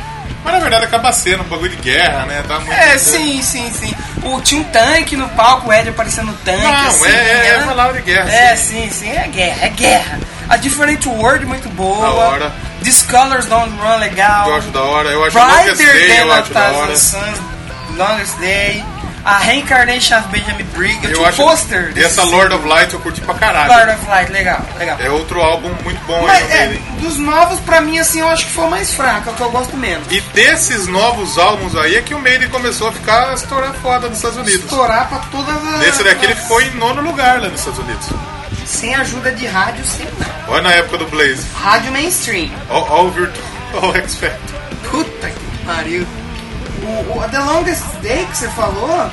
Speaker 7: Mas na verdade acaba sendo um bagulho de guerra, né? Tá muito
Speaker 4: É, sim, sim, sim. O, tinha um tanque no palco, o Ed aparecendo no tanque.
Speaker 7: Não,
Speaker 4: assim,
Speaker 7: é- é-
Speaker 4: era-
Speaker 7: é palavra de guerra,
Speaker 4: É, sim, sim, é guerra, é guerra. A Different World, muito boa.
Speaker 7: Da hora.
Speaker 4: Discolors Don't Run, legal.
Speaker 7: Eu acho da hora, eu acho Longest
Speaker 4: Brighter
Speaker 7: Day,
Speaker 4: Than
Speaker 7: eu
Speaker 4: a
Speaker 7: acho da hora.
Speaker 4: Thousand Suns, Longest Day. A Reincarnation of Benjamin Briggs. Eu
Speaker 7: Eu
Speaker 4: tinha um
Speaker 7: acho.
Speaker 4: pôster
Speaker 7: E essa
Speaker 4: desse
Speaker 7: Lord of Light eu curti pra caralho.
Speaker 4: Lord of Light, legal, legal.
Speaker 7: É um outro álbum muito bom aí
Speaker 4: Mas,
Speaker 7: do
Speaker 4: é,
Speaker 7: Maiden.
Speaker 4: dos novos, pra mim, assim, eu acho que foi o mais fraco, é o que eu gosto menos.
Speaker 7: E desses novos álbuns aí é que o Maiden começou a ficar a estourar foda nos Estados Unidos.
Speaker 4: Estourar pra todas as.
Speaker 7: Desse daqui ele ficou em nono lugar lá nos Estados Unidos.
Speaker 4: Sem ajuda de rádio, sem nada.
Speaker 7: Olha na época do Blaze.
Speaker 4: Rádio mainstream.
Speaker 7: Olha o Virtu. Olha o X Factor.
Speaker 4: Puta que pariu. O, o- a The Longest Day que você falou.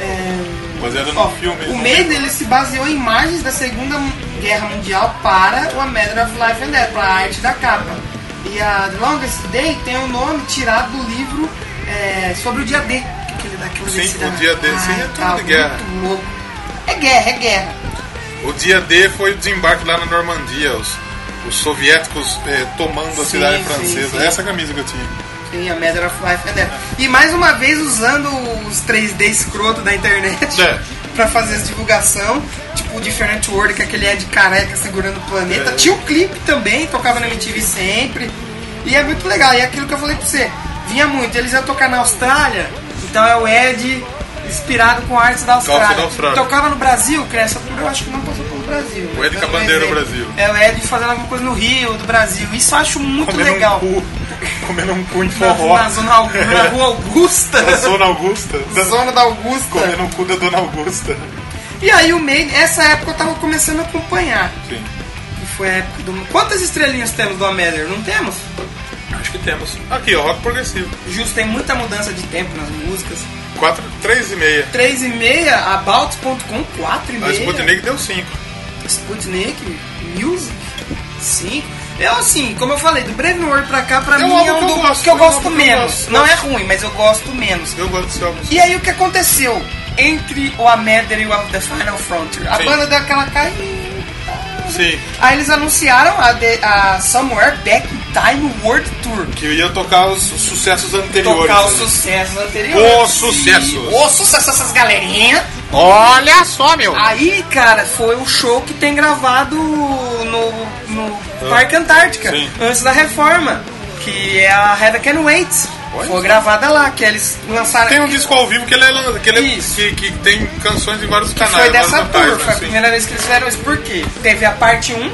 Speaker 4: É...
Speaker 7: Baseado
Speaker 4: ó,
Speaker 7: no filme.
Speaker 4: o Maiden ele se baseou em imagens da Segunda Guerra Mundial para o A Matter of Life and Death, para a arte da capa. E a The Longest Day tem o nome tirado do livro é, sobre o dia D. Aquele daquela
Speaker 7: Sim,
Speaker 4: descida-
Speaker 7: o dia D, sim,
Speaker 4: né? Ai,
Speaker 7: é tudo
Speaker 4: tá
Speaker 7: de guerra.
Speaker 4: Muito louco. É guerra, é guerra.
Speaker 7: O dia D foi o desembarque lá na Normandia. Os, os soviéticos eh, tomando a
Speaker 4: Sim,
Speaker 7: cidade
Speaker 4: sim,
Speaker 7: francesa.
Speaker 4: sim.
Speaker 7: Essa camisa que eu tinha.
Speaker 4: Sim, a Matter of Life and Death. E mais uma vez usando os 3D escroto da internet
Speaker 7: É.
Speaker 4: pra fazer essa divulgação. Tipo, o Different World, que é aquele Ed careca segurando o
Speaker 7: É.
Speaker 4: planeta. Tinha o clipe também, tocava na MTV sempre. E é muito legal. E é aquilo que eu falei pra você. Vinha muito. Eles iam tocar na Austrália, então é o Ed inspirado com artes da Austrália.
Speaker 7: da Austrália.
Speaker 4: Tocava no Brasil, cara, essa turma eu acho que não passou pelo Brasil.
Speaker 7: O Ed
Speaker 4: Pelo
Speaker 7: com a bandeira
Speaker 4: menos
Speaker 7: do
Speaker 4: é-
Speaker 7: Brasil.
Speaker 4: É o Ed fazendo alguma coisa no Rio, do Brasil. Isso eu acho muito
Speaker 7: Comendo
Speaker 4: legal.
Speaker 7: um cu. Comendo um cu em
Speaker 4: Na,
Speaker 7: forró.
Speaker 4: na zona, Au- na rua Augusta.
Speaker 7: Da Zona Augusta. Da-
Speaker 4: zona da Augusta.
Speaker 7: Comendo um cu da Dona Augusta.
Speaker 4: E aí o Maiden, essa época eu tava começando a acompanhar.
Speaker 7: Sim.
Speaker 4: Que foi a época do. Quantas estrelinhas temos do Amélior? Não temos?
Speaker 7: Acho que temos. Aqui, ó, rock progressivo.
Speaker 4: Justo, tem muita mudança de tempo nas músicas.
Speaker 7: 4, 3 e meia.
Speaker 4: 3,5, about.com, 4,5.
Speaker 7: A Ah, Sputnik deu 5.
Speaker 4: Sputnik, Music, 5. Eu, assim, como eu falei, do Brave New World pra cá, pra
Speaker 7: É um
Speaker 4: mim
Speaker 7: álbum
Speaker 4: é um
Speaker 7: que eu
Speaker 4: do-
Speaker 7: gosto,
Speaker 4: que eu
Speaker 7: é um álbum
Speaker 4: gosto
Speaker 7: que eu
Speaker 4: menos.
Speaker 7: gosto.
Speaker 4: Não é ruim, mas eu gosto menos.
Speaker 7: Eu gosto desse álbum.
Speaker 4: E aí o que aconteceu entre o Amether e o The Final Frontier? A
Speaker 7: Sim.
Speaker 4: banda deu aquela caída.
Speaker 7: Sim.
Speaker 4: Aí eles anunciaram a, The- a Somewhere Back in Time World Tour.
Speaker 7: Que eu ia tocar os sucessos anteriores. né?
Speaker 4: Tocar os sucessos anteriores.
Speaker 7: Os sucessos.
Speaker 4: Ô, sucesso essas galerinhas!
Speaker 1: Olha só, meu.
Speaker 4: Aí, cara, foi o show que tem gravado no, no Parque Antártica,
Speaker 7: Ah. Sim.
Speaker 4: antes da reforma, que é a Heather Can Wait.
Speaker 7: Olha
Speaker 4: Foi
Speaker 7: só.
Speaker 4: gravada lá, que eles lançaram.
Speaker 7: Tem um disco ao vivo que ele é, que, ele é-
Speaker 4: Isso.
Speaker 7: que, que tem canções em vários
Speaker 4: que
Speaker 7: canais.
Speaker 4: foi
Speaker 7: vários
Speaker 4: dessa
Speaker 7: locais,
Speaker 4: tour,
Speaker 7: né?
Speaker 4: foi a
Speaker 7: Sim.
Speaker 4: primeira vez que eles fizeram isso. Por quê? Teve a parte 1,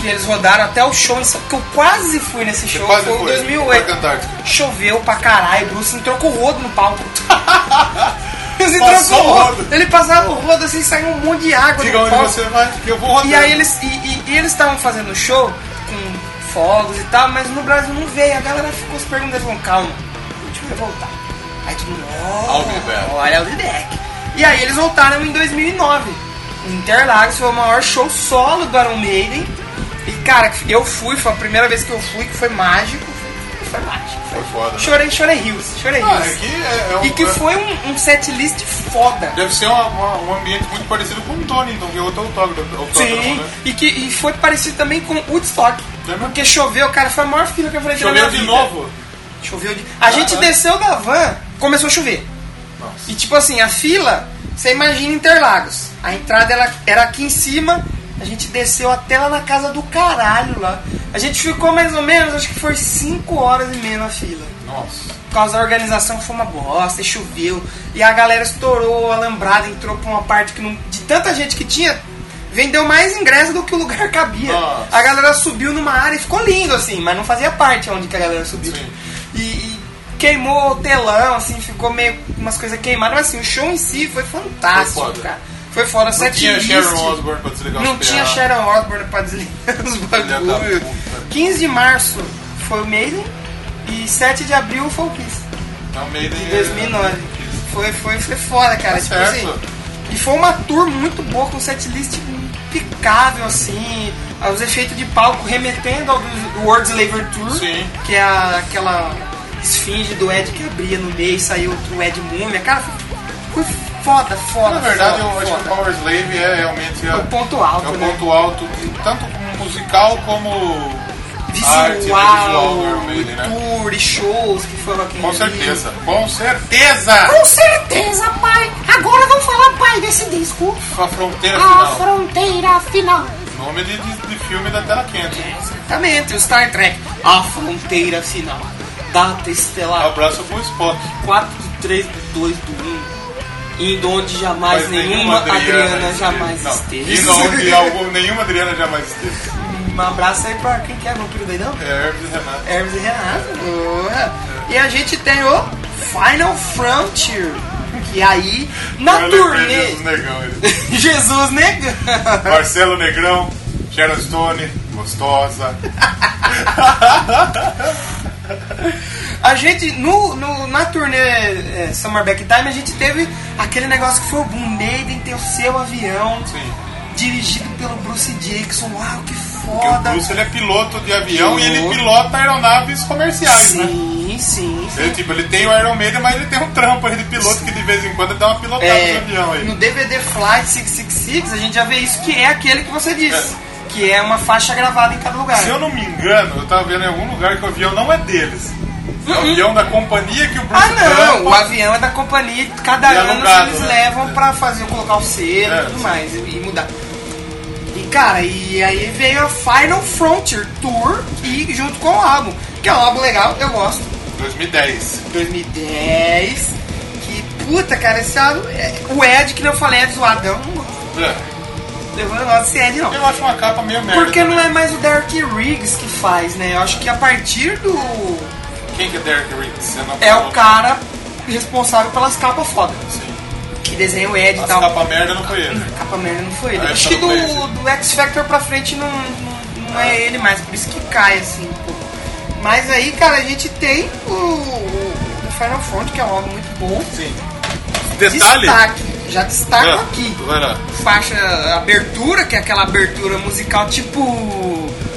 Speaker 4: que eles rodaram até o show, em São- que eu quase fui nesse show,
Speaker 7: quase
Speaker 4: foi em
Speaker 7: foi, Parque
Speaker 4: 2008.
Speaker 7: Antártico.
Speaker 4: Choveu pra caralho, o Bruce entrou com o rodo no palco. Eles entrou
Speaker 7: Passou
Speaker 4: com o
Speaker 7: o
Speaker 4: rodo.
Speaker 7: rodo.
Speaker 4: Ele passava o rodo assim, saiu um monte de água
Speaker 7: Diga
Speaker 4: no
Speaker 7: onde
Speaker 4: palco.
Speaker 7: você vai, que eu vou rodar.
Speaker 4: E aí eles e, e- e eles estavam fazendo show com fogos e tal, mas no Brasil não veio. A galera ficou se perguntando, falando, calma, a gente vai voltar. Aí todo mundo,
Speaker 7: I'll be back."
Speaker 4: "Oh, olha o Lidec. E aí eles voltaram em 2009. Interlagos foi o maior show solo do Iron Maiden. E cara, eu fui, foi a primeira vez que eu fui, que foi mágico. Foi mágico.
Speaker 7: Foi foda, né?
Speaker 4: Chorei, chorei rios, chorei
Speaker 7: Ah,
Speaker 4: rios.
Speaker 7: aqui é, é um,
Speaker 4: E que foi um, um setlist foda.
Speaker 7: Deve ser uma- uma- um ambiente muito parecido com o Tony, então, que é outro autógrafo. autógrafo,
Speaker 4: Sim,
Speaker 7: Né?
Speaker 4: e que e foi parecido também com Woodstock.
Speaker 7: Lembra?
Speaker 4: Porque choveu, cara, foi a maior fila que eu falei na
Speaker 7: Choveu
Speaker 4: é minha
Speaker 7: de
Speaker 4: vida.
Speaker 7: novo.
Speaker 4: Choveu de A gente
Speaker 7: Caralho.
Speaker 4: desceu da van, começou a chover. E tipo assim, a fila, você imagina Interlagos. A entrada ela, era aqui em cima, a gente desceu até lá na casa do caralho lá. A gente ficou mais ou menos, acho que foi 5 horas e meia na fila.
Speaker 7: Nossa.
Speaker 4: Por causa da organização foi uma bosta, e choveu. E a galera estourou, a lambrada entrou pra uma parte que não. De tanta gente que tinha, vendeu mais ingresso do que o lugar cabia.
Speaker 7: Nossa.
Speaker 4: A galera subiu numa área e ficou lindo, assim, mas não fazia parte onde que a galera subiu.
Speaker 7: Sim.
Speaker 4: E, e queimou o telão, assim, ficou meio umas coisas queimadas, mas assim, o show em si foi fantástico,
Speaker 7: Foi foda.
Speaker 4: cara. Foi fora
Speaker 7: Não
Speaker 4: sete
Speaker 7: tinha
Speaker 4: list.
Speaker 7: Sharon Osbourne pra desligar
Speaker 4: Não
Speaker 7: os
Speaker 4: tinha
Speaker 7: PA.
Speaker 4: Sharon Osbourne pra desligar os
Speaker 7: da
Speaker 4: bagulhos.
Speaker 7: puta.
Speaker 4: 15 de março foi o Maiden e 7 de abril foi o Kiss,
Speaker 7: Não, Maiden
Speaker 4: em
Speaker 7: é-
Speaker 4: 2009. Foi, foi, foi foda, cara.
Speaker 7: Tá
Speaker 4: tipo
Speaker 7: certo.
Speaker 4: assim. E foi uma tour muito boa, com setlist impecável, assim. Os efeitos de palco remetendo ao do World Slaver Tour,
Speaker 7: Sim.
Speaker 4: que é a- aquela esfinge do Ed que abria no meio e saiu outro Ed Múmia. Cara, foi, foi foda, foda.
Speaker 7: Na verdade,
Speaker 4: foda,
Speaker 7: eu acho que o
Speaker 4: foda.
Speaker 7: Power Slave é realmente a-
Speaker 4: o ponto alto,
Speaker 7: é o
Speaker 4: né?
Speaker 7: ponto alto, tanto como musical como arte, né, visual
Speaker 4: visual,
Speaker 7: do Iron Maiden,
Speaker 4: e
Speaker 7: né?
Speaker 4: tour e shows que foram aqui.
Speaker 7: Com certeza, com certeza!
Speaker 5: Com certeza, pai. Agora vamos falar, pai, desse disco.
Speaker 7: A fronteira
Speaker 5: A
Speaker 7: final.
Speaker 5: fronteira final.
Speaker 7: Nome de, de, de filme da tela quente.
Speaker 4: Exatamente, o Star Trek, a fronteira final. Data estelar
Speaker 7: Abraço pro Spock.
Speaker 4: 4 do 3 do 2 do 1. Indo onde jamais
Speaker 7: Mas
Speaker 4: nenhuma Adriana, jamais
Speaker 7: não, E
Speaker 4: esteve.
Speaker 7: não, onde algum, nenhuma Adriana jamais esteve.
Speaker 4: Um abraço aí pra quem quer vampiro daí não?
Speaker 7: É Hermes e Renato.
Speaker 4: Hermes e Renato. boa. E a gente tem o Final Frontier. Que aí, na
Speaker 7: Eu lembrei
Speaker 4: turnê,
Speaker 7: disso, negão, ele.
Speaker 4: Jesus negão.
Speaker 7: Marcelo Negrão, Sharon Stone, gostosa.
Speaker 4: A gente, no, no- na turnê é, Summer Back Time, a gente teve aquele negócio que foi o Boom Maiden ter o seu avião
Speaker 7: Sim.
Speaker 4: dirigido pelo Bruce Dixon. Uau, que
Speaker 7: Porque o
Speaker 4: foda!
Speaker 7: Bruce ele é piloto de avião e ele
Speaker 4: Piloto.
Speaker 7: pilota aeronaves comerciais, né?
Speaker 4: sim, sim, sim.
Speaker 7: Ele, tipo, ele tem o Iron Maiden, mas ele tem um trampo aí de piloto que de vez em quando ele dá uma pilotada Tá no
Speaker 4: É,
Speaker 7: avião aí.
Speaker 4: no DVD Flight 666 a gente já vê isso, que é aquele que você disse. Que é uma faixa gravada em cada lugar.
Speaker 7: Se eu não me engano, eu tava vendo em algum lugar que o avião não é deles. É o avião da companhia que o Bruce
Speaker 4: Uhum. Ah não,
Speaker 7: trampa.
Speaker 4: o avião é da companhia, cada
Speaker 7: E
Speaker 4: ano
Speaker 7: alugado,
Speaker 4: eles
Speaker 7: né?
Speaker 4: levam pra fazer, colocar o selo e
Speaker 7: É,
Speaker 4: tudo
Speaker 7: sim.
Speaker 4: mais, e, e mudar. cara, e aí veio a Final Frontier Tour e junto com o álbum, que é um álbum legal, eu gosto.
Speaker 7: 2010.
Speaker 4: 2010. Que puta, cara, esse álbum. é- O Ed, que não falei, é zoado. Eu não gosto.
Speaker 7: É,
Speaker 4: Eu não gosto desse Ed, não.
Speaker 7: Eu acho uma capa meio merda.
Speaker 4: Porque não é mais o Derek Riggs que faz, né? Eu acho que a partir do.
Speaker 7: Quem que é Derek Riggs? Você não
Speaker 4: É
Speaker 7: falou.
Speaker 4: o cara responsável pelas capas foda.
Speaker 7: Sim.
Speaker 4: Que desenha o Ed e
Speaker 7: As
Speaker 4: tal.
Speaker 7: capa merda não foi ele.
Speaker 4: Capa merda não foi ele.
Speaker 7: Ah,
Speaker 4: Acho que
Speaker 7: essa não foi
Speaker 4: do,
Speaker 7: ele.
Speaker 4: do X Factor pra frente não, não, não é ele mais, por isso que cai assim um pouco. Mas aí, cara, a gente tem o, o o Final Front, que é um álbum muito bom.
Speaker 7: Sim. Detalhe.
Speaker 4: Destaque, já destaco
Speaker 7: Ah,
Speaker 4: aqui.
Speaker 7: Vai lá.
Speaker 4: Faixa abertura, que é aquela abertura musical tipo.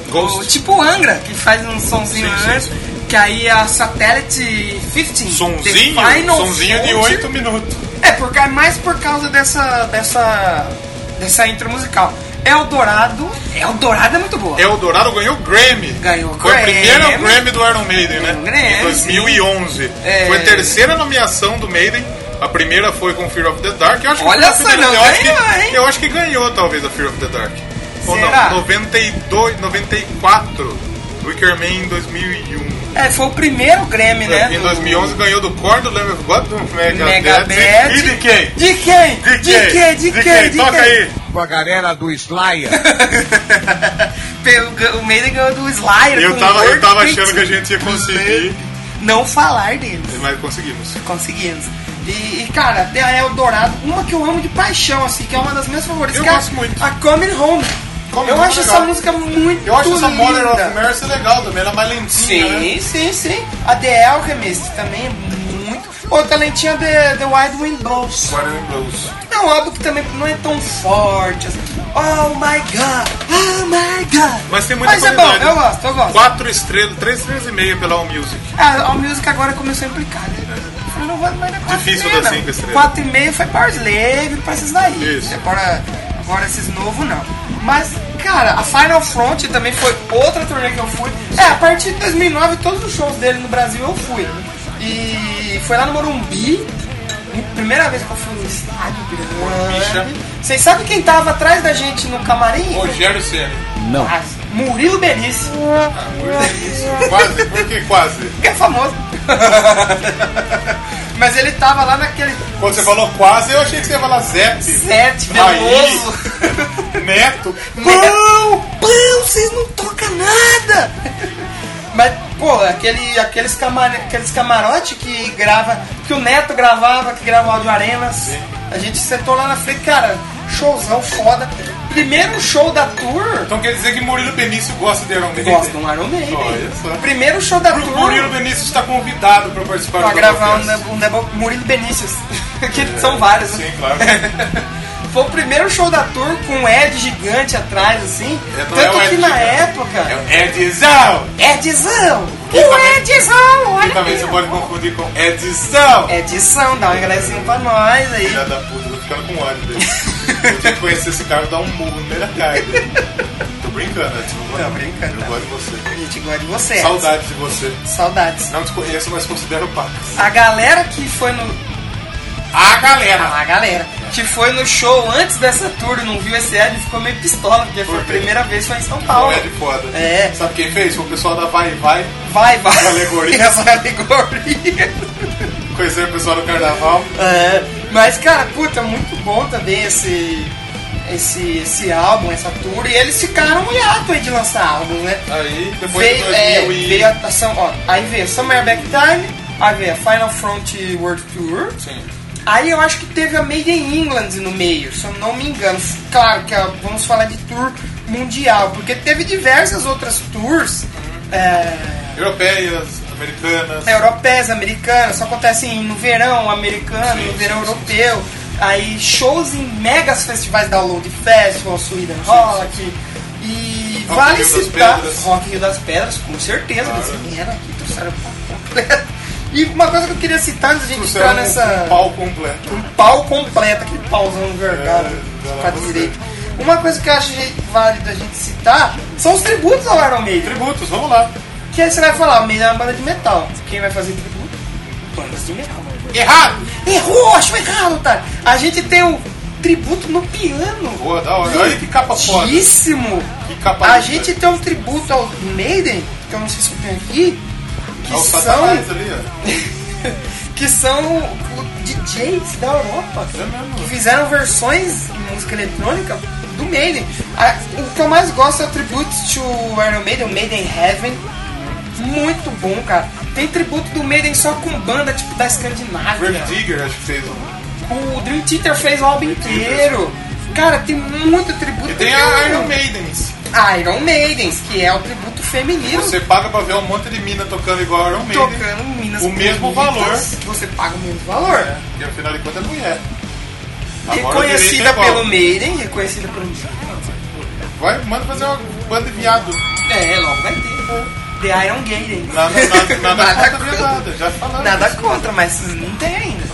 Speaker 7: Ghost.
Speaker 4: o- Tipo Angra, que faz um sonzinho
Speaker 7: Sim, sim,
Speaker 4: antes. Que aí é a Satellite 15.
Speaker 7: Sonzinho,
Speaker 4: The Final
Speaker 7: sonzinho de
Speaker 4: Frontier.
Speaker 7: 8 minutos.
Speaker 4: É, porque é mais por causa dessa. dessa. dessa intro musical. Eldorado. Eldorado é muito boa.
Speaker 7: Eldorado ganhou o Grammy.
Speaker 4: Ganhou o
Speaker 7: Foi o
Speaker 4: Grammy.
Speaker 7: primeiro Grammy do Iron Maiden, né?
Speaker 4: Ganhou o Grammy,
Speaker 7: em 2011.
Speaker 4: É.
Speaker 7: Foi a terceira nomeação do Maiden. A primeira foi com Fear of the Dark. Eu acho
Speaker 4: Olha
Speaker 7: que
Speaker 4: só,
Speaker 7: foi a primeira-
Speaker 4: não
Speaker 7: eu acho
Speaker 4: ganhou,
Speaker 7: que-
Speaker 4: hein?
Speaker 7: Eu acho que ganhou, talvez, a Fear of the Dark.
Speaker 4: Será?
Speaker 7: Ou não, 92, 94. Wicker Man em 2001.
Speaker 4: É, foi o primeiro Grammy, né?
Speaker 7: em
Speaker 4: do-
Speaker 7: 2011 ganhou do Core do Lamb of God, do Megadeth
Speaker 4: Megadeth.
Speaker 7: e de quem?
Speaker 4: De quem? De quem? De quem? De
Speaker 7: Toca
Speaker 4: quem?
Speaker 7: aí.
Speaker 10: Com a galera do Slayer.
Speaker 4: Pelo- O Maiden ganhou do Slayer.
Speaker 7: Eu
Speaker 4: com
Speaker 7: tava, eu
Speaker 4: World
Speaker 7: tava
Speaker 4: Picture.
Speaker 7: achando que a gente ia conseguir,
Speaker 4: Não falar deles.
Speaker 7: mas conseguimos.
Speaker 4: Conseguimos. E, e, cara, tem a Eldorado, uma que eu amo de paixão, assim, que é uma das minhas favoritas.
Speaker 7: Eu
Speaker 4: que é a-
Speaker 7: gosto muito.
Speaker 4: A Coming Home.
Speaker 7: Coming
Speaker 4: eu
Speaker 7: Home
Speaker 4: acho
Speaker 7: é legal.
Speaker 4: essa música muito
Speaker 7: Eu acho essa Mother
Speaker 4: linda.
Speaker 7: of Mercy legal também, ela é mais lentinha, né?
Speaker 4: Sim, sim, sim. A The Alchemist também é muito. Outra lentinha The, The Wild Wind Blows.
Speaker 7: Guardian Blues.
Speaker 4: É um álbum que também não é tão forte. Assim. Oh my god! Oh my god!
Speaker 7: Mas tem muita
Speaker 4: Mas é bom,
Speaker 7: qualidade.
Speaker 4: eu gosto, eu gosto.
Speaker 7: Quatro estrelas, três estrelas e meia pela All Music.
Speaker 4: Ah, a Music agora começou a implicar, né? Eu falei, Não vai mais dar quatro
Speaker 7: Difícil
Speaker 4: e meia,
Speaker 7: dar
Speaker 4: não.
Speaker 7: cinco estrelas.
Speaker 4: Quatro e meia foi Power Slave, pra esses daí.
Speaker 7: Isso.
Speaker 4: Agora, agora esses novos, não. Mas, cara, a Final Front também foi outra turnê que eu fui. É, a partir de 2009, todos os shows dele no Brasil eu fui. E foi lá no Morumbi. Primeira vez que eu fui no estádio,
Speaker 7: Bicha.
Speaker 4: grande. Vocês sabem quem tava atrás da gente no camarim?
Speaker 7: Rogério Senna.
Speaker 4: Ah, Murilo Benício,
Speaker 7: Quase, por que quase?
Speaker 4: que é famoso. Mas ele tava lá naquele
Speaker 7: Quando você falou quase, eu achei que você ia falar Zete.
Speaker 4: Sete, Veloso.
Speaker 7: Neto.
Speaker 4: Pão! Pão! Vocês não tocam nada! Mas, pô, aquele, aqueles, camar, aqueles camarote que grava, que o Neto gravava, que gravava áudio Arenas. A gente sentou lá na frente, cara, showzão foda. Primeiro show da tour.
Speaker 7: Então quer dizer que Murilo Benício gosta de Iron Maiden?
Speaker 4: Gosta do Iron Maiden.
Speaker 7: Olha só.
Speaker 4: Primeiro show da
Speaker 7: O
Speaker 4: tour.
Speaker 7: Murilo Benício está convidado para participar
Speaker 4: Pra
Speaker 7: do
Speaker 4: gravar um,
Speaker 7: Doublecast.
Speaker 4: Nebo- um Nebo- Murilo Benícios. que são vários, né?
Speaker 7: É, Sim, claro.
Speaker 4: Foi o primeiro show da tour com o Ed gigante atrás, assim.
Speaker 7: É, não é
Speaker 4: Tanto
Speaker 7: o Ed
Speaker 4: que na
Speaker 7: gigante. É
Speaker 4: época.
Speaker 7: o Edição!
Speaker 4: Edzão!
Speaker 7: também-
Speaker 4: O Edzão!
Speaker 7: E
Speaker 4: Olha
Speaker 7: também você
Speaker 4: aí.
Speaker 7: pode confundir com Edição!
Speaker 4: Edição, dá um ingressinho pra nós aí.
Speaker 7: Filha da puta, eu tô ficando com ódio dele. Eu tinha que conhecer esse cara e dar um murro nele na cara dele. Tô brincando, né? Tipo, não,
Speaker 4: brincando.
Speaker 7: Eu gosto de você.
Speaker 4: A gente gosta de você.
Speaker 7: Saudades de você.
Speaker 4: Saudades.
Speaker 7: Não te conheço, mas considero pacas.
Speaker 4: A galera que foi no.
Speaker 7: A Ah, galera!
Speaker 4: A galera que foi no show antes dessa tour e não viu esse Ed ficou meio pistola, porque foi
Speaker 7: Por
Speaker 4: a
Speaker 7: quê?
Speaker 4: primeira vez foi em São
Speaker 7: Não
Speaker 4: Paulo.
Speaker 7: é de foda.
Speaker 4: É.
Speaker 7: Sabe quem fez? Foi o pessoal da Vai Vai.
Speaker 4: Vai, vai.
Speaker 7: Essa alegoria.
Speaker 4: Essa alegoria.
Speaker 7: Conhecer o pessoal do carnaval.
Speaker 4: É, mas cara, puta, muito bom também esse esse esse álbum, essa tour e eles ficaram um hiato aí de lançar álbum, né?
Speaker 7: Aí, depois
Speaker 4: Veio,
Speaker 7: de 2000
Speaker 4: é,
Speaker 7: e...
Speaker 4: veio a, a Sam- ó, aí veio Summer Back Time, aí veio a Final Front World Tour.
Speaker 7: Sim.
Speaker 4: Aí eu acho que teve a Made in England no meio, se eu não me engano. Claro que ah, vamos falar de tour mundial, porque teve diversas outras tours. é,
Speaker 7: Europeias, americanas.
Speaker 4: europeias, americanas, só acontece em- no verão americano,
Speaker 7: Sim,
Speaker 4: no verão
Speaker 7: sim, sim,
Speaker 4: europeu. Aí shows em megas festivais Download Festival, Sweden Rock. E
Speaker 7: Rock
Speaker 4: vale
Speaker 7: Rio das
Speaker 4: citar
Speaker 7: Pedras.
Speaker 4: Rock Rio das Pedras, com certeza, que eles vieram aqui, trouxeram pra completo. E uma coisa que eu queria citar antes de a gente
Speaker 7: Trouxeram
Speaker 4: entrar
Speaker 7: um-
Speaker 4: nessa
Speaker 7: um pau completo.
Speaker 4: um pau completo, aquele pauzão vergado
Speaker 7: É,
Speaker 4: pra
Speaker 7: você.
Speaker 4: direita. Uma coisa que eu acho válido a gente citar são os tributos ao Iron Maiden.
Speaker 7: Tributos, vamos lá.
Speaker 4: Que aí você vai falar, o Maiden é uma banda de metal. Quem vai fazer tributo? Bandas de metal.
Speaker 7: Errado!
Speaker 4: Errou, achou errado, tá? A gente tem o tributo no piano.
Speaker 7: Boa, da hora. Olha que capa foda.
Speaker 4: Lindíssimo.
Speaker 7: Que capa
Speaker 4: A
Speaker 7: linda.
Speaker 4: gente tem um tributo ao Maiden, que eu não sei se eu tenho aqui, que
Speaker 7: É o
Speaker 4: são
Speaker 7: Satanás ali, ó.
Speaker 4: que são DJs da Europa
Speaker 7: É
Speaker 4: que fizeram versões de música eletrônica do Maiden. A- O que eu mais gosto é o Tribute to Iron Maiden, o Maiden Heaven. Muito bom, cara. Tem tributo do Maiden só com banda tipo da Escandinávia.
Speaker 7: Grave Digger, acho que fez um.
Speaker 4: O Dream Theater fez o álbum inteiro. Cara, tem muito tributo.
Speaker 7: E tem
Speaker 4: do-
Speaker 7: a Iron Maidens.
Speaker 4: Iron Maidens, que é o tributo feminino.
Speaker 7: Você paga pra ver um monte de mina tocando igual a Iron Maiden.
Speaker 4: tocando minas
Speaker 7: O mesmo
Speaker 4: bonitas, Você paga o mesmo valor.
Speaker 7: E afinal de contas é mulher. Agora o direito é
Speaker 4: Reconhecida
Speaker 7: igual.
Speaker 4: pelo Maiden, reconhecida pelo
Speaker 7: Vai, manda fazer uma banda de viado.
Speaker 4: É, logo vai ter. The Iron Gaiden.
Speaker 7: Nada, nada, nada,
Speaker 4: Nada
Speaker 7: contra
Speaker 4: contra.
Speaker 7: viadada, Já falaram.
Speaker 4: Nada
Speaker 7: isso.
Speaker 4: contra, mas não tem ainda.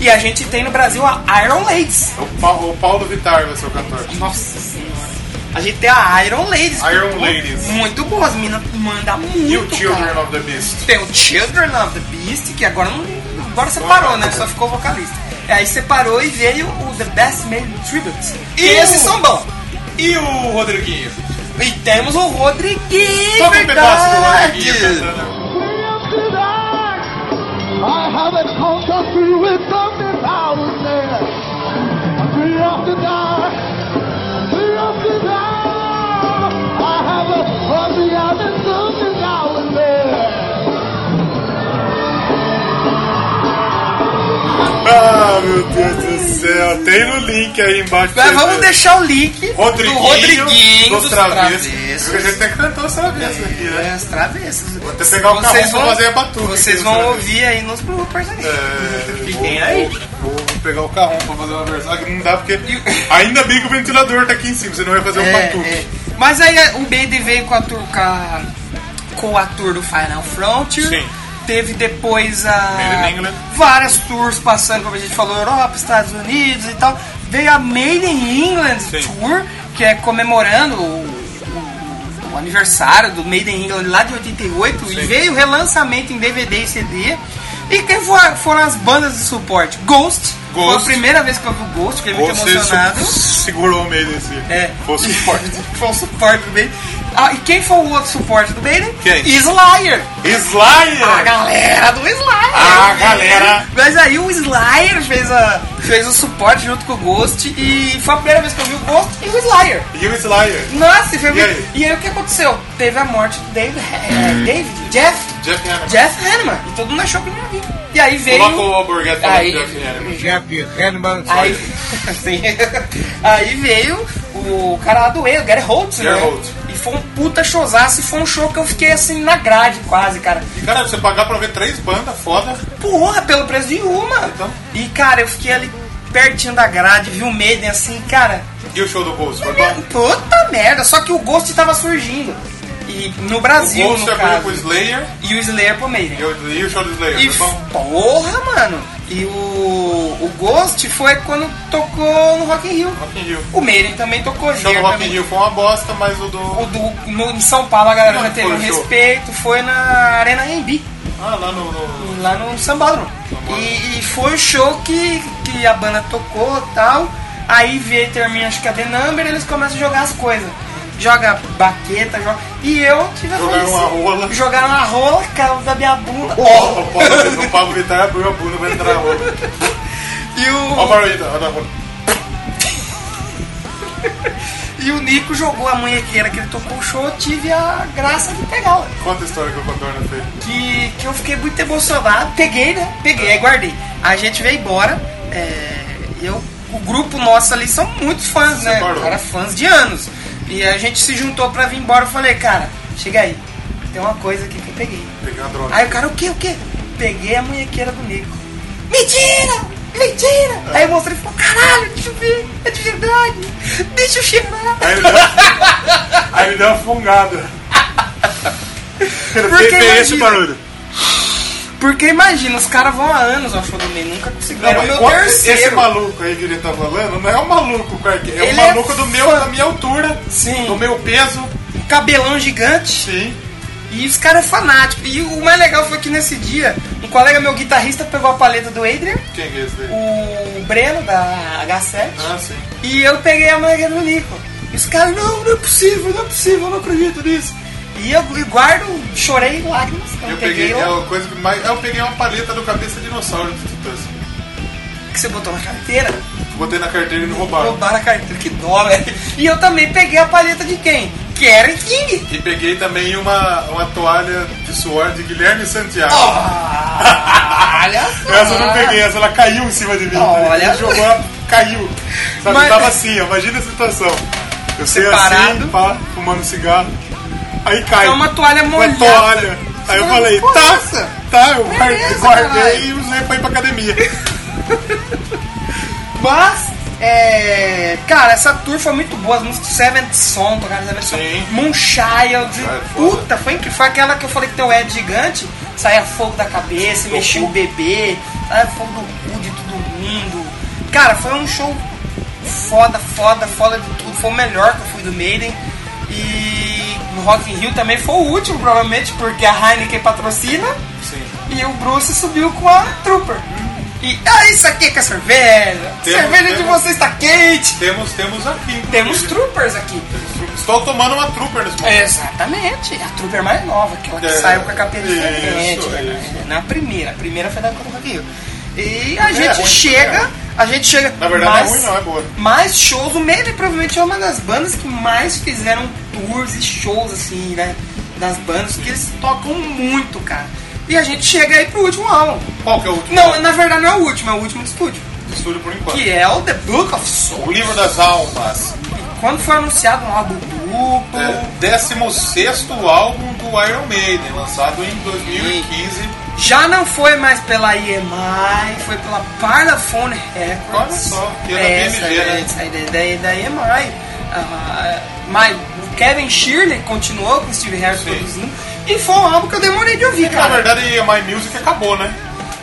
Speaker 4: E a gente tem no Brasil a Iron Ladies.
Speaker 7: É O, Pa- o Paulo Vittar vai ser o cantor.
Speaker 4: Nossa senhora. A gente tem a Iron Ladies.
Speaker 7: Iron
Speaker 4: Pô,
Speaker 7: Ladies.
Speaker 4: Muito boa, as minas mandam muito.
Speaker 7: E o Children
Speaker 4: cara.
Speaker 7: of the Beast.
Speaker 4: Tem o Children of the Beast, que agora não. Agora separou, né? Só ficou vocalista. É, Aí separou e veio o The Best Man Tribute. E
Speaker 7: E
Speaker 4: esses
Speaker 7: o-
Speaker 4: são bons.
Speaker 7: E o Rodriguinho?
Speaker 4: E temos o Rodriguinho.
Speaker 7: Vamos um pedaço do
Speaker 4: É verdade.
Speaker 7: Rodriguinho cantando. Ah, meu Deus do céu. Tem no link aí embaixo.
Speaker 4: Mas vamos deixar o link
Speaker 7: Rodriguinho,
Speaker 4: do Rodriguinho
Speaker 7: dos,
Speaker 4: dos
Speaker 7: travessos.
Speaker 4: Travessos.
Speaker 7: Porque a gente até cantou os travessos aqui,
Speaker 4: É,
Speaker 7: né?
Speaker 4: as travessas. Vou
Speaker 7: até pegar o carro pra fazer a batuta
Speaker 4: Vocês
Speaker 7: aqui,
Speaker 4: vão
Speaker 7: né?
Speaker 4: ouvir aí nos bloopers aí.
Speaker 7: É,
Speaker 4: Fiquem
Speaker 7: vou-
Speaker 4: aí.
Speaker 7: Vou, vou pegar o carrão pra fazer uma versão. Ah, que Não dá porque ainda bem que o ventilador tá aqui em cima, você não vai fazer um
Speaker 4: É,
Speaker 7: batuque.
Speaker 4: é. Mas aí o Bede veio com a tour com, a- com a tour do Final Frontier.
Speaker 7: Sim.
Speaker 4: Teve depois a
Speaker 7: Made in England.
Speaker 4: várias tours passando, como a gente falou, Europa, Estados Unidos e tal. Veio a Made in England
Speaker 7: Sim.
Speaker 4: Tour, que é comemorando o, o- o aniversário do Made in England lá de 88. E veio o relançamento em DVD e CD. E quem for- foram as bandas de suporte? Ghost. Foi a
Speaker 7: Ghost. é
Speaker 4: primeira vez que eu vi o Ghost, fiquei muito
Speaker 7: Você
Speaker 4: emocionado.
Speaker 7: su- segurou o meio desse.
Speaker 4: É.
Speaker 7: Fosse forte.
Speaker 4: Foi o suporte do Bailey. Ah, e quem foi o outro suporte do Bailey?
Speaker 7: Quem?
Speaker 4: Slayer. A
Speaker 7: Slayer!
Speaker 4: galera do Slayer.
Speaker 7: A galera.
Speaker 4: Mas aí o Slayer fez, a, fez o suporte junto com o Ghost e foi a primeira vez que eu vi o Ghost e o Slayer.
Speaker 7: E o Slayer?
Speaker 4: Nossa, e foi
Speaker 7: E
Speaker 4: muito-
Speaker 7: aí? Hum.
Speaker 4: E aí o que aconteceu? Teve a morte do David, é, David Jeff,
Speaker 7: Jeff Hanneman.
Speaker 4: Jeff Hanneman. E todo mundo achou que não ia vir. E aí veio...
Speaker 7: Coloca o Alborguete falando
Speaker 4: Aí-
Speaker 7: Jeff Hanneman.
Speaker 10: Jeff Hanneman.
Speaker 4: Aí, Sim. aí veio o cara lá do E, o Gary Holtz, né?
Speaker 7: Gary Holtz.
Speaker 4: E foi um puta showzaço e foi um show que eu fiquei assim na grade quase, cara.
Speaker 7: E cara, você pagar pra ver três bandas, foda.
Speaker 4: Porra, pelo preço de uma!
Speaker 7: Então.
Speaker 4: E cara, eu fiquei ali pertinho da grade, vi o Maiden assim, cara.
Speaker 7: E o show do Ghost? Foi
Speaker 4: minha-
Speaker 7: bom?
Speaker 4: Puta merda, só que o Ghost tava surgindo. E no Brasil,
Speaker 7: o Ghost é
Speaker 4: no
Speaker 7: abriu
Speaker 4: caso.
Speaker 7: com o Slayer
Speaker 4: E o Slayer pro Maiden.
Speaker 7: e o, e o show do Slayer.
Speaker 4: E
Speaker 7: Foi bom?
Speaker 4: porra, mano! E o, o Ghost foi quando tocou no Rock in Rio.
Speaker 7: Rock in Rio.
Speaker 4: O Maiden também tocou,
Speaker 7: O show do
Speaker 4: Ger
Speaker 7: Rock in
Speaker 4: também.
Speaker 7: Rio foi uma bosta, mas o do.
Speaker 4: O do, no, em São Paulo a galera
Speaker 7: Não,
Speaker 4: vai ter um
Speaker 7: foi o show.
Speaker 4: respeito, foi na Arena Embi,
Speaker 7: Ah, lá no. no-
Speaker 4: lá no Sambódromo.
Speaker 7: Sambódromo.
Speaker 4: E, e foi o show que, que a banda tocou e tal. Aí vê, termina acho que a The Number, eles começam a jogar as coisas. Joga baqueta, joga. E eu tive a
Speaker 7: Jogaram
Speaker 4: felicidade-
Speaker 7: uma rola.
Speaker 4: Jogaram uma rola, caiu da minha bunda.
Speaker 7: Ó, o Pablo- Oh, o Pablo Vittar abriu a bunda pra entrar na roupa.
Speaker 4: E
Speaker 7: Ó o
Speaker 4: o,
Speaker 7: barulho da da roupa.
Speaker 4: e o Nico jogou a munhequeira que ele tocou o show, eu tive a graça de pegá-la.
Speaker 7: Conta a história que o Contorno fez.
Speaker 4: que, que eu fiquei muito emocionado. Peguei, né? Peguei, aí guardei. A gente veio embora. é, eu, o grupo nosso ali são muitos fãs, né?
Speaker 7: Separou.
Speaker 4: Era fãs de anos. E a gente se juntou pra vir embora. Eu falei, cara, chega aí. Tem uma coisa aqui que eu peguei.
Speaker 7: Peguei uma droga.
Speaker 4: Aí o cara, o que, o que? Peguei a munhequeira do Nico. Mentira! Mentira! Aí eu mostrei e falou, caralho, deixa eu ver, é de verdade, deixa eu cheirar.
Speaker 7: Aí ele deu, aí ele deu uma fungada.
Speaker 4: Porque
Speaker 7: Tem- tem esse
Speaker 4: imagina. é
Speaker 7: barulho.
Speaker 4: Porque imagina, os caras vão há anos ao show do meio, nunca
Speaker 7: Não,
Speaker 4: conseguiram.
Speaker 7: mas
Speaker 4: Era o meu
Speaker 7: o-
Speaker 4: terceiro.
Speaker 7: Esse maluco aí que ele tá falando não é um maluco qualquer. É um
Speaker 4: Ele é
Speaker 7: maluco do meu,
Speaker 4: fã.
Speaker 7: da minha altura,
Speaker 4: Sim.
Speaker 7: do meu peso.
Speaker 4: cabelão gigante,
Speaker 7: Sim.
Speaker 4: E os caras são fanáticos. E o mais legal foi que nesse dia, um colega meu guitarrista pegou a paleta do Adrian,
Speaker 7: Quem que é esse daí?
Speaker 4: o Breno da H7,
Speaker 7: Ah, sim.
Speaker 4: e eu peguei a manga do Nico. E os caras, não, não é possível, não é possível, eu não acredito nisso. E eu guardo, chorei lágrimas. Eu,
Speaker 7: Eu
Speaker 4: peguei,
Speaker 7: peguei, é
Speaker 4: o
Speaker 7: uma coisa que mais. Eu peguei uma paleta do cabeça dinossauro do Titãs.
Speaker 4: que você botou na carteira.
Speaker 7: Botei na carteira e me roubaram.
Speaker 4: Roubaram a carteira, que dó, velho. E eu também peguei a palheta de quem? Karen King.
Speaker 7: E peguei também uma, uma toalha de suor de Guilherme Santiago.
Speaker 4: Olha só.
Speaker 7: Essa eu não peguei, essa ela caiu em cima de mim.
Speaker 4: Olha.
Speaker 7: Ele jogou, ela caiu. Sabe,
Speaker 4: Mas-
Speaker 7: eu tava assim, ó, imagina a situação. Eu sei
Speaker 4: Separado.
Speaker 7: assim, pá, fumando cigarro. Aí cai.
Speaker 4: É uma toalha
Speaker 7: Uma
Speaker 4: molhada.
Speaker 7: toalha. Aí eu
Speaker 4: Não,
Speaker 7: falei,
Speaker 4: porra,
Speaker 7: tá,
Speaker 4: essa.
Speaker 7: tá, eu guardei,
Speaker 4: Beleza,
Speaker 7: guardei
Speaker 4: caralho.
Speaker 7: e usei pra ir pra academia.
Speaker 4: Mas, é. Cara, essa tour foi muito boa. As músicas do Seventh Son, tocaram Seventh Son.
Speaker 7: Sim.
Speaker 4: Moonchild.
Speaker 7: Moonchild, foda.
Speaker 4: Puta, foi incrível. Foi aquela que eu falei que teu Ed gigante saía fogo da cabeça, mexia o bebê, saia fogo do cu de todo mundo. Cara, foi um show foda, foda, foda de tudo. Foi o melhor que eu fui do Maiden. E no Rock in Rio também foi o último, provavelmente, porque a Heineken patrocina.
Speaker 7: Sim.
Speaker 4: E o Bruce subiu com a Trooper. E ah, isso aqui é que é cerveja.
Speaker 7: Temos-
Speaker 4: cerveja de
Speaker 7: temos-
Speaker 4: vocês está quente.
Speaker 7: Temos, temos aqui.
Speaker 4: Temos Troopers aqui. É,
Speaker 7: Estou tomando uma trooper nesse momento.
Speaker 4: Exatamente. A Trooper mais nova, aquela que
Speaker 7: É,
Speaker 4: saiu com a capinha
Speaker 7: isso,
Speaker 4: diferente.
Speaker 7: isso.
Speaker 4: né? Não é a primeira. A primeira foi da Copa Rio. E a
Speaker 7: É,
Speaker 4: gente
Speaker 7: ruim,
Speaker 4: chega.
Speaker 7: é.
Speaker 4: A gente chega.
Speaker 7: Na verdade, não é ruim, não, é boa.
Speaker 4: Mas shows, o Maiden provavelmente é uma das bandas que mais fizeram tours e shows, assim, né? Das bandas, porque eles tocam muito, cara. E a gente chega aí pro último álbum.
Speaker 7: Qual que é o último?
Speaker 4: Não, na verdade não é o último, é o último do estúdio.
Speaker 7: Estúdio por enquanto.
Speaker 4: Que é o The Book of Souls.
Speaker 7: O livro das almas.
Speaker 4: Quando foi anunciado um álbum duplo.
Speaker 7: É, 16 álbum do Iron Maiden, lançado em 2015.
Speaker 4: Já não foi mais pela EMI, foi pela Parlophone Records.
Speaker 7: Olha só, que era
Speaker 4: é,
Speaker 7: BMG,
Speaker 4: essa ideia-
Speaker 7: né?
Speaker 4: essa ideia da, da EMI. Ah, mas o Kevin Shirley continuou com o Steve Harris
Speaker 7: Sim.
Speaker 4: produzindo. E foi um álbum que eu demorei de ouvir,
Speaker 7: Na
Speaker 4: cara.
Speaker 7: verdade, a My Music acabou, né?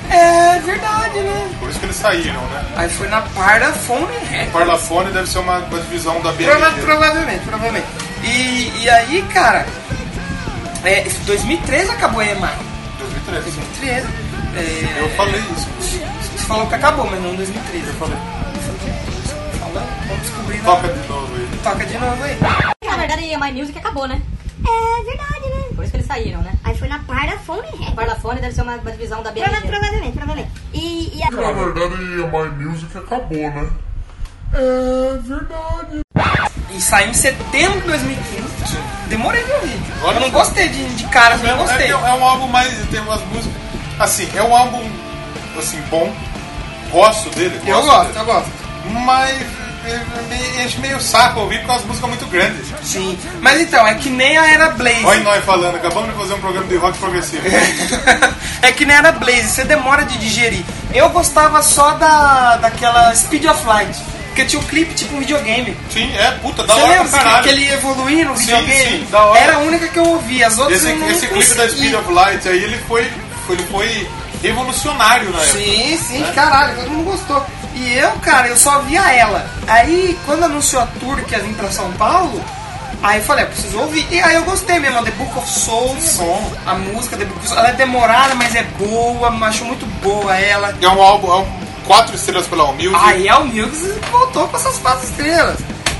Speaker 4: É verdade, né?
Speaker 7: Por isso que eles saíram, né?
Speaker 4: Aí foi na Parlophone Records.
Speaker 7: Parlafone deve ser uma, uma divisão da
Speaker 4: Prova-
Speaker 7: BMG.
Speaker 4: provavelmente, provavelmente. E, e aí, cara, é, 2013 acabou a EMAI.
Speaker 7: 2013.
Speaker 4: 2013. é,
Speaker 7: Eu falei isso.
Speaker 4: Você falou que acabou, mas não em 2013. Eu falei. Vamos descobrir. né?
Speaker 7: Toca de novo aí.
Speaker 4: Toca de novo aí.
Speaker 11: Na verdade, a My Music acabou, né?
Speaker 12: É verdade, né?
Speaker 11: Por isso que eles saíram, né?
Speaker 12: Aí foi na Parafone Records.
Speaker 11: A Parlafone deve ser uma, uma divisão da
Speaker 12: Prova-
Speaker 11: BMG.
Speaker 12: Provavelmente, provavelmente. E, e a...
Speaker 4: E saiu em setembro de 2015. Demorei de ouvir.
Speaker 7: Olha
Speaker 4: eu não
Speaker 7: só.
Speaker 4: gostei de, de cara,
Speaker 7: É,
Speaker 4: não gostei.
Speaker 7: é- é um álbum mais. Tem umas músicas. Assim, é um álbum assim, bom. Gosto dele.
Speaker 4: Eu gosto, eu gosto.
Speaker 7: dele. Mas é, me- enche meio saco ouvir porque as músicas muito grandes.
Speaker 4: Sim. Mas então, é que nem a era Blaze.
Speaker 7: Olha nós falando, acabamos de fazer um programa de rock progressivo.
Speaker 4: é que nem era Blaze, você demora de digerir. Eu gostava só da daquela Speed of Light, porque tinha um clipe tipo um videogame.
Speaker 7: Sim, é, puta, da
Speaker 4: você
Speaker 7: hora
Speaker 4: lembra
Speaker 7: pra caralho.
Speaker 4: que ele evoluía no
Speaker 7: Sim,
Speaker 4: videogame?
Speaker 7: sim, da hora.
Speaker 4: Era a única que eu ouvi, as outras
Speaker 7: Esse,
Speaker 4: eu não
Speaker 7: esse clipe da Speed of Light aí, ele foi, foi- ele foi revolucionário na época.
Speaker 4: Sim, sim,
Speaker 7: Né?
Speaker 4: caralho, todo mundo gostou. E eu, cara, eu só via ela. Aí, quando anunciou a tour que ia vir pra São Paulo, aí eu falei, eu preciso ouvir. E aí eu gostei mesmo, The Book of Souls,
Speaker 7: é
Speaker 4: a música The Book of Souls. Ela é demorada, mas é boa, acho muito boa ela.
Speaker 7: É um álbum, é um quatro estrelas pela Allmusic.
Speaker 4: Aí a Milks voltou com essas quatro estrelas.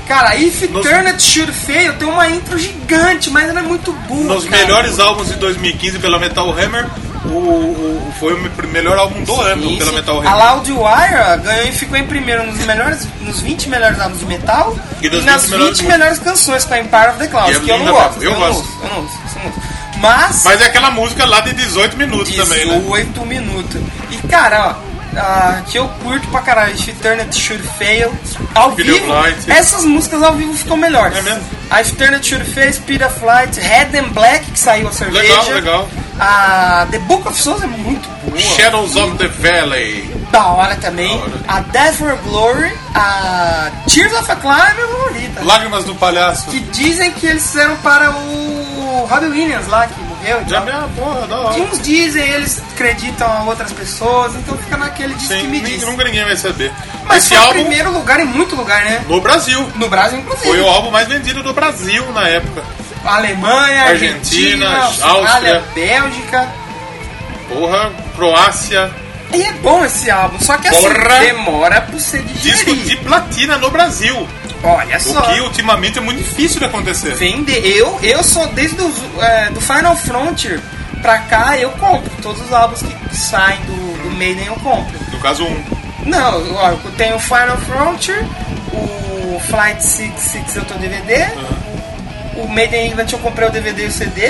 Speaker 4: Cara, If
Speaker 7: Nos-
Speaker 4: Eternity Should Fail tem uma intro gigante, mas ela é muito boa.
Speaker 7: Nos
Speaker 4: cara.
Speaker 7: um melhores álbuns de 2015 pela Metal Hammer, o, o- o- foi o me- melhor álbum do ano
Speaker 4: Isso.
Speaker 7: pela Metal
Speaker 4: A
Speaker 7: Hammer.
Speaker 4: Loudwire ganhou e ficou em primeiro nos melhores, nos 20 melhores álbuns de metal
Speaker 7: E
Speaker 4: e,
Speaker 7: nos
Speaker 4: nas
Speaker 7: 20
Speaker 4: 20
Speaker 7: melhores
Speaker 4: melhores, canções pra Empire of the Clouds,
Speaker 7: E é
Speaker 4: que eu não
Speaker 7: linda
Speaker 4: gosto.
Speaker 7: mesmo. Eu
Speaker 4: não
Speaker 7: gosto.
Speaker 4: ouço, eu não ouço, isso eu não ouço. Mas,
Speaker 7: Mas é aquela música lá de 18 minutos também, né?
Speaker 4: 18 minutos. E cara, ó. ah, que eu curto pra caralho, If Eternity Should Fail, ao
Speaker 7: Video
Speaker 4: vivo,
Speaker 7: Blight.
Speaker 4: essas músicas ao vivo ficam melhores.
Speaker 7: É mesmo?
Speaker 4: A If Eternity Should Fail, Speed of Light, Red and Black, que saiu a cerveja.
Speaker 7: legal.
Speaker 4: A The Book of Souls é muito boa.
Speaker 7: Shadows of the Valley.
Speaker 4: Da hora também.
Speaker 7: Da hora.
Speaker 4: A Death for Glory, a Tears of a Climb é minha favorita.
Speaker 7: Lágrimas do Palhaço.
Speaker 4: Que dizem que eles fizeram para o Robbie Williams lá, que morreu. e
Speaker 7: Já
Speaker 4: tal.
Speaker 7: minha porra, da hora.
Speaker 4: Uns dizem, eles acreditam a outras pessoas, então fica naquele diz
Speaker 7: Sim,
Speaker 4: que me
Speaker 7: nin-
Speaker 4: diz.
Speaker 7: nunca ninguém vai saber.
Speaker 4: Mas
Speaker 7: Esse
Speaker 4: foi o
Speaker 7: álbum
Speaker 4: primeiro lugar em muito lugar, né?
Speaker 7: no Brasil.
Speaker 4: No Brasil, inclusive.
Speaker 7: Foi o álbum mais vendido do Brasil na época.
Speaker 4: Alemanha,
Speaker 7: Argentina,
Speaker 4: Argentina, Austrália,
Speaker 7: Áustria.
Speaker 4: Bélgica.
Speaker 7: Porra, Croácia,
Speaker 4: E é bom esse álbum, só que assim,
Speaker 7: Porra.
Speaker 4: demora pra você
Speaker 7: disco
Speaker 4: digerir.
Speaker 7: de platina no Brasil.
Speaker 4: Olha
Speaker 7: O
Speaker 4: só.
Speaker 7: que ultimamente é muito difícil de acontecer.
Speaker 4: Vender, eu, eu sou desde do, é, do Final Frontier pra cá, eu compro. Todos os álbuns que, que saem do, do Maiden eu compro.
Speaker 7: No caso, um.
Speaker 4: Não, ó, eu tenho o Final Frontier, o Flight 66 eu tenho DVD, o Made in England eu comprei o DVD e o CD,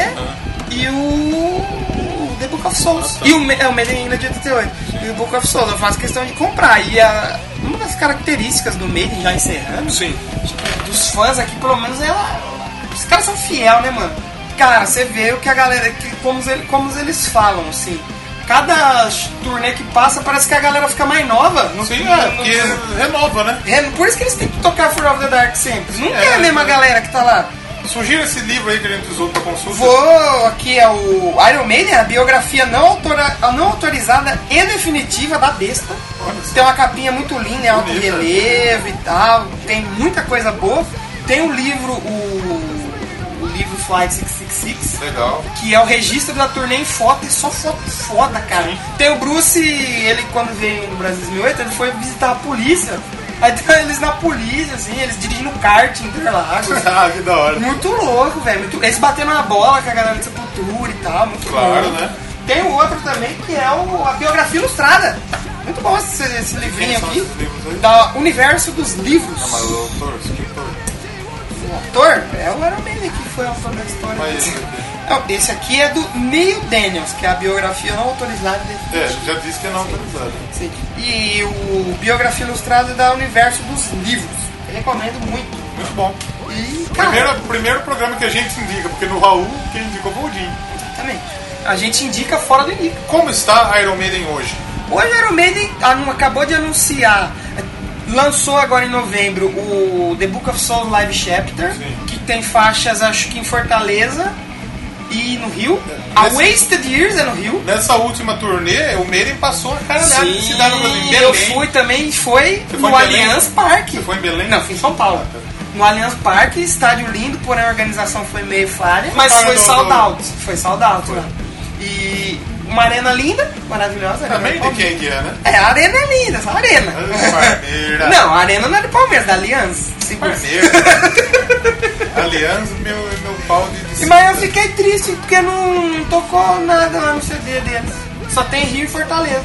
Speaker 4: e o, o The Book of
Speaker 7: Ah,
Speaker 4: Souls.
Speaker 7: tá.
Speaker 4: E o, Ma- é, o Made in England de 88. E o Book of Souls, eu faço questão de comprar. E a- uma das características do Made, in, já encerrando,
Speaker 7: Sim.
Speaker 4: dos fãs aqui, pelo menos ela. Os caras são fiel, né, mano? Cara, você vê o que a galera. Que, como, os- como eles falam, assim. Cada turnê que passa parece que a galera fica mais nova. Não
Speaker 7: Sim,
Speaker 4: não-
Speaker 7: é, porque renova, né?
Speaker 4: é, por isso que eles têm que tocar Fear of the Dark sempre. Nunca é,
Speaker 7: É.
Speaker 4: a mesma galera que tá lá.
Speaker 7: Sugira esse livro aí que a gente usou pra consulta.
Speaker 4: Vou aqui é o Iron Maiden, a biografia não, autora- a não autorizada e definitiva da besta. Tem uma capinha muito linda, é alto
Speaker 7: Bonita.
Speaker 4: relevo e tal. Tem muita coisa boa. Tem o livro, o, o livro Flight 666.
Speaker 7: Legal.
Speaker 4: Que é o registro da turnê em foto e só foto foda, cara. Tem o Bruce, ele quando veio no Brasil em 2008, ele foi visitar a polícia. Aí tem eles na polícia, assim, eles dirigindo kart em Interlagos.
Speaker 7: Ah, que da hora.
Speaker 4: Muito louco, velho. muito- Eles batendo na bola com a galera de Sepultura e tal. Muito
Speaker 7: Claro,
Speaker 4: louco.
Speaker 7: né?
Speaker 4: Tem o outro também que é o- a biografia ilustrada. Muito bom esse, esse livrinho
Speaker 7: Quem são
Speaker 4: aqui.
Speaker 7: esses livros aí? Ah,
Speaker 4: Da Universo dos Livros.
Speaker 7: Mas o autor, escritor,
Speaker 4: O autor é o Iron Maiden que foi o autor da história.
Speaker 7: mas esse aqui.
Speaker 4: Não, esse aqui é do Neil Daniels, que é a biografia não autorizada dele.
Speaker 7: É, já disse que é não autorizado.
Speaker 4: Sim. E o biografia ilustrada da Universo dos Livros. Eu recomendo muito.
Speaker 7: Muito bom.
Speaker 4: E, cara,
Speaker 7: Primeiro, primeiro programa que a gente indica, porque no Raul, quem indicou foi o Jim.
Speaker 4: também. A gente indica fora do indica.
Speaker 7: Como está a Iron Maiden hoje?
Speaker 4: Hoje o Iron Maiden anu- acabou de anunciar, lançou agora em novembro o The Book of Souls Live Chapter,
Speaker 7: Sim.
Speaker 4: que tem faixas acho que em Fortaleza e no Rio. A
Speaker 7: Nesse-
Speaker 4: Wasted Years é no Rio. Né?
Speaker 7: Nessa última turnê, o Maiden passou a cara dela de cidade no Brasil. Em
Speaker 4: eu
Speaker 7: Belém.
Speaker 4: fui também, foi
Speaker 7: Você foi
Speaker 4: no
Speaker 7: em Belém?
Speaker 4: Allianz Parque.
Speaker 7: Você foi em Belém?
Speaker 4: Não, fui em São Paulo. No Allianz Parque, estádio lindo, porém a organização foi meio falha, mas
Speaker 7: cara
Speaker 4: foi
Speaker 7: do-
Speaker 4: sold
Speaker 7: do-
Speaker 4: out. Foi sold out, né? E uma arena linda, maravilhosa.
Speaker 7: Também
Speaker 4: né?
Speaker 7: de quem que é, né?
Speaker 4: É, a arena é linda, essa arena.
Speaker 7: Ah, Parmeira.
Speaker 4: Não, a arena não é do Palmeiras, da Aliança. Sim,
Speaker 7: Parmeira. Aliás, meu, meu pau de... de-
Speaker 4: Mas eu fiquei triste porque não, não tocou nada lá no CD deles. Só tem Rio e Fortaleza.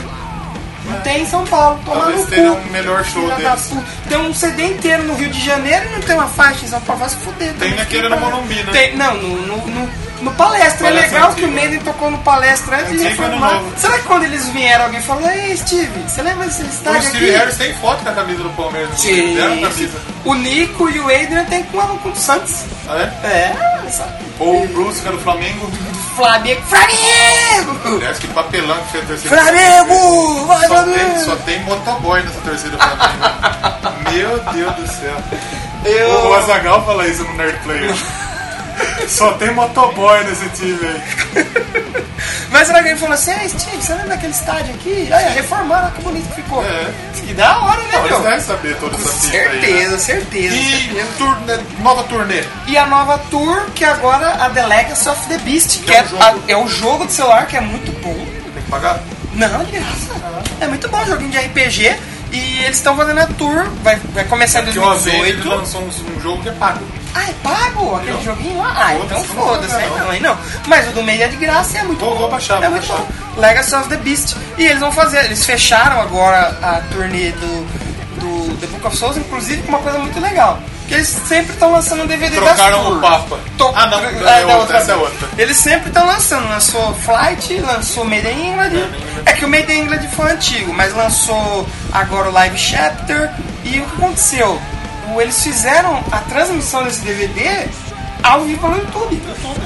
Speaker 4: Não tem em São Paulo. Toma
Speaker 7: Talvez
Speaker 4: no cu.
Speaker 7: tenha um melhor show
Speaker 4: Filha da
Speaker 7: deles.
Speaker 4: puta. Tem um CD inteiro no Rio de Janeiro e não tem uma faixa em São Paulo. Vai se fuder. também
Speaker 7: naquele
Speaker 4: fiquei
Speaker 7: no
Speaker 4: bravo.
Speaker 7: Morumbi, né?
Speaker 4: Tem- não, no, no, no- no palestra. É
Speaker 7: Palestra
Speaker 4: legal
Speaker 7: antiga.
Speaker 4: que o Maiden tocou no palestra antes de
Speaker 7: Antigo e no
Speaker 4: reformar.
Speaker 7: novo.
Speaker 4: Será que quando eles vieram alguém falou Ei, Steve, você lembra desse estádio
Speaker 7: O
Speaker 4: aqui?
Speaker 7: Steve Harris tem foto com a camisa do Palmeiras.
Speaker 4: Sim.
Speaker 7: Deram a camisa.
Speaker 4: O Nico e o Adrian tem com, a- com o Santos.
Speaker 7: Ah, é?
Speaker 4: É, sabe?
Speaker 7: Ou o Bruce, que é do Flamengo.
Speaker 4: Flamengo. Flamengo!
Speaker 7: Aliás, que papelão que fez a torcida. do
Speaker 4: Flamengo! Vai,
Speaker 7: Só tem,
Speaker 4: Flamengo!
Speaker 7: só tem motoboy nessa torcida pra mim. Meu Deus do céu.
Speaker 4: Eu-
Speaker 7: O Azagal fala isso no Nerd Player. só tem motoboy nesse time aí.
Speaker 4: Mas será que ele falou assim, "Ei, Steve, você lembra daquele estádio aqui? Olha, reformaram, olha que bonito que ficou.
Speaker 7: É.
Speaker 4: Que da hora, né,
Speaker 7: Não, eles
Speaker 4: meu?
Speaker 7: devem saber toda essa fita aí. né?
Speaker 4: Certeza, certeza, certeza.
Speaker 7: E turnê- nova turnê.
Speaker 4: E a nova tour, que agora a The Legacy of the Beast, que
Speaker 7: é
Speaker 4: é,
Speaker 7: um jogo.
Speaker 4: a- é um jogo de celular que é muito bom.
Speaker 7: Tem que pagar?
Speaker 4: Não, de graça. É muito bom, joguinho de RPG. E eles estão fazendo a tour, vai, vai começar em
Speaker 7: Porque uma vez ele
Speaker 4: 2018.
Speaker 7: lançou um, um jogo que é pago.
Speaker 4: Ah, é pago aquele
Speaker 7: Não.
Speaker 4: joguinho lá? Ah,
Speaker 7: Foda-se,
Speaker 4: então
Speaker 7: não vou
Speaker 4: foda-se,
Speaker 7: pagar,
Speaker 4: aí
Speaker 7: não.
Speaker 4: não, aí não. Mas o do meio é de graça e é muito
Speaker 7: Vou-
Speaker 4: bom.
Speaker 7: vou baixar,
Speaker 4: é
Speaker 7: vou
Speaker 4: muito
Speaker 7: baixar.
Speaker 4: bom. Legacy of the Beast. E eles vão fazer, eles fecharam agora a turnê do, do The Book of Souls, inclusive com uma coisa muito legal. Que eles sempre estão lançando um DVD
Speaker 7: Trocaram
Speaker 4: das tours.
Speaker 7: o Papa.
Speaker 4: To-
Speaker 7: Ah, não,
Speaker 4: é,
Speaker 7: é
Speaker 4: da
Speaker 7: outra,
Speaker 4: outra
Speaker 7: essa é
Speaker 4: vez.
Speaker 7: outra.
Speaker 4: Eles sempre estão lançando. Lançou Flight, lançou Made in England. É que o Made in England foi antigo, mas lançou agora o Live Chapter. E o que aconteceu? O- Eles fizeram a transmissão desse DVD ao vivo no YouTube.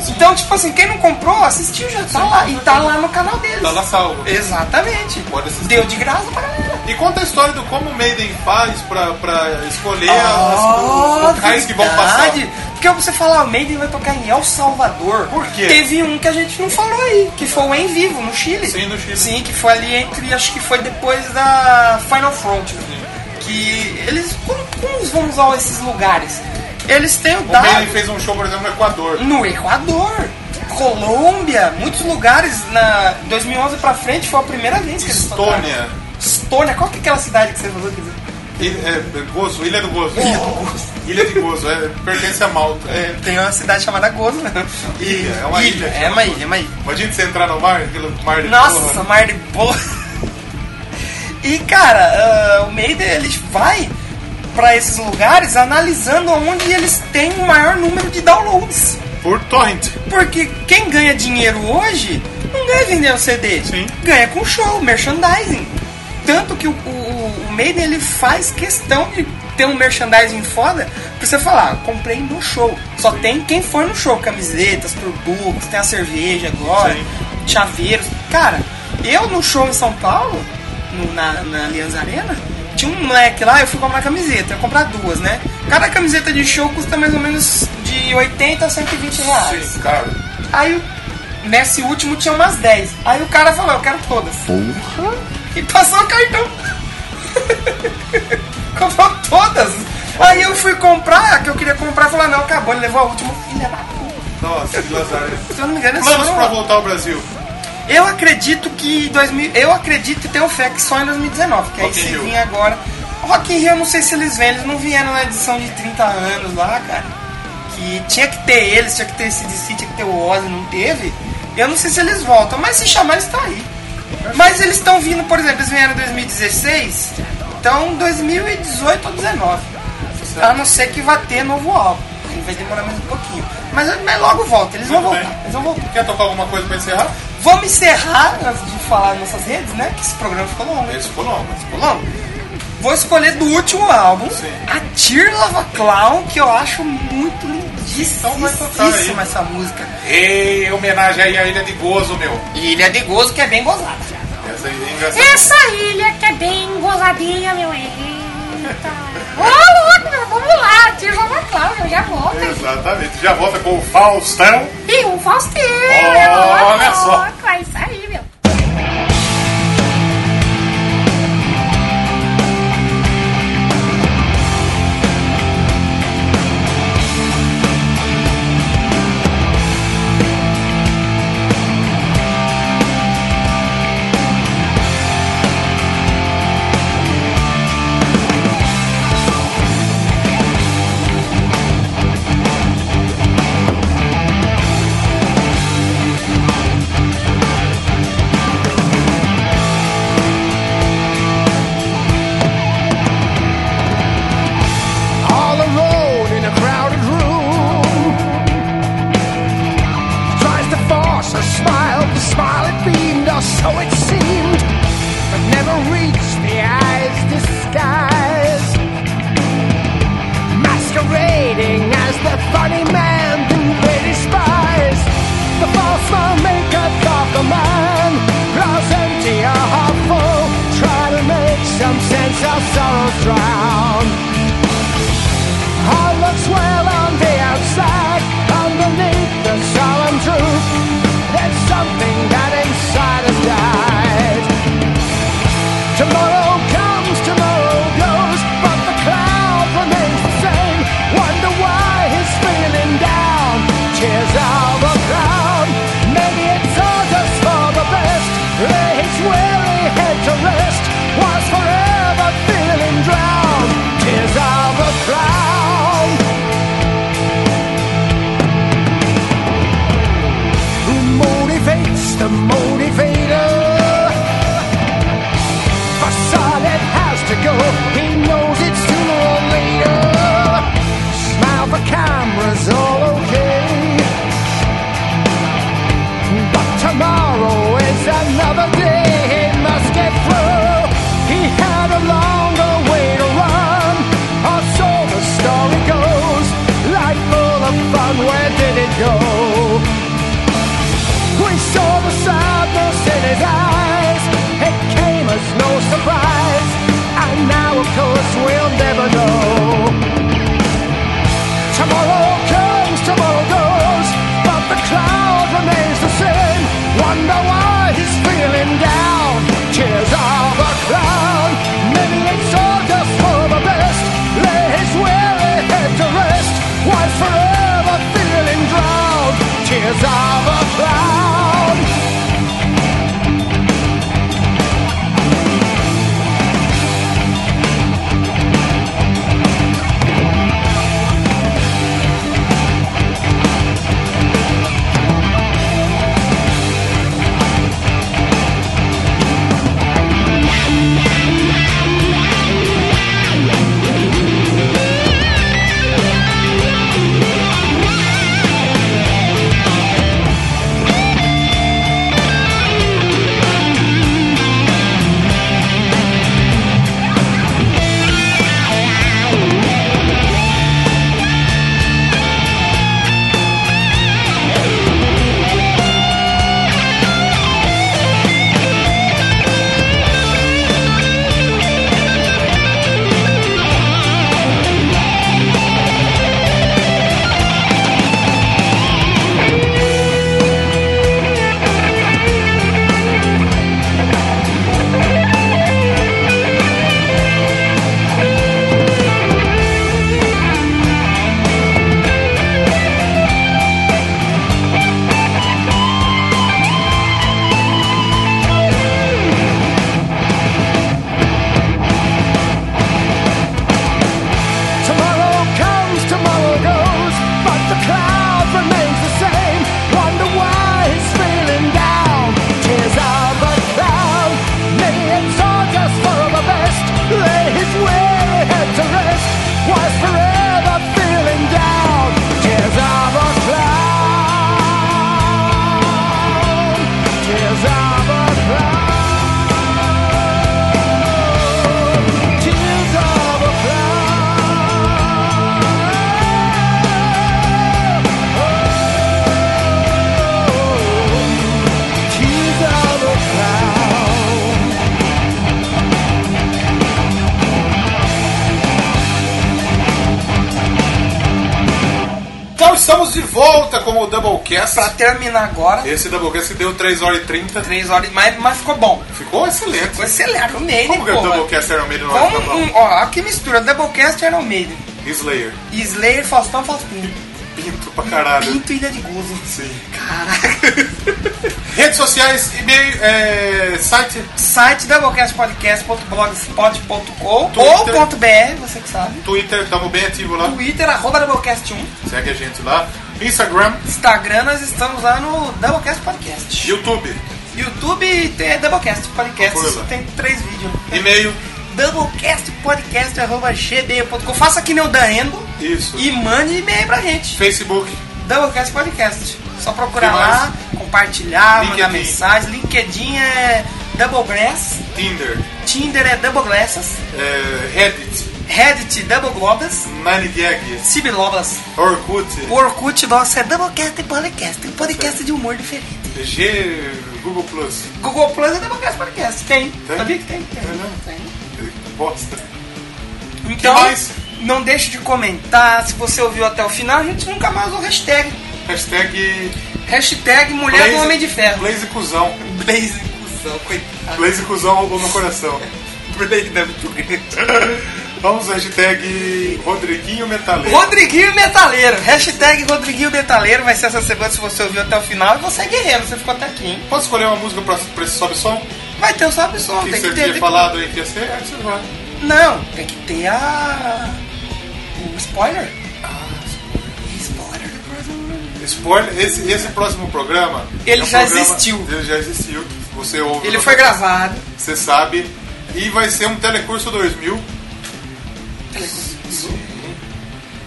Speaker 4: Então, tipo assim, quem não comprou, assistiu já tá lá. E tá lá no canal deles.
Speaker 7: Tá lá salvo.
Speaker 4: Exatamente.
Speaker 7: Pode assistir.
Speaker 4: Deu de graça pra galera.
Speaker 7: E conta a história do como o Maiden faz pra, pra escolher
Speaker 4: Ah,
Speaker 7: as, os locais que vão passar.
Speaker 4: verdade. Porque você fala, ah, o Maiden vai tocar em El Salvador.
Speaker 7: Por quê?
Speaker 4: Teve um que a gente não falou aí, que foi o Em Vivo, no Chile.
Speaker 7: Sim, no Chile.
Speaker 4: Sim, que foi ali entre, acho que foi depois da Final Frontier. Que eles, como, como eles vão usar esses lugares? Eles têm
Speaker 7: O Bailey
Speaker 4: dado
Speaker 7: fez um show, por exemplo, no Equador.
Speaker 4: no Equador, Colômbia, muitos lugares na 2011 pra frente foi a primeira vez que eles tocaram.
Speaker 7: Estônia.
Speaker 4: Estônia, qual que é aquela cidade que você falou que
Speaker 7: Ilha, é, Gozo, Ilha do Gozo. Ilha do Gozo. Ilha de Gozo, é, pertence a Malta.
Speaker 4: é, tem uma cidade chamada Gozo, né?
Speaker 7: Ilha, é uma ilha,
Speaker 4: É uma ilha, é uma ilha.
Speaker 7: Imagina você entrar no mar, aquele mar de
Speaker 4: Nossa,
Speaker 7: porra.
Speaker 4: mar de boa. E cara, ah, o Mayday ele vai pra esses lugares analisando onde eles têm o maior número de downloads.
Speaker 7: Por torrent.
Speaker 4: Porque quem ganha dinheiro hoje não ganha vendendo CD,
Speaker 7: Sim.
Speaker 4: ganha com show, merchandising. Tanto que o, o, o Maiden ele faz questão de ter um merchandising foda pra você falar, "Ah, comprei no show. Só tem quem for no show, camisetas, produtos, tem a cerveja agora,
Speaker 7: Sim.
Speaker 4: chaveiros. Cara, eu no show em São Paulo, no- na, na Allianz Arena, tinha um moleque lá, eu fui comprar camiseta, eu ia comprar duas, né? Cada camiseta de show custa mais ou menos de 80 a 120 reais.
Speaker 7: Sim, cara.
Speaker 4: Aí o- nesse último tinha umas 10. Aí o cara falou, eu quero todas. E passou o cartão. Comprou todas. Aí eu fui comprar, a que eu queria comprar, falou, "Ah, não, acabou, ele levou a última. Filha da puta.
Speaker 7: Nossa, que lazarento.
Speaker 4: Se eu não me engano, é eles
Speaker 7: Planos
Speaker 4: foram-
Speaker 7: pra voltar ao Brasil.
Speaker 4: Eu acredito que 2000, eu acredito ter o FEC só em 2019, que aí
Speaker 7: Rock in
Speaker 4: se
Speaker 7: Rio.
Speaker 4: vinha agora. Rock in Rio, eu não sei se eles vêm, eles não vieram na edição de 30 anos lá, cara. Que tinha que ter eles, tinha que ter esse DC, tinha que ter o Ozzy, não teve. Eu não sei se eles voltam, mas se chamar, eles estão aí. Mas eles estão vindo, por exemplo, eles vieram em 2016, então 2018 ou 19. A não ser que vá ter novo álbum. Aí Vai demorar mais um pouquinho. Mas, mas logo volta, eles vão
Speaker 7: Muito
Speaker 4: voltar.
Speaker 7: bem.
Speaker 4: Eles vão voltar.
Speaker 7: Quer tocar alguma coisa pra encerrar?
Speaker 4: Vamos encerrar antes de falar nossas redes, né? Que esse programa ficou longo.
Speaker 7: Esse ficou longo.
Speaker 4: Ficou longo. Vou escolher do último álbum,
Speaker 7: Sim.
Speaker 4: a Tear Lava Clown, que eu acho muito lindíssima
Speaker 7: Então vai tocar aí.
Speaker 4: essa música.
Speaker 7: Ei, homenagem aí à Ilha de Gozo, meu.
Speaker 4: E Ilha de Gozo, que é bem gozada.
Speaker 7: Essa aí é engraçada.
Speaker 12: Essa ilha que é bem gozadinha, meu eita. Ô, louco, meu, vamos lá, tio Java Cláudio, eu já volto.
Speaker 7: É.
Speaker 12: hein?
Speaker 7: Exatamente. Já volta com o Faustão.
Speaker 12: E o Faustinho,
Speaker 7: Olha
Speaker 12: ô,
Speaker 7: só.
Speaker 12: louco, é isso aí, meu.
Speaker 8: all alone in a crowded room. Tries to force a smile, the smile it beamed, or so it seemed, but never reached the eyes disguise. Masquerading as the funny man who they despise. The false smile maketh of the man, glass empty or half full. Try to make some sense of sorrow's drown. All looks well on the outside, underneath the solemn truth. There's something that inside has died. Tomorrow comes, tomorrow goes, but the cloud remains the same. Wonder why he's feeling down. Tears of a clown. Maybe it's all just for the best. Lay his weary head to rest. Was forever feeling drowned. Tears of a clown. Who motivates the motivator? facade it has to go. He knows it's sooner or later. Smile for cameras, all okay. But tomorrow is another day. He must get through. He had a longer way to run, or so the story goes. Life full of fun, where did it go? We saw the sadness in his eyes. It came as no surprise. And now, of course, we'll never know. Tomorrow comes, tomorrow goes, but the cloud remains the same. Wonder why he's feeling down. Tears of a clown. Maybe it's all just for the best. Lay his weary head to rest.
Speaker 7: Então estamos de volta com o Doublecast.
Speaker 4: Pra terminar agora,
Speaker 7: Esse Doublecast deu 3 horas e 30.
Speaker 4: 3 horas, mas, mas ficou bom.
Speaker 7: Ficou excelente.
Speaker 4: Ficou excelente, o Maiden,
Speaker 7: Como que é o
Speaker 4: porra.
Speaker 7: Doublecast era meio não
Speaker 4: Como
Speaker 7: era bom?
Speaker 4: um, ó, olha que mistura, Doublecast e Iron Maiden.
Speaker 7: Slayer.
Speaker 4: E Slayer, Faustão, Faustinho.
Speaker 7: Pinto pra caralho.
Speaker 4: Pinto Ilha de Gozo.
Speaker 7: Sim.
Speaker 4: Caraca.
Speaker 7: Redes sociais, e-mail, é, site.
Speaker 4: Site doublecastpodcast.blogspot.com ou
Speaker 7: Twitter.
Speaker 4: ponto .br, você que sabe.
Speaker 7: Twitter, estamos bem ativos lá.
Speaker 4: Twitter, arroba Doublecast1.
Speaker 7: Segue a gente lá. Instagram,
Speaker 4: Instagram, nós estamos lá no Doublecast Podcast.
Speaker 7: YouTube,
Speaker 4: YouTube tem Doublecast Podcast,
Speaker 7: Procura
Speaker 4: só
Speaker 7: lá.
Speaker 4: tem três vídeos. É
Speaker 7: e-mail.
Speaker 4: Doublecastpodcast.gmail.com Faça que nem o Danendo
Speaker 7: Isso.
Speaker 4: e mande e-mail pra gente.
Speaker 7: Facebook.
Speaker 4: Doublecast Podcast. Só procurar
Speaker 7: Que mais?
Speaker 4: lá, compartilhar, mandar
Speaker 7: LinkedIn.
Speaker 4: mensagem. LinkedIn é Doublegrass,
Speaker 7: Tinder,
Speaker 4: Tinder é Doubleglassas,
Speaker 7: é, Reddit,
Speaker 4: Reddit Doubleglodas,
Speaker 7: Ninegag,
Speaker 4: Cibilobas,
Speaker 7: Orkut,
Speaker 4: o Orkut nosso é Doublecast e Podcast, um podcast de humor diferente.
Speaker 7: G, Google Plus.
Speaker 4: Google Plus é Doublecast Podcast, tem.
Speaker 7: Tem?
Speaker 4: Sabia que tem? Tem.
Speaker 7: É mesmo?
Speaker 4: tem.
Speaker 7: Bosta.
Speaker 4: Então,
Speaker 7: Que mais?
Speaker 4: não deixe de comentar. Se você ouviu até o final, a gente nunca mais usa o hashtag.
Speaker 7: Hashtag
Speaker 4: Hashtag Mulher do Homem de Ferro.
Speaker 7: Blaze Cusão.
Speaker 4: Blaze cuzão, coitado.
Speaker 7: Blaze Cusão roubou meu coração.
Speaker 4: Blaze é muito grande.
Speaker 7: Vamos, hashtag Rodriguinho Metaleiro.
Speaker 4: Rodriguinho Metaleiro. Hashtag Rodriguinho Metaleiro vai ser essa semana se você ouviu até o final. E você é guerreiro, você ficou até aqui, hein?
Speaker 7: Posso escolher uma música pra, pra esse sobe som?
Speaker 4: Vai ter o Sabe Som,
Speaker 7: que
Speaker 4: tem
Speaker 7: você
Speaker 4: que ter.
Speaker 7: tinha
Speaker 4: tem-
Speaker 7: falado aí que ia ser? É, você vai.
Speaker 4: Não, tem que ter a. O spoiler. Ah, Spoiler.
Speaker 7: Spoiler, esse, esse próximo programa.
Speaker 4: Ele
Speaker 7: um
Speaker 4: já
Speaker 7: programa-
Speaker 4: existiu.
Speaker 7: Ele já existiu. Você ouve.
Speaker 4: Ele foi gravado.
Speaker 7: Você sabe. E vai ser um Telecurso 2000.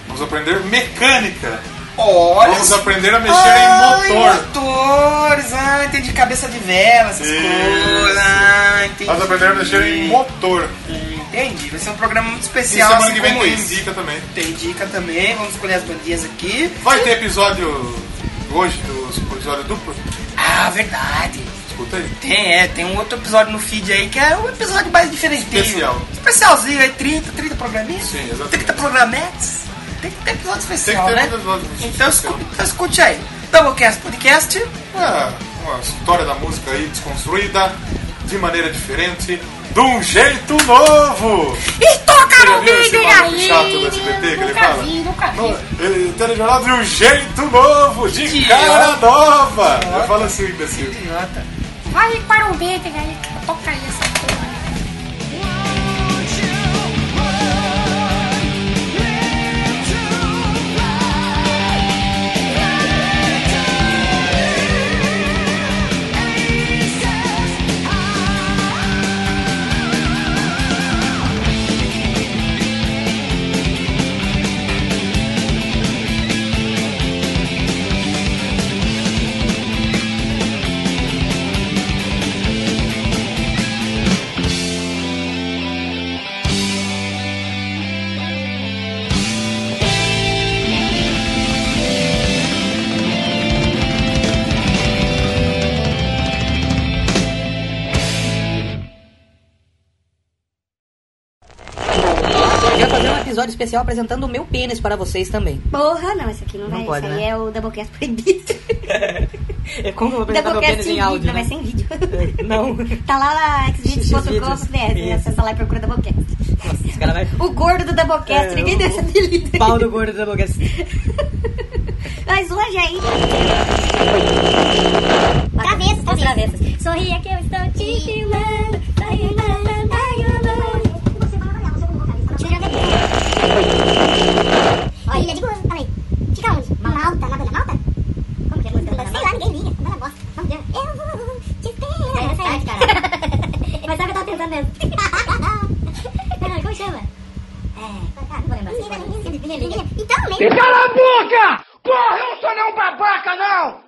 Speaker 7: Vamos aprender mecânica.
Speaker 4: Olha
Speaker 7: Vamos aprender a mexer
Speaker 4: Ah,
Speaker 7: em motor.
Speaker 4: motores, ah, entendi. Cabeça de vela, essas
Speaker 7: Isso.
Speaker 4: coisas. Ah, entendi.
Speaker 7: Nós aprendemos a mexer em motor.
Speaker 4: Entendi. Vai ser um programa muito
Speaker 7: E
Speaker 4: especial.
Speaker 7: semana
Speaker 4: assim
Speaker 7: que vem
Speaker 4: como
Speaker 7: tem
Speaker 4: esse.
Speaker 7: dica também.
Speaker 4: Tem dica também. Vamos escolher as bandinhas aqui.
Speaker 7: Vai ter episódio hoje, do episódio duplo.
Speaker 4: Ah, verdade.
Speaker 7: Escuta aí.
Speaker 4: Tem, é. Tem um outro episódio no feed aí que é um episódio mais diferente.
Speaker 7: Especial.
Speaker 4: Especialzinho aí, 30, 30 programinhas.
Speaker 7: Sim, exatamente.
Speaker 4: 30 programetes. Tem que ter episódio
Speaker 7: Tem
Speaker 4: especial,
Speaker 7: que ter
Speaker 4: né?
Speaker 7: muitas vozes.
Speaker 4: Então escute, então escute aí. Doublecast Podcast.
Speaker 7: Ah, uma história da música aí desconstruída, de maneira diferente, de um jeito novo.
Speaker 12: E toca
Speaker 7: Você já
Speaker 12: no
Speaker 7: viu esse
Speaker 12: vídeo
Speaker 7: maluco
Speaker 12: aí!
Speaker 7: chato do SBT que ele
Speaker 12: Nunca
Speaker 7: fala? é.
Speaker 12: vi, nunca vi.
Speaker 7: Ele- Telejornal de um jeito novo, de
Speaker 4: Que
Speaker 7: cara nova. Eu falo assim, imbecil.
Speaker 4: Idiota.
Speaker 12: Vai para um o vídeo aí, toca aí essa porra.
Speaker 5: Eu ia fazer um episódio especial apresentando o meu pênis para vocês também.
Speaker 11: Porra, não, esse aqui não,
Speaker 5: Não
Speaker 11: vai.
Speaker 5: pode,
Speaker 11: esse aí
Speaker 5: né?
Speaker 11: é o Doublecast proibido.
Speaker 5: É como eu vou apresentar meu pênis
Speaker 11: Doublecast
Speaker 5: em
Speaker 11: em
Speaker 5: áudio?
Speaker 11: vídeo,
Speaker 5: né?
Speaker 11: vai ser em vídeo.
Speaker 5: Não.
Speaker 11: Tá lá na xvideos.com.br,
Speaker 5: Isso.
Speaker 11: acessa lá e procura Doublecast.
Speaker 5: Esse cara vai...
Speaker 11: O gordo do Doublecast,
Speaker 5: É,
Speaker 11: ninguém
Speaker 5: o-
Speaker 11: deu esse apelido.
Speaker 5: Pau do gordo da boca.
Speaker 11: Mas hoje aí. Travessas, travessas. Sorria que eu estou te filmando. Sorria, lá, lá, lá, lá, lá. Ilha de Gozo, peraí. Fica onde? Malta, na banda Malta? Como que é a música? Sei lá, ninguém liga. Banda bosta. Vamos ver. Eu vou te esperar. Sai, cara. Mas sabe o que eu tava pensando mesmo? Ah, Como chama? É. Ah, não vou lembrar. Então, nem.
Speaker 8: Cala a boca! Porra, eu sou não babaca, não!